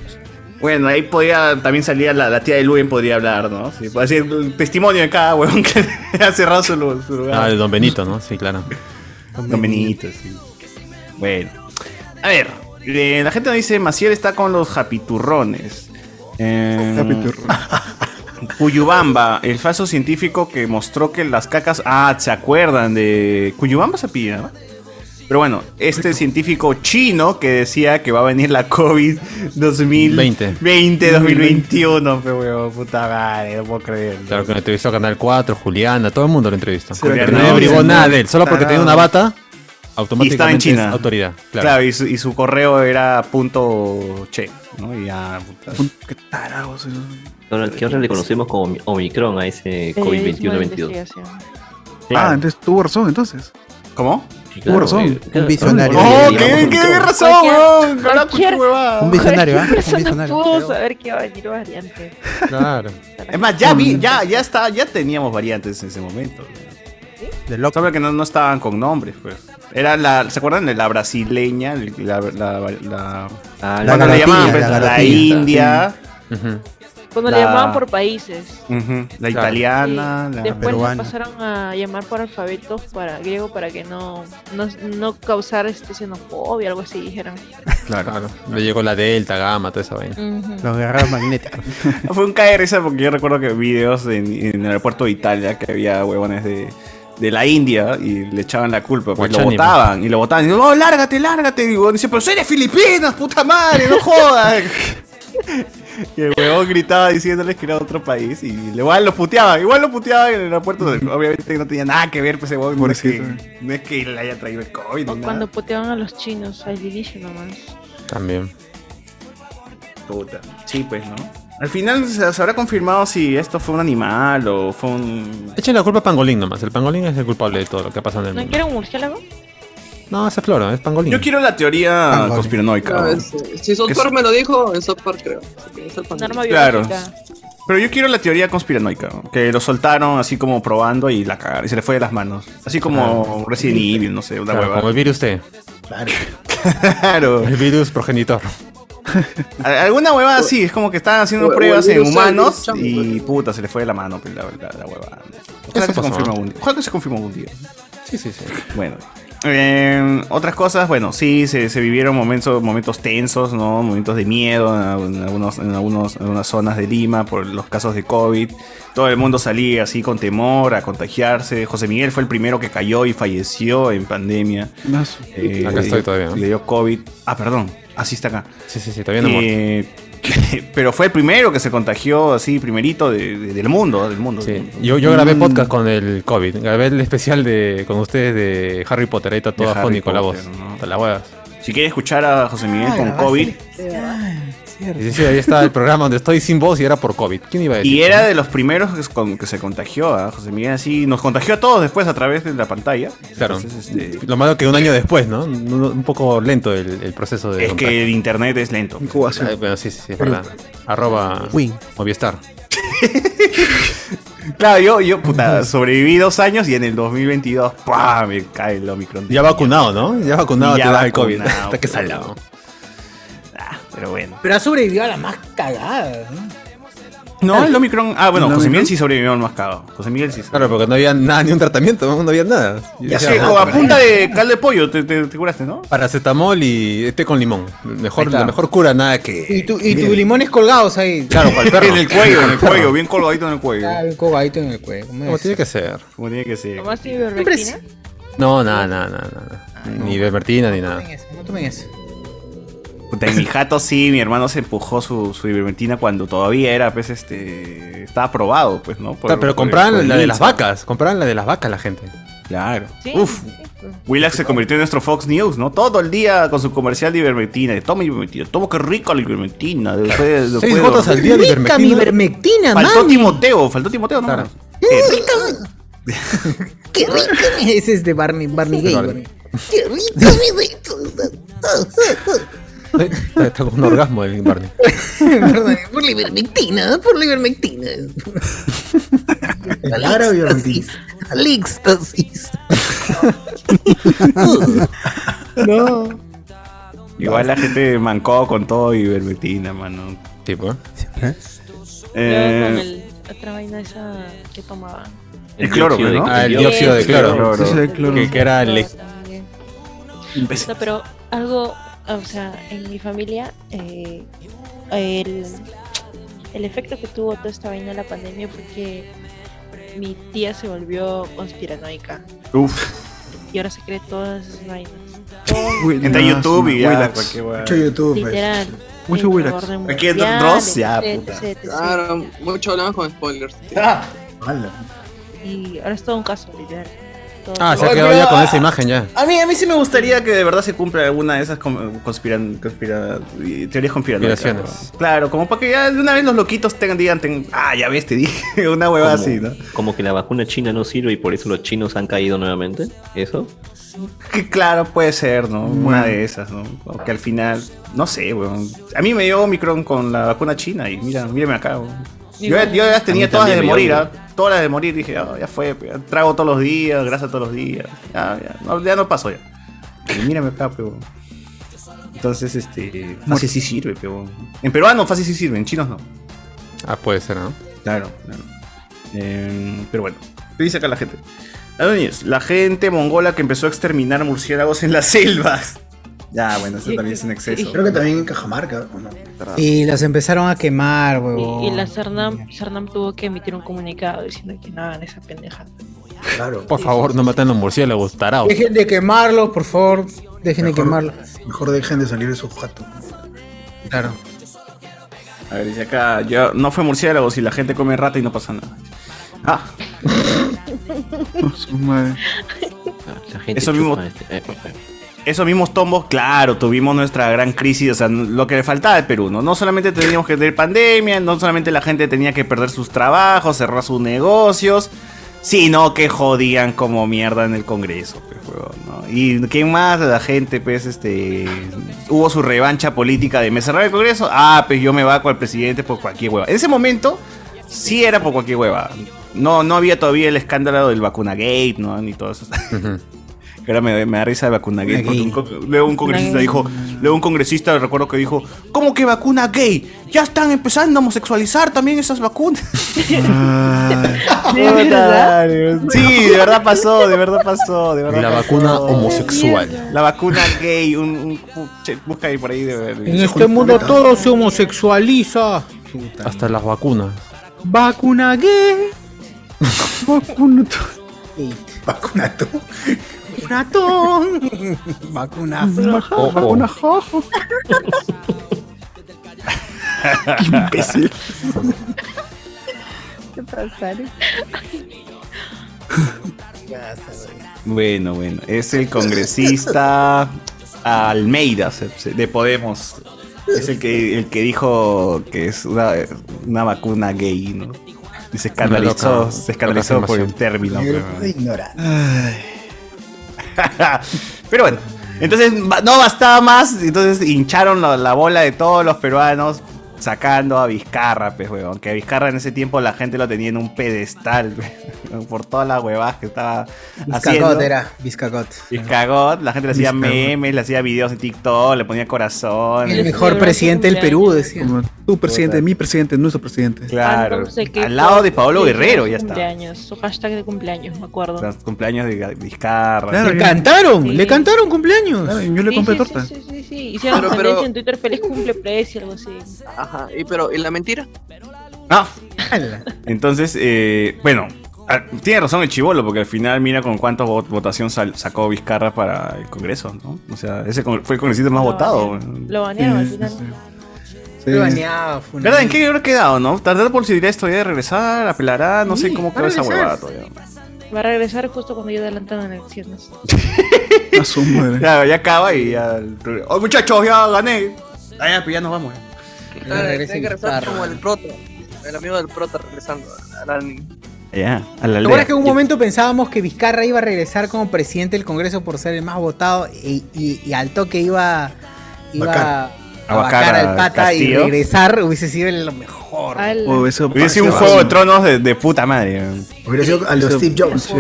[SPEAKER 3] Bueno, ahí podía también salía la, la tía de Luen, podría hablar, ¿no? Sí, puede ser el testimonio de cada weón que ha cerrado su, lu- su lugar.
[SPEAKER 2] Ah, el Don Benito, ¿no? Sí, claro.
[SPEAKER 3] Don Benito, sí. Bueno. A ver, eh, la gente nos dice, Maciel está con los japiturrones. Eh, Cuyubamba, el falso científico que mostró que las cacas... Ah, ¿se acuerdan de Cuyubamba se pilla? Pero bueno, este científico chino que decía que va a venir la COVID 2020, 2021, pero weón, puta madre, no puedo creerlo.
[SPEAKER 2] Claro que lo entrevistó a Canal 4, Juliana, todo el mundo lo entrevistó.
[SPEAKER 3] Sí,
[SPEAKER 2] Porque
[SPEAKER 3] Juliana,
[SPEAKER 2] no abrigó
[SPEAKER 3] sí.
[SPEAKER 2] nada de él, solo porque tenía una bata,
[SPEAKER 3] Y estaba
[SPEAKER 2] automáticamente
[SPEAKER 3] en China.
[SPEAKER 2] es autoridad.
[SPEAKER 3] Claro,
[SPEAKER 2] Claro.
[SPEAKER 3] y, su, y su correo era punto che, ¿no? Y ya, puta.
[SPEAKER 9] Que ahora- que ahora le conocemos como Omicron a
[SPEAKER 11] Eh,
[SPEAKER 9] ese
[SPEAKER 11] Periodismo de
[SPEAKER 9] COVID-21-22.
[SPEAKER 11] investigación.
[SPEAKER 6] Ah, entonces tuvo razón, entonces.
[SPEAKER 3] ¿Cómo?
[SPEAKER 6] Tuvo razón.
[SPEAKER 9] Un
[SPEAKER 6] visionario.
[SPEAKER 12] ¡Oh, qué, qué, qué razón,
[SPEAKER 11] Cualquier-
[SPEAKER 12] weón! Carajo,
[SPEAKER 11] cualquier-
[SPEAKER 12] qué huevada.
[SPEAKER 4] Un visionario, ¿ah?
[SPEAKER 11] cualquier
[SPEAKER 4] Un
[SPEAKER 11] persona
[SPEAKER 4] visionario.
[SPEAKER 11] pudo saber que iba a venir variante.
[SPEAKER 2] Claro.
[SPEAKER 3] Es más, ya vi, ya, ya está, ya teníamos variantes en ese momento.
[SPEAKER 4] De loco.
[SPEAKER 3] Solo que no, no estaban con nombres, pues. Era la, ¿se acuerdan de la brasileña? La, la, la, la,
[SPEAKER 9] Ah,
[SPEAKER 3] ¿cuándo le
[SPEAKER 4] garotilla,
[SPEAKER 3] llamaban, pues?
[SPEAKER 4] la
[SPEAKER 3] la,
[SPEAKER 4] garotilla.
[SPEAKER 3] india,
[SPEAKER 11] Cuando
[SPEAKER 3] La-
[SPEAKER 11] le llamaban por países.
[SPEAKER 3] ujú, la italiana,
[SPEAKER 11] Sí.
[SPEAKER 3] la
[SPEAKER 11] Después nos pasaron a llamar por alfabetos para griego para que no, no, no causar este xenofobia, algo así dijeron.
[SPEAKER 2] Claro. Le llegó la Delta, Gamma, toda esa vaina.
[SPEAKER 4] Los guerreros magnéticos.
[SPEAKER 3] Fue un caer esa porque yo recuerdo que videos en, en el aeropuerto de Italia que había huevones de, de la India y le echaban la culpa, pues lo
[SPEAKER 2] Guachani,
[SPEAKER 3] botaban y lo botaban y oh, lárgate, lárgate. Y el huevón dice, pero si eres filipinas, puta madre, no jodas. y el huevón gritaba diciéndoles que era de otro país y igual lo puteaba, igual lo puteaba en el aeropuerto. Obviamente no tenía nada que ver, pues ese huevón no es, que, no es que le haya traído el COVID ni nada.
[SPEAKER 11] Cuando puteaban a los chinos al inicio nomás.
[SPEAKER 2] También.
[SPEAKER 3] Puta. Sí, pues, ¿no? Al final se se habrá confirmado si esto fue un animal o fue un
[SPEAKER 2] Echen la culpa a Pangolín nomás. El Pangolín es el culpable de todo lo que ha pasado en el
[SPEAKER 11] ¿No
[SPEAKER 2] mundo.
[SPEAKER 11] quieren un murciélago?
[SPEAKER 2] No, ese es Floro, es Pangolín.
[SPEAKER 3] Yo quiero la teoría
[SPEAKER 2] Pangolín.
[SPEAKER 3] conspiranoica.
[SPEAKER 10] No,
[SPEAKER 3] ¿no?
[SPEAKER 10] es- si South
[SPEAKER 3] Que
[SPEAKER 10] Park
[SPEAKER 3] es-
[SPEAKER 10] me lo dijo, en South Park creo. Sí, es el
[SPEAKER 11] Un arma
[SPEAKER 3] Claro.
[SPEAKER 11] biológica.
[SPEAKER 3] Pero yo quiero la teoría conspiranoica, ¿no? que lo soltaron así como probando y la cagaron, y se le fue de las manos. Así como Resident Evil, no sé, una
[SPEAKER 2] Claro,
[SPEAKER 3] hueva.
[SPEAKER 2] como el virus T.
[SPEAKER 3] Claro.
[SPEAKER 2] El virus progenitor.
[SPEAKER 3] A- Alguna hueva así, es como que estaban haciendo
[SPEAKER 10] O- o el
[SPEAKER 3] pruebas en
[SPEAKER 10] virus zombie,
[SPEAKER 3] humanos
[SPEAKER 10] zombie,
[SPEAKER 3] y puta, se le fue de la mano pues, la, la, la hueva. Ojalá
[SPEAKER 2] Eso
[SPEAKER 3] que se
[SPEAKER 2] pasó.
[SPEAKER 3] confirme algún día. Ojalá que se confirme algún día.
[SPEAKER 2] Sí, sí, sí.
[SPEAKER 3] Bueno. eh, otras cosas, bueno, sí, se, se vivieron momentos, momentos tensos, ¿no? Momentos de miedo en, algunos, en, algunos, en algunas zonas de Lima por los casos de COVID. Todo el mundo salía así con temor a contagiarse. José Miguel fue el primero que cayó y falleció en pandemia. Eh,
[SPEAKER 2] Acá
[SPEAKER 3] le
[SPEAKER 2] estoy
[SPEAKER 3] dio-
[SPEAKER 2] todavía, ¿no?
[SPEAKER 3] Le dio COVID. Ah, perdón, así está acá.
[SPEAKER 2] Sí, sí, sí, todavía no ha muerto.
[SPEAKER 3] Eh, pero fue el primero que se contagió así, primerito de- de- del mundo, del mundo. del mundo.
[SPEAKER 2] Yo, yo grabé
[SPEAKER 3] Mm.
[SPEAKER 2] podcast con el COVID. Grabé el especial de con ustedes de Harry Potter. Ahí está
[SPEAKER 3] De
[SPEAKER 2] toda
[SPEAKER 3] Harry
[SPEAKER 2] fónico la voz.
[SPEAKER 3] Potter, ¿no?
[SPEAKER 2] Hasta las huevas.
[SPEAKER 3] Si quieres escuchar a José Miguel con COVID,
[SPEAKER 2] Y sí, sí, ahí está el programa donde estoy sin voz y era por COVID. ¿Quién iba a decir?
[SPEAKER 3] Y era de los primeros que, con- que se contagió a José Miguel así. Nos contagió a todos después a través de la pantalla.
[SPEAKER 2] Claro.
[SPEAKER 3] Entonces, este,
[SPEAKER 2] Lo malo que un año después, ¿no? Un un poco lento el, el proceso de.
[SPEAKER 3] es que el internet es lento.
[SPEAKER 2] Ah, bueno, sí, sí, sí, es verdad. Arroba
[SPEAKER 4] Win.
[SPEAKER 2] Movistar.
[SPEAKER 3] Claro, yo, yo puta, sobreviví dos años y en el 2022 ¡pua! me cae el Omicron.
[SPEAKER 2] Ya vacunado, ¿no? Ya vacunado
[SPEAKER 3] Y ya
[SPEAKER 2] te da el
[SPEAKER 3] vacunado,
[SPEAKER 2] COVID. Hasta que salado.
[SPEAKER 3] Ah, Pero bueno.
[SPEAKER 1] Pero ha sobrevivido a la más cagada. ¿no?
[SPEAKER 3] No, el Omicron. Ah, bueno,
[SPEAKER 2] ¿El
[SPEAKER 3] José
[SPEAKER 2] Omicron?
[SPEAKER 3] Miguel sí sobrevivió al más cagado. José Miguel sí.
[SPEAKER 2] Claro, porque no había nada, ni un tratamiento, no había nada.
[SPEAKER 3] Ya sé, con la punta de caldo de pollo te, te- te curaste, ¿no?
[SPEAKER 2] Paracetamol y té con limón. Mejor,
[SPEAKER 3] Ahí está.
[SPEAKER 2] la mejor cura, nada que.
[SPEAKER 1] Y, tu, y tus limones colgados ahí.
[SPEAKER 2] Claro, para el perro.
[SPEAKER 3] en el cuello, en el cuello, bien colgadito en el cuello.
[SPEAKER 1] Ah, el colgadito en el cuello. ¿cómo
[SPEAKER 2] Como
[SPEAKER 1] es?
[SPEAKER 2] tiene que ser.
[SPEAKER 3] Como tiene que ser.
[SPEAKER 11] ¿Tomaste ivermectina?
[SPEAKER 2] No, nada, nada, nada. nada. Ni vermertina, ni nada.
[SPEAKER 1] No tomen eso.
[SPEAKER 3] Puta, en mi jato sí, mi hermano se empujó su, su ivermectina cuando todavía era, pues, este. Estaba aprobado, pues, ¿no? Por-
[SPEAKER 2] Claro, pero
[SPEAKER 3] por-
[SPEAKER 2] compraban
[SPEAKER 3] por
[SPEAKER 2] la de las
[SPEAKER 3] Linsa.
[SPEAKER 2] vacas. Compraban la de las vacas la gente.
[SPEAKER 3] Claro. Uf. Willax se convirtió en nuestro Fox News, ¿no? Todo el día con su comercial de ivermectina. de, Toma ivermectina. Toma qué rica la ivermectina. Después,
[SPEAKER 2] Seis gotas al día de Rica ivermectina. mi
[SPEAKER 1] ivermectina,
[SPEAKER 3] Faltó
[SPEAKER 1] mami.
[SPEAKER 3] Timoteo, faltó Timoteo, ¿no?
[SPEAKER 1] ¡Qué rica! ¡Qué rica! Ese es de Barney, Barney Gay. Barney. ¡Qué rica, mi
[SPEAKER 2] Está está con un orgasmo el Barney.
[SPEAKER 1] Barney, Por la ivermectina, por la ivermectina.
[SPEAKER 7] Claro, Ivermectina.
[SPEAKER 1] Al éxtasis. no.
[SPEAKER 3] Igual la gente mancó con todo ivermectina, mano.
[SPEAKER 2] Tipo.
[SPEAKER 11] Yo con
[SPEAKER 3] Eh,
[SPEAKER 11] el, otra vaina esa que tomaba.
[SPEAKER 3] El El cloro, dióxido ¿no? de-
[SPEAKER 2] Ah, el
[SPEAKER 3] el
[SPEAKER 2] dióxido de
[SPEAKER 3] dióxido de
[SPEAKER 2] cloro.
[SPEAKER 3] cloro. Dióxido de cloro.
[SPEAKER 2] Que, que era el.
[SPEAKER 11] Ah, O sea, pero algo, o sea, en mi familia, eh, el, el efecto que tuvo toda esta vaina de la pandemia fue que mi tía se volvió conspiranoica
[SPEAKER 3] Uf.
[SPEAKER 11] y ahora se cree todas esas vainas.
[SPEAKER 3] Entra a YouTube y ya,
[SPEAKER 7] Willax.
[SPEAKER 3] cualquier weá.
[SPEAKER 7] Mucho YouTube. pues.
[SPEAKER 11] Literal.
[SPEAKER 7] Mucho
[SPEAKER 11] en
[SPEAKER 7] Willax.
[SPEAKER 11] orden
[SPEAKER 3] Aquí entra
[SPEAKER 11] mundial,
[SPEAKER 3] Dross, ya,
[SPEAKER 11] etc,
[SPEAKER 3] puta.
[SPEAKER 11] etc, etc.
[SPEAKER 10] Claro, mucho hablamos con spoilers.
[SPEAKER 11] Y ahora es todo un caso, literal. Todo-
[SPEAKER 2] Ah, se ha
[SPEAKER 3] Oye,
[SPEAKER 2] quedado
[SPEAKER 3] pero-
[SPEAKER 2] ya con esa imagen ya.
[SPEAKER 3] A mí, a mí sí me gustaría que de verdad se cumpla alguna de esas con- conspiran, conspira- teorías conspiranoicas.
[SPEAKER 2] Conspiraciones.
[SPEAKER 3] ¿no? Claro, como para que ya de una vez los loquitos tengan, digan, ten- ah, ya ves, te dije, una hueva
[SPEAKER 9] Como-
[SPEAKER 3] así, ¿no?
[SPEAKER 9] Como que la vacuna china no sirve y por eso los chinos han caído nuevamente. ¿Eso?
[SPEAKER 3] Que claro, puede ser, ¿no?
[SPEAKER 12] Mm.
[SPEAKER 3] Una de esas, ¿no? O que al final, no sé, weón. A mí me dio Omicron con la vacuna china y mira, mírame acá, weón. Yo,
[SPEAKER 12] Igual.
[SPEAKER 3] yo
[SPEAKER 12] A
[SPEAKER 3] las
[SPEAKER 12] mí
[SPEAKER 3] tenía todas
[SPEAKER 12] también
[SPEAKER 3] de
[SPEAKER 12] me dio
[SPEAKER 3] morir, ¿ah?
[SPEAKER 12] Omicron.
[SPEAKER 3] Todas las de morir, dije, ah, ya fue, pe, trago todos los días, grasa todos los días. Ya, ya, no, ya no pasó ya. Y mírame acá, pe, weón. Entonces, este. Fácil sí sirve, pe, weón. En peruanos fácil sí sirve, en chinos no.
[SPEAKER 2] Ah, puede ser, ¿no?
[SPEAKER 3] Claro, claro. Eh, pero bueno, ¿qué dice acá la gente? Adonius, la gente mongola que empezó a exterminar murciélagos en las selvas. Ya, bueno, eso también es un exceso.
[SPEAKER 7] Creo que también en Cajamarca. ¿o no?
[SPEAKER 1] Y las empezaron a quemar, huevón.
[SPEAKER 11] Y la Cernam, Cernam tuvo que emitir un comunicado diciendo que no hagan esa pendeja.
[SPEAKER 7] Claro.
[SPEAKER 2] Por favor, no maten los murciélagos, taraos.
[SPEAKER 1] Dejen de quemarlos, por favor. Dejen de quemarlos.
[SPEAKER 7] Mejor dejen de salir esos jatos.
[SPEAKER 1] Claro.
[SPEAKER 3] A ver, dice acá, yo, no fue murciélagos y la gente come rata y no pasa nada. Ah. Esos mismos, esos mismos tombos, claro, tuvimos nuestra gran crisis, o sea, lo que le faltaba al Perú, ¿no? No solamente teníamos que tener pandemia, no solamente la gente tenía que perder sus trabajos, cerrar sus negocios, sino que jodían como mierda en el Congreso, pues, huevón, ¿no? Y qué más, la gente, pues, este, hubo su revancha política de me cerrar el Congreso, ah, pues yo me vaco al presidente por cualquier hueva. En ese momento, sí era por cualquier hueva. No, no había todavía el escándalo del vacunagate, ¿no? Ni todo eso. Que ahora me, me da risa de vacuna gay. porque un co- luego un congresista
[SPEAKER 12] Vacuna gay.
[SPEAKER 3] dijo, luego un congresista recuerdo que dijo, ¿cómo que vacuna gay? Ya están empezando a homosexualizar también esas vacunas.
[SPEAKER 12] ¿De verdad?
[SPEAKER 3] Sí, de verdad pasó, de verdad pasó, de verdad
[SPEAKER 2] La
[SPEAKER 3] pasó.
[SPEAKER 2] vacuna homosexual.
[SPEAKER 3] La vacuna gay, un, un- un- che, busca ahí por ahí de ver.
[SPEAKER 1] En este mundo todo se homosexualiza.
[SPEAKER 2] Hasta las vacunas.
[SPEAKER 1] Vacuna gay.
[SPEAKER 6] Vacuna
[SPEAKER 7] Vacunato.
[SPEAKER 1] Vacunatón. Vacunazo.
[SPEAKER 2] Oh, oh.
[SPEAKER 6] Imbécil.
[SPEAKER 11] ¿Qué pasaron?
[SPEAKER 3] Bueno, bueno, es el congresista Almeida se- se- de Podemos. Es el que, el que dijo que es una, una vacuna gay, ¿no? Y se
[SPEAKER 12] Una
[SPEAKER 3] escandalizó,
[SPEAKER 12] loca-
[SPEAKER 3] se escandalizó
[SPEAKER 12] loca
[SPEAKER 3] por el término.
[SPEAKER 12] afirmación.
[SPEAKER 3] pero-
[SPEAKER 7] Ignorante.
[SPEAKER 3] Pero bueno, entonces ba- no bastaba más, entonces hincharon la, la bola de todos los peruanos sacando a Vizcarra, pues, weón. Que a Vizcarra en ese tiempo la gente lo tenía en un pedestal, weón, por todas las huevadas que estaba
[SPEAKER 1] Vizcagot
[SPEAKER 3] haciendo.
[SPEAKER 1] era, Vizcagot.
[SPEAKER 3] Vizcagot, la gente le hacía
[SPEAKER 1] Vizcagot.
[SPEAKER 3] memes, le hacía videos en TikTok, le ponía corazón.
[SPEAKER 1] El mejor presidente del Perú, decía.
[SPEAKER 6] Como tu presidente, mi presidente, nuestro presidente.
[SPEAKER 3] Claro.
[SPEAKER 11] No sé qué
[SPEAKER 3] Al lado de
[SPEAKER 11] fue-
[SPEAKER 3] Pablo
[SPEAKER 11] qué
[SPEAKER 3] Guerrero, ya está.
[SPEAKER 11] cumpleaños, Su hashtag de cumpleaños, me acuerdo.
[SPEAKER 3] Los cumpleaños de Ga- Vizcarra.
[SPEAKER 1] le cantaron, le cantaron cumpleaños.
[SPEAKER 6] yo
[SPEAKER 11] Sí, sí, Sí, sí, sí, sí. Hicieron
[SPEAKER 10] Pero- pero-
[SPEAKER 11] tendencia en Twitter feliz cumple precio, algo así.
[SPEAKER 10] Ajá, y pero, ¿y la mentira?
[SPEAKER 3] Ah. Entonces, eh, bueno, ah, tiene razón el chivolo, porque al final mira con cuánta vo- votación sal- sacó Vizcarra para el Congreso, ¿no? O sea, ese con- fue el congresista más votado.
[SPEAKER 11] Lo banearon al final.
[SPEAKER 3] Sí. ¿Verdad? ¿En qué habrá quedado, no? Tardar por si esto de regresar, apelará, no sé cómo
[SPEAKER 11] va a
[SPEAKER 3] quedó esa
[SPEAKER 11] regresar.
[SPEAKER 3] huevada todavía.
[SPEAKER 11] Va a regresar justo cuando ya adelantaron elecciones.
[SPEAKER 3] Ya, ya acaba y ya. ¡Oh, muchachos, ya gané! Ah, ya, pues ya nos vamos. ya.
[SPEAKER 10] Claro,
[SPEAKER 1] regresa
[SPEAKER 10] tiene
[SPEAKER 1] el
[SPEAKER 10] que regresar
[SPEAKER 1] carro.
[SPEAKER 10] como el prota. El amigo del prota regresando al anime.
[SPEAKER 3] Ya, a la
[SPEAKER 1] ¿Te acuerdas
[SPEAKER 3] aldea.
[SPEAKER 1] que en un momento pensábamos que Vizcarra iba a regresar como presidente del Congreso por ser el más votado y, y- y al toque iba, iba
[SPEAKER 6] Vacar.
[SPEAKER 1] a
[SPEAKER 3] A vacar
[SPEAKER 1] vacar
[SPEAKER 3] a
[SPEAKER 1] al pata
[SPEAKER 3] Castillo.
[SPEAKER 1] y regresar hubiese sido lo mejor.
[SPEAKER 3] O eso- Hubiera sido un juego de tronos de, de puta madre.
[SPEAKER 7] Hubiera sido a los Steve Jobs.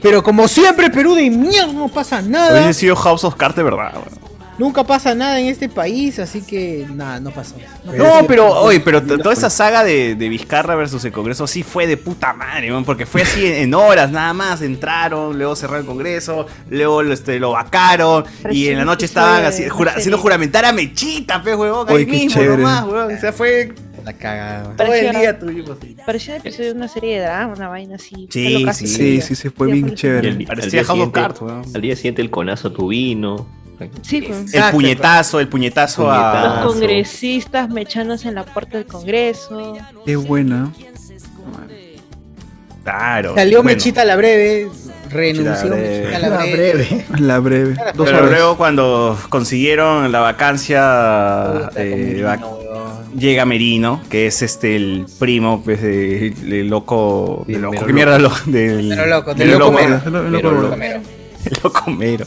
[SPEAKER 1] Pero como siempre, Perú de mierda no pasa nada.
[SPEAKER 3] Hubiese sido House of Cards de verdad, weón.
[SPEAKER 1] Nunca pasa nada en este país, así que nada, no pasó. No pasó.
[SPEAKER 3] No, pero, oye, pero t- toda esa saga de, de Vizcarra versus el Congreso sí fue de puta madre, man, porque fue así en, en horas nada más, entraron, luego cerraron el Congreso, luego lo, este, lo vacaron, y en la noche estaban así, jura- haciendo juramentar a Mechita, pe, huevón,
[SPEAKER 6] Oye,
[SPEAKER 3] ahí
[SPEAKER 6] qué
[SPEAKER 3] mismo
[SPEAKER 6] chévere.
[SPEAKER 3] nomás, huevón, o sea, fue...
[SPEAKER 1] La cagada.
[SPEAKER 3] Todo el
[SPEAKER 11] Parecía-
[SPEAKER 3] día tuvimos...
[SPEAKER 11] Pareció un episodio de una serie de drama, una vaina así.
[SPEAKER 9] Sí,
[SPEAKER 11] Fue lo
[SPEAKER 9] sí,
[SPEAKER 11] casi-
[SPEAKER 9] sí,
[SPEAKER 6] sí, sí, fue bien
[SPEAKER 9] Y
[SPEAKER 6] chévere.
[SPEAKER 9] al- al,
[SPEAKER 3] Parecía
[SPEAKER 9] día
[SPEAKER 3] House of
[SPEAKER 9] siguiente,
[SPEAKER 3] Cards, weón.
[SPEAKER 9] al día siguiente el conazo tu vino.
[SPEAKER 11] Sí, pues.
[SPEAKER 3] El puñetazo, el puñetazo,
[SPEAKER 11] Los
[SPEAKER 3] a...
[SPEAKER 11] congresistas mechanos en la puerta del Congreso.
[SPEAKER 6] Qué buena.
[SPEAKER 3] Claro.
[SPEAKER 1] Salió
[SPEAKER 3] bueno.
[SPEAKER 1] Mechita a la breve, renunció
[SPEAKER 3] Mechita a la breve.
[SPEAKER 1] Mechita a la
[SPEAKER 3] La
[SPEAKER 1] breve.
[SPEAKER 6] La breve. Dos
[SPEAKER 3] Pero
[SPEAKER 6] horas.
[SPEAKER 3] luego cuando consiguieron la vacancia eh, vac- llega Merino, que es este el primo pues, de, de loco, de loco,
[SPEAKER 1] Mero
[SPEAKER 3] ¿qué mierda
[SPEAKER 1] Loco.
[SPEAKER 3] lo- del
[SPEAKER 1] Mero Loco,
[SPEAKER 3] del
[SPEAKER 1] del Loco
[SPEAKER 3] loco
[SPEAKER 1] Mero.
[SPEAKER 3] mero.
[SPEAKER 1] Del
[SPEAKER 3] Mero
[SPEAKER 1] Loco
[SPEAKER 3] loco.
[SPEAKER 1] Mero.
[SPEAKER 3] Del loco mero.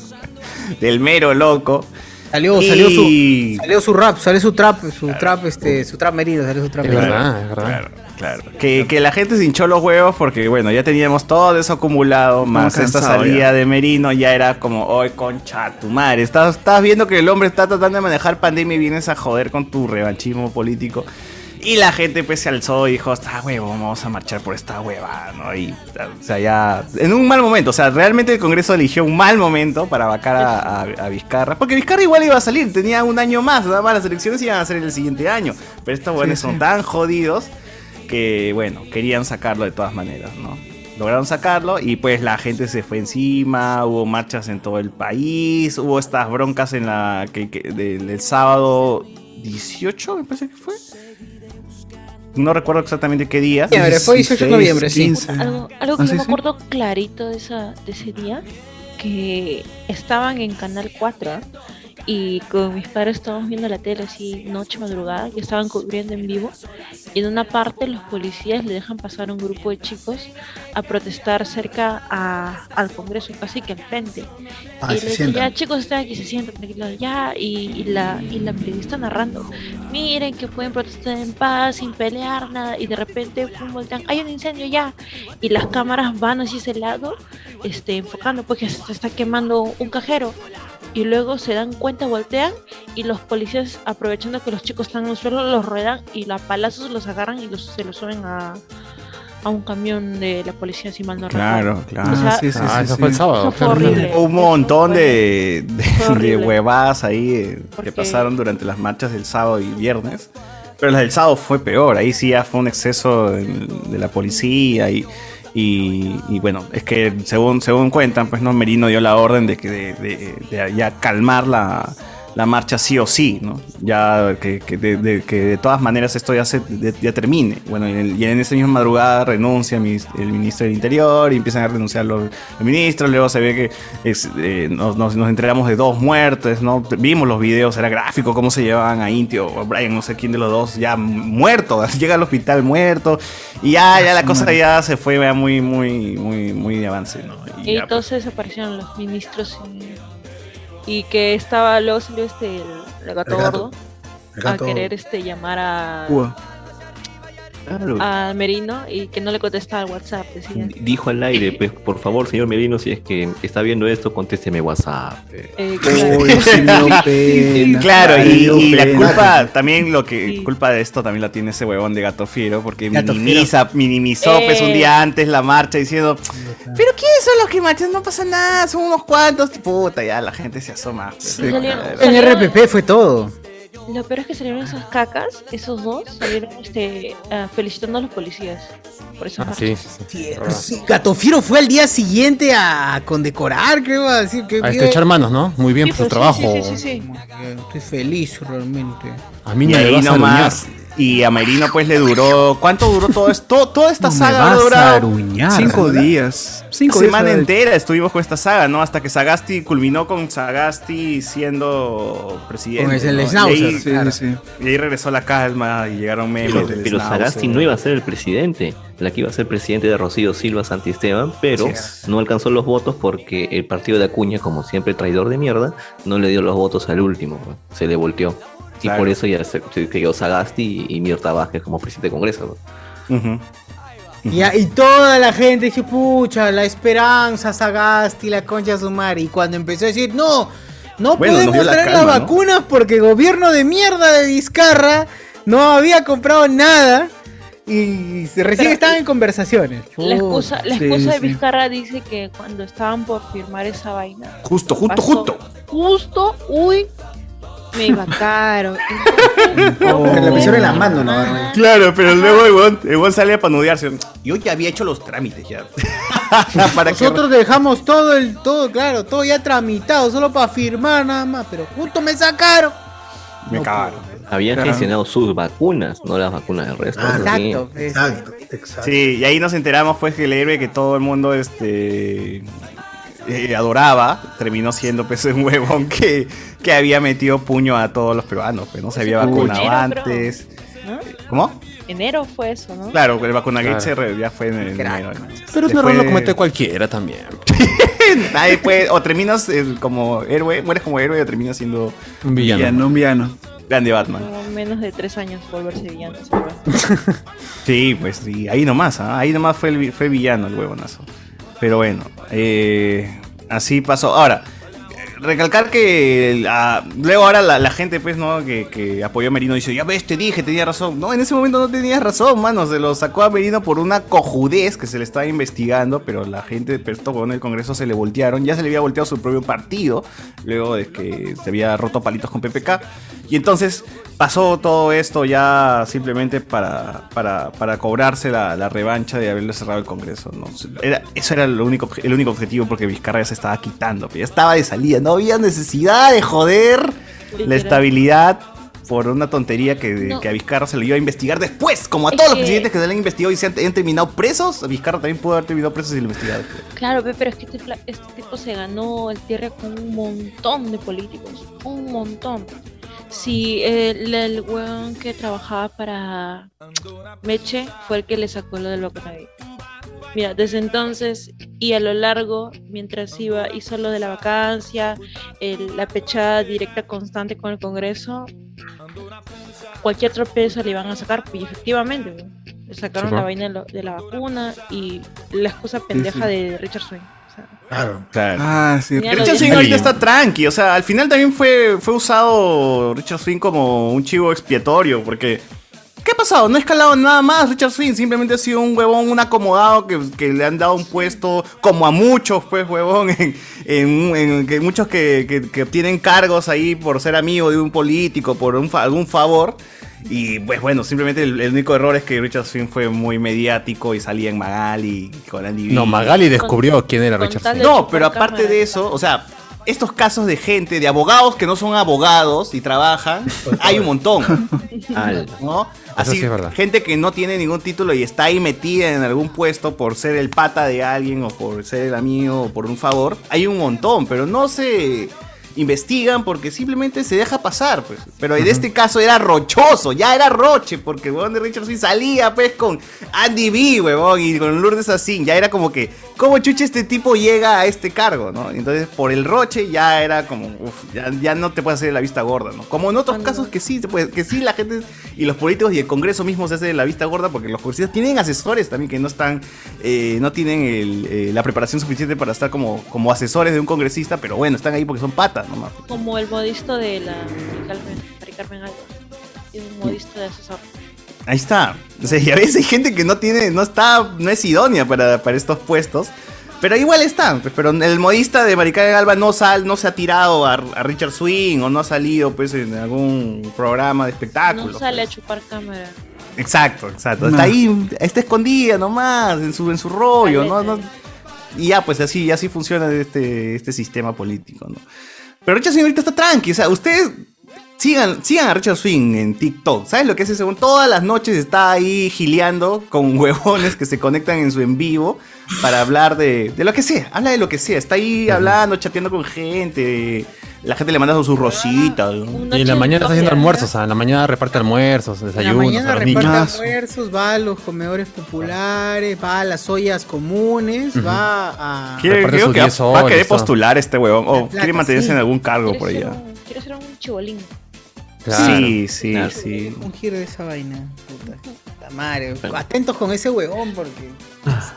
[SPEAKER 3] Del mero loco.
[SPEAKER 1] Salió,
[SPEAKER 3] Y-
[SPEAKER 1] salió su salió su rap, salió su trap, su trap este, su trap merido, salió su trap
[SPEAKER 3] Claro, Claro, claro. Que, que la gente se hinchó los huevos porque, bueno, ya teníamos todo eso acumulado, más esta
[SPEAKER 6] cansados
[SPEAKER 3] salida
[SPEAKER 6] ya.
[SPEAKER 3] de Merino, ya era como, hoy concha, tu madre, estás, estás viendo que el hombre está tratando de manejar pandemia y vienes a joder con tu revanchismo político. Y la gente pues se alzó y dijo, está huevo, vamos a marchar por esta hueva, ¿no? Y, o sea, ya, en un mal momento, o sea, realmente el Congreso eligió un mal momento para vacar a, a- a Vizcarra, porque Vizcarra igual iba a salir, tenía un año más, nada más las elecciones iban a ser el siguiente año, pero estos buenos
[SPEAKER 6] sí.
[SPEAKER 3] son tan jodidos que, bueno, querían sacarlo de todas maneras, ¿no? Lograron sacarlo y pues la gente se fue encima, hubo marchas en todo el país, hubo estas broncas en la que, que- del, del sábado 18, me parece que fue. No recuerdo exactamente qué día.
[SPEAKER 1] Noviembre, fue 18 de noviembre, sí.
[SPEAKER 3] 15.
[SPEAKER 11] Algo, algo que yo
[SPEAKER 3] Ah, sí,
[SPEAKER 11] me
[SPEAKER 3] sí.
[SPEAKER 11] acuerdo clarito de, esa, de ese día, que estaban en Canal 4 ¿ah? y con mis padres estábamos viendo la tele así noche, madrugada, que estaban cubriendo en vivo y en una parte los policías le dejan pasar a un grupo de chicos a protestar cerca a- al Congreso, casi que al frente.
[SPEAKER 7] Ah,
[SPEAKER 11] y
[SPEAKER 7] se
[SPEAKER 11] le dicen,
[SPEAKER 7] sientan.
[SPEAKER 11] ya chicos, están aquí, se sientan tranquilos, ya, y, y la, y la periodista narrando, miren que pueden protestar en paz, sin pelear, nada, y de repente pum, voltean, hay un incendio ya, y las cámaras van hacia ese lado, este, enfocando, pues que se está quemando un cajero, y luego se dan cuenta, voltean, y los policías, aprovechando que los chicos están en el suelo, los ruedan y a palazos los agarran y los, se los suben a, a un camión de la policía, si mal no
[SPEAKER 3] Claro,
[SPEAKER 11] recuerdo.
[SPEAKER 3] claro.
[SPEAKER 11] O sea,
[SPEAKER 3] Ah, eso
[SPEAKER 11] sí.
[SPEAKER 3] fue el sábado.
[SPEAKER 11] Eso fue horrible.
[SPEAKER 3] Un montón de,
[SPEAKER 11] Fue
[SPEAKER 3] de, de
[SPEAKER 11] horrible.
[SPEAKER 3] huevadas ahí eh, que
[SPEAKER 11] Porque-
[SPEAKER 3] pasaron durante las marchas del sábado y viernes. Pero las del sábado fue peor. Ahí sí ya fue un exceso de, de la policía y. y- y bueno, es que según, según cuentan, pues no, Merino dio la orden de que de, de- de ya calmar la, la marcha sí o sí, ¿no? Ya que, que de, de- que de todas maneras esto ya, se, de- ya termine. Bueno, y en, y en esa misma madrugada renuncia mis- el ministro del Interior y empiezan a renunciar los, los ministros. Luego se ve que es- eh, nos, nos, nos enteramos de dos muertes, ¿no? Vimos los videos, era gráfico cómo se llevaban a Intio o a Brian, no sé quién de los dos, ya muerto, llega al hospital muerto. Y ya, ya la cosa ya se fue ya muy, muy, muy, muy de avance, ¿no?
[SPEAKER 11] Y entonces aparecieron los ministros y, y que estaba luego salió este el, el gato
[SPEAKER 3] El gato.
[SPEAKER 11] gordo. a querer este, llamar a,
[SPEAKER 6] Cuba.
[SPEAKER 11] a Merino y que no le contesta al WhatsApp. Decía.
[SPEAKER 9] Dijo al aire, pues por favor, señor Merino, si es que está viendo esto, contésteme WhatsApp.
[SPEAKER 11] Eh,
[SPEAKER 3] Claro,
[SPEAKER 9] Ay,
[SPEAKER 3] y, y la
[SPEAKER 9] pena.
[SPEAKER 3] culpa también lo que culpa de esto también la tiene ese huevón de Gato Fiero porque minimiza, minimizó pues un
[SPEAKER 12] Eh.
[SPEAKER 3] día antes la marcha diciendo
[SPEAKER 12] Pero ¿quiénes son los que marchan? No pasa nada, son unos cuantos. Puta, ya la gente se asoma.
[SPEAKER 3] Sí,
[SPEAKER 11] salieron-
[SPEAKER 1] En
[SPEAKER 11] salieron-
[SPEAKER 1] RPP fue todo.
[SPEAKER 11] Lo peor es que salieron esas cacas, esos dos salieron este, ah, felicitando a los policías. Por eso.
[SPEAKER 2] sí.
[SPEAKER 1] Sí, Gatofiero fue al día siguiente a condecorar, creo, a decir que...
[SPEAKER 2] A estrechar manos, ¿no? Muy bien
[SPEAKER 1] Sí,
[SPEAKER 2] por su
[SPEAKER 1] pues, sí,
[SPEAKER 2] trabajo.
[SPEAKER 1] sí, sí, sí, sí. Estoy feliz realmente.
[SPEAKER 2] A mí
[SPEAKER 3] y
[SPEAKER 2] no me
[SPEAKER 3] ahí
[SPEAKER 2] vas a
[SPEAKER 3] nomás, Y a Merino pues le duró. ¿Cuánto duró todo esto? To- Toda esta
[SPEAKER 12] No me
[SPEAKER 3] saga ha
[SPEAKER 12] vas a
[SPEAKER 3] durado
[SPEAKER 12] aruñar.
[SPEAKER 6] Cinco
[SPEAKER 3] días.
[SPEAKER 6] días. Cinco
[SPEAKER 3] Una
[SPEAKER 6] días.
[SPEAKER 3] semana
[SPEAKER 6] al-
[SPEAKER 3] entera estuvimos con esta saga, ¿no? Hasta que Sagasti culminó con Sagasti siendo presidente.
[SPEAKER 1] Con el
[SPEAKER 3] ¿no?
[SPEAKER 1] Schnauzer,
[SPEAKER 3] Y ahí,
[SPEAKER 1] sí,
[SPEAKER 3] claro,
[SPEAKER 6] sí.
[SPEAKER 3] y ahí regresó la calma y llegaron memes.
[SPEAKER 9] Pero,
[SPEAKER 3] del
[SPEAKER 9] pero
[SPEAKER 3] Schnauzer.
[SPEAKER 9] Sagasti no iba a ser el presidente. La que iba a ser presidente de Rocío Silva Santisteban, pero no alcanzó los votos porque el partido de Acuña, como siempre traidor de mierda, no le dio los votos al último. ¿no? Se le volteó. Y por eso ya se, se quedó Sagasti y, y Mirta Vázquez como presidente de Congreso. ¿no?
[SPEAKER 1] Y, a- y toda la gente dijo, pucha, la esperanza, Sagasti, la concha de su madre. Y cuando empezó a decir, no, no
[SPEAKER 12] Bueno, nos dio
[SPEAKER 1] podemos
[SPEAKER 12] la
[SPEAKER 1] traer
[SPEAKER 12] calma,
[SPEAKER 1] las
[SPEAKER 12] ¿no?
[SPEAKER 1] vacunas porque el gobierno de mierda de Vizcarra no había comprado nada. Y se- recién
[SPEAKER 11] Pero-
[SPEAKER 1] estaban en conversaciones.
[SPEAKER 11] La excusa, la
[SPEAKER 1] Sí,
[SPEAKER 11] excusa de
[SPEAKER 1] sí.
[SPEAKER 11] Vizcarra dice que cuando estaban por firmar esa vaina,
[SPEAKER 3] Justo, justo,
[SPEAKER 11] Pasó.
[SPEAKER 3] justo. Oh.
[SPEAKER 11] justo, uy, me vacaron.
[SPEAKER 7] Pero le pusieron en la mano, ¿no?
[SPEAKER 3] Claro, pero luego el weón, el weón sale a panudearse. Yo ya había hecho los trámites ya. Para que-
[SPEAKER 1] Nosotros dejamos todo el, todo, claro, todo ya tramitado, solo para firmar nada más, pero justo me sacaron.
[SPEAKER 3] Me cagaron.
[SPEAKER 9] Habían
[SPEAKER 3] Claro.
[SPEAKER 9] gestionado sus vacunas, no las vacunas del resto.
[SPEAKER 3] Ah,
[SPEAKER 9] Sí.
[SPEAKER 1] exacto,
[SPEAKER 3] Sí, y ahí nos enteramos pues que el héroe que todo el mundo este eh, adoraba terminó siendo pues un huevón que, que había metido puño a todos los peruanos, pues no se había vacunado
[SPEAKER 11] puchero, bro.
[SPEAKER 3] antes.
[SPEAKER 11] ¿no?
[SPEAKER 3] ¿Cómo?
[SPEAKER 11] Enero fue eso, ¿no?
[SPEAKER 3] Claro, el vacunagate
[SPEAKER 2] Claro.
[SPEAKER 3] ya fue en el
[SPEAKER 2] Pero es un error lo comete cualquiera también.
[SPEAKER 3] Nadie puede- o terminas eh, como héroe, mueres como héroe o terminas siendo
[SPEAKER 2] Un villano.
[SPEAKER 6] Un villano.
[SPEAKER 3] Grande Batman.
[SPEAKER 11] Tomó menos de tres años volverse villano. ese huevón.
[SPEAKER 3] Sí, pues sí, ahí nomás, ¿ah? ahí nomás fue el, vi- fue villano el huevonazo. Pero bueno, eh, así pasó. Ahora, eh, recalcar que el- ah, luego ahora la, la gente pues no que, que apoyó a Merino dice, ya ves, te dije, tenía razón. No, en ese momento no tenías razón, mano, se lo sacó a Merino por una cojudez que se le estaba investigando, pero la gente, pero esto con el Congreso se le voltearon, ya se le había volteado su propio partido, luego de que se había roto a palitos con PPK. Y entonces pasó todo esto ya simplemente para, para, para cobrarse la, la revancha de haberle cerrado el Congreso. ¿no? Era, eso era lo único, obje- el único objetivo porque Vizcarra ya se estaba quitando, pues, ya estaba de salida, no había necesidad de joder la estabilidad por una tontería que,
[SPEAKER 11] No.
[SPEAKER 3] que a Vizcarra se lo iba a investigar después, como a
[SPEAKER 11] Es
[SPEAKER 3] todos los
[SPEAKER 11] que-
[SPEAKER 3] presidentes que se le han investigado y se han, han terminado presos, a Vizcarra también pudo haber terminado presos y lo investigado.
[SPEAKER 11] Claro, pe- pero es que este, fla- este tipo se ganó el tierra con un montón de políticos, un montón. Si el, el weón que trabajaba para Meche fue el que le sacó lo del Baconaví. Mira, desde entonces y a lo largo, mientras iba, hizo lo de la vacancia, el- la pechada directa constante con el Congreso, cualquier tropiezo le iban a sacar, y efectivamente, weón, le sacaron
[SPEAKER 2] Sí,
[SPEAKER 11] la
[SPEAKER 2] po.
[SPEAKER 11] vaina de lo- de la vacuna y la excusa pendeja de Richard Swing.
[SPEAKER 3] Claro.
[SPEAKER 6] Ah, sí.
[SPEAKER 11] Tenía lo
[SPEAKER 3] Richard
[SPEAKER 11] de-
[SPEAKER 3] Swing ahorita
[SPEAKER 11] Ay.
[SPEAKER 3] está tranqui, o sea, al final también fue, fue usado Richard Swing como un chivo expiatorio, porque... ¿Qué ha pasado? No ha escalado nada más Richard Swing, simplemente ha sido un huevón, un acomodado que, que le han dado un puesto, como a muchos, pues, huevón, en, en- en- que muchos que, que- que obtienen cargos ahí por ser amigo de un político, por un fa- algún favor. Y pues bueno, simplemente el, el único error es que Richard Swing fue muy mediático y salía en Magali con Andy
[SPEAKER 2] No,
[SPEAKER 3] B.
[SPEAKER 2] Magali descubrió quién era Richard Swing.
[SPEAKER 3] No, pero aparte de eso, o sea, estos casos de gente, de abogados que no son abogados y trabajan, hay un montón.
[SPEAKER 9] Al.
[SPEAKER 3] ¿no?
[SPEAKER 2] Eso
[SPEAKER 3] Así,
[SPEAKER 2] sí es verdad.
[SPEAKER 3] gente que no tiene ningún título y está ahí metida en algún puesto por ser el pata de alguien o por ser el amigo o por un favor, hay un montón, pero no se... investigan porque simplemente se deja pasar. Pues. Pero en este caso era rochoso, ya era roche, porque el huevón de Richardson salía pues con Andy B, huevón, y con Lourdes Asín. Ya era como que, ¿cómo chuche este tipo llega a este cargo? ¿no? Entonces, por el roche ya era como, uf, ya, ya no te puedes hacer la vista gorda, ¿no? Como en otros casos que sí, pues, que sí la gente y los políticos y el Congreso mismo se hace de la vista gorda porque los congresistas tienen asesores también que no están, eh, no tienen el, eh, la preparación suficiente para estar como, como asesores de un congresista, pero bueno, están ahí porque son patas nomás.
[SPEAKER 11] Como el modisto de la Mari Carmen, Mari Carmen Alba. Es un modisto de asesor.
[SPEAKER 3] Ahí está. O sea, y a veces hay gente que no tiene, no está, no es idónea para, para estos puestos. Pero igual están, pues, pero el modista de Maricarmen Alba no sal, no se ha tirado a, a Richard Swing o no ha salido pues en algún programa de espectáculo.
[SPEAKER 11] No sale a chupar cámara.
[SPEAKER 3] Exacto, exacto. Está ahí, está escondida nomás, en su, en su rollo, ¿no? No- Y ya, pues así, así funciona este, este sistema político, ¿no? Pero Richard Swing ahorita está tranqui, o sea, ustedes sigan, sigan a Richard Swing en TikTok. ¿Sabes lo que hace según? Todas las noches está ahí gileando con huevones que se conectan en su en vivo para hablar de, de lo que sea. Habla de lo que sea. Está ahí hablando, chateando con gente. La gente le manda sus rositas. ¿no?
[SPEAKER 2] Y en la mañana está haciendo almuerzos, ah, en la mañana reparte almuerzos,
[SPEAKER 1] En la
[SPEAKER 2] desayunos,
[SPEAKER 1] mañana
[SPEAKER 2] a los
[SPEAKER 1] reparte
[SPEAKER 2] niños.
[SPEAKER 1] almuerzos, va a los comedores populares, va a las ollas comunes, va a.
[SPEAKER 3] Quiere-
[SPEAKER 2] Aparte
[SPEAKER 3] creo
[SPEAKER 2] sus
[SPEAKER 3] que va,
[SPEAKER 2] 10
[SPEAKER 3] va a querer
[SPEAKER 2] soles, ¿no?
[SPEAKER 3] postular este huevón. O quiere
[SPEAKER 1] plata,
[SPEAKER 3] mantenerse
[SPEAKER 1] sí.
[SPEAKER 3] en algún cargo por
[SPEAKER 1] Quiere
[SPEAKER 3] allá.
[SPEAKER 11] Quiero ser un chibolín.
[SPEAKER 3] Sí, sí, sí.
[SPEAKER 1] Un giro de esa vaina. Puta, puta madre. Atentos con ese huevón porque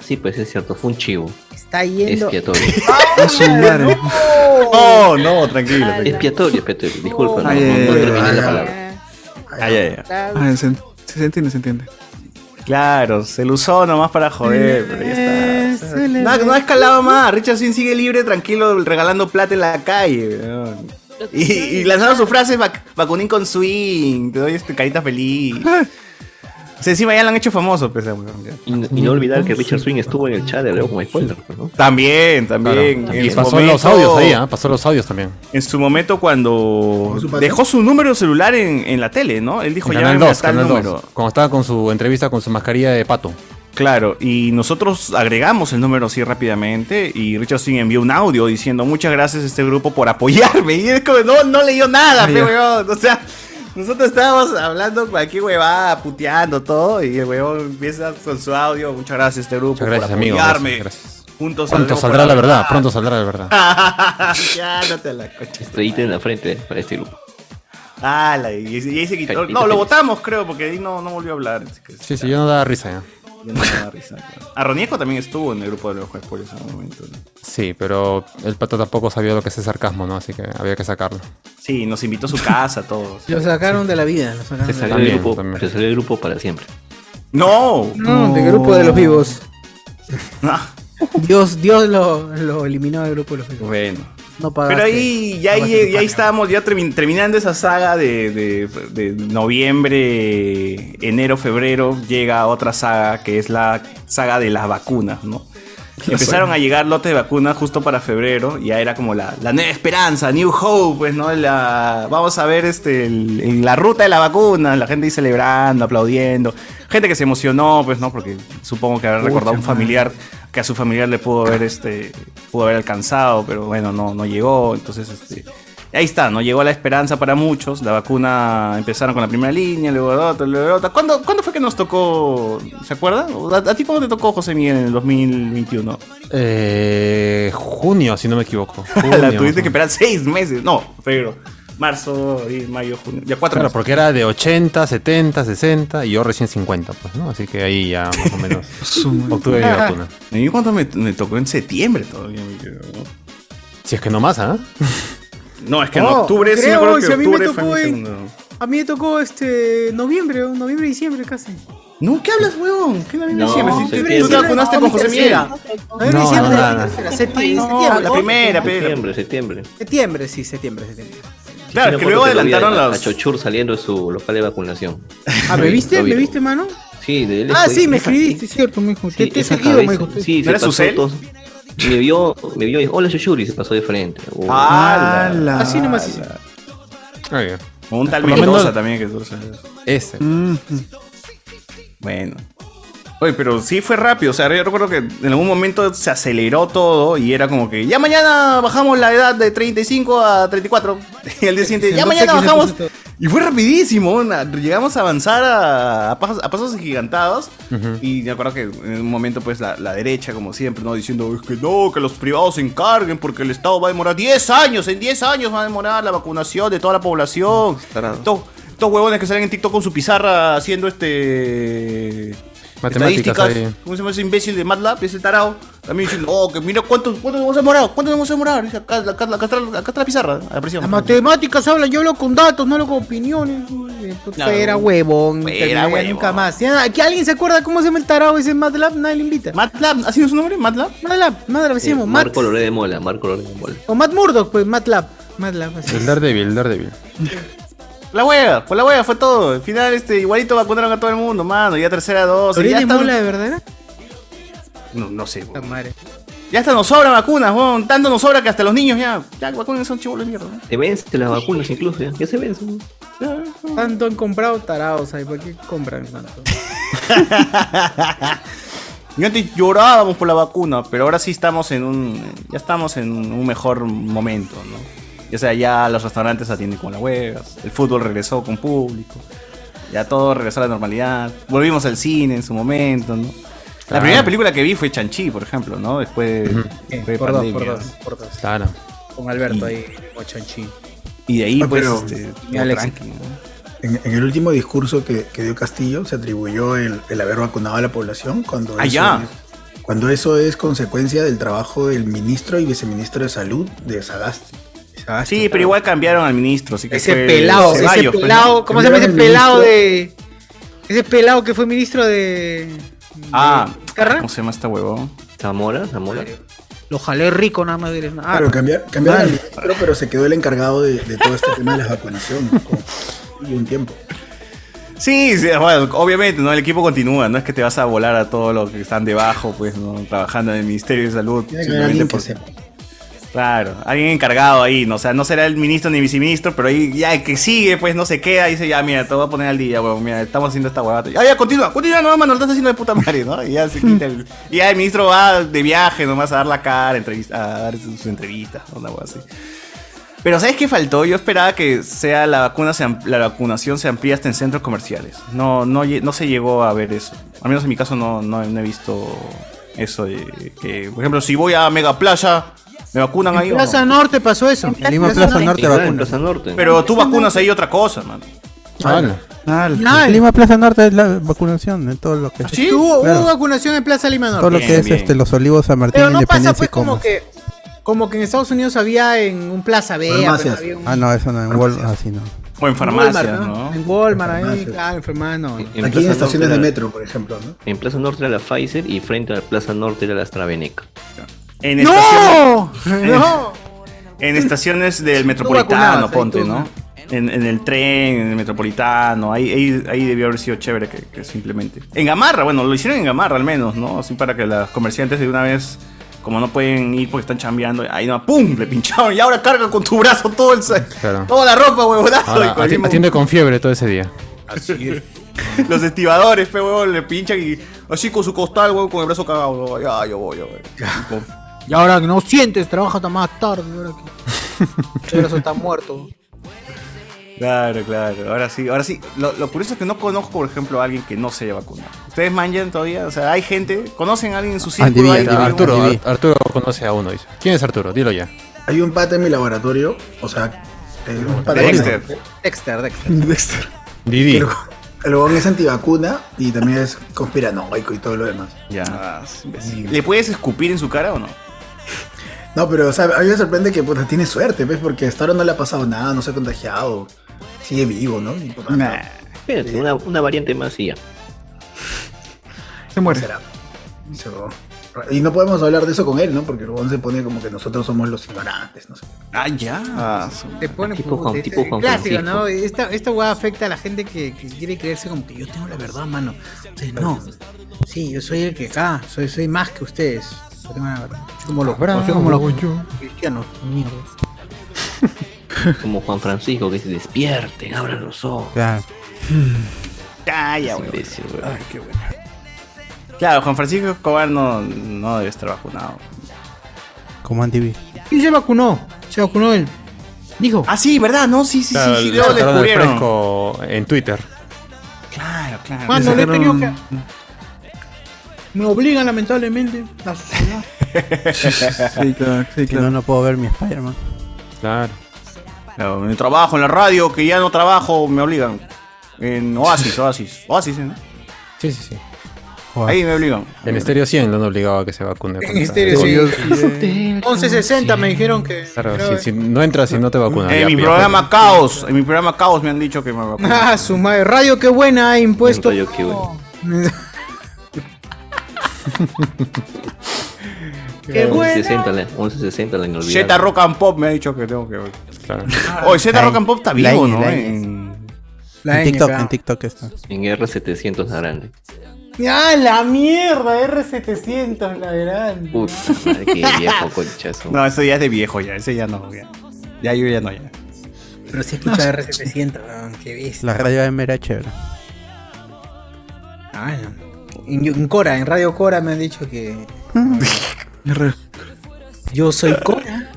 [SPEAKER 9] Sí, pues es cierto, fue un chivo.
[SPEAKER 1] está yendo.
[SPEAKER 9] Expiatorio.
[SPEAKER 2] Ah, Oh,
[SPEAKER 3] No, no, tranquilo.
[SPEAKER 9] Expiatorio, expiatorio. Disculpa, no,
[SPEAKER 6] Ay,
[SPEAKER 9] no-
[SPEAKER 2] eh,
[SPEAKER 6] ay,
[SPEAKER 9] no
[SPEAKER 6] ay,
[SPEAKER 9] terminé
[SPEAKER 6] ay,
[SPEAKER 9] la
[SPEAKER 6] ay.
[SPEAKER 9] palabra.
[SPEAKER 3] Ay, ay, ay.
[SPEAKER 6] Ah, se, se entiende, se entiende.
[SPEAKER 3] Claro, se lo usó nomás para joder, pero
[SPEAKER 11] Eh,
[SPEAKER 3] ya está. No, no ha escalado más. Richard Swing sigue libre, tranquilo, regalando plata en la calle. weón. Y, y lanzando sus frases vac- vacunín con swing, te doy este carita feliz. O sea, encima ya lo han hecho famoso, pues, weón, ya.
[SPEAKER 9] Y, y no olvidar que Richard Swing estuvo en el chat de Leo como spoiler, pues, ¿no?
[SPEAKER 3] También, también.
[SPEAKER 2] Claro.
[SPEAKER 3] en
[SPEAKER 2] Y
[SPEAKER 3] su
[SPEAKER 2] pasó
[SPEAKER 3] momento-
[SPEAKER 2] los audios ahí, ¿ah? pasó los audios también.
[SPEAKER 3] En su momento cuando
[SPEAKER 2] su pata?
[SPEAKER 3] dejó su número celular en, en la tele, ¿no? Él dijo,
[SPEAKER 2] En
[SPEAKER 3] ya
[SPEAKER 2] Canal 2, Canal 2,
[SPEAKER 3] número.
[SPEAKER 2] cuando estaba con su entrevista con su mascarilla de pato.
[SPEAKER 3] Claro, y nosotros agregamos el número así rápidamente y Richard Swing envió un audio diciendo muchas gracias a este grupo por apoyarme. Y es como, no, no leyó nada,
[SPEAKER 6] Ay,
[SPEAKER 3] pe,
[SPEAKER 6] ya.
[SPEAKER 3] weón. O sea, nosotros estábamos hablando cualquier huevada, puteando todo y el weón empieza con su audio, muchas gracias a este grupo
[SPEAKER 2] Muchas gracias,
[SPEAKER 3] por
[SPEAKER 2] amigo.
[SPEAKER 3] apoyarme.
[SPEAKER 2] Gracias,
[SPEAKER 3] Juntos
[SPEAKER 2] Pronto
[SPEAKER 3] saldremos
[SPEAKER 2] saldrá
[SPEAKER 3] por
[SPEAKER 2] la verdad, pronto saldrá la verdad.
[SPEAKER 3] ya, no te la coches.
[SPEAKER 9] Estrellita en la frente para este grupo.
[SPEAKER 3] Ah, la, y, y ahí se quitó.
[SPEAKER 9] Jaipito
[SPEAKER 3] No, lo
[SPEAKER 9] feliz.
[SPEAKER 3] votamos, creo, porque ahí no, no volvió a hablar. así que-
[SPEAKER 2] Sí, sí, yo no daba risa ¿eh? ya.
[SPEAKER 3] ya no me da risa, claro. Arronieco también estuvo en el grupo de los juegos spoilers en algún momento. ¿no?
[SPEAKER 2] Sí, pero el pato tampoco sabía lo que es el sarcasmo, ¿no? Así que había que sacarlo.
[SPEAKER 3] Sí, nos invitó a su casa a todos.
[SPEAKER 1] Lo sacaron de la vida. Lo
[SPEAKER 9] Se
[SPEAKER 1] sacaron de
[SPEAKER 9] salió,
[SPEAKER 1] la vida.
[SPEAKER 9] del grupo, se salió del grupo para siempre.
[SPEAKER 3] No.
[SPEAKER 1] No, del grupo de los vivos.
[SPEAKER 2] Ah,
[SPEAKER 1] Dios, Dios lo, lo eliminó del grupo de los vivos.
[SPEAKER 3] Bueno.
[SPEAKER 1] No pagaste.
[SPEAKER 3] Pero ahí, ya, ahí,
[SPEAKER 1] Pagaste tu
[SPEAKER 3] ya ahí
[SPEAKER 1] paga.
[SPEAKER 3] estábamos ya termin- terminando esa saga de, de- de noviembre, enero, febrero, llega otra saga que es la saga de las vacunas, ¿no? Empezaron a llegar lotes de vacunas justo para febrero, ya era como la, la nueva esperanza, New Hope, pues, ¿no? La, vamos a ver este, el- el- la ruta de la vacuna, la gente ahí celebrando, aplaudiendo, gente que se emocionó, pues, ¿no? Porque supongo que habrá
[SPEAKER 6] Pucha
[SPEAKER 3] recordado a un
[SPEAKER 6] madre.
[SPEAKER 3] familiar que a su familiar le pudo haber, este, pudo haber alcanzado, pero bueno, no, no llegó, entonces, este... Ahí está, ¿no? Llegó la esperanza para muchos. La vacuna empezaron con la primera línea, luego la otra, luego la otra. ¿Cuándo, cuándo fue que nos tocó? ¿Se acuerdan? ¿A, a ti cómo te tocó, José Miguel, en el 2021?
[SPEAKER 2] Eh, junio, si no me equivoco.
[SPEAKER 3] la
[SPEAKER 2] Junio,
[SPEAKER 3] tuviste que esperar seis meses. No, febrero. Marzo, abril, mayo, junio. Ya cuatro
[SPEAKER 2] Claro,
[SPEAKER 3] meses.
[SPEAKER 2] porque era de 80, 70, 60 y yo recién 50, pues, ¿no? Así que ahí ya más o menos obtuve mi vacuna.
[SPEAKER 3] ¿A mí cuánto me, me tocó en septiembre todavía? mi querido?
[SPEAKER 2] Si es que no más, ¿ah?
[SPEAKER 3] No, es que en
[SPEAKER 1] Oh,
[SPEAKER 3] octubre sí me
[SPEAKER 1] creo,
[SPEAKER 3] acuerdo que
[SPEAKER 1] si a mí me
[SPEAKER 3] octubre fue
[SPEAKER 1] tocó
[SPEAKER 3] mi
[SPEAKER 1] en-
[SPEAKER 3] segundo.
[SPEAKER 1] A mí me tocó este noviembre, ¿o? noviembre, diciembre casi.
[SPEAKER 3] No, ¿qué hablas, huevón? ¿Qué
[SPEAKER 1] No,
[SPEAKER 3] noviembre, diciembre? Si-
[SPEAKER 1] septiembre,
[SPEAKER 3] Tú te
[SPEAKER 1] diciembre,
[SPEAKER 3] vacunaste
[SPEAKER 1] no,
[SPEAKER 3] con
[SPEAKER 1] mi
[SPEAKER 3] José Miguel.
[SPEAKER 1] tercera. Noviembre,
[SPEAKER 2] No,
[SPEAKER 1] diciembre,
[SPEAKER 2] no, no.
[SPEAKER 1] tercera, septiembre, septiembre,
[SPEAKER 3] la
[SPEAKER 1] agosto,
[SPEAKER 3] primera,
[SPEAKER 9] Septiembre, septiembre.
[SPEAKER 1] Septiembre, sí, septiembre, septiembre.
[SPEAKER 9] Yo me acuerdo lo vi a- A Chochur saliendo de su local de vacunación.
[SPEAKER 1] Ah, ¿me
[SPEAKER 9] Sí,
[SPEAKER 1] viste?
[SPEAKER 9] lo vi.
[SPEAKER 1] ¿Me viste, mano?
[SPEAKER 9] Sí, de él
[SPEAKER 1] Ah,
[SPEAKER 9] estoy-
[SPEAKER 1] sí, me
[SPEAKER 9] esa-
[SPEAKER 1] escribiste, cierto, me dijo. Te te he
[SPEAKER 9] esa
[SPEAKER 1] seguido, me dijo.
[SPEAKER 9] cabeza. Sí,
[SPEAKER 1] ¿No
[SPEAKER 9] se
[SPEAKER 1] era
[SPEAKER 9] pasó
[SPEAKER 1] Susel?
[SPEAKER 9] todos- Me vio, me vio y dijo, hola Chuchuri, y se pasó de frente. Oh.
[SPEAKER 3] ¡Hala!
[SPEAKER 1] Así nomás hice.
[SPEAKER 2] Ah, ya.
[SPEAKER 3] O un tal
[SPEAKER 2] Por lo
[SPEAKER 3] Mendoza
[SPEAKER 2] menos-
[SPEAKER 3] también que tú sabes.
[SPEAKER 2] Ese.
[SPEAKER 3] Bueno. Oye, pero sí fue rápido. O sea, yo recuerdo que en algún momento se aceleró todo y era como que ya mañana bajamos la edad de 35 a 34. Y al día siguiente, ya mañana bajamos. Y fue rapidísimo. una- llegamos a avanzar a, a pasos, a pasos gigantados. Y me acuerdo que en un momento, pues, la, la derecha, como siempre, ¿no? Diciendo, es que no, que los privados se encarguen porque el Estado va a demorar 10 años. En 10 años va a demorar la vacunación de toda la población. Estos, estos huevones que salen en TikTok con su pizarra haciendo este...
[SPEAKER 2] Matemáticas
[SPEAKER 3] estadísticas.
[SPEAKER 2] ahí.
[SPEAKER 3] ¿Cómo se llama ese imbécil de MATLAB? Ese tarado. También diciendo, oh, que mira cuántos, cuántos hemos demorado, cuántos hemos demorado. Dice, Acá, acá, acá, está la- acá está la pizarra, a la presión.
[SPEAKER 1] Las matemáticas hablan, yo hablo con datos, no hablo con opiniones.
[SPEAKER 3] Claro.
[SPEAKER 1] Era huevón,
[SPEAKER 3] Fuera
[SPEAKER 1] era
[SPEAKER 3] huevón.
[SPEAKER 1] nunca más. Ya, ¿Aquí alguien se acuerda cómo se llama el tarado ese MATLAB? Nadie le invita.
[SPEAKER 3] ¿MATLAB? ¿Ha sido su nombre? ¿MATLAB?
[SPEAKER 1] MATLAB, MATLAB,
[SPEAKER 9] Eh,
[SPEAKER 1] decimos, Mat.
[SPEAKER 9] Marco Lore de Mola, Marco Lore de Mola.
[SPEAKER 1] O Matt Murdock, pues MATLAB. MATLAB, así.
[SPEAKER 2] El Daredevil, el Daredevil.
[SPEAKER 3] La hueá, fue la hueá, fue todo. Al final, este, igualito vacunaron a todo el mundo, mano. Ya tercera dosis.
[SPEAKER 1] ¿Lorena
[SPEAKER 3] Ya
[SPEAKER 1] es
[SPEAKER 3] hasta,
[SPEAKER 1] mola de verdad?
[SPEAKER 3] no, no sé, weón.
[SPEAKER 1] madre.
[SPEAKER 3] ya hasta nos sobra vacunas, weón. Tanto nos sobra que hasta los niños ya, ya vacunas son chivolos de mierda. ¿no?
[SPEAKER 9] Se vencen las vacunas incluso, ya, ya se vencen.
[SPEAKER 1] Tanto han comprado tarados ahí, ¿para qué compran tanto?
[SPEAKER 3] Y antes llorábamos por la vacuna, pero ahora sí estamos en un, ya estamos en un mejor momento, ¿no? O sea, ya los restaurantes atienden con la huevas, el fútbol regresó con público, ya todo regresó a la normalidad, volvimos al cine en su momento, ¿no? La
[SPEAKER 2] Claro.
[SPEAKER 3] primera película que vi fue Chanchi, por ejemplo, ¿no? Después de, después de
[SPEAKER 1] Por dos,
[SPEAKER 3] pandemia.
[SPEAKER 1] por dos, por dos.
[SPEAKER 2] Claro.
[SPEAKER 1] Con Alberto ahí, como chanchín.
[SPEAKER 3] Y de ahí,
[SPEAKER 7] No,
[SPEAKER 3] pues,
[SPEAKER 7] pero-
[SPEAKER 3] este,
[SPEAKER 1] Y Alex.
[SPEAKER 3] tranqui, ¿no?
[SPEAKER 7] En, en el último discurso que, que dio Castillo se atribuyó el, el haber vacunado a la población cuando,
[SPEAKER 3] Ah,
[SPEAKER 7] eso
[SPEAKER 3] ya.
[SPEAKER 7] es, cuando eso es consecuencia del trabajo del ministro y viceministro de salud de Sagasti.
[SPEAKER 3] Sí, pero igual cambiaron al ministro, así que
[SPEAKER 7] Ese
[SPEAKER 3] fue
[SPEAKER 1] pelado, ese
[SPEAKER 3] Ceballos, pues, ¿no?
[SPEAKER 1] pelado, ¿cómo se llama ese
[SPEAKER 7] Primero el
[SPEAKER 1] pelado de. Ese pelado que fue ministro de.
[SPEAKER 3] Ah, ¿cómo se llama este huevón?
[SPEAKER 9] Zamora, Zamora.
[SPEAKER 1] Lo jalé rico nada más. diré, Ah,
[SPEAKER 7] Claro, cambiar, cambiaron al
[SPEAKER 1] Vale.
[SPEAKER 7] ministro, pero se quedó el encargado de, de todo este tema de las vacunaciones. como- Y un tiempo.
[SPEAKER 3] Sí, sí, bueno, obviamente, ¿no? El equipo continúa, no es que te vas a volar a todos los que están debajo, pues, ¿no? Trabajando en el Ministerio de Salud.
[SPEAKER 7] Tiene que haber
[SPEAKER 3] simplemente
[SPEAKER 7] alguien que
[SPEAKER 3] por-
[SPEAKER 7] sepa.
[SPEAKER 3] Claro, alguien encargado ahí, ¿no? O sea, no será el ministro ni viceministro, pero ahí ya el que sigue, pues, no se queda y dice, ya, mira, te voy a poner al día, weón, mira, estamos haciendo esta huevada. Ya, ya, continúa, continúa, no, mano, lo estás haciendo de puta madre, ¿no? Y ya se quita el... Y ya el ministro va de viaje nomás a dar la cara, entrevista, a dar sus entrevistas, una hueá así. Pero ¿sabes qué faltó? Yo esperaba que sea la vacuna se am- la vacunación se amplíe hasta en centros comerciales. No, no, lle- no se llegó a ver eso. Al menos en mi caso no, no, no he visto eso de que, por ejemplo, si voy a Mega Playa, ¿me vacunan ahí o no?
[SPEAKER 1] Plaza Norte pasó eso. En
[SPEAKER 4] mismo Plaza Plaza Norte
[SPEAKER 9] Claro, en Plaza Norte.
[SPEAKER 3] Pero tú vacunas ahí otra cosa, man.
[SPEAKER 1] Nada.
[SPEAKER 4] Lima Plaza Norte es la vacunación en todo lo que
[SPEAKER 1] Sí, hubo, hubo
[SPEAKER 4] Claro.
[SPEAKER 1] vacunación en Plaza Lima Norte.
[SPEAKER 4] todo lo que
[SPEAKER 3] Bien,
[SPEAKER 4] es
[SPEAKER 3] bien.
[SPEAKER 4] este los olivos San Martín
[SPEAKER 1] Pero no pasa
[SPEAKER 4] Independencia
[SPEAKER 1] pues
[SPEAKER 4] y
[SPEAKER 1] como
[SPEAKER 4] Comas.
[SPEAKER 1] que. Como que en Estados Unidos había en un Plaza B,
[SPEAKER 7] Farmacias.
[SPEAKER 1] pues, había un-
[SPEAKER 4] ah no eso no en Walmart así no
[SPEAKER 3] O en farmacias,
[SPEAKER 1] Walmart,
[SPEAKER 3] ¿no?
[SPEAKER 1] En Walmart, ahí,
[SPEAKER 7] Farmacias.
[SPEAKER 1] claro, enfermano.
[SPEAKER 9] En
[SPEAKER 7] Aquí en
[SPEAKER 9] Plaza
[SPEAKER 7] estaciones
[SPEAKER 9] Norte
[SPEAKER 7] de
[SPEAKER 9] era-
[SPEAKER 7] metro, por ejemplo, ¿no?
[SPEAKER 9] En Plaza Norte era la Pfizer y frente a la Plaza Norte era la AstraZeneca.
[SPEAKER 3] En estaciones,
[SPEAKER 1] ¡No! ¡No!
[SPEAKER 3] en estaciones del
[SPEAKER 1] vacunabas
[SPEAKER 3] metropolitano,
[SPEAKER 1] ahí,
[SPEAKER 3] ponte,
[SPEAKER 1] tú,
[SPEAKER 3] ¿no?
[SPEAKER 1] ¿no?
[SPEAKER 3] En, en el tren, en el metropolitano, ahí, ahí, ahí debió haber sido chévere que, que simplemente. En Gamarra, bueno, lo hicieron en Gamarra al menos, ¿no? Así para que las comerciantes de una vez, como no pueden ir porque están chambeando, ahí no, ¡pum! Le pincharon y ahora carga con tu brazo todo el, sa-
[SPEAKER 2] Claro.
[SPEAKER 3] toda la ropa, huevonazo.
[SPEAKER 2] Ahora,
[SPEAKER 3] y con el
[SPEAKER 2] ati-
[SPEAKER 3] mismo-
[SPEAKER 2] atiende con fiebre todo ese día.
[SPEAKER 3] Los estibadores, pe huevón, le pinchan y así con su costal, huevón, con el brazo cagado. ¿no? Ya, yo voy, yo voy. Y con-
[SPEAKER 1] Y ahora no sientes, trabajas hasta más tarde. y Ahora que... Ese brazo está muerto.
[SPEAKER 3] Claro, claro. Ahora sí, ahora sí. Lo, lo curioso es que no conozco, por ejemplo, a alguien que no se haya vacunado. ¿Ustedes manjan todavía? O sea, hay gente, ¿conocen a alguien en su
[SPEAKER 7] Ah,
[SPEAKER 4] Andiví,
[SPEAKER 3] círculo? ¿Hay-
[SPEAKER 4] andiví.
[SPEAKER 2] Arturo,
[SPEAKER 4] Ah, Divi.
[SPEAKER 2] Ar- Arturo conoce a uno, dice. ¿Quién es Arturo? Dilo ya.
[SPEAKER 7] Hay un pata en mi laboratorio, o sea, es un pata
[SPEAKER 3] Dexter.
[SPEAKER 1] Dexter, Dexter.
[SPEAKER 6] Dexter.
[SPEAKER 2] Didi.
[SPEAKER 7] Pero el huevón es antivacuna y también es conspiranoico y todo lo demás.
[SPEAKER 3] Ya. Ah, es imbécil. ¿Le puedes escupir en su cara o no?
[SPEAKER 7] No, pero o sea, a mí me sorprende que puta, tiene suerte, ¿ves? Porque hasta ahora no le ha pasado nada, no se ha contagiado, sigue vivo, ¿no? Y, puta,
[SPEAKER 9] Espérate, una, una variante más y ya.
[SPEAKER 6] Se muere.
[SPEAKER 7] será. Se robó. Y no podemos hablar de eso con él, ¿no? Porque el huevón se pone como que nosotros somos los ignorantes, no sé.
[SPEAKER 3] Ah, ya.
[SPEAKER 1] Te pone
[SPEAKER 9] Tipo
[SPEAKER 1] puta,
[SPEAKER 9] Juan-
[SPEAKER 1] este-
[SPEAKER 9] tipo Juan
[SPEAKER 1] clásico,
[SPEAKER 9] Francisco.
[SPEAKER 1] ¿no? Esta, esta weá afecta a la gente que, que quiere creerse como que yo tengo la verdad, mano. Ustedes no. Sí, yo soy el que acá, soy, soy más que ustedes. Yo tengo la verdad. Soy como los bravos, soy como los cristianos, mierda.
[SPEAKER 9] Como Juan Francisco que se despierten, abran los ojos.
[SPEAKER 4] claro
[SPEAKER 3] Calla,
[SPEAKER 9] Imbécil, weón.
[SPEAKER 3] Ay, qué bueno. Claro, Juan Francisco Escobar no, no debe estar vacunado.
[SPEAKER 4] Como antivirus.
[SPEAKER 1] Y se vacunó. Se vacunó él. Dijo.
[SPEAKER 3] Ah, sí, ¿verdad? No, sí, sí,
[SPEAKER 2] Claro,
[SPEAKER 3] sí, sí.
[SPEAKER 2] le
[SPEAKER 3] luego
[SPEAKER 2] sacaron el
[SPEAKER 3] descubrieron.
[SPEAKER 2] fresco en Twitter.
[SPEAKER 3] Claro, claro.
[SPEAKER 1] Mano, le he tenido que.
[SPEAKER 3] sacaron-
[SPEAKER 1] Me obligan, lamentablemente, la sociedad.
[SPEAKER 6] Sí, claro, sí,
[SPEAKER 4] claro. No, no puedo ver mi Spider-Man.
[SPEAKER 2] Claro.
[SPEAKER 3] Mi trabajo en la radio, que ya no trabajo, me obligan. En Oasis, Oasis. Oasis, ¿eh? ¿no?
[SPEAKER 2] Sí, sí, sí.
[SPEAKER 3] Ahí me obligan.
[SPEAKER 2] En Estéreo 100 lo han obligado a que se vacune.
[SPEAKER 1] En Estéreo
[SPEAKER 2] Sí.
[SPEAKER 1] 1160 me dijeron que.
[SPEAKER 2] Claro, sí, sí, no entras si no te vacunas.
[SPEAKER 3] En
[SPEAKER 2] Ya,
[SPEAKER 3] mi
[SPEAKER 2] ya
[SPEAKER 3] programa Caos, en mi programa Caos me han dicho que me vacunen.
[SPEAKER 1] Ah, su madre. Radio, qué buena, ha impuesto.
[SPEAKER 3] Radio, qué
[SPEAKER 1] Qué buena.
[SPEAKER 9] 1160 la, 1160 la inolvidable.
[SPEAKER 3] Z Rock and Pop me ha dicho que tengo que ver. Oye, Z Rock and Pop está
[SPEAKER 9] La
[SPEAKER 3] vivo,
[SPEAKER 9] N,
[SPEAKER 3] ¿no?
[SPEAKER 9] la N.
[SPEAKER 3] En-
[SPEAKER 1] La
[SPEAKER 9] En
[SPEAKER 1] N,
[SPEAKER 9] TikTok,
[SPEAKER 1] claro.
[SPEAKER 9] en
[SPEAKER 4] TikTok está.
[SPEAKER 9] En R700 la grande.
[SPEAKER 1] ¡Ah, la mierda! R700, la gran.
[SPEAKER 9] Puta madre, qué viejo conchazo.
[SPEAKER 3] No, eso ya es de viejo, ya. Ese ya no. Ya, ya yo ya no, ya.
[SPEAKER 1] Pero si escucha R700, weón, qué bestia.
[SPEAKER 4] La radio de era chévere.
[SPEAKER 1] Ah, no. en, en Cora, en Radio Cora me han dicho que. Yo soy Cora.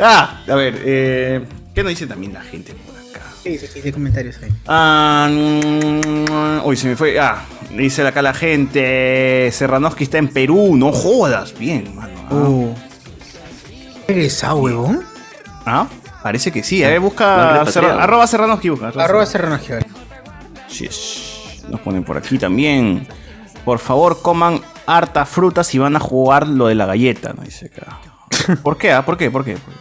[SPEAKER 3] Ah, a ver, eh, ¿qué nos dice también la gente por acá?
[SPEAKER 1] ¿Qué dice? ¿Qué dice comentarios ahí?
[SPEAKER 3] Ah, mm, uy, se me fue. Ah, dice acá la gente. Serranoski está en Perú, no jodas. Bien, mano. ah.
[SPEAKER 1] ¿Regresado, huevón?
[SPEAKER 3] Ah, parece que sí. A ver,
[SPEAKER 1] Lo han
[SPEAKER 3] busca.
[SPEAKER 1] repatriado.
[SPEAKER 3] Serra- arroba Serranoski, busca.
[SPEAKER 1] Arroba Serrano Geo.
[SPEAKER 3] Yes. Nos ponen por aquí también. Por favor, coman harta fruta si van a jugar lo de la galleta. ¿no? Dice acá. ¿Por qué? ah? ¿Por qué? ¿Por qué? ¿Por qué?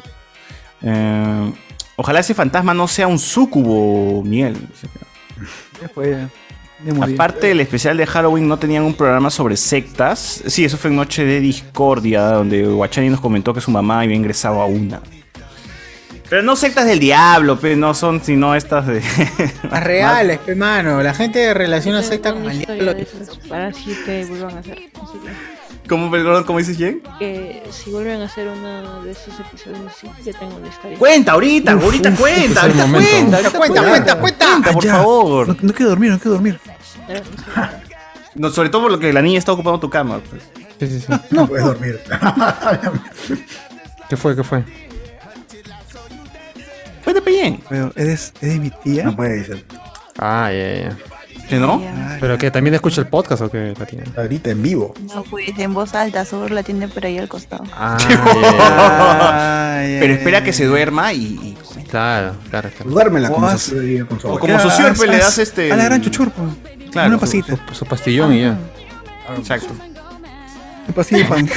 [SPEAKER 3] Eh, ojalá ese fantasma no sea un sucubo, Miel. dice acá.
[SPEAKER 6] Ya fue, ya. Ya morí.
[SPEAKER 3] Aparte del especial de Halloween, no tenían un programa sobre sectas. Sí, eso fue en Noche de Discordia, donde Guachani nos comentó que su mamá había ingresado a una. Pero no sectas del diablo, pe, no son sino estas de.
[SPEAKER 1] Más reales, pe mano. La gente relaciona
[SPEAKER 3] Ah,
[SPEAKER 1] secta con el diablo.
[SPEAKER 11] Para si te vuelvan a hacer. Así
[SPEAKER 3] ¿Cómo, perdón, cómo dices, Jen?
[SPEAKER 11] que, que si vuelven a hacer uno de esos episodios así, ya tengo una historia.
[SPEAKER 3] Cuenta ahorita, ahorita cuenta,
[SPEAKER 6] es el
[SPEAKER 3] ahorita
[SPEAKER 6] momento.
[SPEAKER 3] cuenta, ahorita cuenta, cuenta, cuenta, Ah, por favor.
[SPEAKER 6] No, no quiero dormir, no quiero dormir.
[SPEAKER 3] No, sobre todo por lo que la niña está ocupando tu cama. pues.
[SPEAKER 7] No puedes dormir.
[SPEAKER 2] ¿Qué fue? ¿Qué fue?
[SPEAKER 3] Cuéntame bien.
[SPEAKER 6] Pero, ¿eres, ¿eres mi tía? No
[SPEAKER 7] puede ser.
[SPEAKER 2] Ah, ya, ya,
[SPEAKER 3] ya. ¿Que no?
[SPEAKER 2] ¿Pero que también escucha el podcast o qué, Katina?
[SPEAKER 7] Ahorita en vivo.
[SPEAKER 14] No, pues en voz alta, solo la tiene por ahí al costado.
[SPEAKER 2] Ah,
[SPEAKER 3] Pero espera que se duerma y.
[SPEAKER 2] Claro, claro.
[SPEAKER 7] Duérmela
[SPEAKER 2] con
[SPEAKER 7] con
[SPEAKER 2] su-
[SPEAKER 7] su, con su
[SPEAKER 3] O
[SPEAKER 7] abuela.
[SPEAKER 3] como
[SPEAKER 6] Ya,
[SPEAKER 3] socio,
[SPEAKER 6] haz-
[SPEAKER 3] le das
[SPEAKER 6] haz-
[SPEAKER 3] este.
[SPEAKER 6] A la gran chuchurpo.
[SPEAKER 3] Claro,
[SPEAKER 6] Una
[SPEAKER 3] su-
[SPEAKER 6] pasita.
[SPEAKER 2] Su, pastillón y ya.
[SPEAKER 3] Ah, Exacto.
[SPEAKER 6] Una pasita de pan.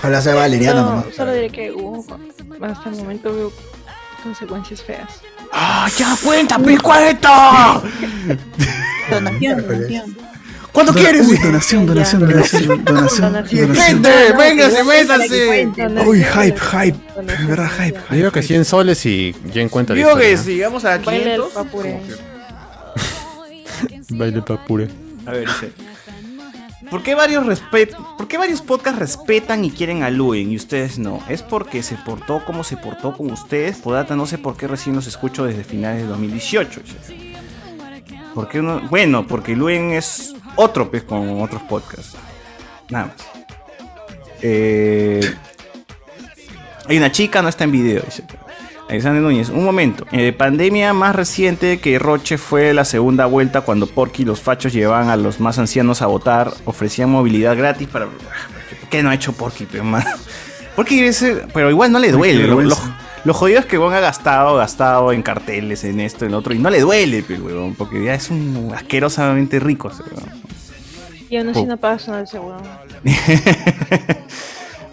[SPEAKER 7] Ojalá sea valeriana
[SPEAKER 11] Solo-
[SPEAKER 7] nomás.
[SPEAKER 11] Solo diré que hubo, hasta el momento veo consecuencias feas.
[SPEAKER 3] ¡Ah, ya cuenta, p 40!
[SPEAKER 14] Donación,
[SPEAKER 7] donación.
[SPEAKER 3] ¿Cuánto
[SPEAKER 6] quieres? Uy, donación, donación, donación,
[SPEAKER 7] Donación.
[SPEAKER 6] donación, donación.
[SPEAKER 7] Gente,
[SPEAKER 1] véngase,
[SPEAKER 3] métanse.
[SPEAKER 6] Uy, hype, hype. De verdad, hype.
[SPEAKER 2] Digo que 100 soles y ya encuentra la
[SPEAKER 3] Ah. Digo que
[SPEAKER 2] historia,
[SPEAKER 3] si llegamos a
[SPEAKER 11] Baile del
[SPEAKER 3] 500.
[SPEAKER 11] papure.
[SPEAKER 3] como que-
[SPEAKER 2] ¿no? Baile papure.
[SPEAKER 3] A ver, dice. ¿Por qué, varios respet ¿Por qué varios podcasts respetan y quieren a Luen y ustedes no? ¿Es porque se portó como se portó con ustedes? Podata, no sé por qué recién los escucho desde finales de 2018. dice. ¿Por qué no? Bueno, porque Luen es otro pues, con otros podcasts. Nada más. Eh, hay una chica, no está en video, dice. Alexander Núñez, un momento. Eh, pandemia más reciente que Roche fue la segunda vuelta cuando Porky y los fachos llevaban a los más ancianos a votar, ofrecían movilidad gratis para. ¿Qué no ha hecho Porky, pero más? Porky debe ser- Pero igual no le duele. Lo, lo, lo jodido es que Gon ha gastado, gastado en carteles, en esto, en lo otro, y no le duele, pero, huevón, porque ya es un asquerosamente rico. ese huevón.
[SPEAKER 11] Y aún así
[SPEAKER 3] Oh.
[SPEAKER 11] no pagas nada del seguro.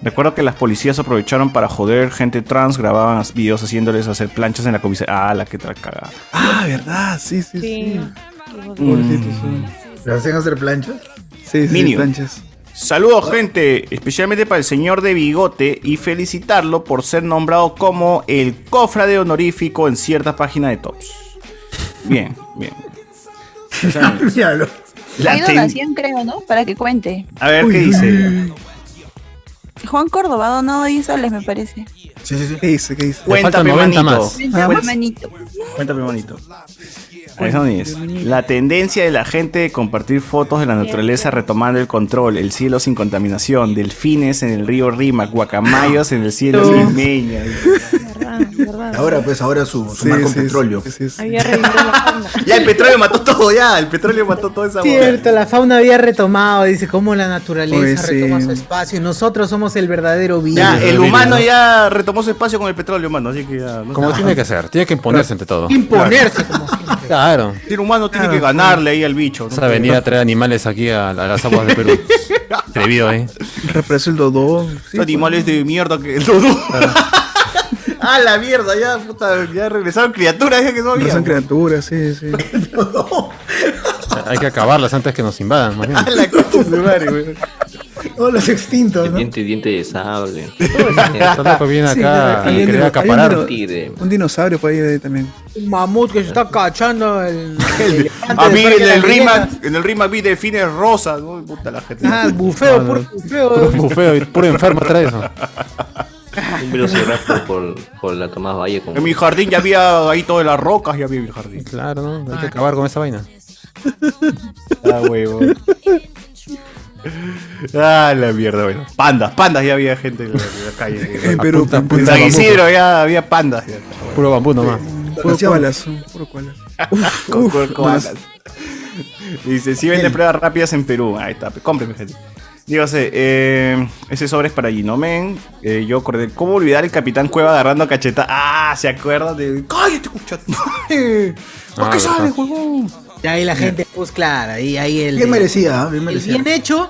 [SPEAKER 3] Recuerdo que las policías aprovecharon para joder gente trans, grababan as- videos haciéndoles hacer planchas en la comisaría. Ah, la que tra cagada.
[SPEAKER 6] Ah, verdad, sí, sí, sí. Pobrecitos,
[SPEAKER 7] ¿Lo hacen hacer planchas?
[SPEAKER 6] Sí, sí,
[SPEAKER 3] Minion.
[SPEAKER 6] planchas.
[SPEAKER 3] Saludos, gente, especialmente para el señor de bigote y felicitarlo por ser nombrado como el cofra de honorífico en cierta página de tops. Bien, bien.
[SPEAKER 7] Míralo.
[SPEAKER 3] La
[SPEAKER 14] Hay
[SPEAKER 3] ten-
[SPEAKER 14] donación, creo, ¿no? Para que cuente.
[SPEAKER 3] A ver qué dice.
[SPEAKER 14] Juan Córdoba ha donado 10 soles, me parece.
[SPEAKER 6] Sí, sí, sí. ¿Qué dice? ¿Qué dice?
[SPEAKER 3] Le faltan 90 más.
[SPEAKER 6] Nada más.
[SPEAKER 14] manito.
[SPEAKER 3] Cuéntame bonito. Alexander Núñez, Pues, La tendencia de la gente de compartir fotos de la naturaleza retomando el control, el cielo sin contaminación, delfines en el río Rima, guacamayos en el cielo limeño.
[SPEAKER 7] Ahora, pues, ahora su, su marco petróleo.
[SPEAKER 11] Había revivido la fauna.
[SPEAKER 3] Ya, el petróleo mató todo, ya. El petróleo mató toda esa
[SPEAKER 1] Cierto, la fauna había retomado, dice, cómo la naturaleza
[SPEAKER 3] Oye, Pues sí.
[SPEAKER 1] retoma su espacio. Nosotros somos el verdadero virus.
[SPEAKER 3] Ya, el humano ya retomó su espacio con el petróleo, mano. Así que ya. no
[SPEAKER 2] Como
[SPEAKER 3] está-
[SPEAKER 2] tiene que ser, tiene que imponerse ante todo.
[SPEAKER 1] Imponerse.
[SPEAKER 2] Claro.
[SPEAKER 3] El humano tiene que ganarle ahí al bicho. ¿no?
[SPEAKER 2] Esa venía a traer animales aquí a, a las aguas del Perú. Atrevido, ¿eh?
[SPEAKER 6] Represa el dodo.
[SPEAKER 3] Los animales de mierda que. Ah, la mierda, ya, puta, ya regresaron criaturas, ya que no
[SPEAKER 6] No
[SPEAKER 3] había.
[SPEAKER 6] son criaturas, sí, sí.
[SPEAKER 2] Hay que acabarlas antes que nos invadan, más bien.
[SPEAKER 7] Todos los extintos, ¿no?
[SPEAKER 9] Diente, diente de sable.
[SPEAKER 2] loco viene
[SPEAKER 6] Sí,
[SPEAKER 2] acá
[SPEAKER 6] hay
[SPEAKER 2] y
[SPEAKER 6] un
[SPEAKER 2] quería
[SPEAKER 6] dino-
[SPEAKER 2] acaparar.
[SPEAKER 6] hay un dino- Un dinosaurio por ahí de- también.
[SPEAKER 1] Un mamut que se está cachando el. el
[SPEAKER 3] A mí Ah, en el
[SPEAKER 1] rima.
[SPEAKER 3] Rimac, en el Rimac vi delfines rosas, ¿no? Puta la gente.
[SPEAKER 1] Ah, bufeo, puro bufeo.
[SPEAKER 6] eh.
[SPEAKER 2] bufeo, y puro enfermo trae eso.
[SPEAKER 9] Un velociraptor por, por la Tomás Valle. Con...
[SPEAKER 3] En mi jardín ya había ahí todas las rocas, ya había en mi jardín.
[SPEAKER 2] Claro, ¿no? Hay que acabar con esa vaina.
[SPEAKER 3] Ah, huevo. Ah, la mierda, bueno. Pandas, pandas ya había gente en la, en la calle.
[SPEAKER 6] En Perú,
[SPEAKER 2] Apunta,
[SPEAKER 6] en Perú.
[SPEAKER 3] En San Isidro ya había pandas. ya.
[SPEAKER 2] Puro bambú nomás.
[SPEAKER 6] Puro koalas, puro koalas.
[SPEAKER 3] Con
[SPEAKER 6] Uf,
[SPEAKER 3] con
[SPEAKER 6] más.
[SPEAKER 3] koalas. Dice, si vende pruebas rápidas en Perú. Ahí está, cómpreme, gente. Dígase, eh, ese sobre es para Ginomen. Eh, yo acordé, ¿cómo olvidar el Capitán Cueva agarrando cacheta? Ah, ¿se acuerda de...? ¡Cállate, escucha! ¿Por
[SPEAKER 6] Ah,
[SPEAKER 3] qué
[SPEAKER 2] verdad.
[SPEAKER 3] sales, huevón?
[SPEAKER 1] Y ahí la gente, pues claro, ahí, ahí el.
[SPEAKER 7] Bien
[SPEAKER 1] de-
[SPEAKER 7] merecida, ¿eh? bien
[SPEAKER 1] el
[SPEAKER 7] merecida.
[SPEAKER 1] bien hecho.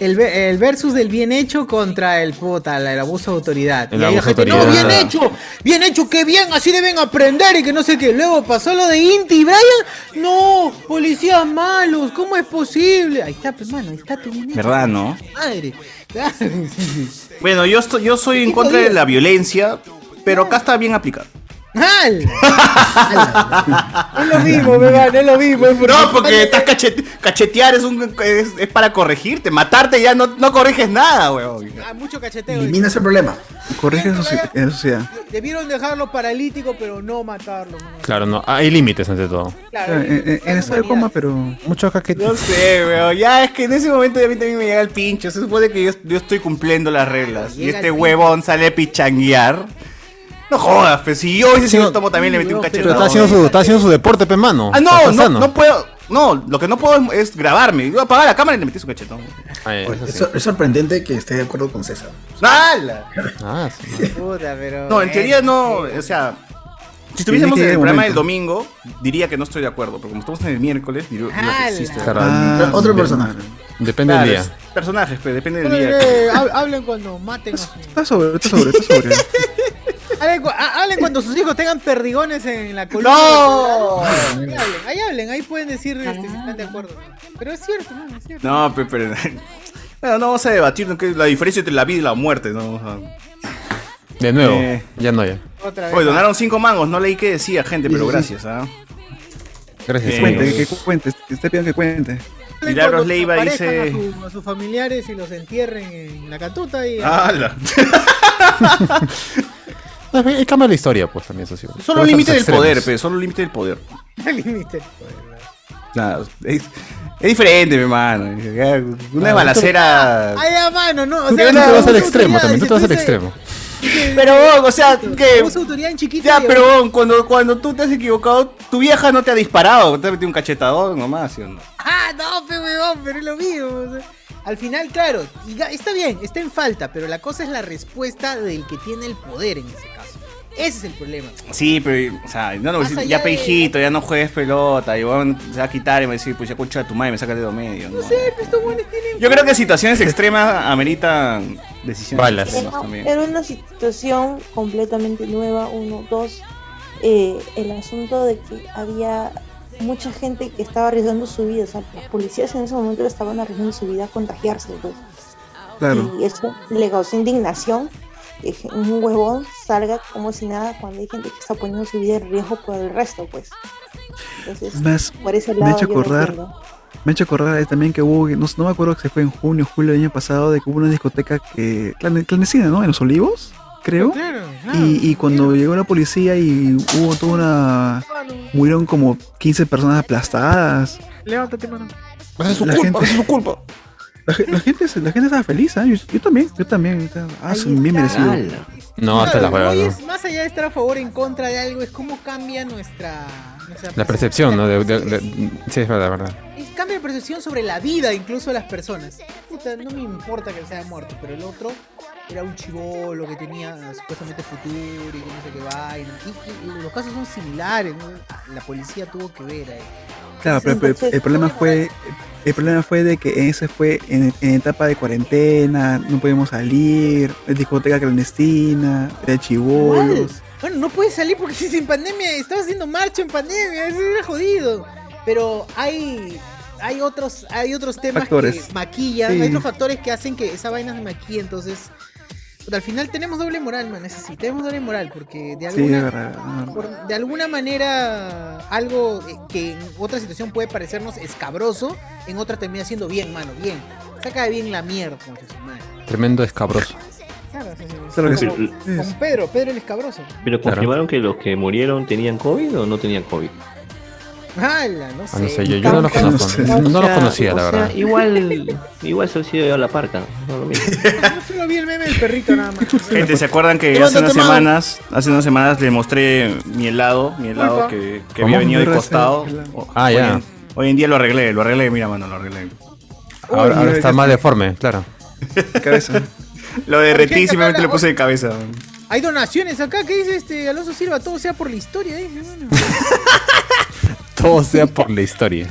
[SPEAKER 1] El, ve- el versus del bien hecho contra el puta, la- el abuso de autoridad.
[SPEAKER 2] El
[SPEAKER 1] y ahí la
[SPEAKER 2] abuso de
[SPEAKER 1] gente, no,
[SPEAKER 2] autoridad.
[SPEAKER 1] bien hecho, bien hecho, qué bien, así deben aprender y que no sé qué. Luego pasó lo de Inti y Brian. No, policías malos, ¿cómo es posible? Ahí está, pues, mano, ahí está tu bien hecho.
[SPEAKER 3] ¿Verdad, no?
[SPEAKER 1] Madre. Claro, sí, sí.
[SPEAKER 3] Bueno, yo, estoy, yo soy en
[SPEAKER 1] Qué
[SPEAKER 3] contra de
[SPEAKER 1] jodido.
[SPEAKER 3] la violencia, pero acá está bien aplicado.
[SPEAKER 1] ¡Al! es lo mismo, vegano, es lo mismo. es
[SPEAKER 3] No, porque estás cachete- cachetear es, un, es, es para corregirte. Matarte ya no, no corriges nada, weón.
[SPEAKER 1] Ah, mucho cacheteo.
[SPEAKER 7] Elimina ese problema.
[SPEAKER 6] Corrige la socie- la sociedad.
[SPEAKER 1] Debieron dejarlo paralítico, pero no matarlo. ¿no?
[SPEAKER 2] Claro, no. Hay límites ante todo.
[SPEAKER 1] Claro,
[SPEAKER 6] Claro, En en- en estado de coma, pero.
[SPEAKER 2] Muchos caquetes.
[SPEAKER 3] No sé, weón. Ya es que en ese momento a mí también me llega el pincho. Se supone que yo, yo estoy cumpliendo las reglas. Y
[SPEAKER 1] Llega
[SPEAKER 3] este
[SPEAKER 1] el pincho.
[SPEAKER 3] huevón sale a pichanguear. No jodas, pues si yo hice
[SPEAKER 2] Sí,
[SPEAKER 3] si
[SPEAKER 2] no-
[SPEAKER 3] tomo también le metí un
[SPEAKER 2] Pero está
[SPEAKER 3] cachetado.
[SPEAKER 2] haciendo su, está haciendo su deporte, pe mano.
[SPEAKER 3] Ah, no,
[SPEAKER 2] Está
[SPEAKER 3] no,
[SPEAKER 2] sano.
[SPEAKER 3] no puedo. No, lo que no puedo es, es grabarme. Yo apagar la cámara y le metí su cachetón.
[SPEAKER 2] Ah,
[SPEAKER 7] Oye,
[SPEAKER 2] eso
[SPEAKER 7] Pues, es,
[SPEAKER 2] sí.
[SPEAKER 7] sor- es sorprendente que esté de acuerdo con César.
[SPEAKER 3] ¡Hala!
[SPEAKER 2] Ah, sí.
[SPEAKER 1] puta, pero.
[SPEAKER 3] No, en teoría no, o sea, si estuviésemos
[SPEAKER 6] que
[SPEAKER 3] en el
[SPEAKER 6] llegar un
[SPEAKER 3] programa
[SPEAKER 6] momento.
[SPEAKER 3] del domingo, diría que no estoy de acuerdo, pero como estamos en el miércoles, diría diría que sí estoy de
[SPEAKER 2] Claro,
[SPEAKER 3] acuerdo.
[SPEAKER 6] Ah,
[SPEAKER 7] Otro
[SPEAKER 6] bien.
[SPEAKER 7] personaje.
[SPEAKER 2] Depende
[SPEAKER 3] Claro,
[SPEAKER 2] del
[SPEAKER 3] es
[SPEAKER 2] día.
[SPEAKER 3] personajes, pero depende del
[SPEAKER 1] Bueno,
[SPEAKER 3] día.
[SPEAKER 1] eh, hab- hablen cuando maten a sus-
[SPEAKER 6] Está sobre, está sobre, está sobre.
[SPEAKER 1] hablen, cu- ha- hablen cuando sus hijos tengan perdigones en la columna.
[SPEAKER 3] ¡No!
[SPEAKER 1] Ahí hablen, ahí hablen, ahí pueden decir este, si están de acuerdo. Pero es cierto, mano, es cierto.
[SPEAKER 3] No, pe- pero... Bueno, no vamos a debatir ¿no? que la diferencia entre la vida y la muerte, ¿no? O sea,
[SPEAKER 2] De nuevo.
[SPEAKER 3] Eh.
[SPEAKER 2] Ya no, ya.
[SPEAKER 1] Otra
[SPEAKER 3] Oye,
[SPEAKER 1] vez.
[SPEAKER 3] donaron cinco mangos, no leí qué decía, gente, pero gracias, ¿ah?
[SPEAKER 2] Gracias,
[SPEAKER 3] Eh,
[SPEAKER 2] amigos.
[SPEAKER 6] Cuente, que cu- cuente, que usted pida que cuente.
[SPEAKER 1] Hablen
[SPEAKER 3] Milagros
[SPEAKER 1] cuando
[SPEAKER 3] Leiva
[SPEAKER 1] aparezcan
[SPEAKER 3] dice-
[SPEAKER 1] A, su- a sus familiares y los entierren en la catuta y.
[SPEAKER 3] ¡Hala!
[SPEAKER 2] No, ve, Hay cambia la historia, pues también, socio.
[SPEAKER 3] Solo
[SPEAKER 2] Todos
[SPEAKER 3] límite del
[SPEAKER 2] estos
[SPEAKER 3] poder,
[SPEAKER 2] extremos.
[SPEAKER 3] pe, solo límite del poder.
[SPEAKER 1] al límite.
[SPEAKER 3] Nada, es, es diferente, mi hermano. Una
[SPEAKER 2] Ah,
[SPEAKER 3] balacera...
[SPEAKER 1] Ay, ya, mano, no. O
[SPEAKER 2] Tú
[SPEAKER 1] sea,
[SPEAKER 2] también te vas al
[SPEAKER 1] abuso
[SPEAKER 2] extremo,
[SPEAKER 1] autoridad,
[SPEAKER 2] también.
[SPEAKER 1] dice,
[SPEAKER 2] Tú te vas al
[SPEAKER 1] dice,
[SPEAKER 2] extremo.
[SPEAKER 3] Pero, o sea, que...
[SPEAKER 1] Abuso de autoridad en chiquito.
[SPEAKER 3] Ya,
[SPEAKER 1] y-
[SPEAKER 3] pero cuando, cuando tú te has equivocado, tu vieja no te ha disparado, te ha metido un cachetadón nomás, ¿sí o no?
[SPEAKER 1] Ah, no, pe huevón, pero es lo mismo. o sea. al final, claro, y ga- está bien, está en falta, pero la cosa es la respuesta del que tiene el poder en ese caso. Ese es el problema.
[SPEAKER 3] Sí, pero, o sea, no, no,
[SPEAKER 1] Más
[SPEAKER 3] sí,
[SPEAKER 1] allá
[SPEAKER 3] ya
[SPEAKER 1] de-
[SPEAKER 3] pejito, ya no juegues pelota, y bueno, se va a quitar y me va a decir, pues ya concha de tu madre, me saca el dedo medio. No,
[SPEAKER 1] Sí, pero estos buenos tienen.
[SPEAKER 3] Yo creo que situaciones extremas ameritan decisiones
[SPEAKER 2] Balas.
[SPEAKER 3] extremas
[SPEAKER 14] Era,
[SPEAKER 3] también.
[SPEAKER 14] era una situación completamente nueva, uno, dos, eh, el asunto de que había mucha gente que estaba arriesgando su vida, o sea, los policías en ese momento estaban arriesgando su vida a contagiarse, pues.
[SPEAKER 6] Claro.
[SPEAKER 14] Y eso le causó indignación, de que un huevón salga como si nada cuando hay gente que está poniendo su vida en riesgo por el resto, pues. Entonces,
[SPEAKER 6] Más.
[SPEAKER 14] por ese
[SPEAKER 6] me ha
[SPEAKER 14] lado
[SPEAKER 6] hecho
[SPEAKER 14] yo lo
[SPEAKER 6] acordar.
[SPEAKER 14] entiendo.
[SPEAKER 6] Me ha hecho acordar eh, también que hubo, no, no me acuerdo que se fue en junio o julio del año pasado, de que hubo una discoteca que, clan- clandestina, ¿no? En Los Olivos, creo. Y, y cuando llegó la policía y hubo toda una... Murieron como 15 personas aplastadas.
[SPEAKER 1] Levántate, mano.
[SPEAKER 6] Pues Es su culpa, es su culpa. La, ge- la gente, se- la gente estaba feliz, ¿ah? yo, yo también, yo también. o sea, Ah, son bien merecido.
[SPEAKER 2] No, hasta la
[SPEAKER 1] Hoy
[SPEAKER 2] huevada,
[SPEAKER 1] es más allá de estar a favor o en contra de algo, es cómo cambia nuestra. nuestra
[SPEAKER 2] La percepción, ¿no? De- de- de- sí, es verdad, verdad.
[SPEAKER 1] es- cambia la percepción sobre la vida, incluso de las personas. Puta, no me importa que sea muerto, pero el otro era un chivolo que tenía supuestamente futuro y que no sé qué vaina. Y, y los casos son similares, ¿no? La policía tuvo que ver ahí.
[SPEAKER 6] Claro, pero, pero el problema fue el problema fue de que ese fue en, en etapa de cuarentena, no podíamos salir, discoteca clandestina, de
[SPEAKER 1] Igual.
[SPEAKER 6] chivolos.
[SPEAKER 1] Bueno, no puedes salir porque si en pandemia estaba haciendo marcha en pandemia, eso era jodido. Pero hay hay otros hay otros temas
[SPEAKER 6] Factores.
[SPEAKER 1] que maquillan,
[SPEAKER 6] Sí.
[SPEAKER 1] hay otros factores que hacen que esa vaina se maquille, entonces puta, al final tenemos doble moral, man, es así, tenemos doble moral porque de
[SPEAKER 6] Sí, es
[SPEAKER 1] alguna
[SPEAKER 6] verdad. no, no.
[SPEAKER 1] por- de alguna manera algo eh, que en otra situación puede parecernos escabroso, en otra termina siendo bien, mano, bien. Saca de bien la mierda, concha su madre.
[SPEAKER 2] Tremendo escabroso.
[SPEAKER 1] Claro, o sea,
[SPEAKER 9] Claro que sí.
[SPEAKER 1] como- como Pedro, Pedro el escabroso.
[SPEAKER 9] Pero confirmaron que los que murieron tenían COVID o no tenían COVID.
[SPEAKER 1] ¡Hala! No sé.
[SPEAKER 9] Ah, no sé,
[SPEAKER 2] yo- yo no los conozco, no- no los conocía, la verdad.
[SPEAKER 9] Igual, igual se hubiera ido a la parca. no lo mismo.
[SPEAKER 1] Yo solo vi el meme del perrito nada más.
[SPEAKER 3] Gente, ¿se acuerdan que hace
[SPEAKER 1] Levántate,
[SPEAKER 3] unas
[SPEAKER 1] mano.
[SPEAKER 3] semanas, hace unas semanas le mostré mi helado, mi helado
[SPEAKER 1] Pulpa.
[SPEAKER 3] que, que
[SPEAKER 2] ¿Cómo?
[SPEAKER 3] había venido de
[SPEAKER 2] Gracias,
[SPEAKER 3] costado?
[SPEAKER 2] helado.
[SPEAKER 3] O-
[SPEAKER 2] Ah,
[SPEAKER 3] hoy
[SPEAKER 2] ya.
[SPEAKER 3] en- Hoy en día lo arreglé, lo arreglé, mira mano, lo arreglé.
[SPEAKER 2] Ahora, ahora está más deforme, claro.
[SPEAKER 6] Cabeza.
[SPEAKER 3] Lo derretí y
[SPEAKER 1] Gente,
[SPEAKER 3] simplemente
[SPEAKER 1] acá
[SPEAKER 3] le
[SPEAKER 1] la-
[SPEAKER 3] puse de cabeza.
[SPEAKER 1] Hay donaciones acá que dice este Alonso Silva, todo sea por la historia, ¿eh? dice, bueno.
[SPEAKER 2] Todo sea por la historia.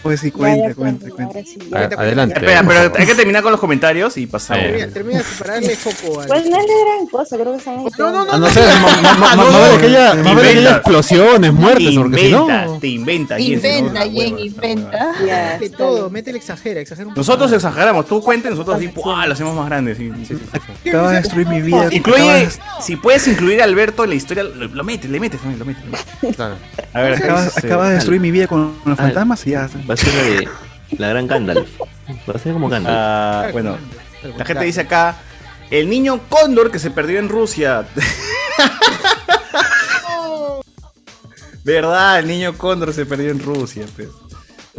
[SPEAKER 6] Pues sí,
[SPEAKER 1] cuenta,
[SPEAKER 6] cuenta, cuenta.
[SPEAKER 2] A- adelante.
[SPEAKER 3] Espera, pero hay que terminar con los comentarios y pasamos.
[SPEAKER 2] Ah,
[SPEAKER 1] Mira, termina de separarle foco al.
[SPEAKER 14] Pues no es la gran cosa, creo que son No, no,
[SPEAKER 2] Ah, no sé, ma- ma- ma- más vale que haya, más vale que haya explosiones, muertes, porque si no.
[SPEAKER 3] Inventa, Te inventa, Jens, ¿no?
[SPEAKER 14] Jen, inventa.
[SPEAKER 1] Mete todo, métele exagera, exagera un poco.
[SPEAKER 6] Ah.
[SPEAKER 3] Nosotros exageramos, tú cuentes, nosotros sí, ¡buah! lo hacemos más grande. sí, sí, sí.
[SPEAKER 6] Acabas de destruir mi vida.
[SPEAKER 3] Incluye,
[SPEAKER 6] acabas-
[SPEAKER 3] si puedes incluir a Alberto en la historia, lo, lo metes, le metes también, lo metes. A ver,
[SPEAKER 6] Acabas,
[SPEAKER 3] este,
[SPEAKER 6] acabas de destruir mi vida con los
[SPEAKER 9] Dale.
[SPEAKER 6] fantasmas y ya.
[SPEAKER 9] Va a ser la, de, la gran Gandalf. Va a ser como Gandalf.
[SPEAKER 3] Ah, bueno, la gente dice acá, el niño cóndor que se perdió en Rusia. ¿Verdad? El niño cóndor se perdió en Rusia. pues.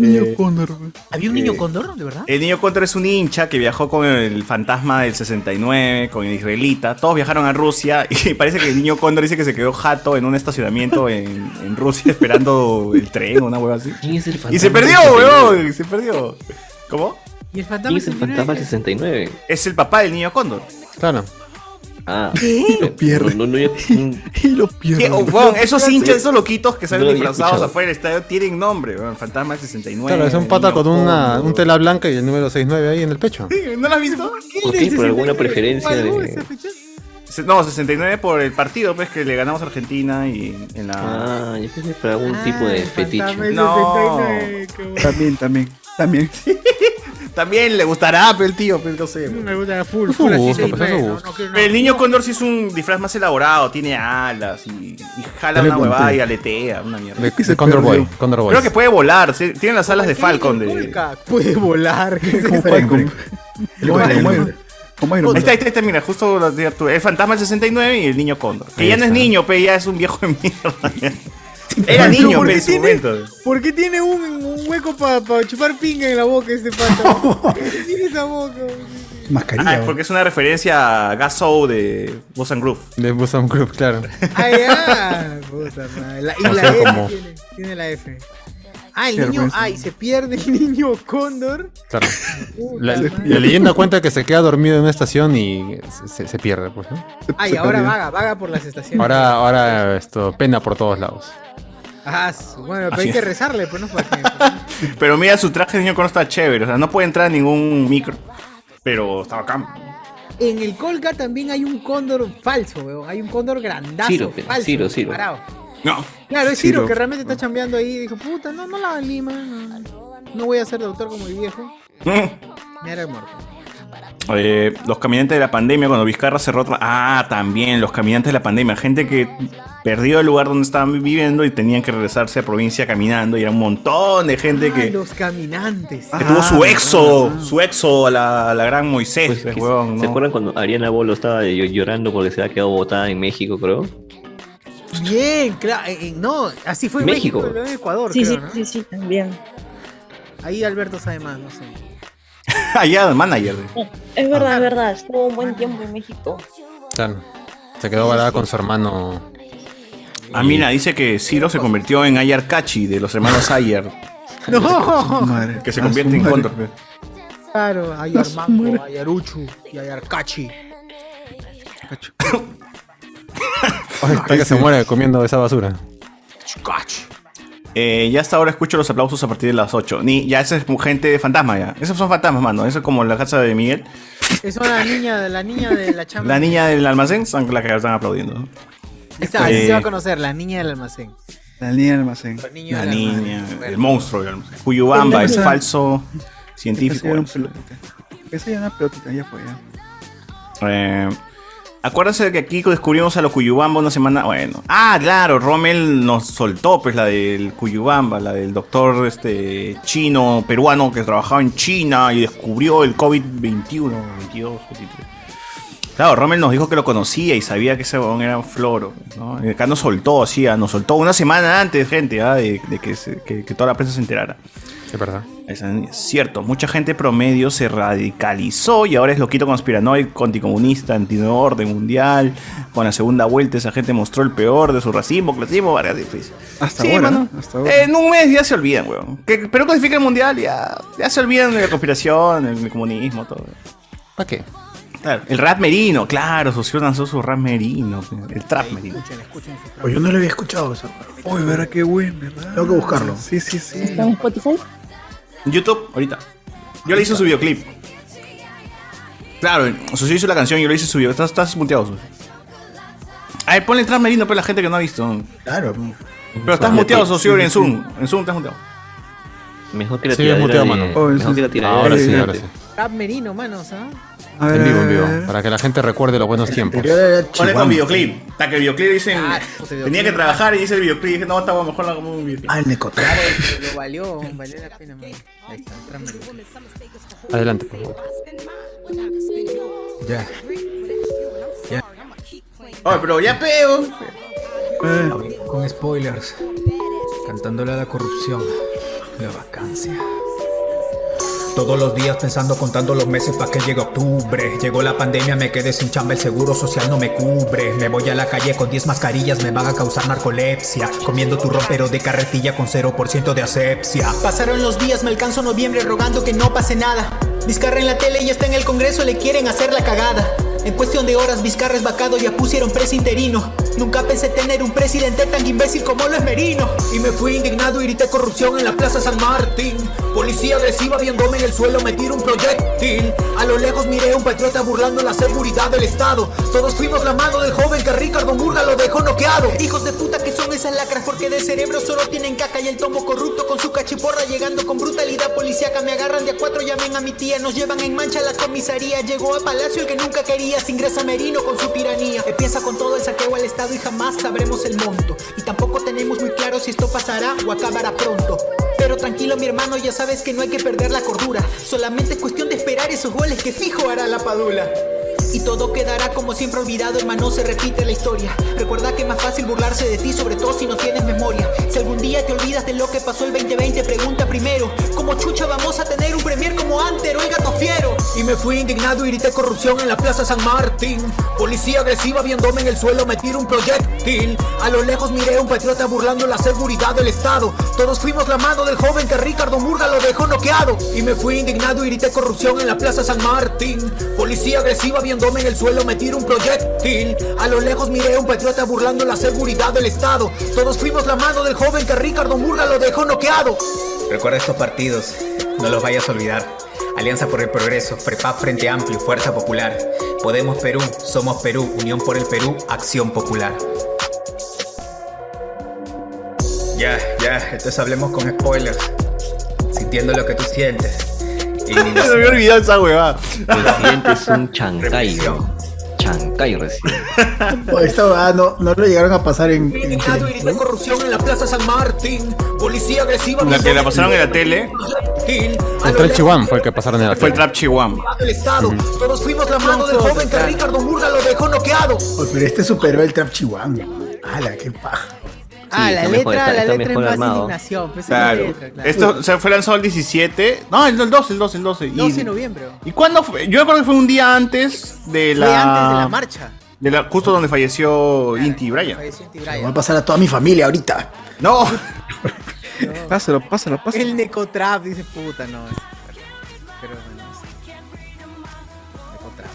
[SPEAKER 3] Eh,
[SPEAKER 1] ¿Había un
[SPEAKER 3] Eh,
[SPEAKER 1] niño cóndor, de verdad?
[SPEAKER 3] El niño Cóndor es un hincha que viajó con el fantasma del 69, con el israelita. Todos viajaron a Rusia y parece que el niño Cóndor dice que se quedó jato en un estacionamiento en, en Rusia esperando el tren o una hueva así. y se perdió, huevón, se perdió. ¿Cómo?
[SPEAKER 1] Y el
[SPEAKER 9] ¿Quién
[SPEAKER 1] fantasma
[SPEAKER 9] es el fantasma del 69?
[SPEAKER 3] Es el papá del niño Cóndor.
[SPEAKER 2] Claro.
[SPEAKER 9] Ah.
[SPEAKER 6] Lo pierde.
[SPEAKER 9] No, no, no, yo-
[SPEAKER 6] Y lo pierde.
[SPEAKER 3] Qué- oh, huevón, esos hinchas, esos loquitos que salen
[SPEAKER 9] No lo había
[SPEAKER 3] disfrazados
[SPEAKER 9] escuchado.
[SPEAKER 3] afuera del estadio tienen nombre, huevón. Fantasma del 69.
[SPEAKER 2] Claro, es un
[SPEAKER 3] el
[SPEAKER 2] pata
[SPEAKER 3] niño
[SPEAKER 2] con una,
[SPEAKER 3] Cóndor.
[SPEAKER 2] un tela blanca y el número 69 ahí en el pecho.
[SPEAKER 3] Sí, ¿No lo has visto?
[SPEAKER 9] ¿Por qué? ¿Por alguna preferencia de.?
[SPEAKER 3] Se- No, 69 por el partido, pues que le ganamos a Argentina y en la.
[SPEAKER 9] Ah, yo pensé para algún tipo de fetiche.
[SPEAKER 3] No,
[SPEAKER 6] También, también, también.
[SPEAKER 3] también le gustará, pero el tío, pero no sé. pues.
[SPEAKER 1] Me gusta full,
[SPEAKER 2] Su
[SPEAKER 1] full
[SPEAKER 7] Uh,
[SPEAKER 1] así,
[SPEAKER 2] gusto,
[SPEAKER 1] sí,
[SPEAKER 2] pues, es su
[SPEAKER 1] no,
[SPEAKER 2] gusto.
[SPEAKER 1] no quiero-
[SPEAKER 3] Pero el niño cóndor sí es un disfraz más elaborado, tiene alas y, y jala
[SPEAKER 2] Dale
[SPEAKER 3] una
[SPEAKER 2] punto.
[SPEAKER 3] huevada y aletea, una mierda.
[SPEAKER 2] De, de Condor Boy. Condor Boy.
[SPEAKER 3] Creo que puede volar, sí, tiene las alas de Falcon. de-
[SPEAKER 1] Puede volar. ¿qué es
[SPEAKER 6] Como
[SPEAKER 1] eso?
[SPEAKER 6] Falcon.
[SPEAKER 3] Mueve,
[SPEAKER 6] Como
[SPEAKER 3] mueve.
[SPEAKER 6] Iron Man. Como
[SPEAKER 3] Ahí
[SPEAKER 6] Iron Man.
[SPEAKER 3] está, ahí está, ahí está, mira, justo lo decía tú, el fantasma del 69 y el niño cóndor. Que
[SPEAKER 2] Ahí
[SPEAKER 3] ya no es
[SPEAKER 2] está.
[SPEAKER 3] niño, pero ya es un viejo de mierda. Era niño,
[SPEAKER 1] ¿Por
[SPEAKER 3] pero
[SPEAKER 1] qué
[SPEAKER 3] en su
[SPEAKER 1] tiene-
[SPEAKER 3] momento.
[SPEAKER 1] ¿Por qué tiene un, un hueco para chupar pinga en la boca este pata? ¿Por qué tiene esa boca?
[SPEAKER 3] Ah, es porque es una referencia a Gaso de Boss and Groove.
[SPEAKER 2] De Busan Group, claro.
[SPEAKER 1] Ah, ya. Puta madre. La- y
[SPEAKER 2] O
[SPEAKER 1] la
[SPEAKER 2] sea,
[SPEAKER 1] F
[SPEAKER 2] como-
[SPEAKER 1] tiene, tiene la F. Ah, el
[SPEAKER 2] Qué
[SPEAKER 1] niño.
[SPEAKER 2] vergüenza.
[SPEAKER 1] Ay, se pierde el niño cóndor.
[SPEAKER 2] claro.
[SPEAKER 1] Puta
[SPEAKER 2] La,
[SPEAKER 1] madre.
[SPEAKER 2] la leyenda cuenta que se queda dormido en una estación y se, se pierde, pues, ¿no?
[SPEAKER 1] Ay, ahora vaga, vaga por las estaciones.
[SPEAKER 2] Ahora, ahora esto, pena por todos lados.
[SPEAKER 1] Ah, su- bueno, pero hay que rezarle, pues no para qué.
[SPEAKER 3] Pero mira, su traje de niño cóndor está chévere, o sea, no puede entrar en ningún micro. Pero está bacán.
[SPEAKER 1] En el Colca también hay un cóndor falso, weón. Hay un cóndor grandazo.
[SPEAKER 9] Ciro, pe-
[SPEAKER 1] falso,
[SPEAKER 9] Ciro, Ciro.
[SPEAKER 1] parado.
[SPEAKER 3] No.
[SPEAKER 1] Claro, es Ciro,
[SPEAKER 9] Ciro.
[SPEAKER 1] que realmente está chambeando ahí y dijo, puta, no, no la valí, man. No voy a ser doctor como el viejo.
[SPEAKER 3] Mm.
[SPEAKER 1] Me hará el muerto.
[SPEAKER 3] Eh, los caminantes de la pandemia, cuando Vizcarra cerró. tra- Ah, también, los caminantes de la pandemia. Gente que perdió el lugar donde estaban viviendo y tenían que regresarse a provincia caminando. Y era un montón de gente que,
[SPEAKER 1] los caminantes. Ah,
[SPEAKER 3] que tuvo su exo, su exo a la, a la gran Moisés. pues, huevón,
[SPEAKER 9] ¿Se
[SPEAKER 3] ¿no?
[SPEAKER 9] acuerdan cuando Ariana Bolo estaba ll- llorando porque se había quedado botada en México, creo?
[SPEAKER 1] Bien, claro. no, así fue en
[SPEAKER 9] México.
[SPEAKER 1] México, luego en Ecuador.
[SPEAKER 11] Sí,
[SPEAKER 1] creo,
[SPEAKER 11] sí,
[SPEAKER 1] ¿no?
[SPEAKER 11] sí, sí, también.
[SPEAKER 1] Ahí Alberto sabe más, no sé. Ah.
[SPEAKER 3] Allá, manager.
[SPEAKER 11] Es verdad, es verdad. Estuvo un buen tiempo en México.
[SPEAKER 2] Claro. Se quedó varada con su hermano.
[SPEAKER 3] Ah, mira, dice que Ciro se convirtió en Ayer Cachi de los hermanos Ayer.
[SPEAKER 1] No,
[SPEAKER 3] que se convierte en contra.
[SPEAKER 1] claro, hay Armango, hay Aruchu y hay Arcachi.
[SPEAKER 2] Está que se muere comiendo esa basura.
[SPEAKER 3] Eh, ya hasta ahora escucho los aplausos a partir de las 8. Ni, ya esa es gente de fantasma, ya. Esos son fantasmas, mano. Eso es como la casa de Miguel.
[SPEAKER 1] Es la niña, la niña de la chamba.
[SPEAKER 3] La niña del almacén son las que están aplaudiendo.
[SPEAKER 1] Ahí está, así
[SPEAKER 3] Eh,
[SPEAKER 1] se va a conocer, la niña del almacén.
[SPEAKER 6] La niña del almacén.
[SPEAKER 3] La niña, el monstruo del almacén. Cuyubamba es falso científico.
[SPEAKER 6] Esa ya era una pelotita, ya fue, ya.
[SPEAKER 3] Eh, acuérdense de que aquí descubrimos a los Cuyubamba una semana. Bueno. Ah, claro, Rommel nos soltó, pues la del Cuyubamba, la del doctor este chino, peruano que trabajaba en China y descubrió el COVID-21, 22, 23. Claro, Rommel nos dijo que lo conocía y sabía que ese huevón era un floro. ¿no? Y acá nos soltó, así, ah, nos soltó una semana antes, gente, ah, de, de que, se- que- que toda la prensa se enterara.
[SPEAKER 2] Es verdad.
[SPEAKER 3] Es cierto, mucha gente promedio se radicalizó y ahora es loquito conspiranoico, anticomunista, antinuevo orden mundial. Con la segunda vuelta, esa gente mostró el peor de su racismo, clasismo, varias difíciles.
[SPEAKER 6] Hasta
[SPEAKER 3] Sí,
[SPEAKER 6] ahora,
[SPEAKER 3] mano.
[SPEAKER 6] ¿no? Hasta ahora.
[SPEAKER 3] En un mes ya se olvidan, weón. Que Perú clasifica el mundial, ya, ya se olvidan de la conspiración, el comunismo, todo.
[SPEAKER 2] ¿Para qué?
[SPEAKER 3] Claro, el rap merino, claro, socio lanzó su rap merino, el trap merino.
[SPEAKER 7] Pues yo no lo había escuchado eso.
[SPEAKER 6] Uy, verá qué buen, ¿verdad?
[SPEAKER 7] Tengo que buscarlo.
[SPEAKER 6] Sí, sí, sí.
[SPEAKER 11] ¿Está en Spotify?
[SPEAKER 3] YouTube, ahorita. Yo le hice su videoclip. Claro, Socio hizo la canción y yo le hice su video. Estás, estás muteado, Socio. A ver, ponle el trap merino para la gente que no ha visto.
[SPEAKER 7] Claro.
[SPEAKER 3] Pero estás muteado, Socio, en Zoom. En Zoom estás muteado.
[SPEAKER 9] Mejor que la
[SPEAKER 2] Sí,
[SPEAKER 9] tiradera
[SPEAKER 2] muteado,
[SPEAKER 9] de-
[SPEAKER 2] mano.
[SPEAKER 9] Mejor que la tiradera
[SPEAKER 2] Ahora
[SPEAKER 9] de-
[SPEAKER 2] sí, ahora sí.
[SPEAKER 1] Rap Merino, manos, ¿ah?
[SPEAKER 2] En vivo, en vivo. Para que la gente recuerde los buenos tiempos.
[SPEAKER 3] Ponle con videoclip. Hasta que el videoclip dicen.
[SPEAKER 1] Ah, pues
[SPEAKER 3] tenía que trabajar y hice el videoclip. Dije, no, estaba mejor la como un videoclip.
[SPEAKER 7] Ah, el Necotra.
[SPEAKER 1] Lo valió, valió la pena, mano. Ahí está, Rap Merino.
[SPEAKER 2] Adelante, por favor.
[SPEAKER 7] Ya. Ya.
[SPEAKER 3] Oye, pero ya peo.
[SPEAKER 15] Con spoilers. Cantándole a la corrupción. La vacancia. Todos los días pensando, contando los meses para que llegue octubre. Llegó la pandemia, me quedé sin chamba, el seguro social no me cubre. Me voy a la calle con 10 mascarillas, me van a causar narcolepsia. Comiendo turrón pero de carretilla con 0% de asepsia.
[SPEAKER 16] Pasaron los días, me alcanzo noviembre rogando que no pase nada. Vizcarra en la tele y está en el Congreso, le quieren hacer la cagada. En cuestión de horas, Vizcarra es vacado, ya pusieron presi interino. Nunca pensé tener un presidente tan imbécil como lo es Merino. Y me fui indignado y grité corrupción en la Plaza San Martín. Policía agresiva viéndome en el suelo, me tiro un proyectil. A lo lejos miré a un patriota burlando la seguridad del Estado. Todos fuimos la mano del joven que Ricardo Murga lo dejó noqueado.
[SPEAKER 15] Hijos
[SPEAKER 16] de puta que son esas lacras porque de cerebro solo tienen caca y el tomo corrupto con su cachiporra llegando con brutalidad policíaca. Me agarran de a cuatro, llamen a mi tía, nos llevan en mancha a la comisaría. Llegó a Palacio el que nunca querías, ingresa Merino con su tiranía. Empieza con todo el saqueo al Estado y jamás sabremos el monto. Y tampoco tenemos muy claro si esto pasará o acabará pronto. Pero tranquilo mi hermano, ya sabes que no hay que perder la cordura. Solamente es cuestión de esperar esos goles que fijo hará la padula. Y todo quedará como siempre olvidado, hermano, se repite la historia. Recuerda que es más fácil burlarse de ti, sobre todo si no tienes memoria. Si algún día te olvidas de lo que pasó el 2020, pregunta primero, ¿cómo chucha vamos a tener un premier como antes, el gato fiero? Y me fui indignado y grité corrupción en la Plaza San Martín. Policía agresiva viéndome en el suelo, me tiro un proyectil. A lo lejos miré a un patriota burlando la seguridad del Estado. Todos fuimos la mano del joven que Ricardo Murga lo dejó noqueado. Y me fui indignado y grité corrupción en la Plaza San Martín. Policía agresiva viéndome en el suelo, me tiro un proyectil. A lo lejos miré a un patriota burlando la seguridad del Estado. Todos fuimos la mano del joven que Ricardo Murga lo dejó noqueado.
[SPEAKER 15] Recuerda estos partidos, no los vayas a olvidar. Alianza por el Progreso, FREPAP Frente Amplio, Fuerza Popular. Podemos Perú, Somos Perú, Unión por el Perú, Acción Popular. Ya, ya, entonces hablemos con spoilers. Sintiendo lo que tú sientes.
[SPEAKER 9] Se me había olvidado esa huevada. Presidente es un chancay, ¿no? Chancay recién.
[SPEAKER 7] Esta huevada ah, no, no lo llegaron a pasar en. en Chile.
[SPEAKER 16] de corrupción en la Plaza San Martín. Policía agresiva.
[SPEAKER 3] La que la pasaron en la tele.
[SPEAKER 2] El Trap Chihuahua fue el que pasaron en la
[SPEAKER 3] Fue el
[SPEAKER 2] tele.
[SPEAKER 3] Trap Chihuahua.
[SPEAKER 16] del Estado. Todos fuimos la mano del joven que Ricardo Murga lo dejó noqueado.
[SPEAKER 7] Oye, pero este superó el trap chihuahua. ¡Hala, qué paja!
[SPEAKER 1] ah, la
[SPEAKER 9] está mejor,
[SPEAKER 1] letra,
[SPEAKER 9] está-
[SPEAKER 1] la
[SPEAKER 9] está
[SPEAKER 1] letra es
[SPEAKER 9] mejor
[SPEAKER 1] más
[SPEAKER 9] armado.
[SPEAKER 1] indignación. pues, es la
[SPEAKER 3] Claro.
[SPEAKER 1] letra, claro.
[SPEAKER 3] Esto o sea, fue lanzado el 17. No, el el 12, el 12, el 12. Y-
[SPEAKER 1] 12 de noviembre. bro.
[SPEAKER 3] ¿Y cuándo fue? Yo recuerdo que fue un día antes de la.
[SPEAKER 1] Fue antes de la marcha.
[SPEAKER 3] de la- justo donde falleció Inti Bryan.
[SPEAKER 7] Me va a pasar a toda mi familia ahorita.
[SPEAKER 3] No.
[SPEAKER 6] Pásalo, pásalo, pásalo.
[SPEAKER 1] El Necotrap dice puta, no. es- Pero bueno, es- Necotrap.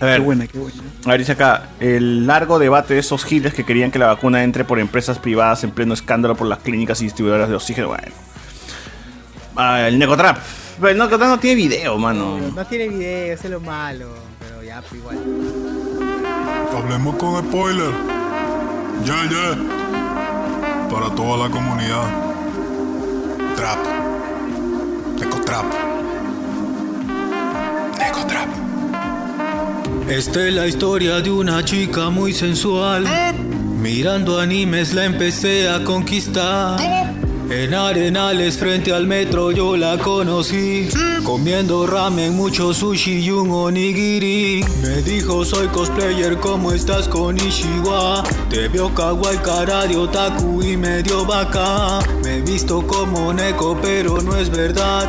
[SPEAKER 3] A ver,
[SPEAKER 6] Qué buena, qué buena.
[SPEAKER 3] a ver, dice acá, el largo debate de esos giles que querían que la vacuna entre por empresas privadas en pleno escándalo por las clínicas y distribuidoras de oxígeno. Bueno. Ah, el Necotrap. Pero el Necotrap no tiene video, mano.
[SPEAKER 1] No tiene video, eso es lo malo. Pero ya, pues igual.
[SPEAKER 17] Hablemos con spoiler. Yeah, yeah. Para toda la comunidad. Trap. Eco Trap. Eco Trap.
[SPEAKER 18] Esta es la historia de una chica muy sensual. Mirando animes la empecé a conquistar. En arenales frente al metro yo la conocí. Comiendo ramen, mucho sushi y un onigiri. Me dijo soy cosplayer, ¿cómo estás con Ishiwa? Te veo kawaii, cara de otaku y medio vaca. Me he visto como neko, pero no es verdad.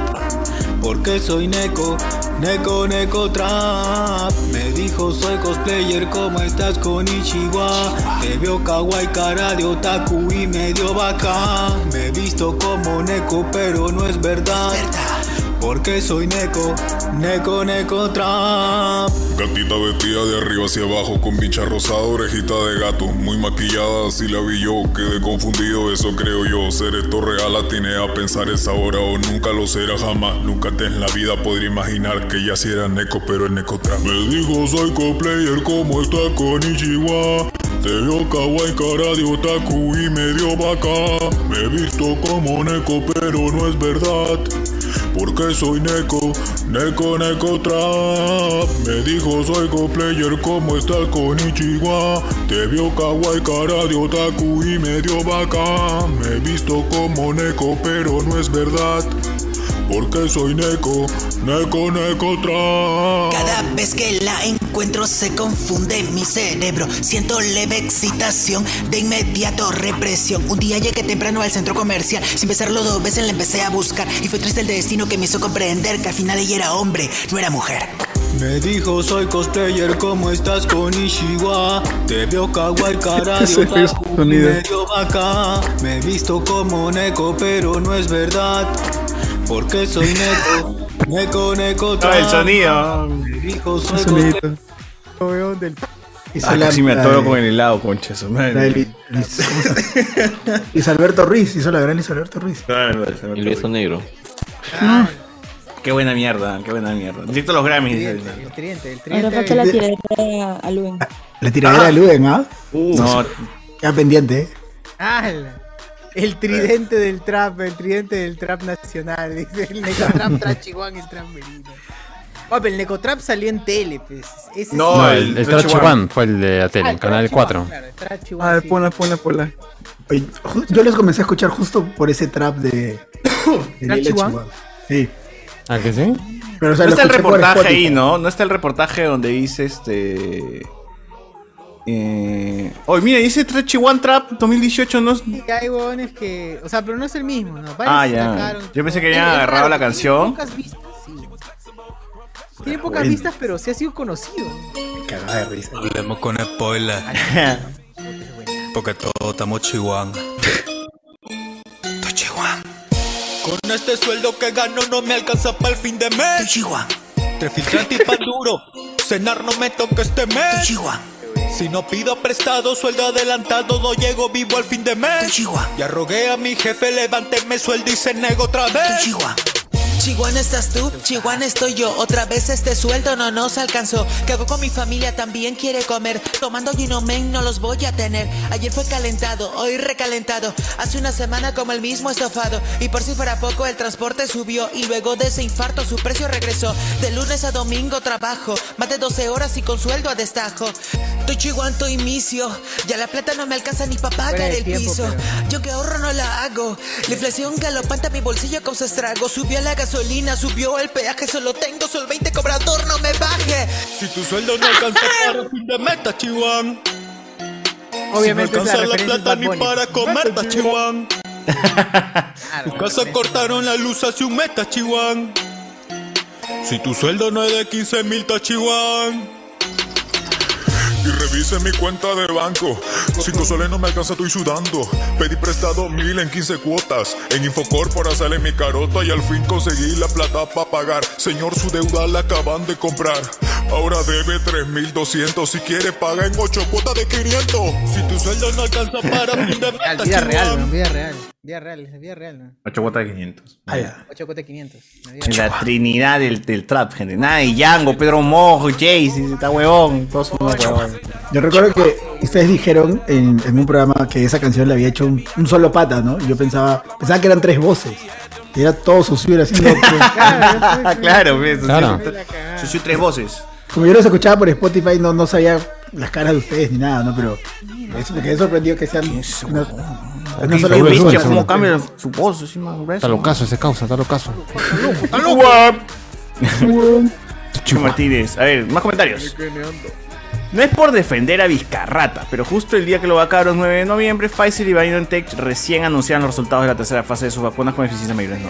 [SPEAKER 18] Porque soy Neko, Neko, Neko Trap. Me dijo soy cosplayer, ¿cómo estás con Ichiwa? Te veo kawaii, cara de otaku y medio vaca. Me he visto como Neko, pero no es verdad. Porque soy Neko, Neko, Neko Trap.
[SPEAKER 17] Gatita vestida de arriba hacia abajo con bicha rosada, orejita de gato. Muy maquillada, así la vi yo. Quedé confundido, eso creo yo. Ser esto real, atiné a pensar esa hora o nunca lo será jamás. Nunca te en la vida podría imaginar que ya si era Neko, pero el Neko trap. Me dijo, soy coplayer, como está con Ichiwa. Te veo kawaii, cara de otaku y medio vaca. Me he visto como Neko, pero no es verdad. Porque soy Neko, Neko Neko Trap Me dijo soy coplayer, ¿cómo estás con Ichiwa? Te vio kawaii, cara de otaku y medio vaca Me he visto como Neko, pero no es verdad Porque soy Neko, Neko Neko Trap
[SPEAKER 19] Cada vez que la encuentro se confunde mi cerebro. Siento leve excitación, de inmediato represión. Un día llegué temprano al centro comercial, sin pensarlo dos veces la empecé a buscar. Y fue triste el destino que me hizo comprender que al final ella era hombre, no era mujer.
[SPEAKER 18] Me dijo soy cosplayer, ¿cómo estás con Ishiwa? Te veo kawaii, cara de
[SPEAKER 6] Ese
[SPEAKER 18] otaku y
[SPEAKER 6] sonido.
[SPEAKER 18] medio vaca. Me he visto como Neko, pero no es verdad. Porque soy Neko, Neko, Neko
[SPEAKER 3] No, Ah, el
[SPEAKER 18] Trap.
[SPEAKER 3] sonido.
[SPEAKER 18] Me dijo soy
[SPEAKER 6] El
[SPEAKER 18] cosplayer.
[SPEAKER 6] sonidito.
[SPEAKER 7] Hizo
[SPEAKER 3] Ah,
[SPEAKER 7] la-
[SPEAKER 3] casi me atoro
[SPEAKER 7] la-
[SPEAKER 3] con el helado, concha. su
[SPEAKER 7] la de Li-
[SPEAKER 3] madre.
[SPEAKER 7] Luis, ¿cómo se llama? Luis Alberto Ruiz, hizo la gran Luis Alberto Ruiz.
[SPEAKER 9] El beso negro.
[SPEAKER 3] Ah. Qué buena mierda, qué buena mierda. Directo a los Grammys. dice.
[SPEAKER 1] El tridente, el
[SPEAKER 14] Ahora
[SPEAKER 1] tridente.
[SPEAKER 14] falta la tiradera a Luen.
[SPEAKER 7] La tiradera de Luden, ¿ah?
[SPEAKER 3] No.
[SPEAKER 7] Queda pendiente, ¿eh?
[SPEAKER 1] ¡Hala! El tridente del trap, el tridente del trap nacional, dice el Necotrap, Trap Chihuahua y el Trap Merino. Oh, pero el Necotrap salió en tele, pues. Ese
[SPEAKER 3] No,
[SPEAKER 2] No,
[SPEAKER 1] sí.
[SPEAKER 2] el, el
[SPEAKER 3] Trap
[SPEAKER 2] Trap
[SPEAKER 3] Chihuahua.
[SPEAKER 2] Chihuahua fue el de la tele,
[SPEAKER 1] Ah, el
[SPEAKER 2] el canal
[SPEAKER 1] Trap
[SPEAKER 2] 4.
[SPEAKER 1] Claro, el Trap Chihuahua,
[SPEAKER 6] A ver,
[SPEAKER 1] sí.
[SPEAKER 6] Ah, ponla, ponla, ponla.
[SPEAKER 7] Oye, ju- yo los comencé a escuchar justo por ese trap de. de Lila
[SPEAKER 6] Chihuahua?
[SPEAKER 7] Chihuahua. Sí.
[SPEAKER 2] ¿Ah, que sí?
[SPEAKER 7] Pero, o sea, lo
[SPEAKER 3] No está el
[SPEAKER 7] escuché por
[SPEAKER 3] reportaje
[SPEAKER 7] Spotify.
[SPEAKER 3] ahí, ¿no? No está el reportaje donde dice este. Eh... Oh, mira, dice Trachi One Trap 2018. No es-
[SPEAKER 1] Y hay huevones que. O sea, pero no es el mismo, ¿no? Varios
[SPEAKER 3] Ah,
[SPEAKER 1] se
[SPEAKER 3] ya.
[SPEAKER 1] sacaron.
[SPEAKER 3] Yo pensé que
[SPEAKER 1] Es-
[SPEAKER 3] habían
[SPEAKER 1] es
[SPEAKER 3] agarrado
[SPEAKER 1] raro,
[SPEAKER 3] la
[SPEAKER 1] tiene
[SPEAKER 3] canción.
[SPEAKER 1] pocas vistas, sí. Tiene pocas
[SPEAKER 3] bueno.
[SPEAKER 1] vistas, pero sí ha sido conocido.
[SPEAKER 18] Hablemos con spoiler. Porque todos estamos chihuahua. Con este sueldo que gano no me alcanza para el fin de mes. Tres filtrantes y pan duro. Cenar no me toca este mes. Si no pido prestado, sueldo adelantado, no llego vivo al fin de mes. Ya rogué a mi jefe, levánteme sueldo y se nego otra vez.
[SPEAKER 19] Chihuahua estás tú, Chihuahua estoy yo. Otra vez este sueldo no nos alcanzó. ¿Qué hago con mi familia? También quiere comer. Tomando Ginomen no los voy a tener. Ayer fue calentado, hoy recalentado. Hace una semana como el mismo estofado. Y por si fuera poco, el transporte subió. Y luego de ese infarto, su precio regresó. De lunes a domingo trabajo. Más de 12 horas y con sueldo a destajo. Tu Chihuahua, tu inicio. Ya la plata no me alcanza ni para pagar
[SPEAKER 1] de
[SPEAKER 19] el
[SPEAKER 1] tiempo,
[SPEAKER 19] piso.
[SPEAKER 1] pero-
[SPEAKER 19] Yo que ahorro no la hago. La inflación galopante mi bolsillo causa estrago. Subió la gasolina, subió el peaje. Solo tengo sol 20 cobrador, no me baje.
[SPEAKER 18] Si tu sueldo no alcanza para fin de meta, Chihuahua.
[SPEAKER 19] Obviamente,
[SPEAKER 18] si no
[SPEAKER 19] la
[SPEAKER 18] alcanza
[SPEAKER 19] referencia
[SPEAKER 18] la
[SPEAKER 19] es
[SPEAKER 18] plata
[SPEAKER 19] Bad
[SPEAKER 18] ni
[SPEAKER 19] Bunny.
[SPEAKER 18] para comer,
[SPEAKER 19] Meta,
[SPEAKER 18] Chihuahua. Tu casa cortaron la luz hace un meta, Chihuahua. Si tu sueldo no es de 15 mil, Chihuahua.
[SPEAKER 17] Y revise mi cuenta de banco. Cinco soles no me alcanza, estoy sudando. Pedí prestado mil en 15 cuotas. En Infocorpora sale mi carota y al fin conseguí la plata para pagar. Señor, su deuda la acaban de comprar. Ahora debe 3200. Si quiere, paga en 8 cuotas de 500. Si tu sueldo no alcanza para fin de
[SPEAKER 1] Real, vida real, ¿no? vida real. Vida real, es vida real. ¿no?
[SPEAKER 3] 8 cuotas de 500.
[SPEAKER 1] 8 cote 500. la vida real.
[SPEAKER 3] La trinidad del, del trap, gente. Nada, y Django, Pedro Mojo, Jace, está huevón. Todos son unos huevones.
[SPEAKER 7] Yo recuerdo que ustedes dijeron en, en un programa que esa canción la había hecho un, un solo pata, ¿no? Y yo pensaba, pensaba que eran tres voces. Y era todo sucio haciendo.
[SPEAKER 3] claro, pues,
[SPEAKER 2] Claro.
[SPEAKER 3] Yo soy tres voces.
[SPEAKER 7] Como yo los escuchaba por Spotify, no, no sabía las caras de ustedes ni nada, ¿no? Pero eso me quedé sorprendido que sean. unas- una sola
[SPEAKER 2] Sube,
[SPEAKER 7] voz.
[SPEAKER 2] sube, sube.
[SPEAKER 3] Cambia su voz, así más grueso.
[SPEAKER 2] Está locazo ese causa, está locazo.
[SPEAKER 3] ¡Está loco! Chu Martínez, a ver, más comentarios. No es por defender a Vizcarrata, pero justo el día que lo vacaron, 9 de noviembre, Pfizer y BioNTech recién anunciaron los resultados de la tercera fase de sus vacunas con eficiencia mayor del 90%.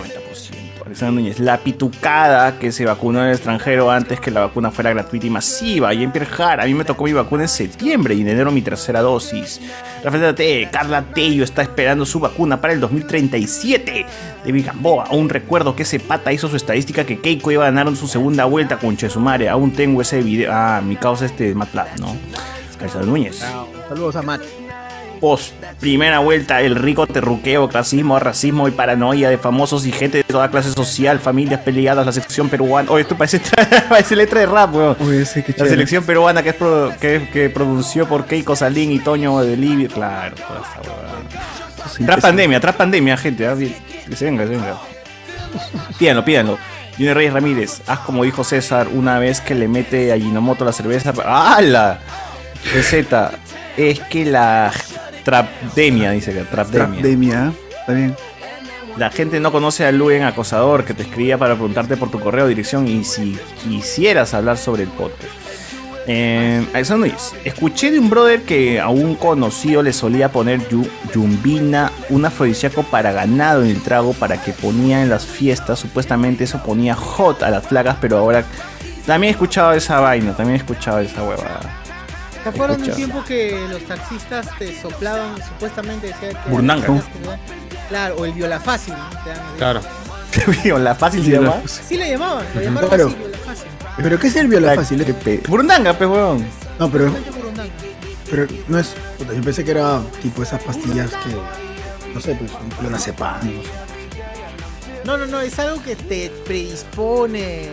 [SPEAKER 3] Alexander Núñez, la pitucada que se vacunó en el extranjero antes que la vacuna fuera gratuita y masiva. Y en Jara, a mí me tocó mi vacuna en septiembre y en enero mi tercera dosis. Rafael T, Carla Tello está esperando su vacuna para el 2037. David Gamboa, aún recuerdo que ese pata hizo su estadística que Keiko iba a ganar su segunda vuelta con Chesumare. Aún tengo ese video. Ah, mi causa este de MATLAB, ¿no? Alexander Núñez.
[SPEAKER 1] Saludos a Matt.
[SPEAKER 3] Post, primera vuelta, el rico terruqueo, clasismo, racismo y paranoia de famosos y gente de toda clase social, familias peleadas, la sección peruana. Oye, esto parece, parece letra de rap, weón. la
[SPEAKER 6] chévere.
[SPEAKER 3] selección peruana que, es pro- que, que pronunció por Keiko Salín y Toño de Libia. Claro, toda esa huevada. Tras pandemia, tras pandemia, gente. ah, bien. Que se venga, que se venga. Pídanlo, pídanlo. Junior Reyes Ramírez, haz como dijo César una vez que le mete a Ginomoto la cerveza. ¡Hala! Receta. Es que la trapdemia, dice que trapdemia.
[SPEAKER 6] Trapdemia, está bien.
[SPEAKER 3] La gente no conoce a Luen Acosador, que te escribía para preguntarte por tu correo, dirección y si quisieras hablar sobre el podcast. Eh, Alexander Núñez, escuché de un brother que a un conocido le solía poner yu- yumbina, un afrodisíaco para ganado en el trago, para que ponía en las fiestas. Supuestamente eso ponía hot a las flacas, pero ahora también he escuchado esa vaina, también he escuchado esa huevada.
[SPEAKER 1] ¿Se acuerdan de un
[SPEAKER 3] Escucha.
[SPEAKER 1] tiempo que los taxistas te soplaban, supuestamente decían que.
[SPEAKER 3] Burnaca.
[SPEAKER 1] Claro, o el viola fácil. ¿no? Te dan-
[SPEAKER 2] Claro.
[SPEAKER 3] la fácil se llama.
[SPEAKER 1] Sí le llamaban, lo llamaron
[SPEAKER 7] Claro.
[SPEAKER 1] así, viola fácil.
[SPEAKER 7] ¿Pero qué es el viola fácil? eh.
[SPEAKER 3] Burundanga, pues, weón.
[SPEAKER 7] No, pero,
[SPEAKER 1] Burundanga.
[SPEAKER 7] pero no es. puta, Yo pensé que era tipo esas pastillas que. No sé, pues, una cepa. No sé.
[SPEAKER 1] No, no, no, es algo que te predispone.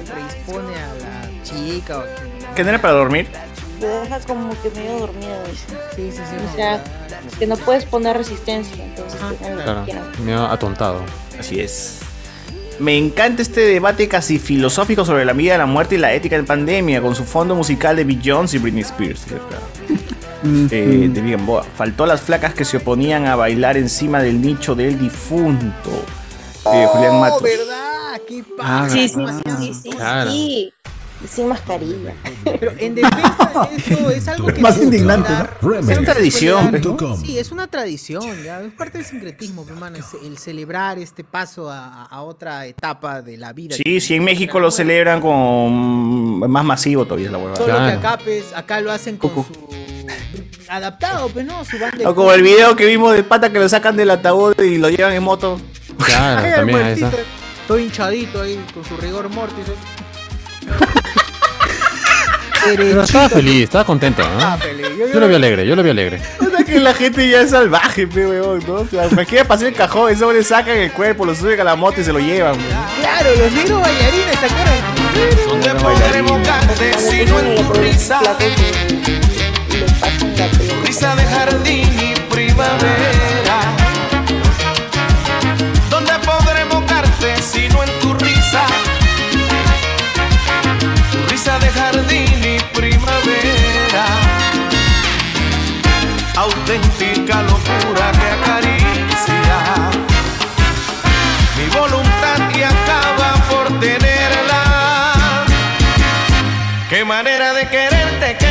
[SPEAKER 1] o Predispone a la chica o a quien-
[SPEAKER 3] ¿Que no era para dormir?
[SPEAKER 14] Te deja como que medio dormido. dice.
[SPEAKER 1] O
[SPEAKER 14] sea, que no puedes poner resistencia. Entonces, te dejan lo que
[SPEAKER 2] Claro.
[SPEAKER 14] quieran.
[SPEAKER 2] Me ha atontado.
[SPEAKER 3] Así es. Me encanta este debate casi filosófico sobre la vida, la muerte y la ética en pandemia, con su fondo musical de Beyoncé y Britney Spears. Eh, de Big Boa. Faltó las flacas que se oponían a bailar encima del nicho del difunto. Eh, Julián
[SPEAKER 1] Oh,
[SPEAKER 3] Matos.
[SPEAKER 1] ¿verdad? Qué
[SPEAKER 3] Ah,
[SPEAKER 1] paja.
[SPEAKER 3] Sí,
[SPEAKER 14] Sí, sí,
[SPEAKER 3] Claro.
[SPEAKER 14] sí. Sin mascarilla.
[SPEAKER 1] Pero en defensa de eso es algo que
[SPEAKER 7] Más
[SPEAKER 1] se puede
[SPEAKER 7] indignante,
[SPEAKER 1] dar-
[SPEAKER 7] ¿no?
[SPEAKER 1] se puede
[SPEAKER 7] Remedy.
[SPEAKER 1] dar,
[SPEAKER 7] Tradición,
[SPEAKER 1] ¿no?
[SPEAKER 7] ¿no?
[SPEAKER 1] Sí, es una tradición, ya, es parte del sincretismo, pues, mano, es el celebrar este paso a, a otra etapa de la vida.
[SPEAKER 3] Sí, sí, en México lo celebran con más masivo todavía es la huevada.
[SPEAKER 1] Solo que acá, pues, acá lo hacen con su adaptado, pues, ¿no? Su banda de
[SPEAKER 3] O Ah, como el video que vimos del pata que lo sacan del ataúd y lo llevan en moto. Ah,
[SPEAKER 1] Ay,
[SPEAKER 2] Claro,
[SPEAKER 1] el
[SPEAKER 2] también a
[SPEAKER 1] muertito,
[SPEAKER 2] esa.
[SPEAKER 1] Todo hinchadito ahí, con su rigor mortis. ¿eh?
[SPEAKER 2] Pero estaba feliz, estaba contento, ¿no? Yo lo vi alegre, yo lo vi alegre.
[SPEAKER 3] O sea que la gente ya es salvaje, pe, weón, ¿no? O sea, cualquiera pasó el cajón, eso le sacan el cuerpo, lo suben a la moto y se lo llevan, weón.
[SPEAKER 1] Claro, los negros bailarines, ¿se acuerdan?
[SPEAKER 3] Son negros bailarines.
[SPEAKER 12] sino en tu risa. Tu risa de jardín y primavera. ¿Dónde podré evocarte sino en tu risa? Tu risa de jardín y primavera. Auténtica locura que acaricia mi voluntad y acaba por tenerla. Qué manera de quererte,